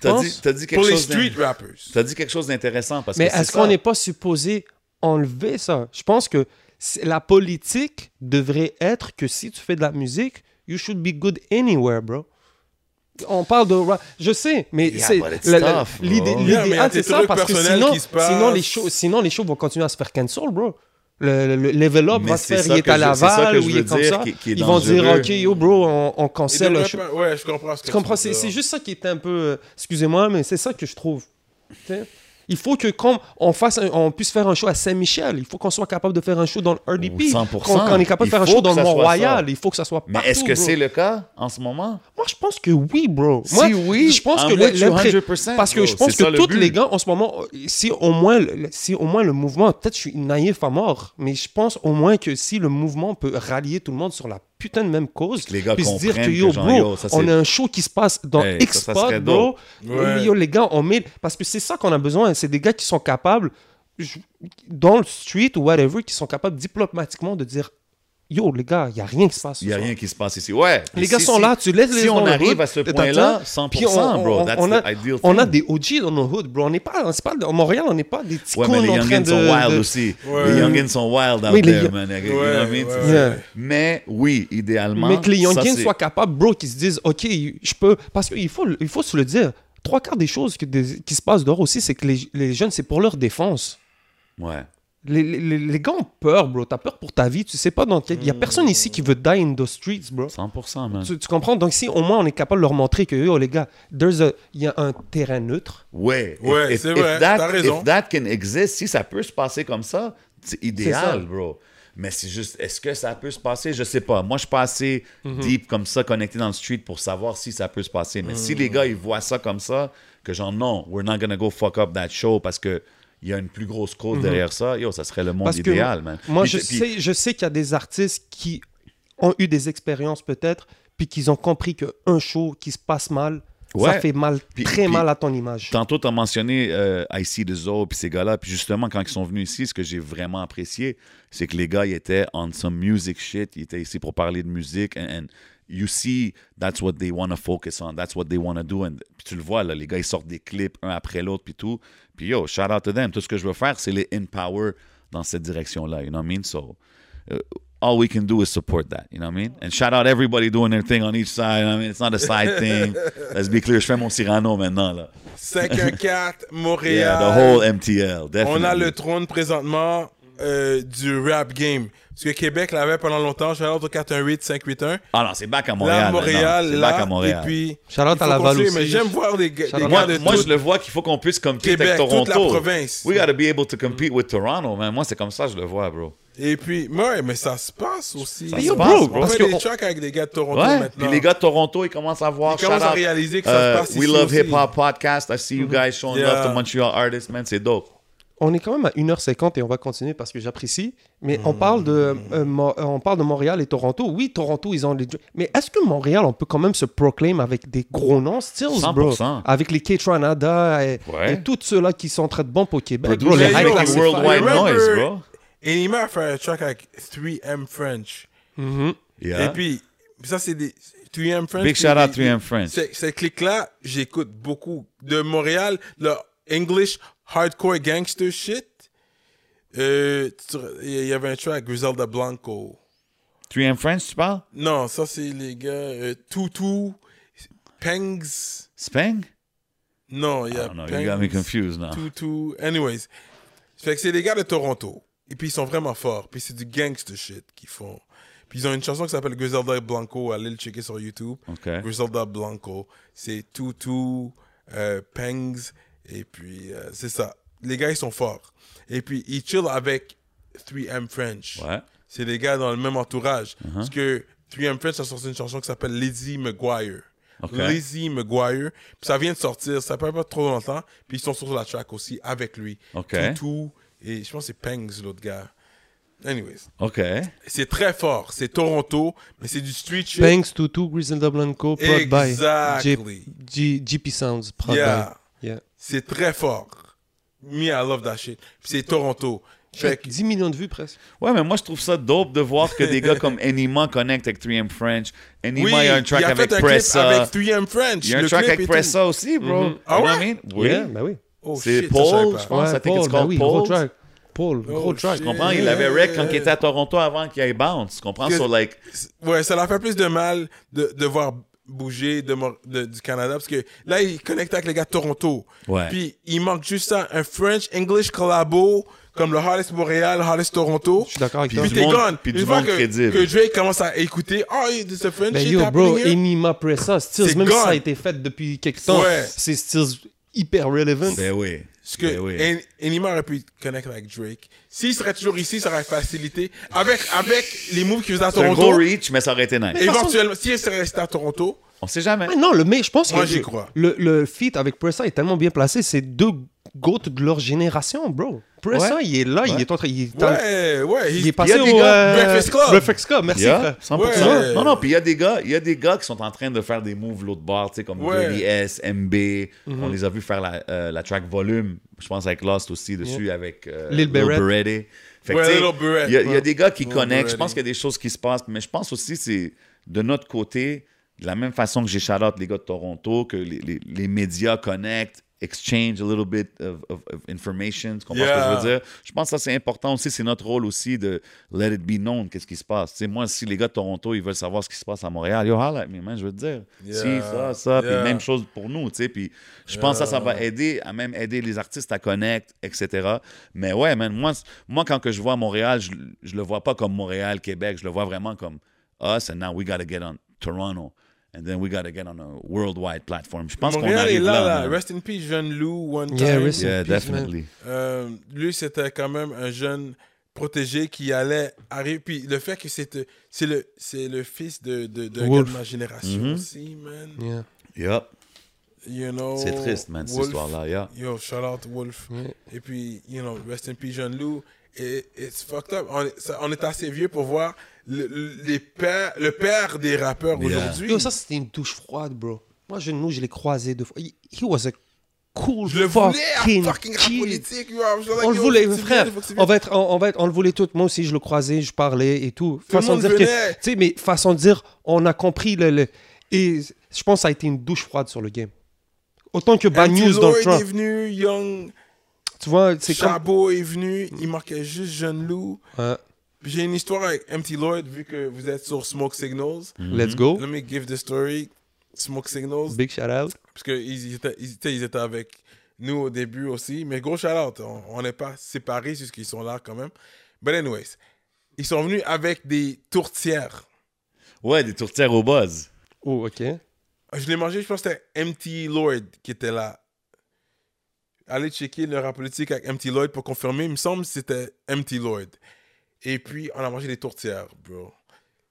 Speaker 4: T'as
Speaker 3: penses?
Speaker 4: dit, t'as dit quelque
Speaker 5: Pour les
Speaker 4: chose. d'in-
Speaker 5: street rappers.
Speaker 4: T'as dit quelque chose d'intéressant parce
Speaker 3: Mais
Speaker 4: que c'est
Speaker 3: est-ce qu'on
Speaker 4: ça.
Speaker 3: n'est pas supposé enlever ça? Je pense que c'est- la politique devrait être que si tu fais de la musique, you should be good anywhere, bro. On parle de rap. Je sais, mais
Speaker 4: Yeah,
Speaker 3: c'est
Speaker 4: but it's
Speaker 3: la- la-
Speaker 4: tough, bro.
Speaker 3: l'idée,
Speaker 4: Yeah,
Speaker 5: mais y a
Speaker 3: l'idéal,
Speaker 5: des
Speaker 3: c'est ça,
Speaker 5: trucs
Speaker 3: parce que
Speaker 5: personnels
Speaker 3: sinon,
Speaker 5: qui se passent.
Speaker 3: sinon, les shows, sinon, les shows vont continuer à se faire cancel, bro. Le, le- le level up
Speaker 4: Mais
Speaker 3: va se
Speaker 4: c'est
Speaker 3: faire,
Speaker 4: ça
Speaker 3: il est
Speaker 4: que
Speaker 3: à
Speaker 4: je- c'est ça
Speaker 3: Laval,
Speaker 4: que je
Speaker 3: ou il est
Speaker 4: veux
Speaker 3: comme
Speaker 4: dire
Speaker 3: ça.
Speaker 4: qui- qui est
Speaker 3: Ils vont dire,
Speaker 4: dangereux.
Speaker 3: OK, yo, bro, on, on
Speaker 5: Ils
Speaker 3: cancelle le
Speaker 5: devraient
Speaker 3: show.
Speaker 5: pas- Ouais, je comprends ce que
Speaker 3: Tu comprends?
Speaker 5: veux
Speaker 3: C'est
Speaker 5: dire.
Speaker 3: c'est juste ça qui est un peu. euh, Excusez-moi, mais c'est ça que je trouve. Tu sais, Il faut que quand on fasse, un- on puisse faire un show à Saint-Michel, il faut qu'on soit capable de faire un show dans le RDP.
Speaker 4: 100%.
Speaker 3: Qu'on qu'on est capable de
Speaker 4: Il
Speaker 3: faire un
Speaker 4: faut
Speaker 3: show
Speaker 4: que
Speaker 3: dans
Speaker 4: ça
Speaker 3: le
Speaker 4: soit
Speaker 3: Mont-Royal,
Speaker 4: ça.
Speaker 3: il faut que ça soit
Speaker 4: Mais
Speaker 3: partout.
Speaker 4: est-ce que
Speaker 3: bro.
Speaker 4: c'est le cas en ce moment?
Speaker 3: Moi, je pense que oui, bro.
Speaker 4: Si
Speaker 3: Moi,
Speaker 4: oui,
Speaker 3: je pense
Speaker 4: I'm
Speaker 3: que le-
Speaker 4: with you
Speaker 3: l'impré-
Speaker 4: 100%,
Speaker 3: parce que
Speaker 4: bro.
Speaker 3: je pense
Speaker 4: C'est ça,
Speaker 3: que
Speaker 4: le
Speaker 3: tous
Speaker 4: but.
Speaker 3: les gars en ce moment, euh, si au moins, le- le- si au moins le mouvement, peut-être je suis naïf à mort, mais je pense au moins que si le mouvement peut rallier tout le monde sur la putain de même cause,
Speaker 4: que les gars
Speaker 3: puis se dire que
Speaker 4: comprennent
Speaker 3: yo,
Speaker 4: que genre,
Speaker 3: bro,
Speaker 4: yo, ça, c'est-
Speaker 3: on a un show qui se passe dans
Speaker 4: Hey, ça,
Speaker 3: X
Speaker 4: ça
Speaker 3: spot,
Speaker 4: serait
Speaker 3: bro.
Speaker 5: Ouais.
Speaker 3: Yo, les gars, on met parce que c'est ça qu'on a besoin, c'est des gars qui sont capables je- dans le street ou whatever, qui sont capables diplomatiquement de dire Yo, les gars, il n'y a rien qui se passe. ce
Speaker 4: Il n'y a
Speaker 3: soir.
Speaker 4: rien qui se passe ici. Ouais.
Speaker 3: Les
Speaker 4: puis
Speaker 3: gars
Speaker 4: si-
Speaker 3: sont
Speaker 4: si-
Speaker 3: là, tu laisses les
Speaker 4: Si
Speaker 3: gens
Speaker 4: on
Speaker 3: dans le
Speaker 4: arrive
Speaker 3: hood,
Speaker 4: à ce
Speaker 3: t'attends,
Speaker 4: point-là,
Speaker 3: puis
Speaker 4: 100%,
Speaker 3: on-
Speaker 4: bro.
Speaker 3: on-
Speaker 4: That's
Speaker 3: on
Speaker 4: the
Speaker 3: a,
Speaker 4: ideal
Speaker 3: on a
Speaker 4: thing.
Speaker 3: des OG dans nos hoods, bro. On n'est pas, on- c'est pas, en Montréal, on n'est pas des petits
Speaker 4: Ouais,
Speaker 3: cons
Speaker 4: mais les
Speaker 3: en train
Speaker 4: youngins
Speaker 3: de...
Speaker 4: sont wild
Speaker 3: de-
Speaker 4: aussi.
Speaker 5: Ouais.
Speaker 4: Les youngins sont wild out
Speaker 3: Oui, les-
Speaker 4: there, man. You know what I mean?
Speaker 5: Ouais,
Speaker 4: C'est
Speaker 5: ouais,
Speaker 4: ça.
Speaker 3: Yeah.
Speaker 4: Mais oui, idéalement.
Speaker 3: Mais que les
Speaker 4: ça,
Speaker 3: youngins
Speaker 4: c'est-
Speaker 3: soient capables, bro, qu'ils se disent, OK, je peux... Parce qu'il faut, il faut se le dire, trois quarts des choses que des- qui se passent dehors aussi, c'est que les, les jeunes, c'est pour leur défense.
Speaker 4: Ouais.
Speaker 3: Les, les- les- les gars ont peur, bro. T'as peur pour ta vie. Tu sais pas dans quel... Il y a personne ici qui veut die in the streets, bro.
Speaker 4: 100%, man.
Speaker 3: Tu, tu comprends? Donc, si au moins on est capable de leur montrer que, yo, les gars, there's a- il y a un terrain neutre,
Speaker 4: Ouais,
Speaker 5: Ouais, c'est vrai,
Speaker 4: that-
Speaker 5: t'as raison.
Speaker 4: If that can exist, si ça peut se passer comme ça, c'est
Speaker 3: C'est ça.
Speaker 4: idéal, bro. Mais c'est juste, est-ce que ça peut se passer? Je sais pas. Moi, je suis pas assez
Speaker 3: Mhm.
Speaker 4: deep comme ça, connecté dans le street pour savoir si ça peut se passer. Mais si les
Speaker 3: Mm.
Speaker 4: gars, ils voient ça comme ça, que genre, non, we're not gonna go fuck up that show parce que il y a une plus grosse cause derrière ça, yo, ça serait le monde
Speaker 3: Mhm. Parce que
Speaker 4: idéal,
Speaker 3: moi-
Speaker 4: man.
Speaker 3: Moi,
Speaker 4: Puis-
Speaker 3: je,
Speaker 4: puis-
Speaker 3: sais, je sais qu'il y a des artistes qui ont eu des expériences peut-être, puis qu'ils ont compris qu'un show qui se passe mal, ça
Speaker 4: Ouais.
Speaker 3: fait mal,
Speaker 4: Puis-
Speaker 3: très
Speaker 4: puis-
Speaker 3: mal à ton image.
Speaker 4: Tantôt, tu as mentionné euh, IC de Zo puis ces gars-là. Puis justement, quand ils sont venus ici, ce que j'ai vraiment apprécié, c'est que les gars, ils étaient on some music shit. Ils étaient ici pour parler de musique. And, and you see, that's what they want to focus on. That's what they want to do. And, puis tu le vois, là, les gars, ils sortent des clips un après l'autre, puis tout. Puis yo, shout out to them. Tout ce que je veux faire, c'est les empower dans cette direction-là. You know what I mean? So, uh, all we can do is support that. You know what I mean? And shout out everybody doing their thing on each side. you know what I mean, it's not a side thing. Let's be clear, je fais mon Cyrano maintenant, là.
Speaker 5: 514 Montréal.
Speaker 4: Yeah, the whole MTL, definitely.
Speaker 5: euh, On a le trône présentement euh, du rap game. Parce que Québec l'avait pendant longtemps. Je suis allé au 418-581.
Speaker 4: Ah non, c'est back à Montréal.
Speaker 5: Là,
Speaker 4: maintenant.
Speaker 5: Montréal,
Speaker 4: C'est
Speaker 5: là.
Speaker 4: back à Montréal.
Speaker 5: Et puis.
Speaker 3: Shout out
Speaker 5: il faut
Speaker 3: à Laval
Speaker 5: continuer,
Speaker 3: aussi.
Speaker 5: Mais j'aime voir des, ga- des
Speaker 3: Shout out.
Speaker 5: gars
Speaker 4: moi,
Speaker 5: de
Speaker 4: moi,
Speaker 5: tout.
Speaker 4: je le vois qu'il faut qu'on puisse compter
Speaker 5: Québec,
Speaker 4: avec
Speaker 5: toute la
Speaker 4: Toronto.
Speaker 5: province.
Speaker 4: We gotta be able to compete with Toronto, man. Moi, c'est comme ça que je le vois, bro.
Speaker 5: Et puis, ouais, mais ça se passe aussi.
Speaker 4: Ça
Speaker 3: Mais
Speaker 4: se
Speaker 3: yo,
Speaker 4: passe,
Speaker 3: bro,
Speaker 5: on
Speaker 4: bro.
Speaker 3: parce
Speaker 5: fait
Speaker 3: que
Speaker 5: des
Speaker 3: on-
Speaker 5: tracks avec des gars de Toronto
Speaker 4: Ouais.
Speaker 5: maintenant.
Speaker 4: Puis les gars de Toronto, ils commencent à voir.
Speaker 5: Ils commencent
Speaker 4: shout
Speaker 5: à
Speaker 4: out,
Speaker 5: réaliser que ça se
Speaker 4: euh,
Speaker 5: passe
Speaker 4: We
Speaker 5: ici
Speaker 4: love
Speaker 5: aussi. Mhm.
Speaker 4: Hip Hop Podcast. I see you guys showing
Speaker 5: Yeah.
Speaker 4: love to Montreal artists, man. C'est dope.
Speaker 3: On est quand même à 1h50 et on va continuer parce que j'apprécie. Mais on, parle de, euh, Mo- euh, on parle de Montréal et Toronto. Oui, Toronto, ils ont les. Mais est-ce que Montréal, on peut quand même se proclaim avec des gros noms, Stills, bro
Speaker 4: 100%.
Speaker 3: Avec les K-Tranada et,
Speaker 4: Ouais.
Speaker 3: et tous ceux-là qui sont en train de bon pour Québec.
Speaker 4: Produce
Speaker 3: bro, les
Speaker 5: des
Speaker 3: high
Speaker 5: gros
Speaker 3: class-
Speaker 5: qui
Speaker 4: worldwide
Speaker 5: fire.
Speaker 4: noise, bro.
Speaker 5: Et il m'a fait un track avec 3M French. Mhm.
Speaker 4: Yeah.
Speaker 5: Et puis, ça, c'est des. 3M French.
Speaker 4: Big
Speaker 5: c'est
Speaker 4: shout out
Speaker 5: des-
Speaker 4: 3M French.
Speaker 5: Ce, ce clic-là, j'écoute beaucoup. De Montréal, le English hardcore gangster shit. Euh, tu- Il y avait un track, Griselda Blanco.
Speaker 4: 3M French, tu parles?
Speaker 5: Non, ça, c'est les gars. euh, Tutu, Pengs.
Speaker 4: Spang?
Speaker 5: Non, il y
Speaker 4: I
Speaker 5: a
Speaker 4: don't know.
Speaker 5: Pengs,
Speaker 4: hein. You got me confused now.
Speaker 5: Tutu. Anyways. Fait que c'est les gars de Toronto. Et puis ils sont vraiment forts. Puis c'est du gangster shit qu'ils font. Puis ils ont une chanson qui s'appelle Griselda Blanco. Allez le checker sur YouTube.
Speaker 4: OK.
Speaker 5: Griselda Blanco. C'est Tutu, euh, Pangs. Et puis euh, c'est ça. Les gars, ils sont forts. Et puis ils chill avec 3M French.
Speaker 4: Ouais.
Speaker 5: C'est les gars dans le même entourage.
Speaker 4: Uh-huh.
Speaker 5: Parce que 3M French a sorti une chanson qui s'appelle Lizzie McGuire.
Speaker 4: Ok.
Speaker 5: Lizzie McGuire. Puis ça vient de sortir, ça fait pas trop longtemps. Puis ils sont sur la track aussi avec lui.
Speaker 4: Ok.
Speaker 5: Tutu et je pense que c'est Pangs, l'autre gars. Anyways,
Speaker 4: OK.
Speaker 5: c'est très fort. C'est Toronto, mais c'est du street shit.
Speaker 3: Banks, Tutu, Griselda Blanco, prod by J-
Speaker 5: Exactly.
Speaker 3: G- GP Sounds, prod
Speaker 5: Yeah.
Speaker 3: by. Yeah.
Speaker 5: C'est très fort. Me, I love that shit. Puis c'est Toronto. Fait que-
Speaker 3: 10 millions de vues presque.
Speaker 4: Ouais, mais moi, je trouve ça dope de voir que des gars comme Enima connectent avec 3M French. Enima, il y a un track
Speaker 5: il a
Speaker 4: avec
Speaker 5: fait un
Speaker 4: Pressa.
Speaker 5: clip avec 3M French.
Speaker 4: Il y a un
Speaker 5: le
Speaker 4: track
Speaker 5: clip et
Speaker 4: avec
Speaker 5: tout.
Speaker 4: Pressa aussi, bro.
Speaker 3: Mhm.
Speaker 5: Ah
Speaker 4: You know what I
Speaker 5: ouais?
Speaker 4: mean? Oui.
Speaker 3: Yeah, bah oui.
Speaker 5: Oh,
Speaker 4: C'est
Speaker 5: shit, ça, je savais
Speaker 4: Paul,
Speaker 5: pas.
Speaker 4: je pense. I think it's
Speaker 3: Paul, bah
Speaker 4: called
Speaker 3: oui, gros
Speaker 4: Paul.
Speaker 3: track. Paul, gros
Speaker 5: Oh,
Speaker 3: track.
Speaker 5: shit.
Speaker 4: Tu comprends? Il avait Rec quand il était à Toronto avant qu'il aille bounce. Tu comprends?
Speaker 5: Que-
Speaker 4: So, like,
Speaker 5: Ouais, ça leur fait plus de mal de, de voir bouger de Mor- de- du Canada parce que là, ils connectent avec les gars de Toronto.
Speaker 4: Ouais.
Speaker 5: Puis il manque juste ça, un French-English collabo comme le Hollis Montréal, Hollis Toronto.
Speaker 3: Je suis d'accord avec
Speaker 5: Puis
Speaker 3: toi.
Speaker 4: du
Speaker 5: t'es
Speaker 4: monde-
Speaker 5: gone.
Speaker 4: puis
Speaker 5: Une
Speaker 4: du
Speaker 5: fois
Speaker 4: monde
Speaker 5: que,
Speaker 4: crédible.
Speaker 5: que Drake commence à écouter, oh, c'est French
Speaker 3: Ben
Speaker 5: shit
Speaker 3: yo, bro,
Speaker 5: happening here.
Speaker 3: Enima Pressa, Stills,
Speaker 5: C'est
Speaker 3: même si
Speaker 5: gone.
Speaker 3: ça a été fait depuis quelque temps,
Speaker 5: Ouais.
Speaker 3: c'est Stills hyper relevant.
Speaker 4: ben oui.
Speaker 5: Parce que
Speaker 4: Ben oui.
Speaker 5: En- Enima aurait pu connecter avec Drake. S'il serait toujours ici, ça aurait facilité. Avec, avec les moves qu'il faisait à
Speaker 4: C'est un gros
Speaker 5: Toronto,
Speaker 4: reach, mais ça aurait été nice.
Speaker 5: éventuellement, s'il serait resté à Toronto,
Speaker 4: On sait jamais.
Speaker 3: Ah non, le mais je pense
Speaker 5: Moi,
Speaker 3: que
Speaker 5: j'y
Speaker 3: le-
Speaker 5: crois.
Speaker 3: Le, le feat avec Pressa est tellement bien placé, c'est deux gouttes de leur génération, bro. Pressa,
Speaker 4: Ouais.
Speaker 3: il est là, il
Speaker 4: Ouais.
Speaker 3: est en train, il est, en-
Speaker 5: ouais, ouais,
Speaker 3: il est passé
Speaker 4: des
Speaker 3: au
Speaker 4: gars,
Speaker 3: euh,
Speaker 5: Breakfast Club.
Speaker 3: Breakfast Club, merci.
Speaker 4: Yeah,
Speaker 3: frère.
Speaker 4: 100%.
Speaker 5: Ouais.
Speaker 4: Non, non, puis il y a des gars, il y a des gars qui sont en train de faire des moves l'autre bord, tu sais, comme
Speaker 5: Ouais.
Speaker 4: Dirty S, MB.
Speaker 5: Mm-hmm.
Speaker 4: On les a vus faire la, euh, la track volume, je pense avec Lost aussi dessus,
Speaker 5: Mm-hmm.
Speaker 4: avec euh,
Speaker 3: Lil Beret.
Speaker 4: Beretty. Fait que,
Speaker 5: Ouais,
Speaker 4: tu sais,
Speaker 5: Lil Beret,
Speaker 4: il y a- il y, a
Speaker 5: ouais.
Speaker 4: des gars qui
Speaker 5: Lil
Speaker 4: connectent. Je
Speaker 5: Beret.
Speaker 4: pense qu'il y a des choses qui se passent, mais je pense aussi c'est de notre côté, de la même façon que j'ai Charlotte, les gars de Toronto, que les, les- les médias connectent, exchange a little bit of, of- of information, tu comprends ce que je veux
Speaker 5: Yeah.
Speaker 4: dire? Je pense que ça, c'est important aussi. C'est notre rôle aussi de let it be known qu'est-ce qui se passe. Tu sais, moi, si les gars de Toronto, ils veulent savoir ce qui se passe à Montréal, yo, holla at me, man, je veux te dire. Si, ça, ça,
Speaker 5: Yeah.
Speaker 4: puis même chose pour nous, tu sais. Puis je pense que ça, ça
Speaker 5: Euh.
Speaker 4: va aider à même aider les artistes à connecter, etc. Mais ouais, man, moi, c- moi quand que je vois Montréal, je, je le vois pas comme Montréal, Québec. Je le vois vraiment comme us, and now we gotta get on Toronto. And then we gotta get on a worldwide platform. Je pense qu'on
Speaker 5: Montréal est
Speaker 4: arrive
Speaker 5: là, là.
Speaker 4: man.
Speaker 5: Rest in peace, jeune Lou, one
Speaker 3: Yeah,
Speaker 5: time.
Speaker 3: rest in
Speaker 4: Yeah,
Speaker 3: peace, man.
Speaker 4: definitely.
Speaker 5: Euh, lui, c'était quand même un jeune protégé qui allait arriver. Puis le fait que c'était, c'est le, c'est le fils de, de, d'un gars de
Speaker 3: Wolf.
Speaker 5: ma génération
Speaker 4: Mhm.
Speaker 5: aussi, man.
Speaker 3: Yeah.
Speaker 4: Yup.
Speaker 5: You know.
Speaker 4: C'est triste, man, cette
Speaker 5: Oh, Wolf.
Speaker 4: histoire-là. Yeah.
Speaker 5: Yo, shout out Wolf.
Speaker 3: Ouais.
Speaker 5: Et puis, you know, rest in peace, jeune Lou. Et it's fucked up. On est, ça- on est assez vieux pour voir le, le- les pères, le père des rappeurs
Speaker 4: Yeah.
Speaker 5: aujourd'hui.
Speaker 3: Yo, ça, c'était une douche froide, bro. Moi, je, nous, je l'ai croisé deux fois. He, he was a cool
Speaker 5: je le voulais
Speaker 3: fucking,
Speaker 5: à fucking rap
Speaker 3: kid.
Speaker 5: politique. yo. Je suis like,
Speaker 3: On le
Speaker 5: yo,
Speaker 3: voulait,
Speaker 5: faut que tu
Speaker 3: frère.
Speaker 5: viennes, faut que tu
Speaker 3: On va être, on, on va être, on le voulait tout. Moi aussi, je le croisais, je parlais et tout.
Speaker 5: le
Speaker 3: façon de
Speaker 5: monde
Speaker 3: dire que,
Speaker 5: venait.
Speaker 3: tu sais, mais façon de dire, on a compris le, le- et je pense que ça a été une douche froide sur le game. Autant que Bad
Speaker 5: MT
Speaker 3: News dans
Speaker 5: Lloyd
Speaker 3: le Trump.
Speaker 5: est venu, Young
Speaker 3: Tu vois, c'est comme. hein,
Speaker 5: Chabot est venu, il marquait juste Jeune Loup.
Speaker 3: Ouais.
Speaker 5: Puis J'ai une histoire avec MT Lloyd, vu que vous êtes sur Smoke Signals.
Speaker 3: Let's go.
Speaker 5: Let me give the story. Smoke Signals.
Speaker 3: Big shout out.
Speaker 5: Parce qu'ils étaient, ils étaient, ils étaient avec nous au début aussi. Mais gros shout out, on- on n'est pas séparés, c'est ce qu'ils sont là quand même. But anyways, ils sont venus avec des tourtières.
Speaker 4: Ouais, des tourtières au buzz.
Speaker 3: Oh, ok.
Speaker 5: Je l'ai mangé, je pense que c'était MT Lloyd qui était là. Allez checker le rap politique avec MT Lloyd pour confirmer. Il me semble que c'était MT Lloyd. Et puis, on a mangé des tourtières, bro.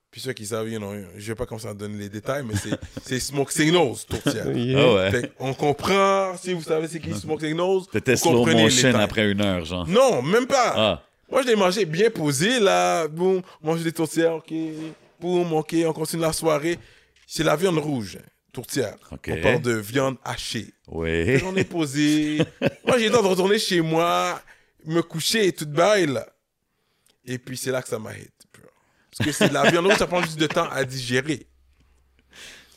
Speaker 5: Puis ceux qui savent, you know, je vais pas commencer à donner les détails, mais c'est- c'est Smoke Signals, tourtière.
Speaker 4: Ah ouais.
Speaker 5: Fait qu'on comprend, si vous savez c'est qui Smoke Signals,
Speaker 4: T'étais
Speaker 5: vous
Speaker 4: slow
Speaker 5: comprenez les
Speaker 4: motion
Speaker 5: détails.
Speaker 4: après une heure, genre.
Speaker 5: Non, même pas.
Speaker 4: Ah,
Speaker 5: Moi, je l'ai mangé bien posé, là. Boum, manger des tourtières, ok. Boum, ok, on continue la soirée. C'est la viande rouge, hein, tourtière.
Speaker 4: Ok.
Speaker 5: On parle de viande hachée.
Speaker 4: oui.
Speaker 5: On est posé. moi, j'ai le temps de retourner chez moi, me coucher et tout de bail, là. Et puis, c'est là que ça m'a hit, bro. Parce que c'est de la viande rouge, ça prend juste de temps à digérer.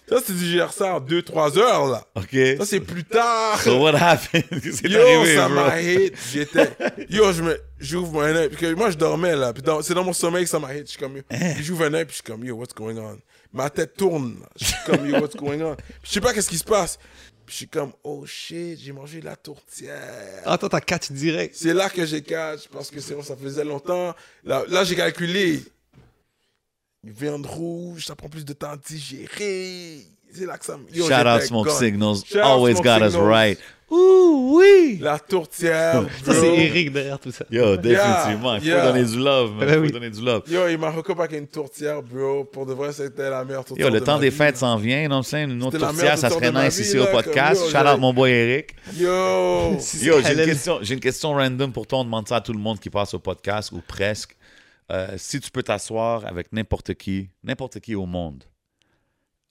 Speaker 5: Ça, c'est du GR ça en 2-3 heures, là.
Speaker 4: OK?
Speaker 5: Ça, c'est plus tard.
Speaker 4: So what happened? Qu'est-ce qui est
Speaker 5: Yo,
Speaker 4: arrivé,
Speaker 5: ça
Speaker 4: bro?
Speaker 5: m'a hit. J'étais. Yo, je me- j'ouvre mon œil. Parce que moi, je dormais là. Puis dans- c'est dans mon sommeil que ça m'a hit. Je suis comme, yo.
Speaker 4: Eh.
Speaker 5: Puis J'ouvre un œil, puis je suis comme, yo, what's going on? Ma tête tourne. là. Je suis comme, yo, what's going on? Puis je sais pas qu'est-ce qui se passe. Puis je suis comme, oh shit, j'ai mangé de la tourtière.
Speaker 3: Oh. Attends, t'as catch direct.
Speaker 5: C'est là que j'ai catch, parce que sinon, ça faisait longtemps. Là, là, j'ai calculé. Viande rouge, ça prend plus de temps à digérer. C'est là que ça me. yo,
Speaker 4: Shout out
Speaker 5: j'étais
Speaker 4: Smoke
Speaker 5: gone.
Speaker 4: Signals.
Speaker 5: Shout out
Speaker 4: Always
Speaker 5: Smoke
Speaker 4: got us
Speaker 5: Signals.
Speaker 4: right.
Speaker 3: Ouh, oui!
Speaker 5: La tourtière.
Speaker 3: Ça,
Speaker 5: bro.
Speaker 3: c'est Eric derrière tout ça.
Speaker 4: Yo,
Speaker 5: Yeah,
Speaker 4: définitivement. Il faut
Speaker 5: yeah.
Speaker 4: donner du love, man.
Speaker 3: Ben
Speaker 4: Il faut
Speaker 3: oui.
Speaker 4: donner du love.
Speaker 5: Yo, il m'a recoupé avec une tourtière, bro. Pour de vrai, c'était la meilleure tourtière.
Speaker 4: Yo, le
Speaker 5: de
Speaker 4: temps
Speaker 5: ma
Speaker 4: des
Speaker 5: vie.
Speaker 4: fêtes s'en vient, non, c'est une autre
Speaker 5: C'était la
Speaker 4: tourtière,
Speaker 5: meilleure
Speaker 4: ça serait
Speaker 5: tourtière de
Speaker 4: nice
Speaker 5: ma vie,
Speaker 4: ici au
Speaker 5: là,
Speaker 4: podcast.
Speaker 5: comme yo,
Speaker 4: Shout out
Speaker 5: j'avais-
Speaker 4: mon boy Eric.
Speaker 5: Yo!
Speaker 4: Yo, j'ai une,
Speaker 3: Hélène.
Speaker 4: question, j'ai une question random pour toi. On demande ça à tout le monde qui passe au podcast ou presque. Euh, si tu peux t'asseoir avec n'importe qui, n'importe qui au monde,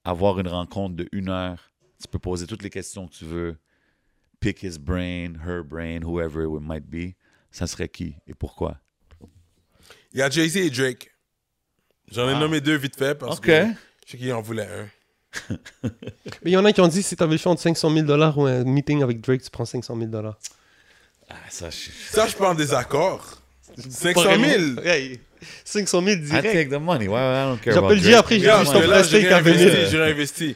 Speaker 4: avoir une rencontre de une heure, tu peux poser toutes les questions que tu veux, pick his brain, her brain, whoever it might be, ça serait qui et pourquoi?
Speaker 5: Il y a Jay-Z et Drake. J'en ai nommé deux vite fait parce
Speaker 4: Ah. Ok.
Speaker 5: que je sais qu'il en voulait un.
Speaker 3: Mais il y en a qui ont dit si t'avais le choix entre 500 000 dollars ou un meeting avec Drake, tu prends 500 000 dollars.
Speaker 4: Ah, ça, je...
Speaker 5: Ça, je suis pas en désaccord. 500 000!
Speaker 3: 500 000
Speaker 4: I
Speaker 3: direct.
Speaker 4: take the money. Why I don't care
Speaker 3: J'appelle
Speaker 4: about
Speaker 3: Jay
Speaker 4: Drake.
Speaker 3: après, j'ai
Speaker 5: Yeah,
Speaker 3: juste
Speaker 5: parce que là,
Speaker 3: empressé
Speaker 5: j'ai
Speaker 3: qu'à
Speaker 5: réinvesti,
Speaker 3: venir.
Speaker 5: j'ai réinvesti.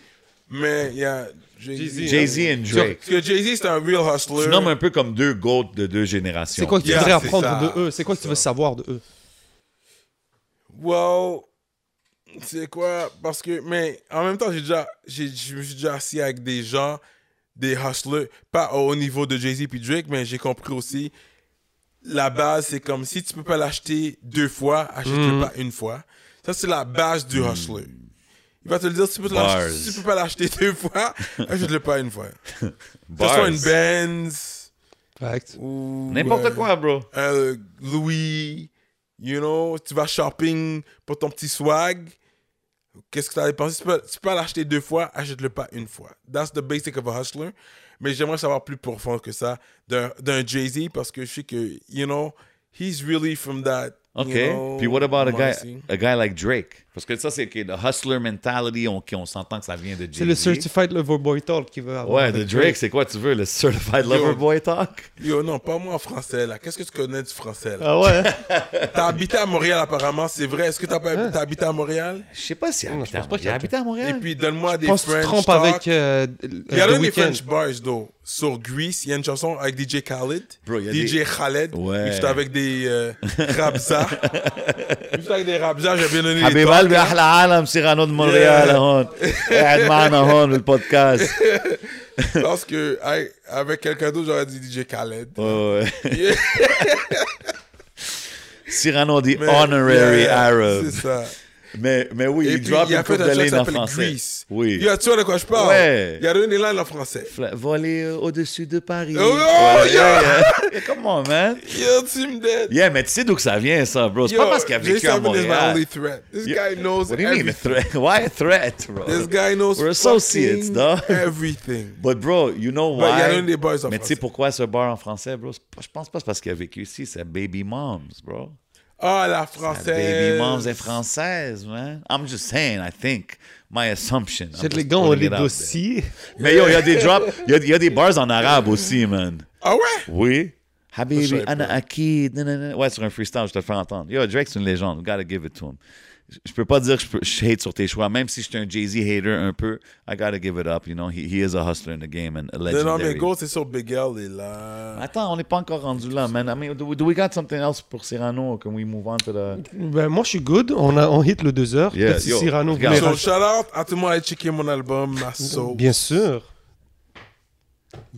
Speaker 5: Mais il y a Jay-Z.
Speaker 4: Jay-Z et Drake.
Speaker 5: Parce que Jay-Z, c'est un real
Speaker 4: Tu
Speaker 5: hustler.
Speaker 4: nommes un peu comme deux goats de deux générations.
Speaker 3: C'est quoi que tu
Speaker 5: Yeah,
Speaker 3: voudrais
Speaker 5: c'est
Speaker 3: apprendre
Speaker 5: ça,
Speaker 3: de eux C'est quoi que tu veux savoir de eux
Speaker 5: Well, c'est quoi? Parce que, mais en même temps, j'ai déjà, j'ai, je me suis déjà assis avec des gens, des hustlers, pas au haut niveau de Jay-Z puis Drake, mais j'ai compris aussi, la base, c'est comme si tu peux pas l'acheter deux fois, achète-le
Speaker 4: Mm.
Speaker 5: pas une fois. Ça, c'est la base du hustler. Il va te le dire, si tu peux, te
Speaker 4: Bars.
Speaker 5: l'ach- si tu peux pas l'acheter deux fois, achète-le pas une fois. Que ce
Speaker 4: Bars.
Speaker 5: soit une Benz
Speaker 3: Fact.
Speaker 5: ou...
Speaker 4: N'importe
Speaker 5: euh,
Speaker 4: quoi, bro.
Speaker 5: euh, Louis, you know, tu vas shopping pour ton petit swag. Qu'est-ce que tu as dépensé? Tu peux, tu peux l'acheter deux fois, achète-le pas une fois. That's the basic of a hustler. Mais j'aimerais savoir plus profond que ça d'un d'un Jay-Z parce que je sais que, you know, he's really from that. you
Speaker 4: OK.
Speaker 5: know,
Speaker 4: Puis what about a guy,
Speaker 5: mindset.
Speaker 4: a guy like Drake? Parce que ça, c'est ok, the hustler mentality, on, qui- on s'entend que ça vient de Jay-Z.
Speaker 3: C'est le Certified Lover Boy Talk qui veut avoir.
Speaker 4: Ouais,
Speaker 3: avec
Speaker 4: de Drake, c'est quoi tu veux? Le Certified Lover Boy Talk?
Speaker 5: Yo, non, pas moi en français, là. Qu'est-ce que tu connais du français, là?
Speaker 3: Ah Ah. ouais hein?
Speaker 5: T'as habité à Montréal, apparemment, c'est vrai. Est-ce que t'as pas- t'as habité à Montréal?
Speaker 4: Je sais pas si
Speaker 3: Non,
Speaker 4: habite
Speaker 3: je pense
Speaker 4: à
Speaker 3: pas
Speaker 4: Montréal.
Speaker 3: qu'il
Speaker 4: Il habite à
Speaker 5: Et
Speaker 4: Montréal.
Speaker 5: puis, donne-moi des
Speaker 3: Ah. Je pense que tu
Speaker 5: French
Speaker 3: te trompes
Speaker 5: talk.
Speaker 3: avec euh, euh,
Speaker 5: Il y a
Speaker 3: The
Speaker 5: l'un des
Speaker 3: Weeknd.
Speaker 5: French Bars, though. Sur Grease, il y a une chanson avec DJ Khaled.
Speaker 4: Bro, il y a
Speaker 5: DJ
Speaker 4: des-
Speaker 5: Khaled.
Speaker 4: Ouais.
Speaker 5: Et J'étais avec des euh, Rabza. J'étais avec des Rabza, j'ai bien donné les
Speaker 4: حبيب
Speaker 5: talks.
Speaker 4: قلبي احلى عالم سيرانو من مونريال هون قاعد معنا هون بالبودكاست
Speaker 5: Parce que avec- avec quelqu'un d'autre, j'aurais dit DJ Khaled.
Speaker 4: Cyrano the
Speaker 5: Mais-
Speaker 4: honorary
Speaker 5: Yeah,
Speaker 4: Arab
Speaker 5: C'est ça.
Speaker 4: mais, mais oui
Speaker 5: Et
Speaker 4: il
Speaker 5: puis,
Speaker 4: drop
Speaker 5: il a
Speaker 4: une
Speaker 5: fait
Speaker 4: couple
Speaker 5: un
Speaker 4: de
Speaker 5: truc qui
Speaker 4: lignes en
Speaker 5: s'appelle
Speaker 4: français
Speaker 5: Grease.
Speaker 4: oui
Speaker 5: Yo, tu vois de quoi je parle?
Speaker 4: Ouais.
Speaker 5: Il y a donné là en français.
Speaker 4: Fla- voler euh, au-dessus de Paris
Speaker 5: Oh,
Speaker 4: Ouais,
Speaker 5: yeah.
Speaker 4: yeah. come on man
Speaker 5: Yo, tu me dead.
Speaker 4: Yeah, mais tu sais d'où que ça vient, ça, bro. C'est
Speaker 5: Yo,
Speaker 4: pas parce qu'il a vécu à
Speaker 5: J7 is my
Speaker 4: Montréal.
Speaker 5: only threat. This
Speaker 4: Yo,
Speaker 5: guy knows
Speaker 4: What do you mean a
Speaker 5: everything.
Speaker 4: threat? Why a threat, bro?
Speaker 5: This guy knows
Speaker 4: We're associates,
Speaker 5: fucking
Speaker 4: dog.
Speaker 5: everything.
Speaker 4: But bro, you know
Speaker 5: But il y a
Speaker 4: why?
Speaker 5: l'un des boys en
Speaker 4: mais tu sais
Speaker 5: français.
Speaker 4: pourquoi ce bar en français, bro? C'est pas- Je pense pas que c'est parce qu'il a vécu ici, c'est baby moms, bro.
Speaker 5: Ah, la
Speaker 4: La
Speaker 5: française.
Speaker 4: baby moms est française, man. hein? I'm just saying, I think. My assumption. I'm
Speaker 3: C'est les
Speaker 4: just
Speaker 3: gars, on
Speaker 4: putting
Speaker 3: les
Speaker 4: it out
Speaker 3: dossiers.
Speaker 4: there. Mais yo, il y a des drops, il y a- il y, a des bars en arabe aussi, man.
Speaker 5: Ah ouais?
Speaker 4: Oui. Habibi,
Speaker 5: savais pas.
Speaker 4: Anna Akid. nan, nan, nan. Ouais, sur un freestyle, je te le fais entendre. Yo, Drake, c'est une légende. We gotta give it to him. Je- Je peux pas dire que je, peux- je hate sur tes choix, même si je suis un Jay-Z hater un peu. I gotta give it up. You know, he, he is a hustler in the game and a
Speaker 5: Non,
Speaker 4: legendary.
Speaker 5: non, mais go, c'est sur Big L, et là.
Speaker 4: Attends, on n'est pas encore rendu là, man. I mean, do, do we got something else pour Cyrano? Can we move on to the...
Speaker 3: Ben, moi, je suis good. On, a, on hit le 2 heures.
Speaker 4: Yeah,
Speaker 3: Petit
Speaker 4: yo,
Speaker 3: Cyrano, vous
Speaker 4: regarde.
Speaker 3: les
Speaker 5: So,
Speaker 3: rachetez.
Speaker 5: shout out à tout le monde à checker mon album, ma soul.
Speaker 3: Bien sûr.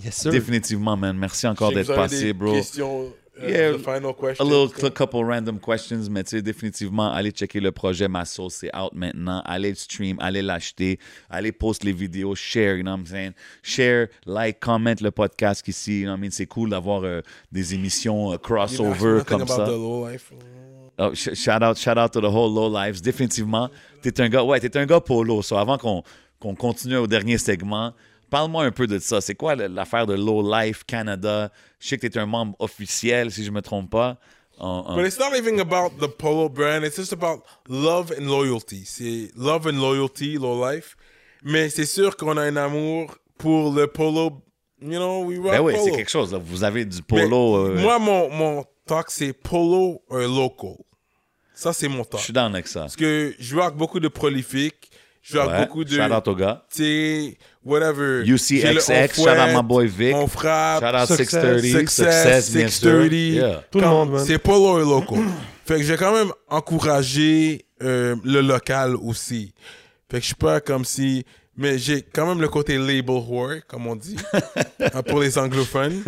Speaker 3: Yes, sir.
Speaker 4: Définitivement, man. Merci encore
Speaker 5: Je sais que
Speaker 4: d'être
Speaker 5: vous avez des
Speaker 4: passé, bro.
Speaker 5: Questions, euh,
Speaker 4: Yeah,
Speaker 5: the final
Speaker 4: A
Speaker 5: question.
Speaker 4: little cl- couple random questions, mais tu sais, définitivement, allez checker le projet Ma Sauce, c'est out maintenant. Allez le stream, allez l'acheter, allez post les vidéos, share, you know what I'm saying? Share, like, comment le podcast ici, you know what I mean? C'est cool d'avoir euh, des émissions euh,
Speaker 5: You know, I
Speaker 4: crossover
Speaker 5: think
Speaker 4: comme
Speaker 5: about
Speaker 4: ça.
Speaker 5: the low life.
Speaker 4: Oh, sh- shout out, shout out to the whole Low Lives. Définitivement, t'es un gars, ouais, t'es un gars polo. So avant qu'on qu'on continue au dernier segment, parle-moi un peu de ça. C'est quoi le- l'affaire de Low Life Canada? Je sais que t'es un membre officiel, si je me trompe pas. En- en-
Speaker 5: But it's not even about the Polo brand. It's just about love and loyalty. C'est love and loyalty, low life. Mais c'est sûr qu'on a un amour pour le polo. You know, we rock
Speaker 4: Ben oui, c'est
Speaker 5: polo.
Speaker 4: quelque chose. là. Vous avez du
Speaker 5: Mais
Speaker 4: polo. euh,
Speaker 5: Moi, mon, mon talk, c'est polo or local. Ça, c'est mon
Speaker 4: je
Speaker 5: talk.
Speaker 4: suis down avec ça.
Speaker 5: Parce que je rock beaucoup de prolifiques. Je rock
Speaker 4: Ouais,
Speaker 5: beaucoup de.
Speaker 4: Shout out au gars.
Speaker 5: tu sais, whatever. J'ai le
Speaker 4: UCXX, shout
Speaker 5: on-fouette,
Speaker 4: out my boy Vic.
Speaker 5: On frappe.
Speaker 4: Shout out
Speaker 3: Success.
Speaker 4: 630.
Speaker 5: Success,
Speaker 4: Success, bien sûr.
Speaker 5: 630.
Speaker 4: Yeah.
Speaker 3: Tout le
Speaker 5: Comme-
Speaker 3: monde, man.
Speaker 5: C'est pas le local. fait que j'ai quand même encouragé euh, le local aussi. Fait que je suis pas comme si. Mais j'ai quand même le côté label whore, comme on dit, hein, pour les anglophones.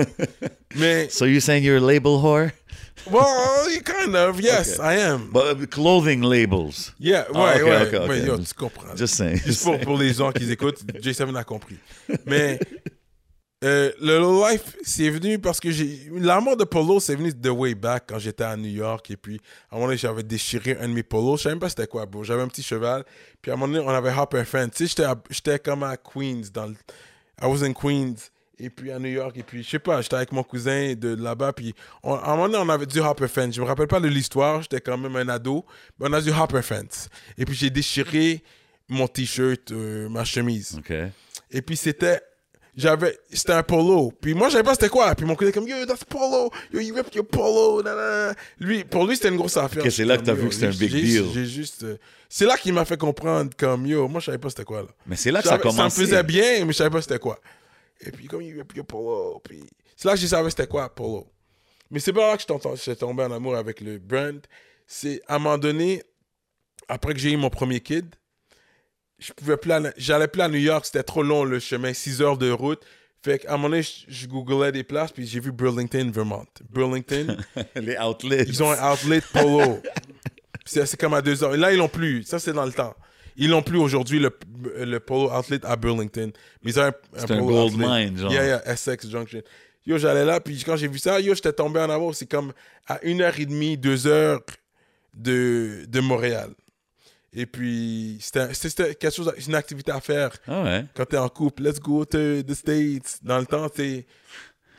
Speaker 5: Mais,
Speaker 4: So you saying you're a label whore?
Speaker 5: well, uh, kind of, yes, I am.
Speaker 4: But, uh, clothing labels.
Speaker 5: Yeah, ouais,
Speaker 4: Ah, ok,
Speaker 5: ouais.
Speaker 4: ok, ok.
Speaker 5: Mais yo, tu comprends.
Speaker 4: Just saying.
Speaker 5: Juste pour, pour les gens qui écoutent, J7 a compris. Mais euh, le low life, c'est venu parce que j'ai. L'amour de polo, c'est venu de way back quand j'étais à New York. Et puis, à un moment donné, j'avais déchiré un de mes polos. Je savais même pas c'était quoi, bro. J'avais un petit cheval. Puis, à un moment donné, on avait hop un fan. Tu sais, j'étais à- j'étais comme à Queens. Dans le- I was in Queens. Et puis à New York, et puis je sais pas, j'étais avec mon cousin de là-bas, puis on- à un moment donné, on avait du Hopper Fence. Je me rappelle pas de l'histoire, j'étais quand même un ado, mais on a du Hopper Fence. Et puis j'ai déchiré mon t-shirt, euh, ma chemise.
Speaker 4: OK.
Speaker 5: Et puis c'était. J'avais. C'était un polo. Puis moi, je savais pas c'était quoi. Puis mon collègue comme Yo, that's polo. Yo, you ripped your polo. na, na, na. Lui, pour lui, c'était une grosse affaire.
Speaker 4: Ok, c'est là que t'as
Speaker 5: Comme,
Speaker 4: vu
Speaker 5: Yo,
Speaker 4: que c'était un
Speaker 5: j'ai-
Speaker 4: big deal.
Speaker 5: J'ai juste. euh, C'est là qu'il m'a fait comprendre comme Yo, moi, je savais pas c'était quoi là.
Speaker 4: Mais c'est là que ça
Speaker 5: J'avais-
Speaker 4: commence.
Speaker 5: Ça me faisait bien, mais je savais pas c'était quoi. Et puis comme You ripped your polo. Puis c'est là que je savais c'était quoi, polo. Mais c'est pas là que je t'entends- je suis tombé en amour avec le brand. C'est à un moment donné, après que j'ai eu mon premier kid, je pouvais plus aller- j'allais plus à New York, c'était trop long le chemin, 6 heures de route. Fait qu'à un moment donné, je, je googlais des places, puis j'ai vu Burlington, Vermont. Burlington,
Speaker 4: Les outlets.
Speaker 5: ils ont un outlet polo. Puis c'est c'est comme à 2 heures. Et là, ils l'ont plus. Ça, c'est dans le temps. Ils l'ont plus aujourd'hui, le, le polo outlet à Burlington. Mais ils ont un,
Speaker 4: C'est un
Speaker 5: polo
Speaker 4: gold
Speaker 5: outlet.
Speaker 4: mine, genre.
Speaker 5: Yeah, yeah, Essex Junction. Yo, j'allais là, puis quand j'ai vu ça, yo, j'étais tombé en amour. C'est comme à 1h30, 2h de, de Montréal. Et puis, c'était c'était quelque chose, une activité à faire
Speaker 4: Ah ouais.
Speaker 5: quand t'es en couple. Let's go to the States. Dans le temps, t'es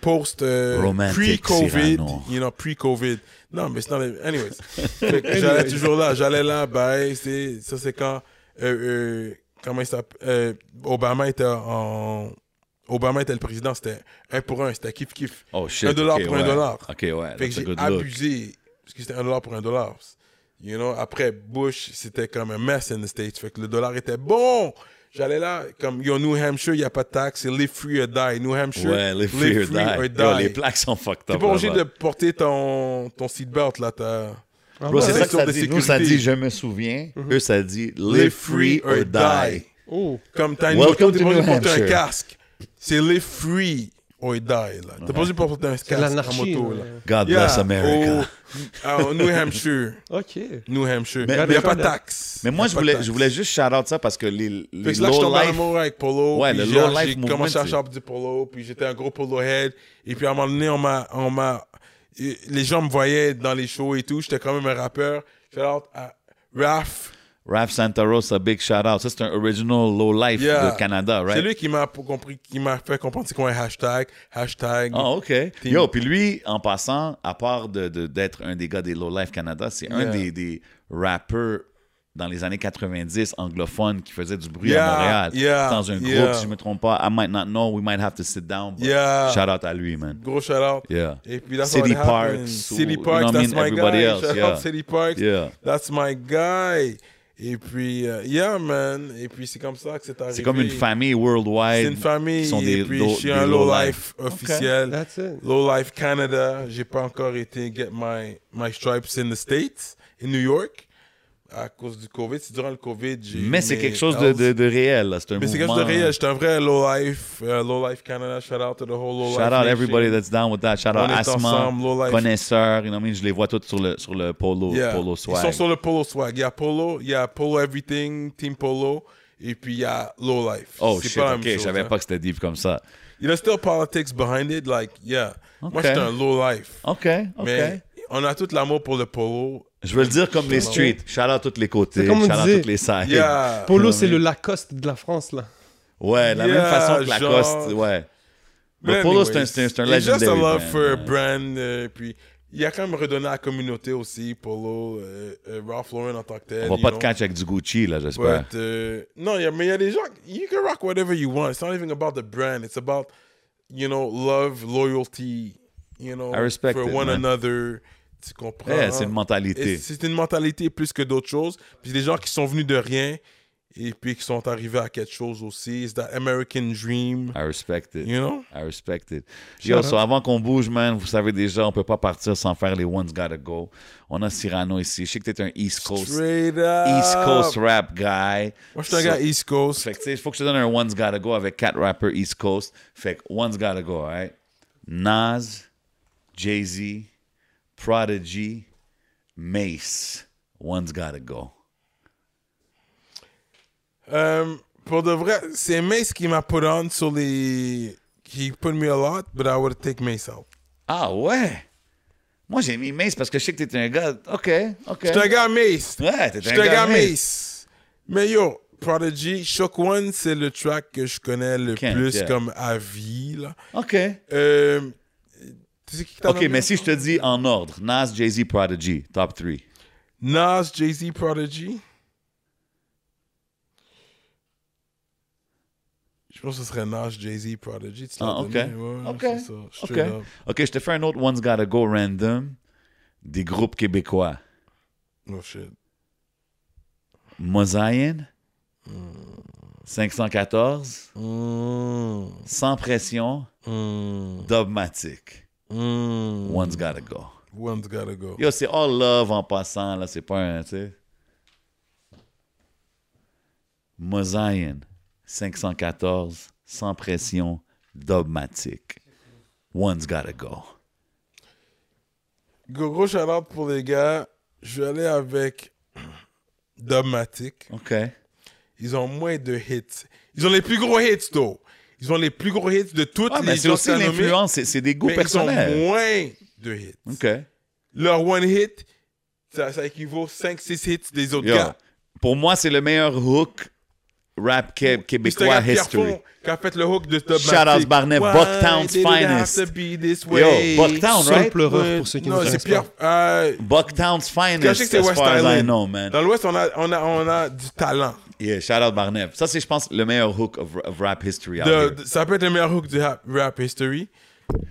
Speaker 5: post euh,
Speaker 4: Romantic,
Speaker 5: pre-COVID,
Speaker 4: Cyrano.
Speaker 5: you know, pre-COVID. Non, mais c'est dans les... Anyways. Fait que j'allais toujours là, j'allais là, bye. c'est- Ça, c'est quand... Euh, euh, comment il s'appelle? euh, Obama était en... Obama était le président, c'était un pour un, c'était kiff-kiff.
Speaker 4: Oh shit.
Speaker 5: Un dollar
Speaker 4: ok,
Speaker 5: pour un
Speaker 4: ouais.
Speaker 5: dollar.
Speaker 4: OK, ouais.
Speaker 5: Fait que
Speaker 4: That's a
Speaker 5: j'ai
Speaker 4: good look.
Speaker 5: abusé, parce que c'était un dollar pour un dollar. You know, après Bush, c'était comme un mess in the States. Fait que le dollar était bon. J'allais là, comme, yo, New Hampshire, il n'y a pas de taxe, c'est live free or die. New Hampshire,
Speaker 4: Ouais, les free or die. Yo, les plaques sont fucked
Speaker 5: T'es
Speaker 4: up.
Speaker 5: pas obligé
Speaker 4: là-bas.
Speaker 5: de porter ton, ton seatbelt, là, t'as...
Speaker 3: Ah
Speaker 4: Bro, c'est
Speaker 5: Ouais.
Speaker 4: ça que ça
Speaker 5: Question de
Speaker 4: dit. Nous, ça
Speaker 5: sécurité. Mhm.
Speaker 4: dit je me souviens. Eux, ça dit live free or die.
Speaker 3: Oh.
Speaker 5: Comme t'as une
Speaker 4: Welcome
Speaker 5: moto, t'es
Speaker 4: to
Speaker 5: pas
Speaker 4: New
Speaker 5: obligé de porter un
Speaker 4: Hampshire.
Speaker 5: casque. C'est live free or die, là. T'es pas obligé de porter un
Speaker 3: C'est de
Speaker 5: casque en
Speaker 3: l'anarchie.
Speaker 5: moto, là.
Speaker 3: là.
Speaker 4: God bless
Speaker 5: Oh.
Speaker 4: America.
Speaker 5: au- à- au New Hampshire.
Speaker 3: OK.
Speaker 5: New Hampshire.
Speaker 4: Mais-
Speaker 5: Mais il n'y
Speaker 4: mais-
Speaker 5: a pas de taxe.
Speaker 4: Mais moi,
Speaker 5: Y a
Speaker 4: je
Speaker 5: pas de
Speaker 4: voulais,
Speaker 5: taxe.
Speaker 4: je voulais juste shout out ça parce que les, les
Speaker 5: Fait que là, je
Speaker 4: low
Speaker 5: tombé en
Speaker 4: life.
Speaker 5: amour avec Polo.
Speaker 4: Ouais,
Speaker 5: puis
Speaker 4: le
Speaker 5: j'ai-
Speaker 4: low life
Speaker 5: J'ai
Speaker 4: movement,
Speaker 5: commencé à
Speaker 4: c'est-
Speaker 5: shop du Polo, puis j'étais un gros Polo head. Et puis à un moment donné, on m'a, on m'a, et les gens me voyaient dans les shows et tout. J'étais quand même un rappeur. J'étais là, à Raph.
Speaker 4: Raph Santa Rosa, big shout out. Ça, c'est un original low life
Speaker 5: Yeah.
Speaker 4: de Canada, right?
Speaker 5: C'est lui qui m'a p- compris, qui m'a fait comprendre c'est quoi un hashtag. Hashtag.
Speaker 4: Ah, OK. Yo, puis lui, en passant, à part de- de- d'être un des gars des Low Life Canada, c'est un
Speaker 5: Yeah.
Speaker 4: des, des rappeurs dans les années 90 anglophones qui faisait du bruit
Speaker 5: Yeah,
Speaker 4: à Montréal.
Speaker 5: yeah,
Speaker 4: dans un
Speaker 5: yeah.
Speaker 4: groupe, si je me trompe pas. I might not know, we might have to sit down. but
Speaker 5: Yeah.
Speaker 4: Shout out à lui, man.
Speaker 5: Gros shout out.
Speaker 4: Yeah.
Speaker 5: Et puis that's
Speaker 4: City
Speaker 5: what happened.
Speaker 4: Parks,
Speaker 5: City
Speaker 4: ou- you
Speaker 5: Parks,
Speaker 4: know what I
Speaker 5: that's
Speaker 4: mean,
Speaker 5: my
Speaker 4: everybody
Speaker 5: guy.
Speaker 4: else,
Speaker 5: Shout
Speaker 4: yeah.
Speaker 5: out City Parks.
Speaker 4: Yeah.
Speaker 5: That's my guy. Et puis, euh, yeah, man. Et puis, c'est comme ça que c'est arrivé.
Speaker 4: C'est comme une famille
Speaker 5: C'est
Speaker 4: worldwide.
Speaker 5: une famille.
Speaker 4: Ils sont des
Speaker 5: et puis,
Speaker 4: low-
Speaker 5: je suis
Speaker 4: des
Speaker 5: un
Speaker 4: low
Speaker 5: low
Speaker 4: life.
Speaker 5: life officiel.
Speaker 3: That's it.
Speaker 5: Low Life Canada. J'ai pas encore été get my, my stripes in the States, in New York, à cause du COVID. C'est durant le COVID. j'ai
Speaker 4: Mais c'est
Speaker 5: mes
Speaker 4: quelque chose de,
Speaker 5: health.
Speaker 4: de, de réel. là. C'est un
Speaker 5: Mais c'est quelque
Speaker 4: mouvement.
Speaker 5: chose de réel. J'étais un vrai Low Life, euh, Low Life Canada. Shout out to the whole Low Life.
Speaker 4: Shout out
Speaker 5: nation.
Speaker 4: everybody that's down with that. Shout
Speaker 5: On
Speaker 4: out
Speaker 5: est
Speaker 4: Asma,
Speaker 5: ensemble, low life.
Speaker 4: connaisseur. You know what I mean? Je les vois tous sur le, sur le polo,
Speaker 5: Yeah.
Speaker 4: polo swag.
Speaker 5: Ils sont sur le Polo Swag. Il y a Polo, il y a Polo Everything, Team Polo. Et puis il y a Low Life.
Speaker 4: Oh
Speaker 5: C'est
Speaker 4: shit,
Speaker 5: pas la
Speaker 4: ok,
Speaker 5: même
Speaker 4: je
Speaker 5: chose,
Speaker 4: savais
Speaker 5: hein.
Speaker 4: pas que c'était deep comme ça.
Speaker 5: You know, still politics behind it. Like, yeah. Moi,
Speaker 4: Okay.
Speaker 5: j'étais un Low Life.
Speaker 4: Ok, ok.
Speaker 5: Mais on a tout l'amour pour le Polo.
Speaker 4: Je veux le dire comme les streets. Shout out tous les côtés,
Speaker 3: C'est comme on
Speaker 4: shout out
Speaker 3: disait.
Speaker 4: toutes les sides.
Speaker 5: Yeah.
Speaker 3: Polo, c'est le Lacoste de la France, là.
Speaker 4: Ouais, la même
Speaker 5: Yeah,
Speaker 4: façon que la
Speaker 5: genre.
Speaker 4: coste, ouais.
Speaker 5: Mais
Speaker 4: Le polo, c'est un,
Speaker 5: anyways,
Speaker 4: c'est un, c'est un
Speaker 5: it's just a
Speaker 4: legendary
Speaker 5: love
Speaker 4: brand,
Speaker 5: for a
Speaker 4: ouais.
Speaker 5: brand. euh, puis, il a quand même redonné à la communauté aussi, Polo, euh, euh, Ralph Lauren en tant que tel.
Speaker 4: On
Speaker 5: you
Speaker 4: va pas
Speaker 5: know.
Speaker 4: te catch avec du Gucci, là, j'espère.
Speaker 5: But, euh, non, il y a- mais il y a des gens, you can rock whatever you want. It's not even about the brand. It's about, you know, love, loyalty, you know,
Speaker 4: I respect
Speaker 5: for
Speaker 4: it,
Speaker 5: one
Speaker 4: man.
Speaker 5: another. Tu comprends?
Speaker 4: Eh, c'est une mentalité.
Speaker 5: Uh-huh. Et C'est une mentalité plus que d'autres choses. Puis des gens qui sont venus de rien et puis qui sont arrivés à quelque chose aussi. It's that American dream,
Speaker 4: I respect it.
Speaker 5: you know?
Speaker 4: I respect it. Yo, so avant qu'on bouge, man, vous savez déjà, on peut pas partir sans faire les One's Gotta Go. On a Cyrano ici. Je sais que t'es un East Coast,
Speaker 5: Straight up.
Speaker 4: East Coast rap guy.
Speaker 5: Moi, je suis un gars
Speaker 4: So-
Speaker 5: East Coast.
Speaker 4: Fait que, tu sais, faut que je te donne un One's Gotta Go avec quatre rappers East Coast. Fait que One's Gotta Go, alright? Nas, Jay-Z, Prodigy, Mace. One's Gotta Go.
Speaker 5: Um, pour de vrai, c'est Mace qui m'a put on sur les. He put me a lot, but I would take Mace out.
Speaker 4: Ah ouais? Moi, j'ai mis Mace parce que je sais que t'es un gars. OK, OK.
Speaker 5: Je te gars Mace.
Speaker 4: Ouais, t'es
Speaker 5: Je
Speaker 4: un
Speaker 5: te
Speaker 4: gars
Speaker 5: gars
Speaker 4: Mace.
Speaker 5: Mace. Mais yo, Prodigy, Shock One, c'est le track que je connais le
Speaker 4: Can't,
Speaker 5: plus
Speaker 4: yeah.
Speaker 5: comme à vie. Là.
Speaker 4: OK.
Speaker 5: Euh, tu sais qui t'a
Speaker 4: OK,
Speaker 5: nommé?
Speaker 4: mais si je te dis en ordre, Nas, Jay-Z, Prodigy, top 3.
Speaker 5: Nas, Jay-Z, Prodigy. Je pense que ce serait Nas, Jay-Z, Prodigy. Tu l'as
Speaker 4: Ah, ok.
Speaker 5: donné, ouais,
Speaker 4: Ok.
Speaker 5: c'est ça,
Speaker 4: OK.
Speaker 5: straight up.
Speaker 4: OK, je te fais un autre One's Gotta Go random des groupes québécois.
Speaker 5: Oh shit.
Speaker 4: Mosaïen, 514,
Speaker 5: Mm,
Speaker 4: Sans Pression,
Speaker 5: mm,
Speaker 4: Dogmatic.
Speaker 5: mm.
Speaker 4: One's Gotta Go.
Speaker 5: One's gotta go.
Speaker 4: Yo, c'est all love en passant, là, c'est pas un, tu sais. Mosaïen, 514, Sans Pression, Dogmatic. One's Gotta Go.
Speaker 5: Gros, gros shout-out pour les gars. Je vais aller avec Dogmatic.
Speaker 4: OK.
Speaker 5: Ils ont moins de hits. Ils ont les plus gros hits, though. Ils ont les plus gros hits de toutes
Speaker 4: Ah,
Speaker 5: les
Speaker 4: mais c'est
Speaker 5: gens
Speaker 4: aussi
Speaker 5: que t'as nommés,
Speaker 4: l'influence, c'est- c'est des goûts
Speaker 5: mais ils ont
Speaker 4: personnels.
Speaker 5: moins de hits.
Speaker 4: OK.
Speaker 5: Leur one hit, ça, ça équivaut 5-6 hits des autres
Speaker 4: Yo,
Speaker 5: gars.
Speaker 4: pour moi, c'est le meilleur hook rap qué-
Speaker 5: Puis c'est un
Speaker 4: québécois
Speaker 5: gars, Pierre
Speaker 4: history.
Speaker 5: Fond, qui a fait le hook de Dogmatic.
Speaker 4: Shout-out Barnet,
Speaker 5: Why
Speaker 4: Bucktown's
Speaker 5: did it have
Speaker 4: finest.
Speaker 5: to be this way?
Speaker 4: Yo, Bucktown,
Speaker 3: Seul
Speaker 4: right?
Speaker 3: pleureur pour ceux qui ne
Speaker 5: Non, c'est
Speaker 3: connaissent
Speaker 5: Pierre.
Speaker 3: pas.
Speaker 5: euh,
Speaker 4: Bucktown's
Speaker 5: Quand je sais
Speaker 4: finest,
Speaker 5: que c'est
Speaker 4: as
Speaker 5: West
Speaker 4: far as I
Speaker 5: Island.
Speaker 4: know, man.
Speaker 5: Dans l'Ouest, on a, on, a, on a du talent.
Speaker 4: Yeah, shout out Barnev. Ça, c'est, je pense, le meilleur hook of, of rap history. out
Speaker 5: De-
Speaker 4: here.
Speaker 5: de- ça peut être le meilleur hook du rap, rap history.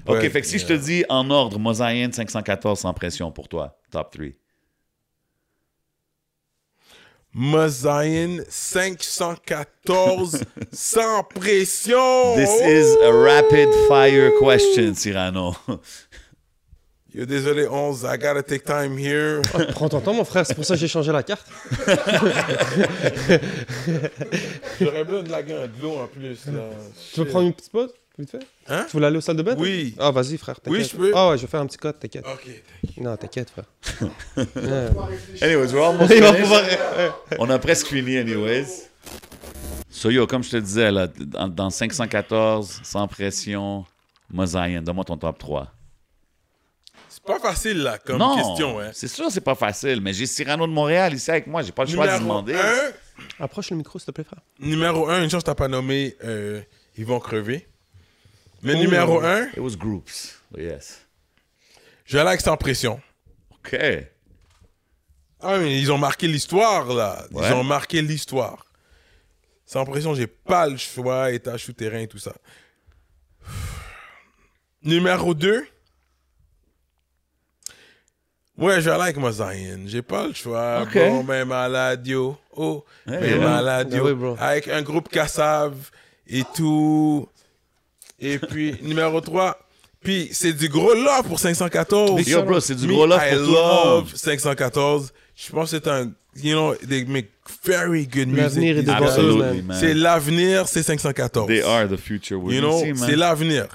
Speaker 4: OK,
Speaker 5: Ouais.
Speaker 4: fait que si je te dis en ordre, Mosaïen 514 sans pression pour toi, top 3.
Speaker 5: Mosaïen 514 sans pression.
Speaker 4: This
Speaker 5: Oh!
Speaker 4: is a rapid fire question, Cyrano.
Speaker 5: Yo, désolé, 11, I gotta take time here.
Speaker 3: Prends ton temps, mon frère, c'est pour ça que j'ai changé la carte.
Speaker 5: J'aurais besoin de la gueule de l'eau en plus. Là.
Speaker 3: Tu veux prendre une petite pause, vite fait
Speaker 5: Hein?
Speaker 3: Tu voulais aller aux salles de bain toi?
Speaker 5: Oui.
Speaker 3: Ah, vas-y, frère, t'inquiète.
Speaker 5: Oui, je peux.
Speaker 3: Ah ouais, je vais faire un petit code, t'inquiète.
Speaker 5: Ok.
Speaker 3: Non, t'inquiète, frère.
Speaker 4: Anyways, we're almost
Speaker 3: Il va
Speaker 4: finished.
Speaker 3: pouvoir-
Speaker 4: On a presque fini, anyways. So, yo, comme je te disais, là, dans, dans 514, sans pression, Mosaïen, donne-moi ton top 3.
Speaker 5: C'est pas facile là comme
Speaker 4: non,
Speaker 5: question. Hein.
Speaker 4: c'est sûr, c'est pas facile, mais j'ai Cyrano de Montréal ici avec moi, j'ai pas le choix de
Speaker 5: Numéro
Speaker 4: demander.
Speaker 5: 1,
Speaker 3: Approche le micro, s'il te plaît, frère.
Speaker 5: numéro un, une chance t'as pas nommé, euh, ils vont crever. Mais
Speaker 3: Oh.
Speaker 5: numéro 1,
Speaker 4: It was groups, but yes.
Speaker 5: je vais aller avec sans pression.
Speaker 4: OK.
Speaker 5: Ah, mais ils ont marqué l'histoire, là.
Speaker 4: Ouais.
Speaker 5: Ils ont marqué l'histoire. Sans pression, j'ai pas le choix, état souterrain et tout ça. Numéro 2. Ouais, je vais aller avec ma Zion. J'ai pas le choix.
Speaker 4: Ok.
Speaker 5: Bon, mais malade, yo. Oh,
Speaker 4: Hey,
Speaker 5: mais
Speaker 4: yeah.
Speaker 5: malade, yo.
Speaker 3: Ah oui, bro.
Speaker 5: Avec un groupe Cassav et tout. Et puis, numéro 3. Puis, c'est du gros love pour 514.
Speaker 4: Yo, bro, c'est du
Speaker 5: Me,
Speaker 4: gros love
Speaker 5: I
Speaker 4: pour tout le monde.
Speaker 5: love 514. Je pense que c'est un, you know, they make very good music.
Speaker 3: L'avenir est
Speaker 5: these
Speaker 3: devant
Speaker 5: guys.
Speaker 3: eux,
Speaker 4: Absolutely,
Speaker 3: man.
Speaker 4: man.
Speaker 5: C'est l'avenir, c'est 514.
Speaker 4: They are the future. We're
Speaker 5: You
Speaker 4: gonna
Speaker 5: know,
Speaker 4: see, man.
Speaker 5: c'est l'avenir.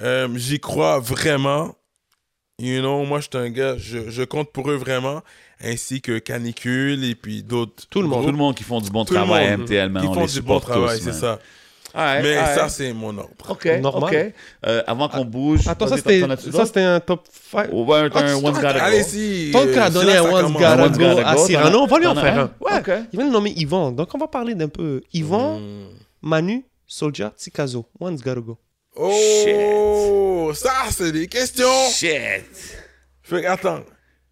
Speaker 5: Euh, J'y crois vraiment. You know, moi, je suis un gars, je, je compte pour eux vraiment, ainsi que Canicule et puis d'autres.
Speaker 3: Tout le monde.
Speaker 4: Tout le monde qui font du bon
Speaker 5: Tout le
Speaker 4: travail à
Speaker 5: monde.
Speaker 4: MTL, man.
Speaker 5: Qui
Speaker 4: on
Speaker 5: font
Speaker 4: les
Speaker 5: du bon
Speaker 4: supporte
Speaker 5: travail,
Speaker 4: tous,
Speaker 5: c'est
Speaker 4: man.
Speaker 5: ça.
Speaker 4: All right,
Speaker 5: Mais
Speaker 4: all right.
Speaker 5: ça, c'est Ah, mon ordre.
Speaker 4: OK,
Speaker 3: Normal.
Speaker 4: OK. Euh, avant qu'on bouge...
Speaker 3: Attends, ça
Speaker 4: vas-y,
Speaker 3: c'était
Speaker 4: t'en as-tu
Speaker 3: ça,
Speaker 4: d'autres?
Speaker 3: c'était un top 5.
Speaker 4: Ou un,
Speaker 3: Ah,
Speaker 4: un
Speaker 3: tu
Speaker 4: One's Gotta Go.
Speaker 5: Allez-y.
Speaker 3: Tant qu'à donner à One's Gotta
Speaker 4: One's
Speaker 3: Go
Speaker 5: Ah,
Speaker 4: Gotta
Speaker 3: à
Speaker 4: Go, t'en
Speaker 3: Cyrano,
Speaker 4: as-
Speaker 3: on va lui en
Speaker 4: t'en as
Speaker 3: faire
Speaker 4: un?
Speaker 3: un. Ouais.
Speaker 4: OK.
Speaker 3: Il vient de nommer Yvan, donc on va parler d'un peu euh,
Speaker 5: Mm.
Speaker 3: Yvan, Manu, Soldier, Tsikazo. One's gotta go.
Speaker 5: Oh, ça, c'est des questions.
Speaker 4: Shit!
Speaker 5: Fait que, attends.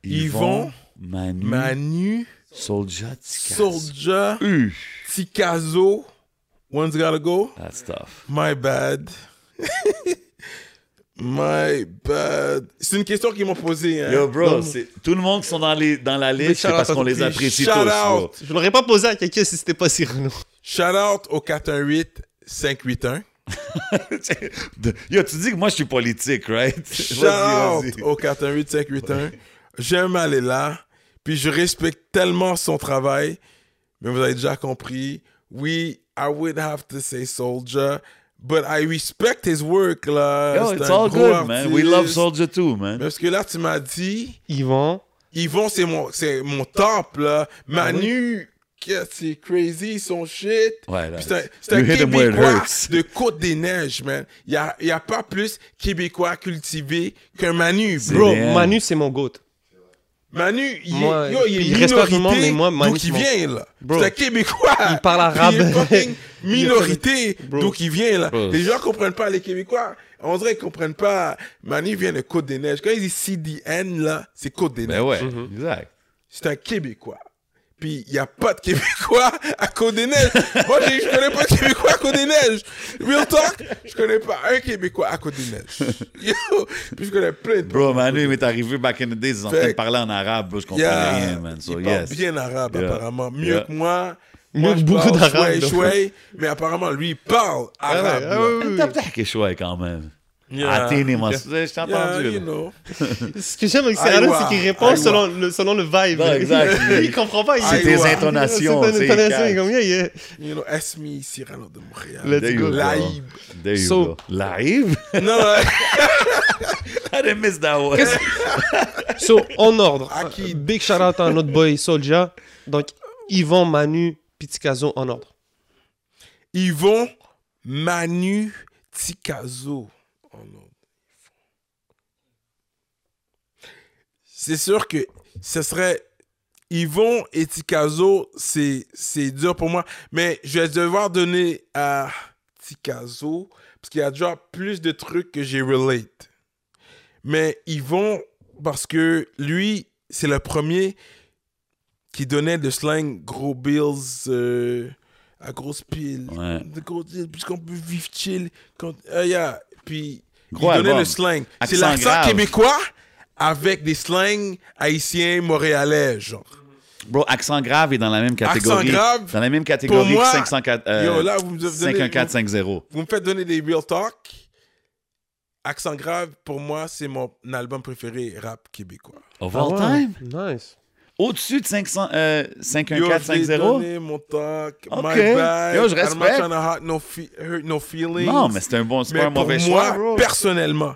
Speaker 5: Yvon,
Speaker 4: Manu,
Speaker 5: Manu,
Speaker 4: Soulja, Tika.
Speaker 5: Soldier, Tikazo, One's Gotta Go.
Speaker 4: That's tough.
Speaker 5: My bad. My bad. C'est une question qu'ils m'ont posée. Hein.
Speaker 4: Yo, bro,
Speaker 5: Donc,
Speaker 4: c'est- tout le monde qui sont dans, les, dans la liste, c'est
Speaker 3: shout-out
Speaker 4: parce
Speaker 3: à
Speaker 4: qu'on
Speaker 3: tous
Speaker 4: les
Speaker 3: les
Speaker 4: apprécie tous.
Speaker 5: shout
Speaker 4: bro.
Speaker 5: out.
Speaker 3: Je l'aurais pas posé à quelqu'un si c'était pas Cyrano.
Speaker 5: Shout out au 418-581.
Speaker 4: De- Yo, tu dis que moi, je suis politique, right?
Speaker 5: Shout
Speaker 4: Vas-y,
Speaker 5: out
Speaker 4: vas-y.
Speaker 5: au 418-581. J'aime aller là. Puis je respecte tellement son travail. Mais vous avez déjà compris. Oui, I would have to say Soldier. But I respect his work, là.
Speaker 4: Yo,
Speaker 5: Oh, C'est
Speaker 4: it's
Speaker 5: un
Speaker 4: all
Speaker 5: gros
Speaker 4: good, man. We
Speaker 5: artiste.
Speaker 4: love Soldier too, man.
Speaker 5: Mais Parce que là, tu m'as dit...
Speaker 3: Yvon,
Speaker 5: Yvon, c'est mon, c'est mon temple, là.
Speaker 4: Ah
Speaker 5: Manu, que c'est crazy, son shit.
Speaker 4: Ouais, là,
Speaker 5: Puis c'est un, c'est
Speaker 4: you
Speaker 5: un
Speaker 4: hit him where it
Speaker 5: Québécois
Speaker 4: hurts.
Speaker 5: de Côte-des-Neiges, man. Il n'y a, y a pas plus Québécois cultivé qu'un Manu, bro.
Speaker 3: bro,
Speaker 4: bien.
Speaker 3: Manu, c'est mon goat.
Speaker 5: Manu, il est,
Speaker 3: Moi,
Speaker 5: yo, il est
Speaker 3: puis il reste pas tout le monde,
Speaker 5: minorité
Speaker 3: mais moi, Manu,
Speaker 5: d'où
Speaker 3: c'est
Speaker 5: il
Speaker 3: mon-
Speaker 5: vient, là.
Speaker 3: Bro.
Speaker 5: C'est un Québécois.
Speaker 3: Il parle
Speaker 5: Puis
Speaker 3: arabe.
Speaker 5: Il est fucking minorité
Speaker 3: Bro.
Speaker 5: d'où il vient, là.
Speaker 4: Bro.
Speaker 5: Les gens comprennent pas les Québécois. On dirait qu'ils comprennent pas. Manu vient de Côte-des-Neiges. Quand ils disent CDN, là, c'est Côte-des-Neiges.
Speaker 4: Ben ouais, exact.
Speaker 5: c'est un Québécois. Puis il n'y a pas de Québécois à Côte-des-Neiges. Moi, j'ai- je connais pas de Québécois à Côte-des-Neiges. Real talk, je connais pas un Québécois à Côte-des-Neiges. Yo, puis je connais plein de...
Speaker 4: Bro, Manu, il m'est arrivé back in the days, ils ont en
Speaker 5: Fait-
Speaker 4: train de parler en arabe, bro, je comprenais
Speaker 5: Yeah.
Speaker 4: rien, man. So,
Speaker 5: il
Speaker 4: yes.
Speaker 5: parle bien arabe,
Speaker 4: Yeah.
Speaker 5: apparemment. Mieux
Speaker 4: Yeah.
Speaker 5: que moi.
Speaker 3: Mieux
Speaker 5: Moi,
Speaker 3: que
Speaker 5: je
Speaker 3: beaucoup
Speaker 5: parle
Speaker 3: d'Arabes, Ah
Speaker 5: chouai,
Speaker 3: donc.
Speaker 5: chouai, mais apparemment, lui, il parle arabe. là.
Speaker 4: T'as peut-être quelque chose quand même.
Speaker 5: Yeah.
Speaker 4: Athénée, moi. Je t'ai
Speaker 5: Yeah,
Speaker 4: entendu.
Speaker 5: you
Speaker 4: là.
Speaker 5: know.
Speaker 3: Ce que j'aime avec
Speaker 5: Aïe,
Speaker 3: Cyrano,
Speaker 5: ouah,
Speaker 3: c'est qu'il
Speaker 5: aïe,
Speaker 3: répond
Speaker 5: ouah.
Speaker 3: selon le, selon le vibe.
Speaker 4: Non, exact.
Speaker 3: Lui, il comprend pas. il-
Speaker 5: C'est
Speaker 3: il-
Speaker 5: tes
Speaker 3: il-
Speaker 4: intonations,
Speaker 3: C'est
Speaker 4: c'est
Speaker 3: tes intonations.
Speaker 4: calme.
Speaker 3: il est comme, yeah, yeah.
Speaker 5: You know, Esmi Cyrano de Montréal.
Speaker 3: Let's
Speaker 4: There you
Speaker 3: go.
Speaker 4: go.
Speaker 5: Laïb.
Speaker 4: There you
Speaker 3: So-
Speaker 4: go. Live?
Speaker 5: Non, non,
Speaker 4: I didn't miss that one.
Speaker 3: So, en ordre.
Speaker 5: À qui?
Speaker 3: euh, Big shout out à notre boy Soldier. Donc, Yvon, Manu, Pitikazo en ordre.
Speaker 5: Yvon Manu Tikazo. Oh non. C'est sûr que ce serait Yvon et Tikazo, c'est c'est dur pour moi. Mais je vais devoir donner à Tikazo parce qu'il y a déjà plus de trucs que j'ai relate. Mais Yvon, parce que lui, c'est le premier qui donnait le slang gros bills euh, à grosse pile.
Speaker 4: Ouais.
Speaker 5: De gros bills, puisqu'on peut vivre chill. Quand, Ah, yeah. Puis
Speaker 4: Gros
Speaker 5: il donnait
Speaker 4: album.
Speaker 5: le slang. C'est
Speaker 4: Accent
Speaker 5: l'accent
Speaker 4: grave.
Speaker 5: québécois avec des slangs haïtiens, montréalais, genre.
Speaker 4: Bro, accent grave est dans la même catégorie.
Speaker 5: grave,
Speaker 4: Dans la même catégorie
Speaker 5: moi,
Speaker 4: que 504, euh,
Speaker 5: yo, là, vous me donnez-
Speaker 4: 51450.
Speaker 5: Vous me faites donner des real talk. Accent grave, pour moi, c'est mon album préféré rap québécois.
Speaker 4: Of
Speaker 3: Ah
Speaker 4: all
Speaker 3: ouais,
Speaker 4: time?
Speaker 3: Nice.
Speaker 4: Au-dessus de 500, euh,
Speaker 5: Yo, je l'ai
Speaker 4: 51450?
Speaker 5: donné mon talk,
Speaker 4: Ok.
Speaker 5: my bad.
Speaker 4: Yo, je
Speaker 5: I'm not
Speaker 4: respecte.
Speaker 5: trying to hurt no, fe- hurt no feelings.
Speaker 4: Non, mais c'est un bon, c'est
Speaker 5: Mais
Speaker 4: pas un
Speaker 5: pour
Speaker 4: mauvais
Speaker 5: moi,
Speaker 4: choix, bro.
Speaker 5: personnellement,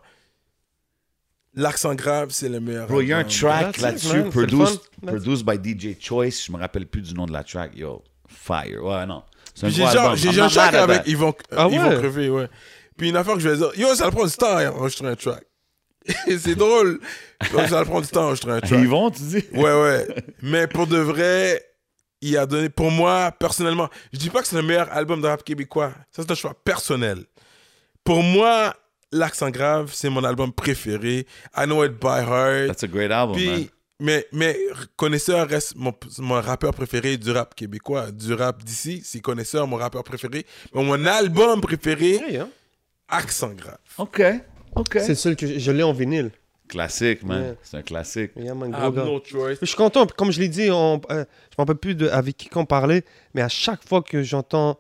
Speaker 5: l'accent grave, c'est le meilleur.
Speaker 4: Bro, il y a un
Speaker 5: album.
Speaker 4: track
Speaker 3: That's it,
Speaker 4: là-dessus,
Speaker 3: man. C'est le
Speaker 4: produced,
Speaker 3: fun.
Speaker 4: produced by DJ Choice. Je me rappelle plus du nom de la track. Yo, Fire. Ouais, non. C'est un
Speaker 5: J'ai
Speaker 4: gros
Speaker 5: genre,
Speaker 4: album.
Speaker 5: j'ai
Speaker 4: I'm
Speaker 5: genre
Speaker 4: not
Speaker 5: track
Speaker 4: mad at
Speaker 5: avec
Speaker 4: that.
Speaker 5: Yvon,
Speaker 3: Ah
Speaker 5: ils vont
Speaker 3: ouais?
Speaker 5: crever, ouais. Puis une affaire que je vais dire, yo, ça le prend du temps à enregistrer un track. c'est drôle. Donc, ça le prend du temps à enregistrer un track.
Speaker 4: Yvon, tu dis?
Speaker 5: Ouais, ouais. Mais pour de vrai, il a donné, pour moi, personnellement, je dis pas que c'est le meilleur album de rap québécois. Ça, c'est un choix personnel. Pour moi, L'accent grave, c'est mon album préféré. I know it by heart.
Speaker 4: That's a great album, man.
Speaker 5: Puis, mais, mais Connaisseur reste mon, mon rappeur préféré du rap québécois, du rap d'ici. C'est Connaisseur, mon rappeur préféré. Mais mon album préféré,
Speaker 3: Hey, hein.
Speaker 5: Accent Grave.
Speaker 4: OK. OK.
Speaker 3: C'est le seul que je, je l'ai en vinyle.
Speaker 4: Classique, man.
Speaker 3: Yeah.
Speaker 4: C'est un classique.
Speaker 3: Yeah, man,
Speaker 5: I
Speaker 3: gros
Speaker 4: Ah,
Speaker 5: have
Speaker 3: gars.
Speaker 5: no choice.
Speaker 3: Je suis content, puis comme je l'ai dit, on, euh, je m'en rappelle plus de, avec qui qu'on parlait, mais à chaque fois que j'entends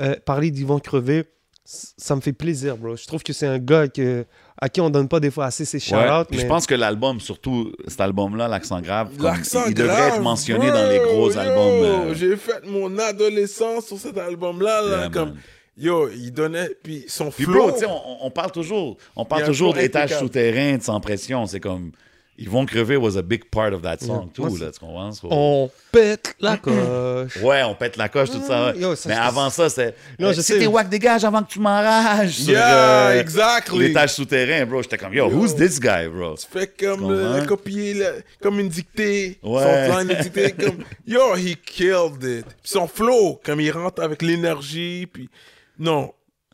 Speaker 3: euh, parler d'Yvon Crevé, c- ça me fait plaisir, bro. Je trouve que c'est un gars que, à qui on donne pas des fois assez ses
Speaker 4: Ouais.
Speaker 3: shout-outs,
Speaker 4: Puis
Speaker 3: mais
Speaker 4: Je pense que l'album, surtout cet album-là, L'accent grave, comme
Speaker 5: L'accent
Speaker 4: il, il devrait être
Speaker 5: grave,
Speaker 4: mentionné
Speaker 5: bro,
Speaker 4: dans les gros
Speaker 5: yo,
Speaker 4: albums. euh,
Speaker 5: J'ai fait mon adolescence sur cet album-là. Là,
Speaker 4: Yeah,
Speaker 5: comme,
Speaker 4: man.
Speaker 5: yo, il donnait. Puis son
Speaker 4: Puis
Speaker 5: flow.
Speaker 4: bro, tu sais, on, on parle toujours, on
Speaker 5: Il y
Speaker 4: parle
Speaker 5: a
Speaker 4: toujours
Speaker 5: un flow
Speaker 4: d'étages
Speaker 5: impeccable.
Speaker 4: souterrains, de sans pression. C'est comme, ils vont crever was a big part of that song,
Speaker 3: Yeah.
Speaker 4: too,
Speaker 3: Moi,
Speaker 4: là, tu comprends? So-
Speaker 3: on pète la coche.
Speaker 4: Ouais, on pète la coche, tout ça.
Speaker 5: Mm,
Speaker 4: ouais.
Speaker 3: Yo, ça,
Speaker 4: Mais
Speaker 3: c'est-
Speaker 4: avant ça, c'était.
Speaker 3: Non,
Speaker 4: euh,
Speaker 3: je
Speaker 4: si
Speaker 3: sais.
Speaker 4: t'es wack, dégage avant que tu m'enrages. sur,
Speaker 5: yeah,
Speaker 4: euh,
Speaker 5: exactly.
Speaker 4: L'étage souterrain, bro. J'étais comme, yo,
Speaker 5: Yo.
Speaker 4: who's this guy, bro?
Speaker 5: fait comme
Speaker 4: Tu
Speaker 5: le-
Speaker 4: comprends?
Speaker 5: la copier, la- comme une dictée.
Speaker 4: Ouais.
Speaker 5: Son line de dictée, comme Yo, he killed it. Puis son flow, comme il rentre avec l'énergie. Puis non,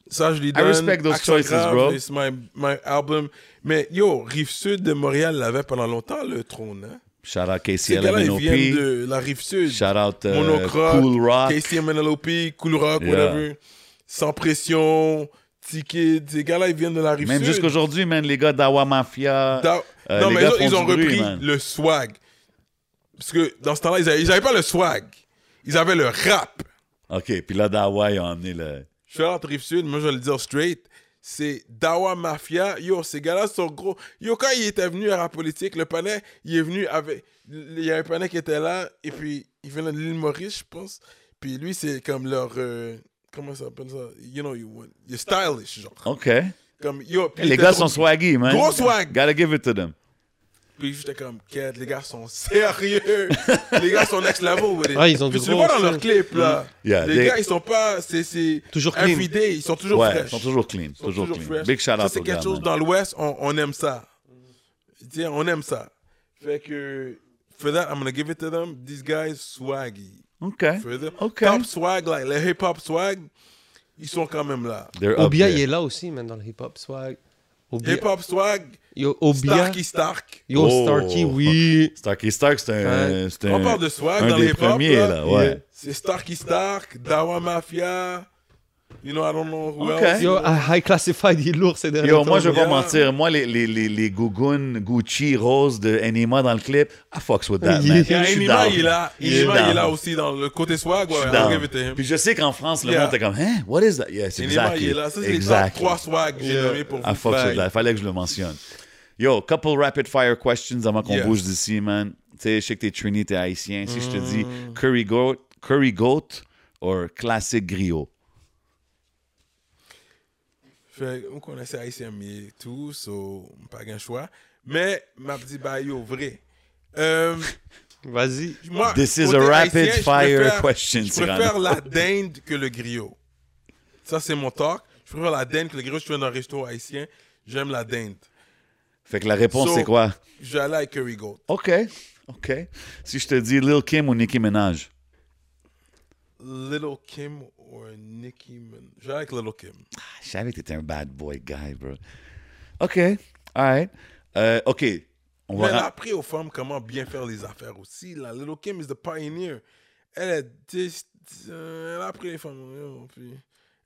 Speaker 5: Ça, je les
Speaker 4: I
Speaker 5: donne.
Speaker 4: respect those
Speaker 5: Action
Speaker 4: choices,
Speaker 5: Grave,
Speaker 4: bro.
Speaker 5: It's my, my album. Mais yo, Rive-Sud de Montréal l'avait pendant longtemps, le trône. Hein?
Speaker 4: Shout out
Speaker 5: Ces gars-là, ils
Speaker 4: KCLMNOP.
Speaker 5: viennent de la Rive-Sud.
Speaker 4: Shout out euh,
Speaker 5: Monocroc,
Speaker 4: Cool Rock.
Speaker 5: Casey MNLOP, Cool Rock,
Speaker 4: Yeah.
Speaker 5: whatever. Sans pression, Ticket. Ces gars-là, ils viennent de la Rive-Sud.
Speaker 4: Même jusqu'aujourd'hui, man, les gars d'Awa Mafia.
Speaker 5: Da-
Speaker 4: Euh,
Speaker 5: non,
Speaker 4: les
Speaker 5: mais
Speaker 4: gars
Speaker 5: eux autres,
Speaker 4: font
Speaker 5: ils
Speaker 4: du
Speaker 5: ont
Speaker 4: bruit,
Speaker 5: repris
Speaker 4: man.
Speaker 5: le swag. Parce que dans ce temps-là, ils avaient, ils avaient pas le swag. Ils avaient le rap.
Speaker 4: OK, puis là, d'Awa, ils ont emmené le...
Speaker 5: Shout out Rive-Sud, moi je vais le dire straight. C'est Dawa Mafia. Yo, ces gars-là sont gros. Yo, quand il était venu à la politique, le panel, il est venu avec. Il y a un panel qui était là, et puis il venait de l'île Maurice, je pense. Puis lui, c'est comme leur. euh, comment ça s'appelle ça? You know, you want. You're stylish, genre.
Speaker 4: OK.
Speaker 5: Comme, yo, puis il
Speaker 4: les
Speaker 5: était
Speaker 4: gars
Speaker 5: trop-
Speaker 4: sont swaggy, man.
Speaker 5: Gros swag.
Speaker 4: Gotta give it to them.
Speaker 5: Puis j'étais comme, Ked, les gars sont sérieux. les gars sont next level. with it.
Speaker 3: Ouais, Ah, ils ont
Speaker 5: Puis
Speaker 3: du
Speaker 5: tu le
Speaker 3: gros
Speaker 5: vois dans
Speaker 3: son.
Speaker 5: leur clip, là.
Speaker 4: Yeah,
Speaker 5: les
Speaker 4: they-
Speaker 5: gars, ils sont pas. C'est, c'est
Speaker 3: Toujours clean.
Speaker 5: everyday, ils sont toujours
Speaker 4: ouais,
Speaker 5: fresh.
Speaker 4: ils sont toujours clean.
Speaker 5: Ils sont
Speaker 4: Toujours, clean.
Speaker 5: fresh.
Speaker 4: Big shout
Speaker 5: Ça,
Speaker 4: out
Speaker 5: c'est
Speaker 4: aux
Speaker 5: quelque
Speaker 4: gars,
Speaker 5: chose
Speaker 4: man.
Speaker 5: dans l'Ouest, on, on aime ça. Tiens, on aime ça. Fait que, for that, I'm gonna give it to them. These guys swaggy.
Speaker 4: OK.
Speaker 5: For them,
Speaker 4: OK.
Speaker 5: Top swag, like, le hip-hop swag, ils sont quand même là.
Speaker 4: They're up
Speaker 3: Obia,
Speaker 4: there.
Speaker 3: il est là aussi, man, dans le hip-hop swag. Obia.
Speaker 5: Hip-hop swag,
Speaker 3: Yo, Obia.
Speaker 5: Starky Stark.
Speaker 3: Yo,
Speaker 4: Oh.
Speaker 3: Starkey, oui.
Speaker 4: Starky Stark, c'est un... c'est
Speaker 5: On
Speaker 4: un-
Speaker 5: parle de swag
Speaker 4: un
Speaker 5: dans
Speaker 4: des
Speaker 5: les pop
Speaker 4: premiers, là, ouais.
Speaker 5: C'est Starky Stark, Dawa Mafia. You know, I don't know who
Speaker 4: Ok.
Speaker 5: else.
Speaker 3: Yo, High Classified, il est lourd ces derniers
Speaker 4: Yo,
Speaker 3: temps.
Speaker 4: moi, je vais pas
Speaker 5: Yeah.
Speaker 4: mentir. Moi, les, les, les, les gougounes Gucci rose de Enima dans le clip, I fucks with that,
Speaker 3: Yeah.
Speaker 4: man.
Speaker 5: Yeah,
Speaker 4: Je suis
Speaker 5: Enima,
Speaker 4: down.
Speaker 5: il est là.
Speaker 4: Je suis
Speaker 5: Enima, il est
Speaker 4: down.
Speaker 5: là aussi dans le côté swag. Ouais,
Speaker 4: Je suis
Speaker 5: I'll
Speaker 4: down.
Speaker 5: give it to him.
Speaker 4: Puis je sais qu'en France, le
Speaker 5: Yeah.
Speaker 4: monde est comme, hein, what is that? Yes,
Speaker 5: Enima,
Speaker 4: exactly.
Speaker 5: il est là. Ça, c'est les top
Speaker 4: exactly.
Speaker 5: 3 swag que j'ai
Speaker 3: Yeah.
Speaker 5: nommés pour
Speaker 4: I
Speaker 5: vous.
Speaker 4: fuck with that. Fallait que je le mentionne. Yo, couple rapid fire questions avant qu'on
Speaker 5: Yeah.
Speaker 4: bouge d'ici, man. Tu sais, je sais que t'es Trini, t'es haïtien. Si je te dis
Speaker 5: Mm.
Speaker 4: curry goat, curry goat or classic griot.
Speaker 5: Fait on connaissait Haïtien mais tout, so, pas grand choix. Mais, ma petite baille, yo, vrai. Euh,
Speaker 3: Vas-y.
Speaker 5: moi,
Speaker 4: This is
Speaker 5: côté
Speaker 4: a rapid
Speaker 5: haïtien, je
Speaker 4: fire
Speaker 5: préfère-
Speaker 4: question,
Speaker 5: Je
Speaker 4: Cyrano.
Speaker 5: préfère la dinde que le griot. Ça, c'est mon talk. Je préfère la dinde que le griot. Je suis dans un resto haïtien. J'aime la dinde.
Speaker 4: Fait que la réponse,
Speaker 5: So-
Speaker 4: c'est quoi?
Speaker 5: J'allais avec Curry Gold.
Speaker 4: OK. OK. Si je te dis Lil Kim ou Nicki Minaj.
Speaker 5: Little Kim or Nicki Minaj. J'allais avec Little Kim.
Speaker 4: Ah, Je savais que t'étais un bad boy guy, bro. OK. All right. Euh, OK. On
Speaker 5: Mais
Speaker 4: va...
Speaker 5: elle a appris aux femmes comment bien faire les affaires aussi. Là. Little Kim is the pioneer. Elle est dis- dis- euh, elle a appris les femmes. yo, puis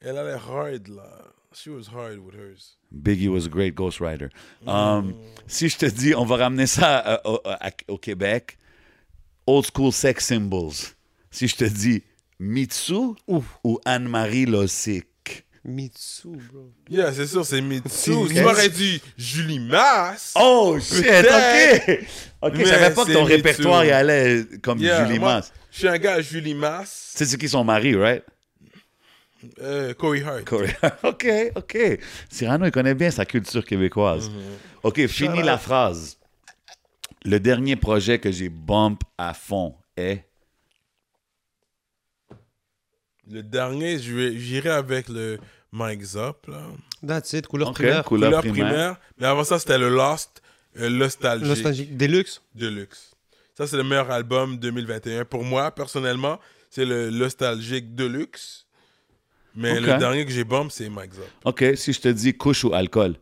Speaker 5: elle allait hard là. She was hard with hers.
Speaker 4: Biggie was a great ghostwriter. Um, Si je te dis, on va ramener ça euh, au, à- au Québec, old school sex symbols. Si je te dis Mitsu ou Anne-Marie Lossic.
Speaker 3: Mitsu, bro.
Speaker 5: Yeah, c'est sûr, c'est Mitsu.
Speaker 3: Ok.
Speaker 5: Tu m'aurais dit Julie Masse.
Speaker 4: Oh shit, ok!
Speaker 5: Peut-être.
Speaker 4: Ok, je
Speaker 5: Mais
Speaker 4: savais pas que ton
Speaker 5: c'est Mitsu.
Speaker 4: répertoire y allait comme
Speaker 5: Yeah,
Speaker 4: Julie
Speaker 5: moi,
Speaker 4: Masse.
Speaker 5: Je suis un gars à Julie Masse,
Speaker 4: Tu sais c'est qui son mari, right?
Speaker 5: euh, Corey Hart.
Speaker 4: Corey. ok, ok. Cyrano, il connaît bien sa culture
Speaker 5: Mm-hmm.
Speaker 4: québécoise. Ok, fini la phrase. Le dernier projet que j'ai bump à fond est.
Speaker 5: Le dernier, je vais- j'irai avec le Mike Zop là.
Speaker 3: That's it, couleur
Speaker 4: Ok,
Speaker 3: primaire.
Speaker 4: couleur,
Speaker 5: Couleur
Speaker 4: primaire.
Speaker 5: primaire. Mais avant ça, c'était le Lost, euh, Nostalgique.
Speaker 3: Nostalgique. Deluxe.
Speaker 5: Deluxe. Ça, c'est le meilleur album 2021. Pour moi, personnellement, c'est le Nostalgique Deluxe. Mais
Speaker 4: Ok.
Speaker 5: le dernier que j'ai bombe, c'est Mike Zop.
Speaker 4: Ok, si je te dis couche ou alcool.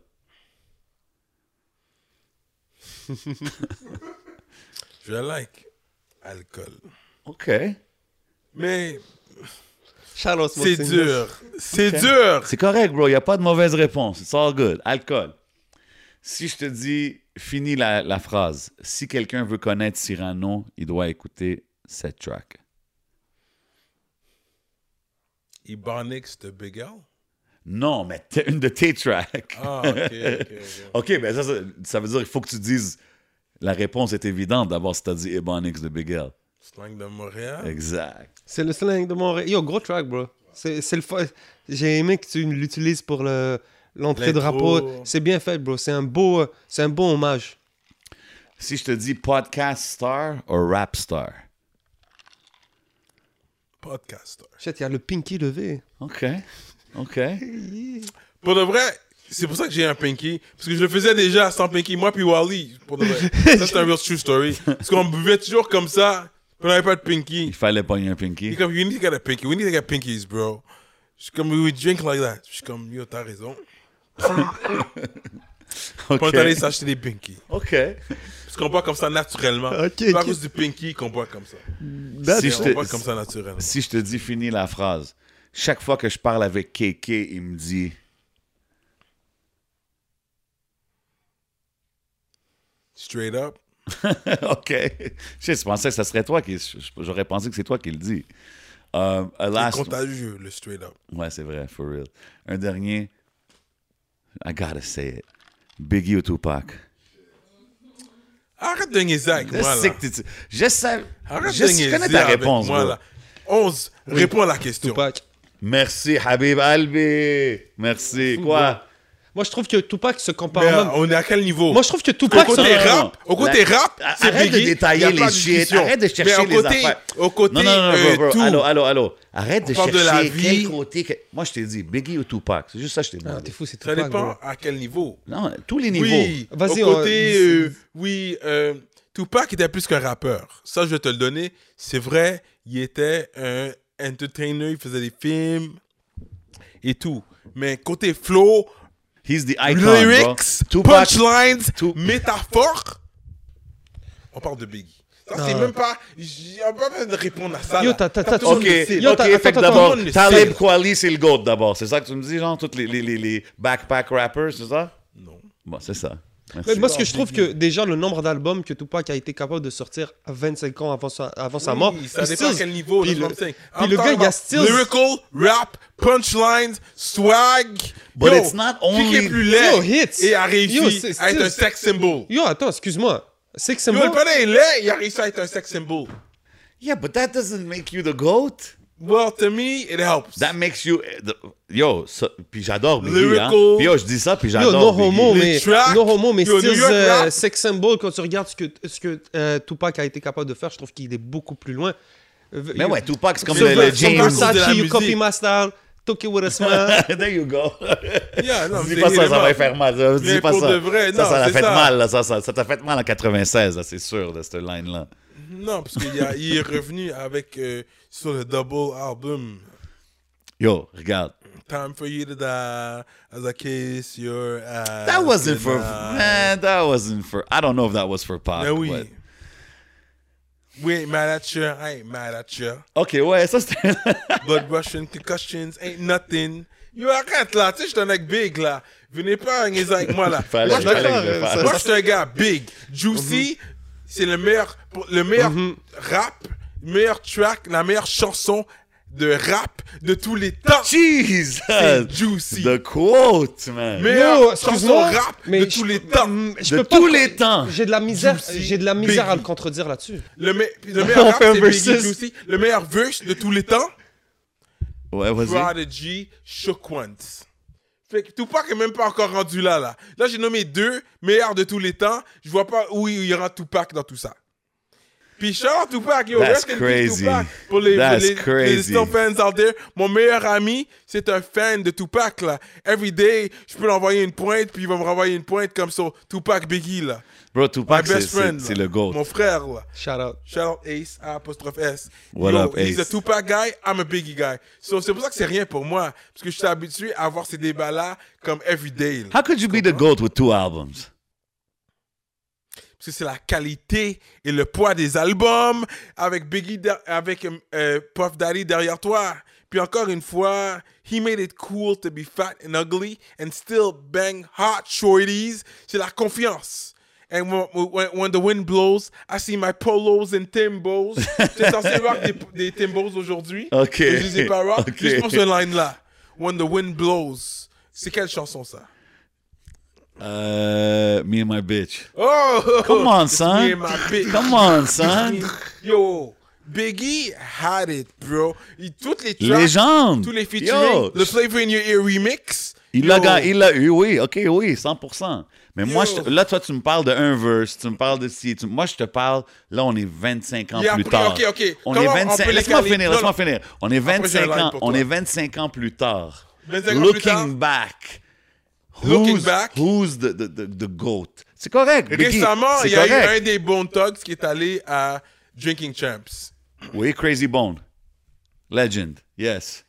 Speaker 5: Je like alcool.
Speaker 4: Ok.
Speaker 5: Mais
Speaker 3: Charles
Speaker 5: c'est dur. C'est dur.
Speaker 4: C'est correct, bro. Il n'y a pas de mauvaise réponse. It's all good. Alcool. Si je te dis, finis la, la phrase. Si quelqu'un veut connaître Cyrano, il doit écouter cette track.
Speaker 5: Ebonics de Big L.
Speaker 4: Non, mais t'es une de tes tracks.
Speaker 5: Ah, ok, ok. ok.
Speaker 4: ok, ben ça, ça, ça veut dire qu'il faut que tu dises. La réponse est évidente d'abord si t'as dit Ebonics de Big L.
Speaker 5: Slang de Montréal.
Speaker 4: Exact.
Speaker 3: C'est le slang de Montréal. Yo, gros track, bro. C'est c'est le fa- J'ai aimé que tu l'utilises pour le l'entrée de
Speaker 5: L'intro.
Speaker 3: rapport. C'est bien fait, bro. C'est un beau, euh, c'est un beau hommage.
Speaker 4: Si je te dis podcast star ou rap star.
Speaker 5: Podcaster.
Speaker 3: Shit, il y a le pinky levé.
Speaker 4: Ok. Ok.
Speaker 5: Pour de vrai, c'est pour ça que j'ai un pinky. Parce que je le faisais déjà sans pinky, moi puis Wally. Pour de vrai. ça, c'est un real true story. Parce qu'on buvait toujours comme ça. puis On n'avait pas de pinky.
Speaker 4: Il fallait pogner un pinky.
Speaker 5: Because you need to get a pinky. We need to get pinkies, bro. Je suis comme, we drink like that. Je suis comme, yo, t'as raison. Puis on est allé s'acheter des pinkies.
Speaker 4: OK.
Speaker 5: Parce qu'on boit comme ça naturellement.
Speaker 4: Ok,
Speaker 5: C'est pas à
Speaker 4: ok.
Speaker 5: cause du pinky qu'on boit comme ça.
Speaker 4: Si
Speaker 5: on
Speaker 4: je
Speaker 5: boit
Speaker 4: te-
Speaker 5: comme ça naturellement.
Speaker 4: Si je te dis, finis la phrase. Chaque fois que je parle avec KK, il me dit
Speaker 5: Straight up.
Speaker 4: OK. Je sais, je pensais que ça serait toi qui. je- je- J'aurais pensé que c'est toi qui le dis. Euh, a
Speaker 5: C'est
Speaker 4: last-
Speaker 5: contagieux, le straight up.
Speaker 4: Ouais, c'est vrai, for real. Un dernier. I gotta say it. Biggie ou Tupac?
Speaker 5: Arrête de niaiser avec
Speaker 4: Je
Speaker 5: moi, là.
Speaker 4: sais que t'es- Je sais.
Speaker 5: Arrête
Speaker 4: je
Speaker 5: de
Speaker 4: sais-
Speaker 5: niaiser
Speaker 4: je connais ta
Speaker 5: avec
Speaker 4: réponse,
Speaker 5: moi,
Speaker 4: bro.
Speaker 5: là. 11, réponds à la question.
Speaker 3: Tupac.
Speaker 4: Merci, Habib Albi. Merci. Quoi?
Speaker 3: Moi, je trouve que Tupac se compare
Speaker 5: Mais, euh,
Speaker 3: même.
Speaker 5: on est à quel niveau
Speaker 3: Moi, je trouve que
Speaker 5: Au
Speaker 3: Tupac se.
Speaker 4: Non,
Speaker 5: côté
Speaker 4: non, non,
Speaker 5: rap,
Speaker 4: non.
Speaker 5: au côté
Speaker 4: La-
Speaker 5: rap,
Speaker 4: Arrête
Speaker 5: c'est
Speaker 4: de
Speaker 5: Biggie.
Speaker 4: détailler
Speaker 5: y a
Speaker 4: les
Speaker 5: pas de
Speaker 4: shit,
Speaker 5: discussion.
Speaker 4: arrête de chercher
Speaker 5: Mais au
Speaker 4: les
Speaker 5: côté,
Speaker 4: affaires.
Speaker 5: Au côté,
Speaker 4: Non, non, non, non, bro,
Speaker 5: euh,
Speaker 4: bro.
Speaker 5: tout.
Speaker 4: Allô, allô, allô. Arrête de
Speaker 5: parle
Speaker 4: chercher
Speaker 5: de la vie.
Speaker 4: quel côté. que- Moi, je t'ai dit, Biggie ou Tupac. C'est juste ça que je t'ai
Speaker 3: Ah,
Speaker 4: demandé.
Speaker 3: t'es fou, c'est
Speaker 5: Ça
Speaker 3: Tupac.
Speaker 5: dépend
Speaker 3: bro.
Speaker 5: à quel niveau.
Speaker 4: non, tous les niveaux.
Speaker 5: Oui, au
Speaker 3: Vas-y,
Speaker 5: côté,
Speaker 3: on-
Speaker 5: euh, oui, euh, Tupac était plus qu'un rappeur. Ça, je vais te le donner. C'est vrai, il était un entertainer, il faisait des films et tout. Mais côté flow,
Speaker 4: He's the icon, bro.
Speaker 5: lyrics,
Speaker 4: Tupac,
Speaker 5: punchlines,
Speaker 4: Tu-
Speaker 5: métaphores, on parle de Biggie. Ça, c'est
Speaker 3: Ah.
Speaker 5: même pas... J'ai pas besoin de répondre à ça.
Speaker 3: Yo,
Speaker 5: là.
Speaker 3: t'as- t'as-
Speaker 5: T'as
Speaker 3: t'as-
Speaker 5: tout le monde
Speaker 4: OK,
Speaker 5: le sait.
Speaker 3: Yo,
Speaker 4: OK,
Speaker 3: t'as-
Speaker 4: fait que
Speaker 3: attends,
Speaker 4: d'abord,
Speaker 5: attends, attends.
Speaker 4: Talib Kweli, c'est le GOAT d'abord. C'est ça que tu me dis, genre, tous les, les, les, les backpack rappers, c'est ça?
Speaker 5: Non.
Speaker 4: Bon, c'est ça. Merci.
Speaker 3: Mais moi, ce que je trouve que déjà, le nombre d'albums que Tupac a été capable de sortir à 25 ans avant sa, avant sa
Speaker 5: Oui,
Speaker 3: mort.
Speaker 5: Ça
Speaker 3: puis
Speaker 5: dépend à
Speaker 3: Stills-
Speaker 5: quel niveau.
Speaker 3: Puis
Speaker 5: that's
Speaker 3: le,
Speaker 5: what I'm saying.
Speaker 3: puis
Speaker 5: I'm
Speaker 3: le gars,
Speaker 5: talking
Speaker 3: il y a
Speaker 5: about
Speaker 3: Stills.
Speaker 5: Lyrical, rap, punchlines, swag.
Speaker 4: But
Speaker 5: Yo,
Speaker 4: it's not
Speaker 5: Qui est
Speaker 4: only-
Speaker 5: plus laid
Speaker 3: Yo, hits.
Speaker 5: et a réussi
Speaker 3: Yo, c'est-
Speaker 5: à être un
Speaker 3: Stills-
Speaker 5: sex symbol.
Speaker 3: Yo, attends, excuse-moi. Six
Speaker 5: Yo, le
Speaker 3: Symbol.
Speaker 5: panneau est laid, il a réussi à être un sex symbol.
Speaker 4: Yeah, but that doesn't make you the GOAT.
Speaker 5: Well, to me, it helps.
Speaker 4: That makes you... eh, the- Yo, ça- puis j'adore Biggie, hein.
Speaker 5: Lyrical.
Speaker 4: Puis yo, je dis ça, puis
Speaker 3: Yo,
Speaker 4: j'adore
Speaker 3: no
Speaker 4: Biggie.
Speaker 3: homo,
Speaker 5: Les
Speaker 3: mais,
Speaker 5: tracks,
Speaker 3: no homo, mais
Speaker 5: yo,
Speaker 3: Stills,
Speaker 5: New York
Speaker 3: euh,
Speaker 5: rap.
Speaker 3: Sex Symbol, quand tu regardes ce que, ce que euh, Tupac a été capable de faire, je trouve qu'il est beaucoup plus loin. Euh,
Speaker 4: Mais
Speaker 3: yo-
Speaker 4: ouais, Tupac, c'est comme
Speaker 3: Sur
Speaker 4: le, le
Speaker 3: Ver- sur
Speaker 4: James.
Speaker 5: Versace.
Speaker 3: Versace,
Speaker 5: De la
Speaker 3: you copy
Speaker 5: musique.
Speaker 3: my style, took it with a smile.
Speaker 4: There you go.
Speaker 5: Yeah, non,
Speaker 4: Dis
Speaker 5: c'est
Speaker 4: pas ça, ça
Speaker 5: élément.
Speaker 4: va faire mal. ça. Dis
Speaker 5: Mais
Speaker 4: pas
Speaker 5: pour
Speaker 4: ça.
Speaker 5: de vrai,
Speaker 4: ça,
Speaker 5: non,
Speaker 4: ça l'a
Speaker 5: c'est
Speaker 4: fait
Speaker 5: ça.
Speaker 4: mal, là. Ça, ça, ça t'a fait mal en 96, là, c'est sûr, de cette line-là.
Speaker 5: Non, parce qu'il y a- il est revenu avec euh, sur le double album.
Speaker 4: Yo, regarde.
Speaker 5: Time for you to die as I kiss your ass.
Speaker 4: That wasn't for Ah,
Speaker 5: tonight.
Speaker 4: man. That wasn't for. I don't know if that was for Pac.
Speaker 5: Ben oui.
Speaker 4: but-
Speaker 5: We ain't mad at you, I ain't mad at you.
Speaker 4: Ok, ouais, ça c'était.
Speaker 5: Blood Russian concussions ain't nothing. Yo, arrête là, tu sais, je suis un mec big là. Venez pas niaiser avec moi là.
Speaker 4: Fallait-
Speaker 5: moi, je euh,
Speaker 4: fallait que je le
Speaker 5: suis un-
Speaker 4: fasse.
Speaker 5: moi, je suis un gars big. Juicy,
Speaker 4: Mhm.
Speaker 5: c'est le meilleur, pour- le meilleur rap, meilleur track, la meilleure chanson de rap de tous les temps.
Speaker 4: Jesus.
Speaker 5: C'est juicy.
Speaker 4: The quote, man.
Speaker 5: Meilleure chanson
Speaker 3: excuse-moi,
Speaker 5: rap de tous
Speaker 3: je-
Speaker 5: les temps.
Speaker 3: mm, je
Speaker 4: de
Speaker 3: peux pas-
Speaker 4: tous les temps.
Speaker 3: J'ai de la misère,
Speaker 5: Juicy,
Speaker 3: j'ai de la misère à le
Speaker 5: Biggie.
Speaker 3: contredire là-dessus.
Speaker 5: Le, me- le meilleur
Speaker 4: On
Speaker 5: rap,
Speaker 4: fait un
Speaker 5: c'est
Speaker 4: versus.
Speaker 5: Biggie Juicy. Le meilleur verse de tous les temps.
Speaker 4: Ouais, vas-y.
Speaker 5: Prodigy, Shook Ones. Fait que Tupac est même pas encore rendu là, là. Là, j'ai nommé deux meilleurs de tous les temps. Je vois pas où il y aura Tupac dans tout ça. Puis Charles Tupac, yo,
Speaker 4: That's
Speaker 5: rest in peace,
Speaker 4: crazy.
Speaker 5: Tupac. Pour les,
Speaker 4: That's
Speaker 5: les, les
Speaker 4: crazy.
Speaker 5: Stone fans out there, mon meilleur ami, c'est un fan de Tupac, là. Every day, je peux l'envoyer une pointe, puis il va me renvoyer une pointe comme sur Tupac Biggie, là.
Speaker 4: Bro,
Speaker 5: My
Speaker 4: Tupac, c'est-
Speaker 5: best
Speaker 4: c'est
Speaker 5: friend.
Speaker 4: c'est
Speaker 5: là.
Speaker 4: le goat.
Speaker 5: Mon frère, là.
Speaker 3: Shout out.
Speaker 5: Shout out Ace, apostrophe S.
Speaker 4: What
Speaker 5: Yo,
Speaker 4: up,
Speaker 5: He's a
Speaker 4: Ace?
Speaker 5: Tupac guy, I'm a Biggie guy. So, c'est pour ça que c'est rien pour moi. Parce que je suis habitué à avoir ces débats-là comme everyday. là.
Speaker 4: How could you be the goat with two albums?
Speaker 5: Parce que c'est la qualité et le poids des albums avec Biggie, de- avec euh, euh, Puff Daddy derrière toi. Puis encore une fois, he made it cool to be fat and ugly and still bang hot shorties. C'est la confiance. And when, when, when the wind blows, I see my polos and Timbos. J'étais censé rock des, des Timbos aujourd'hui.
Speaker 4: Ok.
Speaker 5: Mais Je les ai pas rock.
Speaker 4: Ok.
Speaker 5: Juste pour ce line-là. When the wind blows. C'est quelle chanson ça?
Speaker 4: Euh, me and my bitch.
Speaker 5: Oh!
Speaker 4: Come on,
Speaker 5: It's me and
Speaker 4: son.
Speaker 5: my bitch.
Speaker 4: Come on, son.
Speaker 5: Yo, Biggie had it, bro. Il- toutes les tracks,
Speaker 4: Légende.
Speaker 5: tous les featuring,
Speaker 4: Yo,
Speaker 5: le Flavor in Your Ear remix.
Speaker 4: Il
Speaker 5: Yo,
Speaker 4: l'a, ga- il l'a eu, oui, ok, oui, 100%. Mais moi,
Speaker 5: Yo.
Speaker 4: je te- là, toi, tu me parles de un verse, tu me parles de ci, tu- moi, je te parle, là, on est 25 ans
Speaker 5: Et
Speaker 4: plus
Speaker 5: après,
Speaker 4: tard.
Speaker 5: ok, ok.
Speaker 4: On
Speaker 5: Comment on
Speaker 4: est 25,
Speaker 5: peut les
Speaker 4: laisse-moi
Speaker 5: caler?
Speaker 4: finir,
Speaker 5: Non,
Speaker 4: laisse-moi
Speaker 5: non.
Speaker 4: finir. On est
Speaker 5: Après, j'ai un
Speaker 4: 25
Speaker 5: line
Speaker 4: ans,
Speaker 5: pour
Speaker 4: on
Speaker 5: toi.
Speaker 4: est 25 ans plus tard.
Speaker 5: 25 ans plus
Speaker 4: Looking
Speaker 5: tard.
Speaker 4: back.
Speaker 5: Looking
Speaker 4: who's,
Speaker 5: back.
Speaker 4: Who's the, the, the, the goat? C'est correct. Biggie,
Speaker 5: Récemment,
Speaker 4: c'est
Speaker 5: il y a
Speaker 4: correct.
Speaker 5: eu un des Bone Thugs qui est allé à Drinking Champs.
Speaker 4: Oui, Crazy Bone. Legend, yes.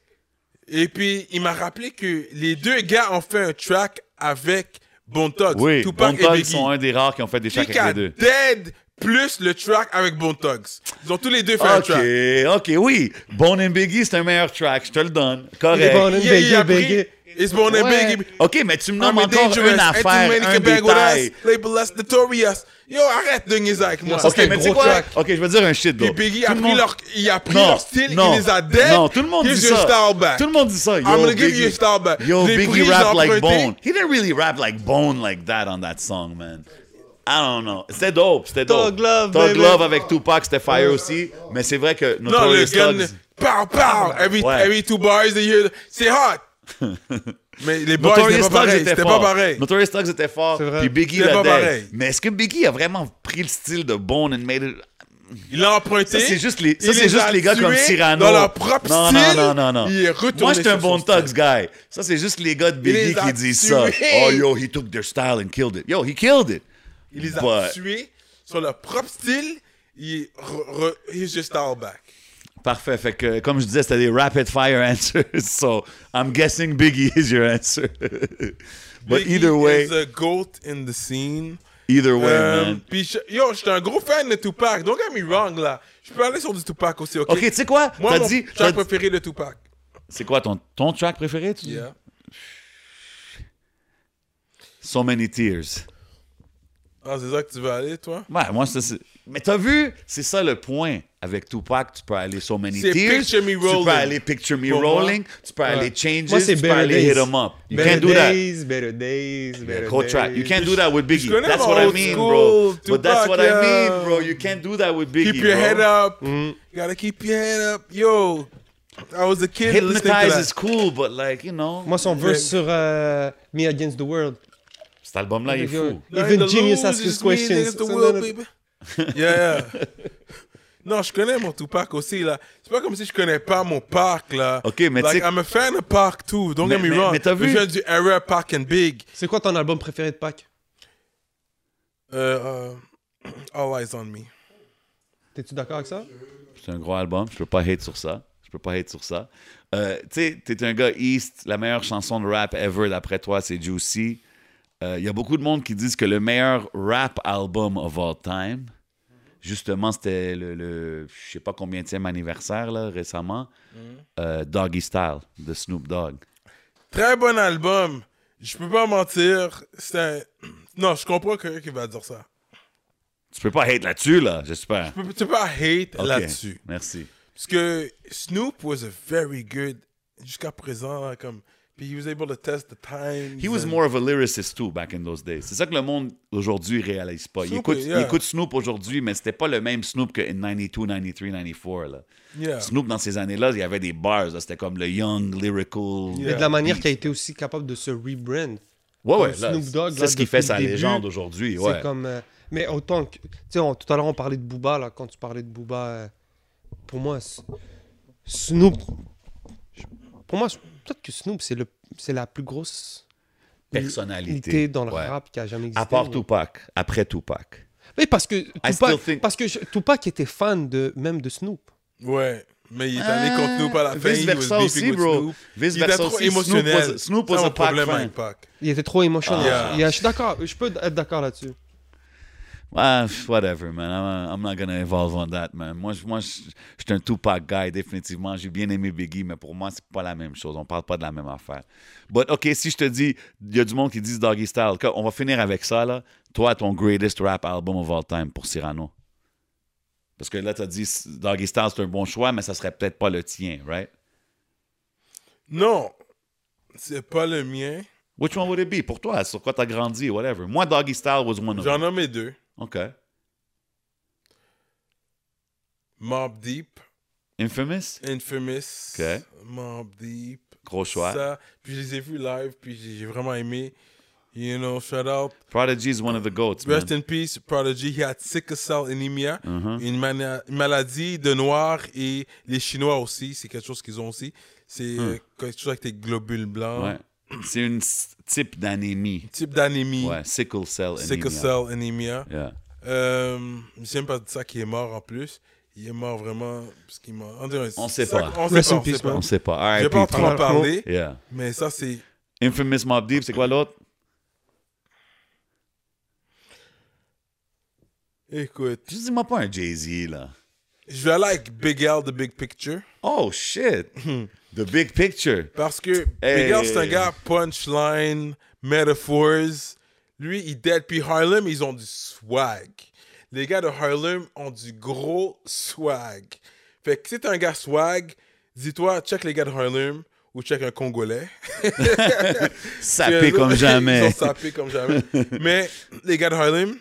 Speaker 5: Et puis, il m'a rappelé que les deux gars ont fait un track avec Bon Thugs.
Speaker 4: Oui,
Speaker 5: Tupac
Speaker 4: Bone
Speaker 5: et
Speaker 4: Thugs
Speaker 5: Biggie.
Speaker 4: sont un des rares qui ont fait des chèques
Speaker 5: Kick
Speaker 4: avec
Speaker 5: a
Speaker 4: les deux.
Speaker 5: Dead plus le track avec Bon Thugs. Ils ont tous les deux fait un track.
Speaker 4: Ok, ok, oui. Bone and Biggie, c'est un meilleur track, je te le donne.
Speaker 3: Il est bon,
Speaker 4: Correct.
Speaker 3: hein,
Speaker 5: Yeah,
Speaker 3: Biggie,
Speaker 5: il a pris-
Speaker 3: Biggie.
Speaker 5: It's Bon and
Speaker 4: Ouais.
Speaker 5: Biggie.
Speaker 4: Ok, mais tu me nommes
Speaker 5: I'm a
Speaker 4: encore
Speaker 5: dangerous,
Speaker 4: une
Speaker 5: and too many
Speaker 4: affaire, un
Speaker 5: can bang with us,
Speaker 4: détail.
Speaker 5: label us notorious. Yo, arrête de niaiser avec moi.
Speaker 3: Ça,
Speaker 4: Ok,
Speaker 3: c'est un
Speaker 4: mais tu sais
Speaker 3: gros
Speaker 4: quoi?
Speaker 3: track.
Speaker 4: Ok, je vais dire un shit, bro.
Speaker 5: Puis Biggie
Speaker 4: Tout
Speaker 5: a
Speaker 4: le
Speaker 5: pris,
Speaker 4: monde-
Speaker 5: leur, il a pris
Speaker 4: Non,
Speaker 5: leur style,
Speaker 4: non,
Speaker 5: il les a dead.
Speaker 4: Non, tout le monde
Speaker 5: Here's
Speaker 4: dit
Speaker 5: your
Speaker 4: ça.
Speaker 5: style back.
Speaker 4: Tout le monde dit ça. Yo,
Speaker 5: I'm gonna give
Speaker 4: Biggie-
Speaker 5: you your style back.
Speaker 4: Yo,
Speaker 5: Je l'ai pris,
Speaker 4: Biggie
Speaker 5: je l'ai
Speaker 4: rapped like
Speaker 5: emprunté.
Speaker 4: Bone. He didn't really rap like Bone like that on that song, man. I don't know. C'était dope, c'était dope.
Speaker 3: Thug Love,
Speaker 4: Thug
Speaker 3: baby.
Speaker 4: Love avec Tupac, c'était fire aussi. Mais c'est vrai que
Speaker 5: Non, le
Speaker 4: Notorious
Speaker 5: gun,
Speaker 4: Thugs...
Speaker 5: pow, pow, every,
Speaker 4: Ouais.
Speaker 5: every two bars, they hear- c'est hot. Mais les boys, c'était
Speaker 4: Notorious
Speaker 5: pas
Speaker 4: Thugs
Speaker 5: pareil.
Speaker 4: était
Speaker 5: C'était pas
Speaker 4: fort.
Speaker 5: pareil.
Speaker 4: Notorious Thugs était fort.
Speaker 3: C'est vrai.
Speaker 4: Puis Biggie
Speaker 5: C'était
Speaker 4: l'a
Speaker 5: pas
Speaker 4: dead.
Speaker 5: pareil.
Speaker 4: Mais est-ce que Biggie a vraiment pris le style de Bone and made it...
Speaker 5: Il l'a
Speaker 4: Ça,
Speaker 5: emprunté.
Speaker 4: c'est juste les, ça,
Speaker 5: il
Speaker 4: c'est juste
Speaker 5: a
Speaker 4: les gars
Speaker 5: tués
Speaker 4: comme Cyrano.
Speaker 5: Dans leur propre
Speaker 4: non,
Speaker 5: style.
Speaker 4: Non, non, non, non.
Speaker 5: Il est retourné.
Speaker 4: Moi, j'étais un
Speaker 5: sur son
Speaker 4: bon
Speaker 5: style.
Speaker 4: Thugs guy. Ça, c'est juste les gars de
Speaker 5: les
Speaker 4: Biggie
Speaker 5: a
Speaker 4: qui disent ça.
Speaker 5: tués.
Speaker 4: Oh, yo, he took their style and killed it. Yo, he killed it.
Speaker 5: Il les a
Speaker 4: But-
Speaker 5: tués sur leur propre style. Il est re, re, he's just all back.
Speaker 4: Parfait. Fait que, comme je disais, c'était des rapid fire answers. So, I'm guessing Biggie is your answer. But
Speaker 5: Biggie
Speaker 4: either way,
Speaker 5: is a goat in the scene.
Speaker 4: either way,
Speaker 5: Euh,
Speaker 4: man.
Speaker 5: puis je- yo, j'étais un gros fan de Tupac. Don't get me wrong là. Je peux aller sur du Tupac aussi, ok?
Speaker 4: Ok, tu sais quoi?
Speaker 5: Moi,
Speaker 4: T'as
Speaker 5: mon
Speaker 4: dit.
Speaker 5: track
Speaker 4: t'as-
Speaker 5: préféré de Tupac.
Speaker 4: C'est quoi ton, ton track préféré? Tu dis?
Speaker 5: Yeah.
Speaker 4: So Many Tears.
Speaker 5: Ah, c'est ça que tu veux aller, toi?
Speaker 4: Ouais, moi, c'est- c'est- Mais t'as vu, c'est ça le point. Avec Tupac, tu peux aller So Many
Speaker 5: C'est
Speaker 4: Tears.
Speaker 5: Picture Me
Speaker 4: Tu
Speaker 5: Rolling.
Speaker 4: peux aller Picture Me
Speaker 5: Pour moi.
Speaker 4: Rolling. Tu peux aller Changes.
Speaker 3: Moi, c'est
Speaker 4: tu peux
Speaker 3: Better
Speaker 4: aller
Speaker 3: Days.
Speaker 4: Hit 'em Up. You
Speaker 3: Better
Speaker 4: can't do that.
Speaker 3: days, better days, better
Speaker 4: Cold
Speaker 3: days.
Speaker 4: track. You can't do that with Biggie.
Speaker 5: connais
Speaker 4: That's
Speaker 5: mon
Speaker 4: what I
Speaker 5: old
Speaker 4: mean,
Speaker 5: school
Speaker 4: bro. But that's
Speaker 5: Tupac,
Speaker 4: what
Speaker 5: yeah.
Speaker 4: I mean, bro. You can't do that with Biggie.
Speaker 5: Keep your
Speaker 4: bro. Mm.
Speaker 5: head up. You gotta keep your head up. Yo, I was a kid listening to
Speaker 4: Hypnotize
Speaker 5: that.
Speaker 4: is cool, but like, you know.
Speaker 3: Moi, son verse sur euh, Me Against the World.
Speaker 4: Cet album-là, Ah, il est fou.
Speaker 5: Like
Speaker 3: Even
Speaker 5: the
Speaker 3: genius
Speaker 5: lose
Speaker 3: asks
Speaker 5: is
Speaker 3: his
Speaker 5: me, niggas,
Speaker 3: questions.
Speaker 5: the world, baby. Yeah, yeah. Non, je connais mon Tupac aussi, là. C'est pas comme si je connais pas mon Park, là.
Speaker 4: Ok, mais tu
Speaker 5: like,
Speaker 4: sais-
Speaker 5: I'm a fan of Park, too. Don't
Speaker 4: Mais-
Speaker 5: get me
Speaker 4: mais-
Speaker 5: wrong.
Speaker 4: mais t'as vu-
Speaker 5: Je viens du era Park and Big.
Speaker 3: C'est quoi ton album préféré de Pâques?
Speaker 5: Euh, euh, All Eyes on Me.
Speaker 3: T'es-tu d'accord avec ça?
Speaker 4: C'est un gros album. Je peux pas hate sur ça. Je peux pas hate sur ça. Euh, tu sais, t'es un gars East. La meilleure chanson de rap ever, d'après toi, c'est Juicy. Il y a beaucoup de monde qui disent que le meilleur rap album of all time, justement, c'était le, le- je sais pas combien anniversaire là, récemment, euh, Doggy Style de Snoop Dogg.
Speaker 5: Très bon album. Je peux pas mentir. C'est un... Non, je comprends quelqu'un qui va dire ça.
Speaker 4: Tu peux pas hate là-dessus, là, j'espère.
Speaker 5: Tu peux- Tu peux pas hate
Speaker 4: Ok,
Speaker 5: là-dessus.
Speaker 4: Merci.
Speaker 5: Parce que Snoop was a very good jusqu'à présent, là, comme puis he was able to test the times.
Speaker 4: He was
Speaker 5: and-
Speaker 4: more of a lyricist too back in those days. C'est ça que le monde aujourd'hui réalise pas. il,
Speaker 5: Snoop,
Speaker 4: écoute,
Speaker 5: yeah.
Speaker 4: il écoute Snoop aujourd'hui, mais c'était pas le même Snoop que in 92, 93, 94. Là.
Speaker 5: Yeah.
Speaker 4: Snoop, dans ces années-là, il y avait des bars. là. C'était comme le young, lyrical.
Speaker 5: Yeah.
Speaker 3: Mais de la manière qu'il a été aussi capable de se rebrand.
Speaker 4: Ouais, ouais,
Speaker 3: comme
Speaker 4: là,
Speaker 3: Snoop Dogg, là,
Speaker 4: C'est ce qui
Speaker 3: depuis
Speaker 4: fait
Speaker 3: le
Speaker 4: sa
Speaker 3: début,
Speaker 4: légende aujourd'hui. Ouais.
Speaker 3: C'est comme. euh, mais autant que. Tu sais, on- tout à l'heure, on parlait de Booba, là. Quand tu parlais de Booba, euh, pour moi, S- Snoop. je- Pour moi, je- peut-être que Snoop, c'est le- c'est la plus grosse.
Speaker 4: Personnalité.
Speaker 3: dans le
Speaker 4: ouais.
Speaker 3: rap qui a jamais existé.
Speaker 4: À part
Speaker 3: là.
Speaker 4: Tupac, après Tupac.
Speaker 3: Mais parce que
Speaker 4: still
Speaker 3: Tupac,
Speaker 4: think-
Speaker 3: parce que je- Tupac était fan de, même de Snoop.
Speaker 5: Ouais, mais il est allé contre Snoop à la fin.
Speaker 4: Euh, Vice
Speaker 5: he was
Speaker 4: versa
Speaker 5: beefing
Speaker 4: aussi,
Speaker 5: with
Speaker 4: bro.
Speaker 5: Snoop.
Speaker 4: Vice
Speaker 5: Il était
Speaker 4: versa
Speaker 5: trop
Speaker 4: aussi.
Speaker 5: émotionnel.
Speaker 4: Snoop was, Snoop
Speaker 5: C'est
Speaker 4: was
Speaker 5: un
Speaker 4: a Pac
Speaker 5: problème
Speaker 4: fan.
Speaker 5: avec Pac.
Speaker 3: Il était trop émotionnel.
Speaker 5: Ah.
Speaker 3: Il a- Je suis d'accord. Je peux être d'accord là-dessus.
Speaker 4: Ah, pff, whatever, man. I'm, I'm not gonna evolve on that, man. Moi, je moi, je- je suis un Tupac guy, définitivement. J'ai bien aimé Biggie, mais pour moi, c'est pas la même chose. On parle pas de la même affaire. But, OK, si je te dis, il y a du monde qui dit Doggy Style. On va finir avec ça, là. Toi, ton greatest rap album of all time pour Cyrano. Parce que là, t'as dit Doggy Style, c'est un bon choix, mais ça serait peut-être pas le tien, right?
Speaker 5: Non, c'est pas le mien.
Speaker 4: Which one would it be pour toi? Sur quoi t'as grandi, whatever. Moi, Doggy Style was one of
Speaker 5: J'en
Speaker 4: them.
Speaker 5: ai mes deux.
Speaker 4: OK.
Speaker 5: Mob Deep,
Speaker 4: Infamous?
Speaker 5: Infamous.
Speaker 4: Ok.
Speaker 5: Mob Deep.
Speaker 4: Gros choix.
Speaker 5: Ça, puis je les ai vus live, puis j'ai j'ai vraiment aimé. You know, shout out.
Speaker 4: Prodigy is one of the goats, man.
Speaker 5: Rest in peace, Prodigy. He had sickle cell anemia,
Speaker 4: Mhm.
Speaker 5: une, mana- une maladie de noir et les Chinois aussi. C'est quelque chose qu'ils ont aussi. C'est euh, quelque chose avec tes globules blancs.
Speaker 4: Hmm. Ouais. C'est un type d'anémie.
Speaker 5: Type d'anémie,
Speaker 4: Ouais, sickle cell anemia.
Speaker 5: sickle cell anemia.
Speaker 4: Yeah.
Speaker 5: Euh, J'aime pas de ça qui est mort en plus. Il est mort vraiment. Parce qu'il m'a- On, dirait-
Speaker 6: On sait
Speaker 5: ça-
Speaker 6: pas.
Speaker 5: On sait
Speaker 3: Rest
Speaker 5: pas.
Speaker 3: in
Speaker 5: on sait
Speaker 3: peace,
Speaker 5: pas.
Speaker 3: man.
Speaker 6: On sait pas.
Speaker 5: Je vais
Speaker 6: R.I.P.
Speaker 5: pas en trop en
Speaker 3: Franchement.
Speaker 5: parler,
Speaker 6: Yeah.
Speaker 5: mais ça, c'est.
Speaker 6: Infamous Mob Deep, c'est quoi l'autre?
Speaker 5: Écoute,
Speaker 6: Juste dis-moi pas un Jay-Z, là.
Speaker 5: je vais aller avec Big L, The Big Picture.
Speaker 6: Oh, shit! The Big Picture.
Speaker 5: Parce que
Speaker 6: Hey.
Speaker 5: Big L, c'est un gars punchline, metaphors. Lui, il dead. Puis Harlem, ils ont du swag. Les gars de Harlem ont du gros swag. Fait que si t'es un gars swag, dis-toi, check les gars de Harlem ou check un Congolais.
Speaker 6: Sapé
Speaker 5: Ils ont-
Speaker 6: comme
Speaker 5: Ils
Speaker 6: jamais.
Speaker 5: ont sapé comme jamais. Mais les gars de Harlem,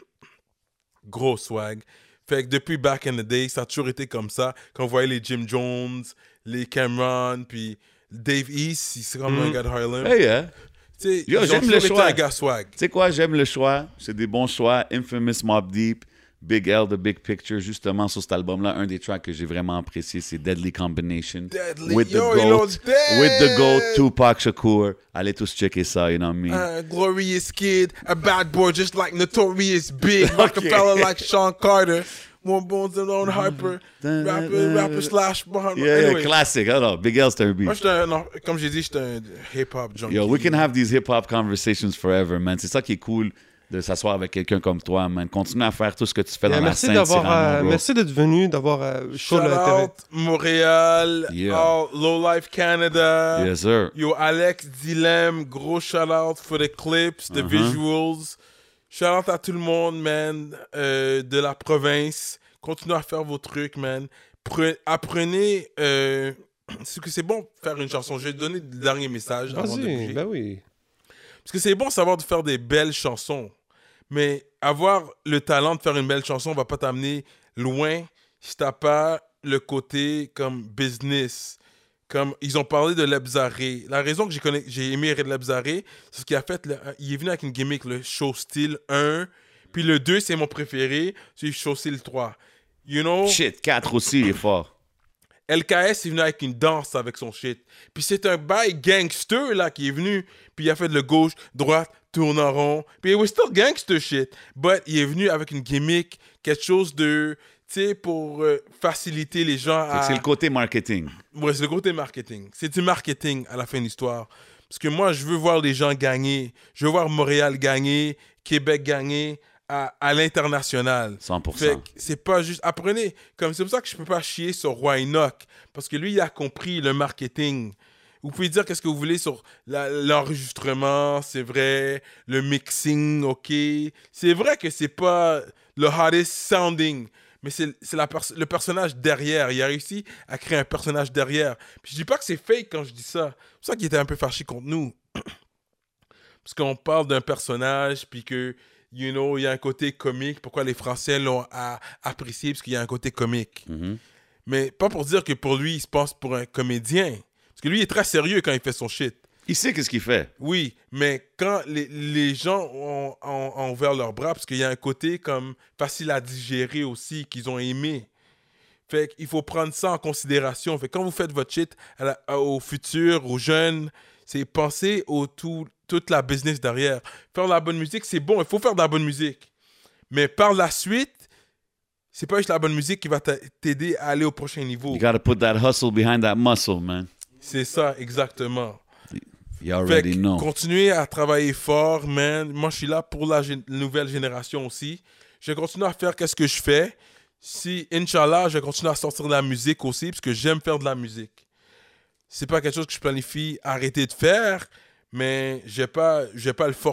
Speaker 5: gros swag. Fait que depuis back in the day, ça a toujours été comme ça. Quand vous voyez les Jim Jones, les Cameron, puis Dave East, c'est comme un gars de Harlem.
Speaker 6: Hey, yeah.
Speaker 5: Tu sais,
Speaker 6: Yo,
Speaker 5: ils ont
Speaker 6: j'aime le
Speaker 5: toujours été
Speaker 6: choix.
Speaker 5: un gars swag.
Speaker 6: Tu sais quoi, j'aime le choix. C'est des bons choix. Infamous Mob Deep, Big L, The Big Picture. Justement, sur cet album-là, un des tracks que j'ai vraiment apprécié, c'est Deadly Combination.
Speaker 5: Deadly.
Speaker 6: With
Speaker 5: Yo,
Speaker 6: the
Speaker 5: ils
Speaker 6: GOAT.
Speaker 5: l'ont dead.
Speaker 6: With the GOAT, Tupac Shakur. Allez tous checker ça, you know what I mean?
Speaker 5: Un glorious kid, a bad boy just like Notorious Big, Rockefeller like Sean Carter, More Bones than
Speaker 6: Mm-hmm.
Speaker 5: Lone Harper, rapper, rapper slash Bond.
Speaker 6: Yeah, yeah,
Speaker 5: Anyway,
Speaker 6: classique. Alors, Big L, c'est un
Speaker 5: moi,
Speaker 6: beat.
Speaker 5: j'étais un- non, comme j'ai dit, j'étais un hip-hop junkie.
Speaker 6: Yo, we can have these hip-hop conversations forever, man. C'est ça qui est cool de s'asseoir avec quelqu'un comme toi, man. Continue à faire tout ce que tu fais dans
Speaker 3: Yeah,
Speaker 6: la
Speaker 3: merci
Speaker 6: scène,
Speaker 3: d'avoir,
Speaker 6: Cyrano,
Speaker 3: euh,
Speaker 6: bro.
Speaker 3: merci d'être venu, d'avoir euh, show
Speaker 5: Shout
Speaker 3: l'intérêt.
Speaker 5: out Montréal,
Speaker 6: Yeah.
Speaker 5: all Low Life Canada.
Speaker 6: Yes, sir.
Speaker 5: euh, Yo, Alex Dilem, gros shout out for the clips, the visuals. Shout out à tout le monde, man, euh, de la province. Continuez à faire vos trucs, man. Pre- apprenez euh, ce que c'est bon de faire une chanson. Je vais donner le dernier message avant de
Speaker 3: Vas-y,
Speaker 5: bouger.
Speaker 3: ben oui.
Speaker 5: Parce que c'est bon de savoir de faire des belles chansons, mais avoir le talent de faire une belle chanson va pas t'amener loin si t'as pas le côté comme business. Comme ils ont parlé de Lebzaré. La raison que j'ai conna- j'ai aimé Red Lebzaré, c'est ce qu'il a fait. le- il est venu avec une gimmick, le show style 1. Puis le 2, c'est mon préféré. C'est show style 3. You know?
Speaker 6: Shit, 4 aussi, il est fort.
Speaker 5: LKS est venu avec une danse avec son shit. Puis c'est un bail gangster là qui est venu. Puis il a fait de le gauche, droite, tourne en rond. Puis it was still gangster shit. But il est venu avec une gimmick, quelque chose de, tu sais, pour euh, faciliter les gens
Speaker 6: Fait que
Speaker 5: à.
Speaker 6: C'est le côté marketing.
Speaker 5: Ouais, c'est le côté marketing. C'est du marketing à la fin de l'histoire. Parce que moi, je veux voir les gens gagner. Je veux voir Montréal gagner, Québec gagner à, à l'international.
Speaker 6: 100%.
Speaker 5: Fait que c'est pas juste. Apprenez. Comme c'est pour ça que je peux pas chier sur Roy Enoch. Parce que lui, il a compris le marketing. Vous pouvez dire qu'est-ce que vous voulez sur la- l'enregistrement, c'est vrai. Le mixing, ok. C'est vrai que c'est pas le hottest sounding. Mais c'est c'est la pers- le personnage derrière. Il a réussi à créer un personnage derrière. Puis je dis pas que c'est fake quand je dis ça. C'est pour ça qu'il était un peu fâché contre nous. Parce qu'on parle d'un personnage, puis que, you know, il y a un côté comique. Pourquoi les Français l'ont a- apprécié? Parce qu'il y a un côté comique.
Speaker 6: Mhm.
Speaker 5: Mais pas pour dire que pour lui, il se passe pour un comédien. Parce que lui, il est très sérieux quand il fait son shit.
Speaker 6: Il sait qu'est-ce qu'il fait.
Speaker 5: Oui, mais quand les, les gens ont, ont- ont ouvert leurs bras, parce qu'il y a un côté comme facile à digérer aussi, qu'ils ont aimé. Fait qu'il faut prendre ça en considération. Fait que quand vous faites votre shit à la- à- au futur, aux jeunes, c'est penser au tout, toute la business derrière. Faire de la bonne musique, c'est bon, il faut faire de la bonne musique. Mais par la suite, c'est pas juste la bonne musique qui va t'a- t'aider à aller au prochain niveau.
Speaker 6: You gotta put that hustle behind that muscle, man.
Speaker 5: C'est ça, exactement.
Speaker 6: You
Speaker 5: Fait
Speaker 6: already
Speaker 5: que
Speaker 6: know.
Speaker 5: continuez à travailler fort, man. Moi, je suis là pour la gé- nouvelle génération aussi. Je continue à faire qu'est-ce que je fais. Si, Inch'Allah, je continue à sortir de la musique aussi, parce que j'aime faire de la musique. C'est pas quelque chose que je planifie arrêter de faire, mais je vais pas, je vais pas le forcer.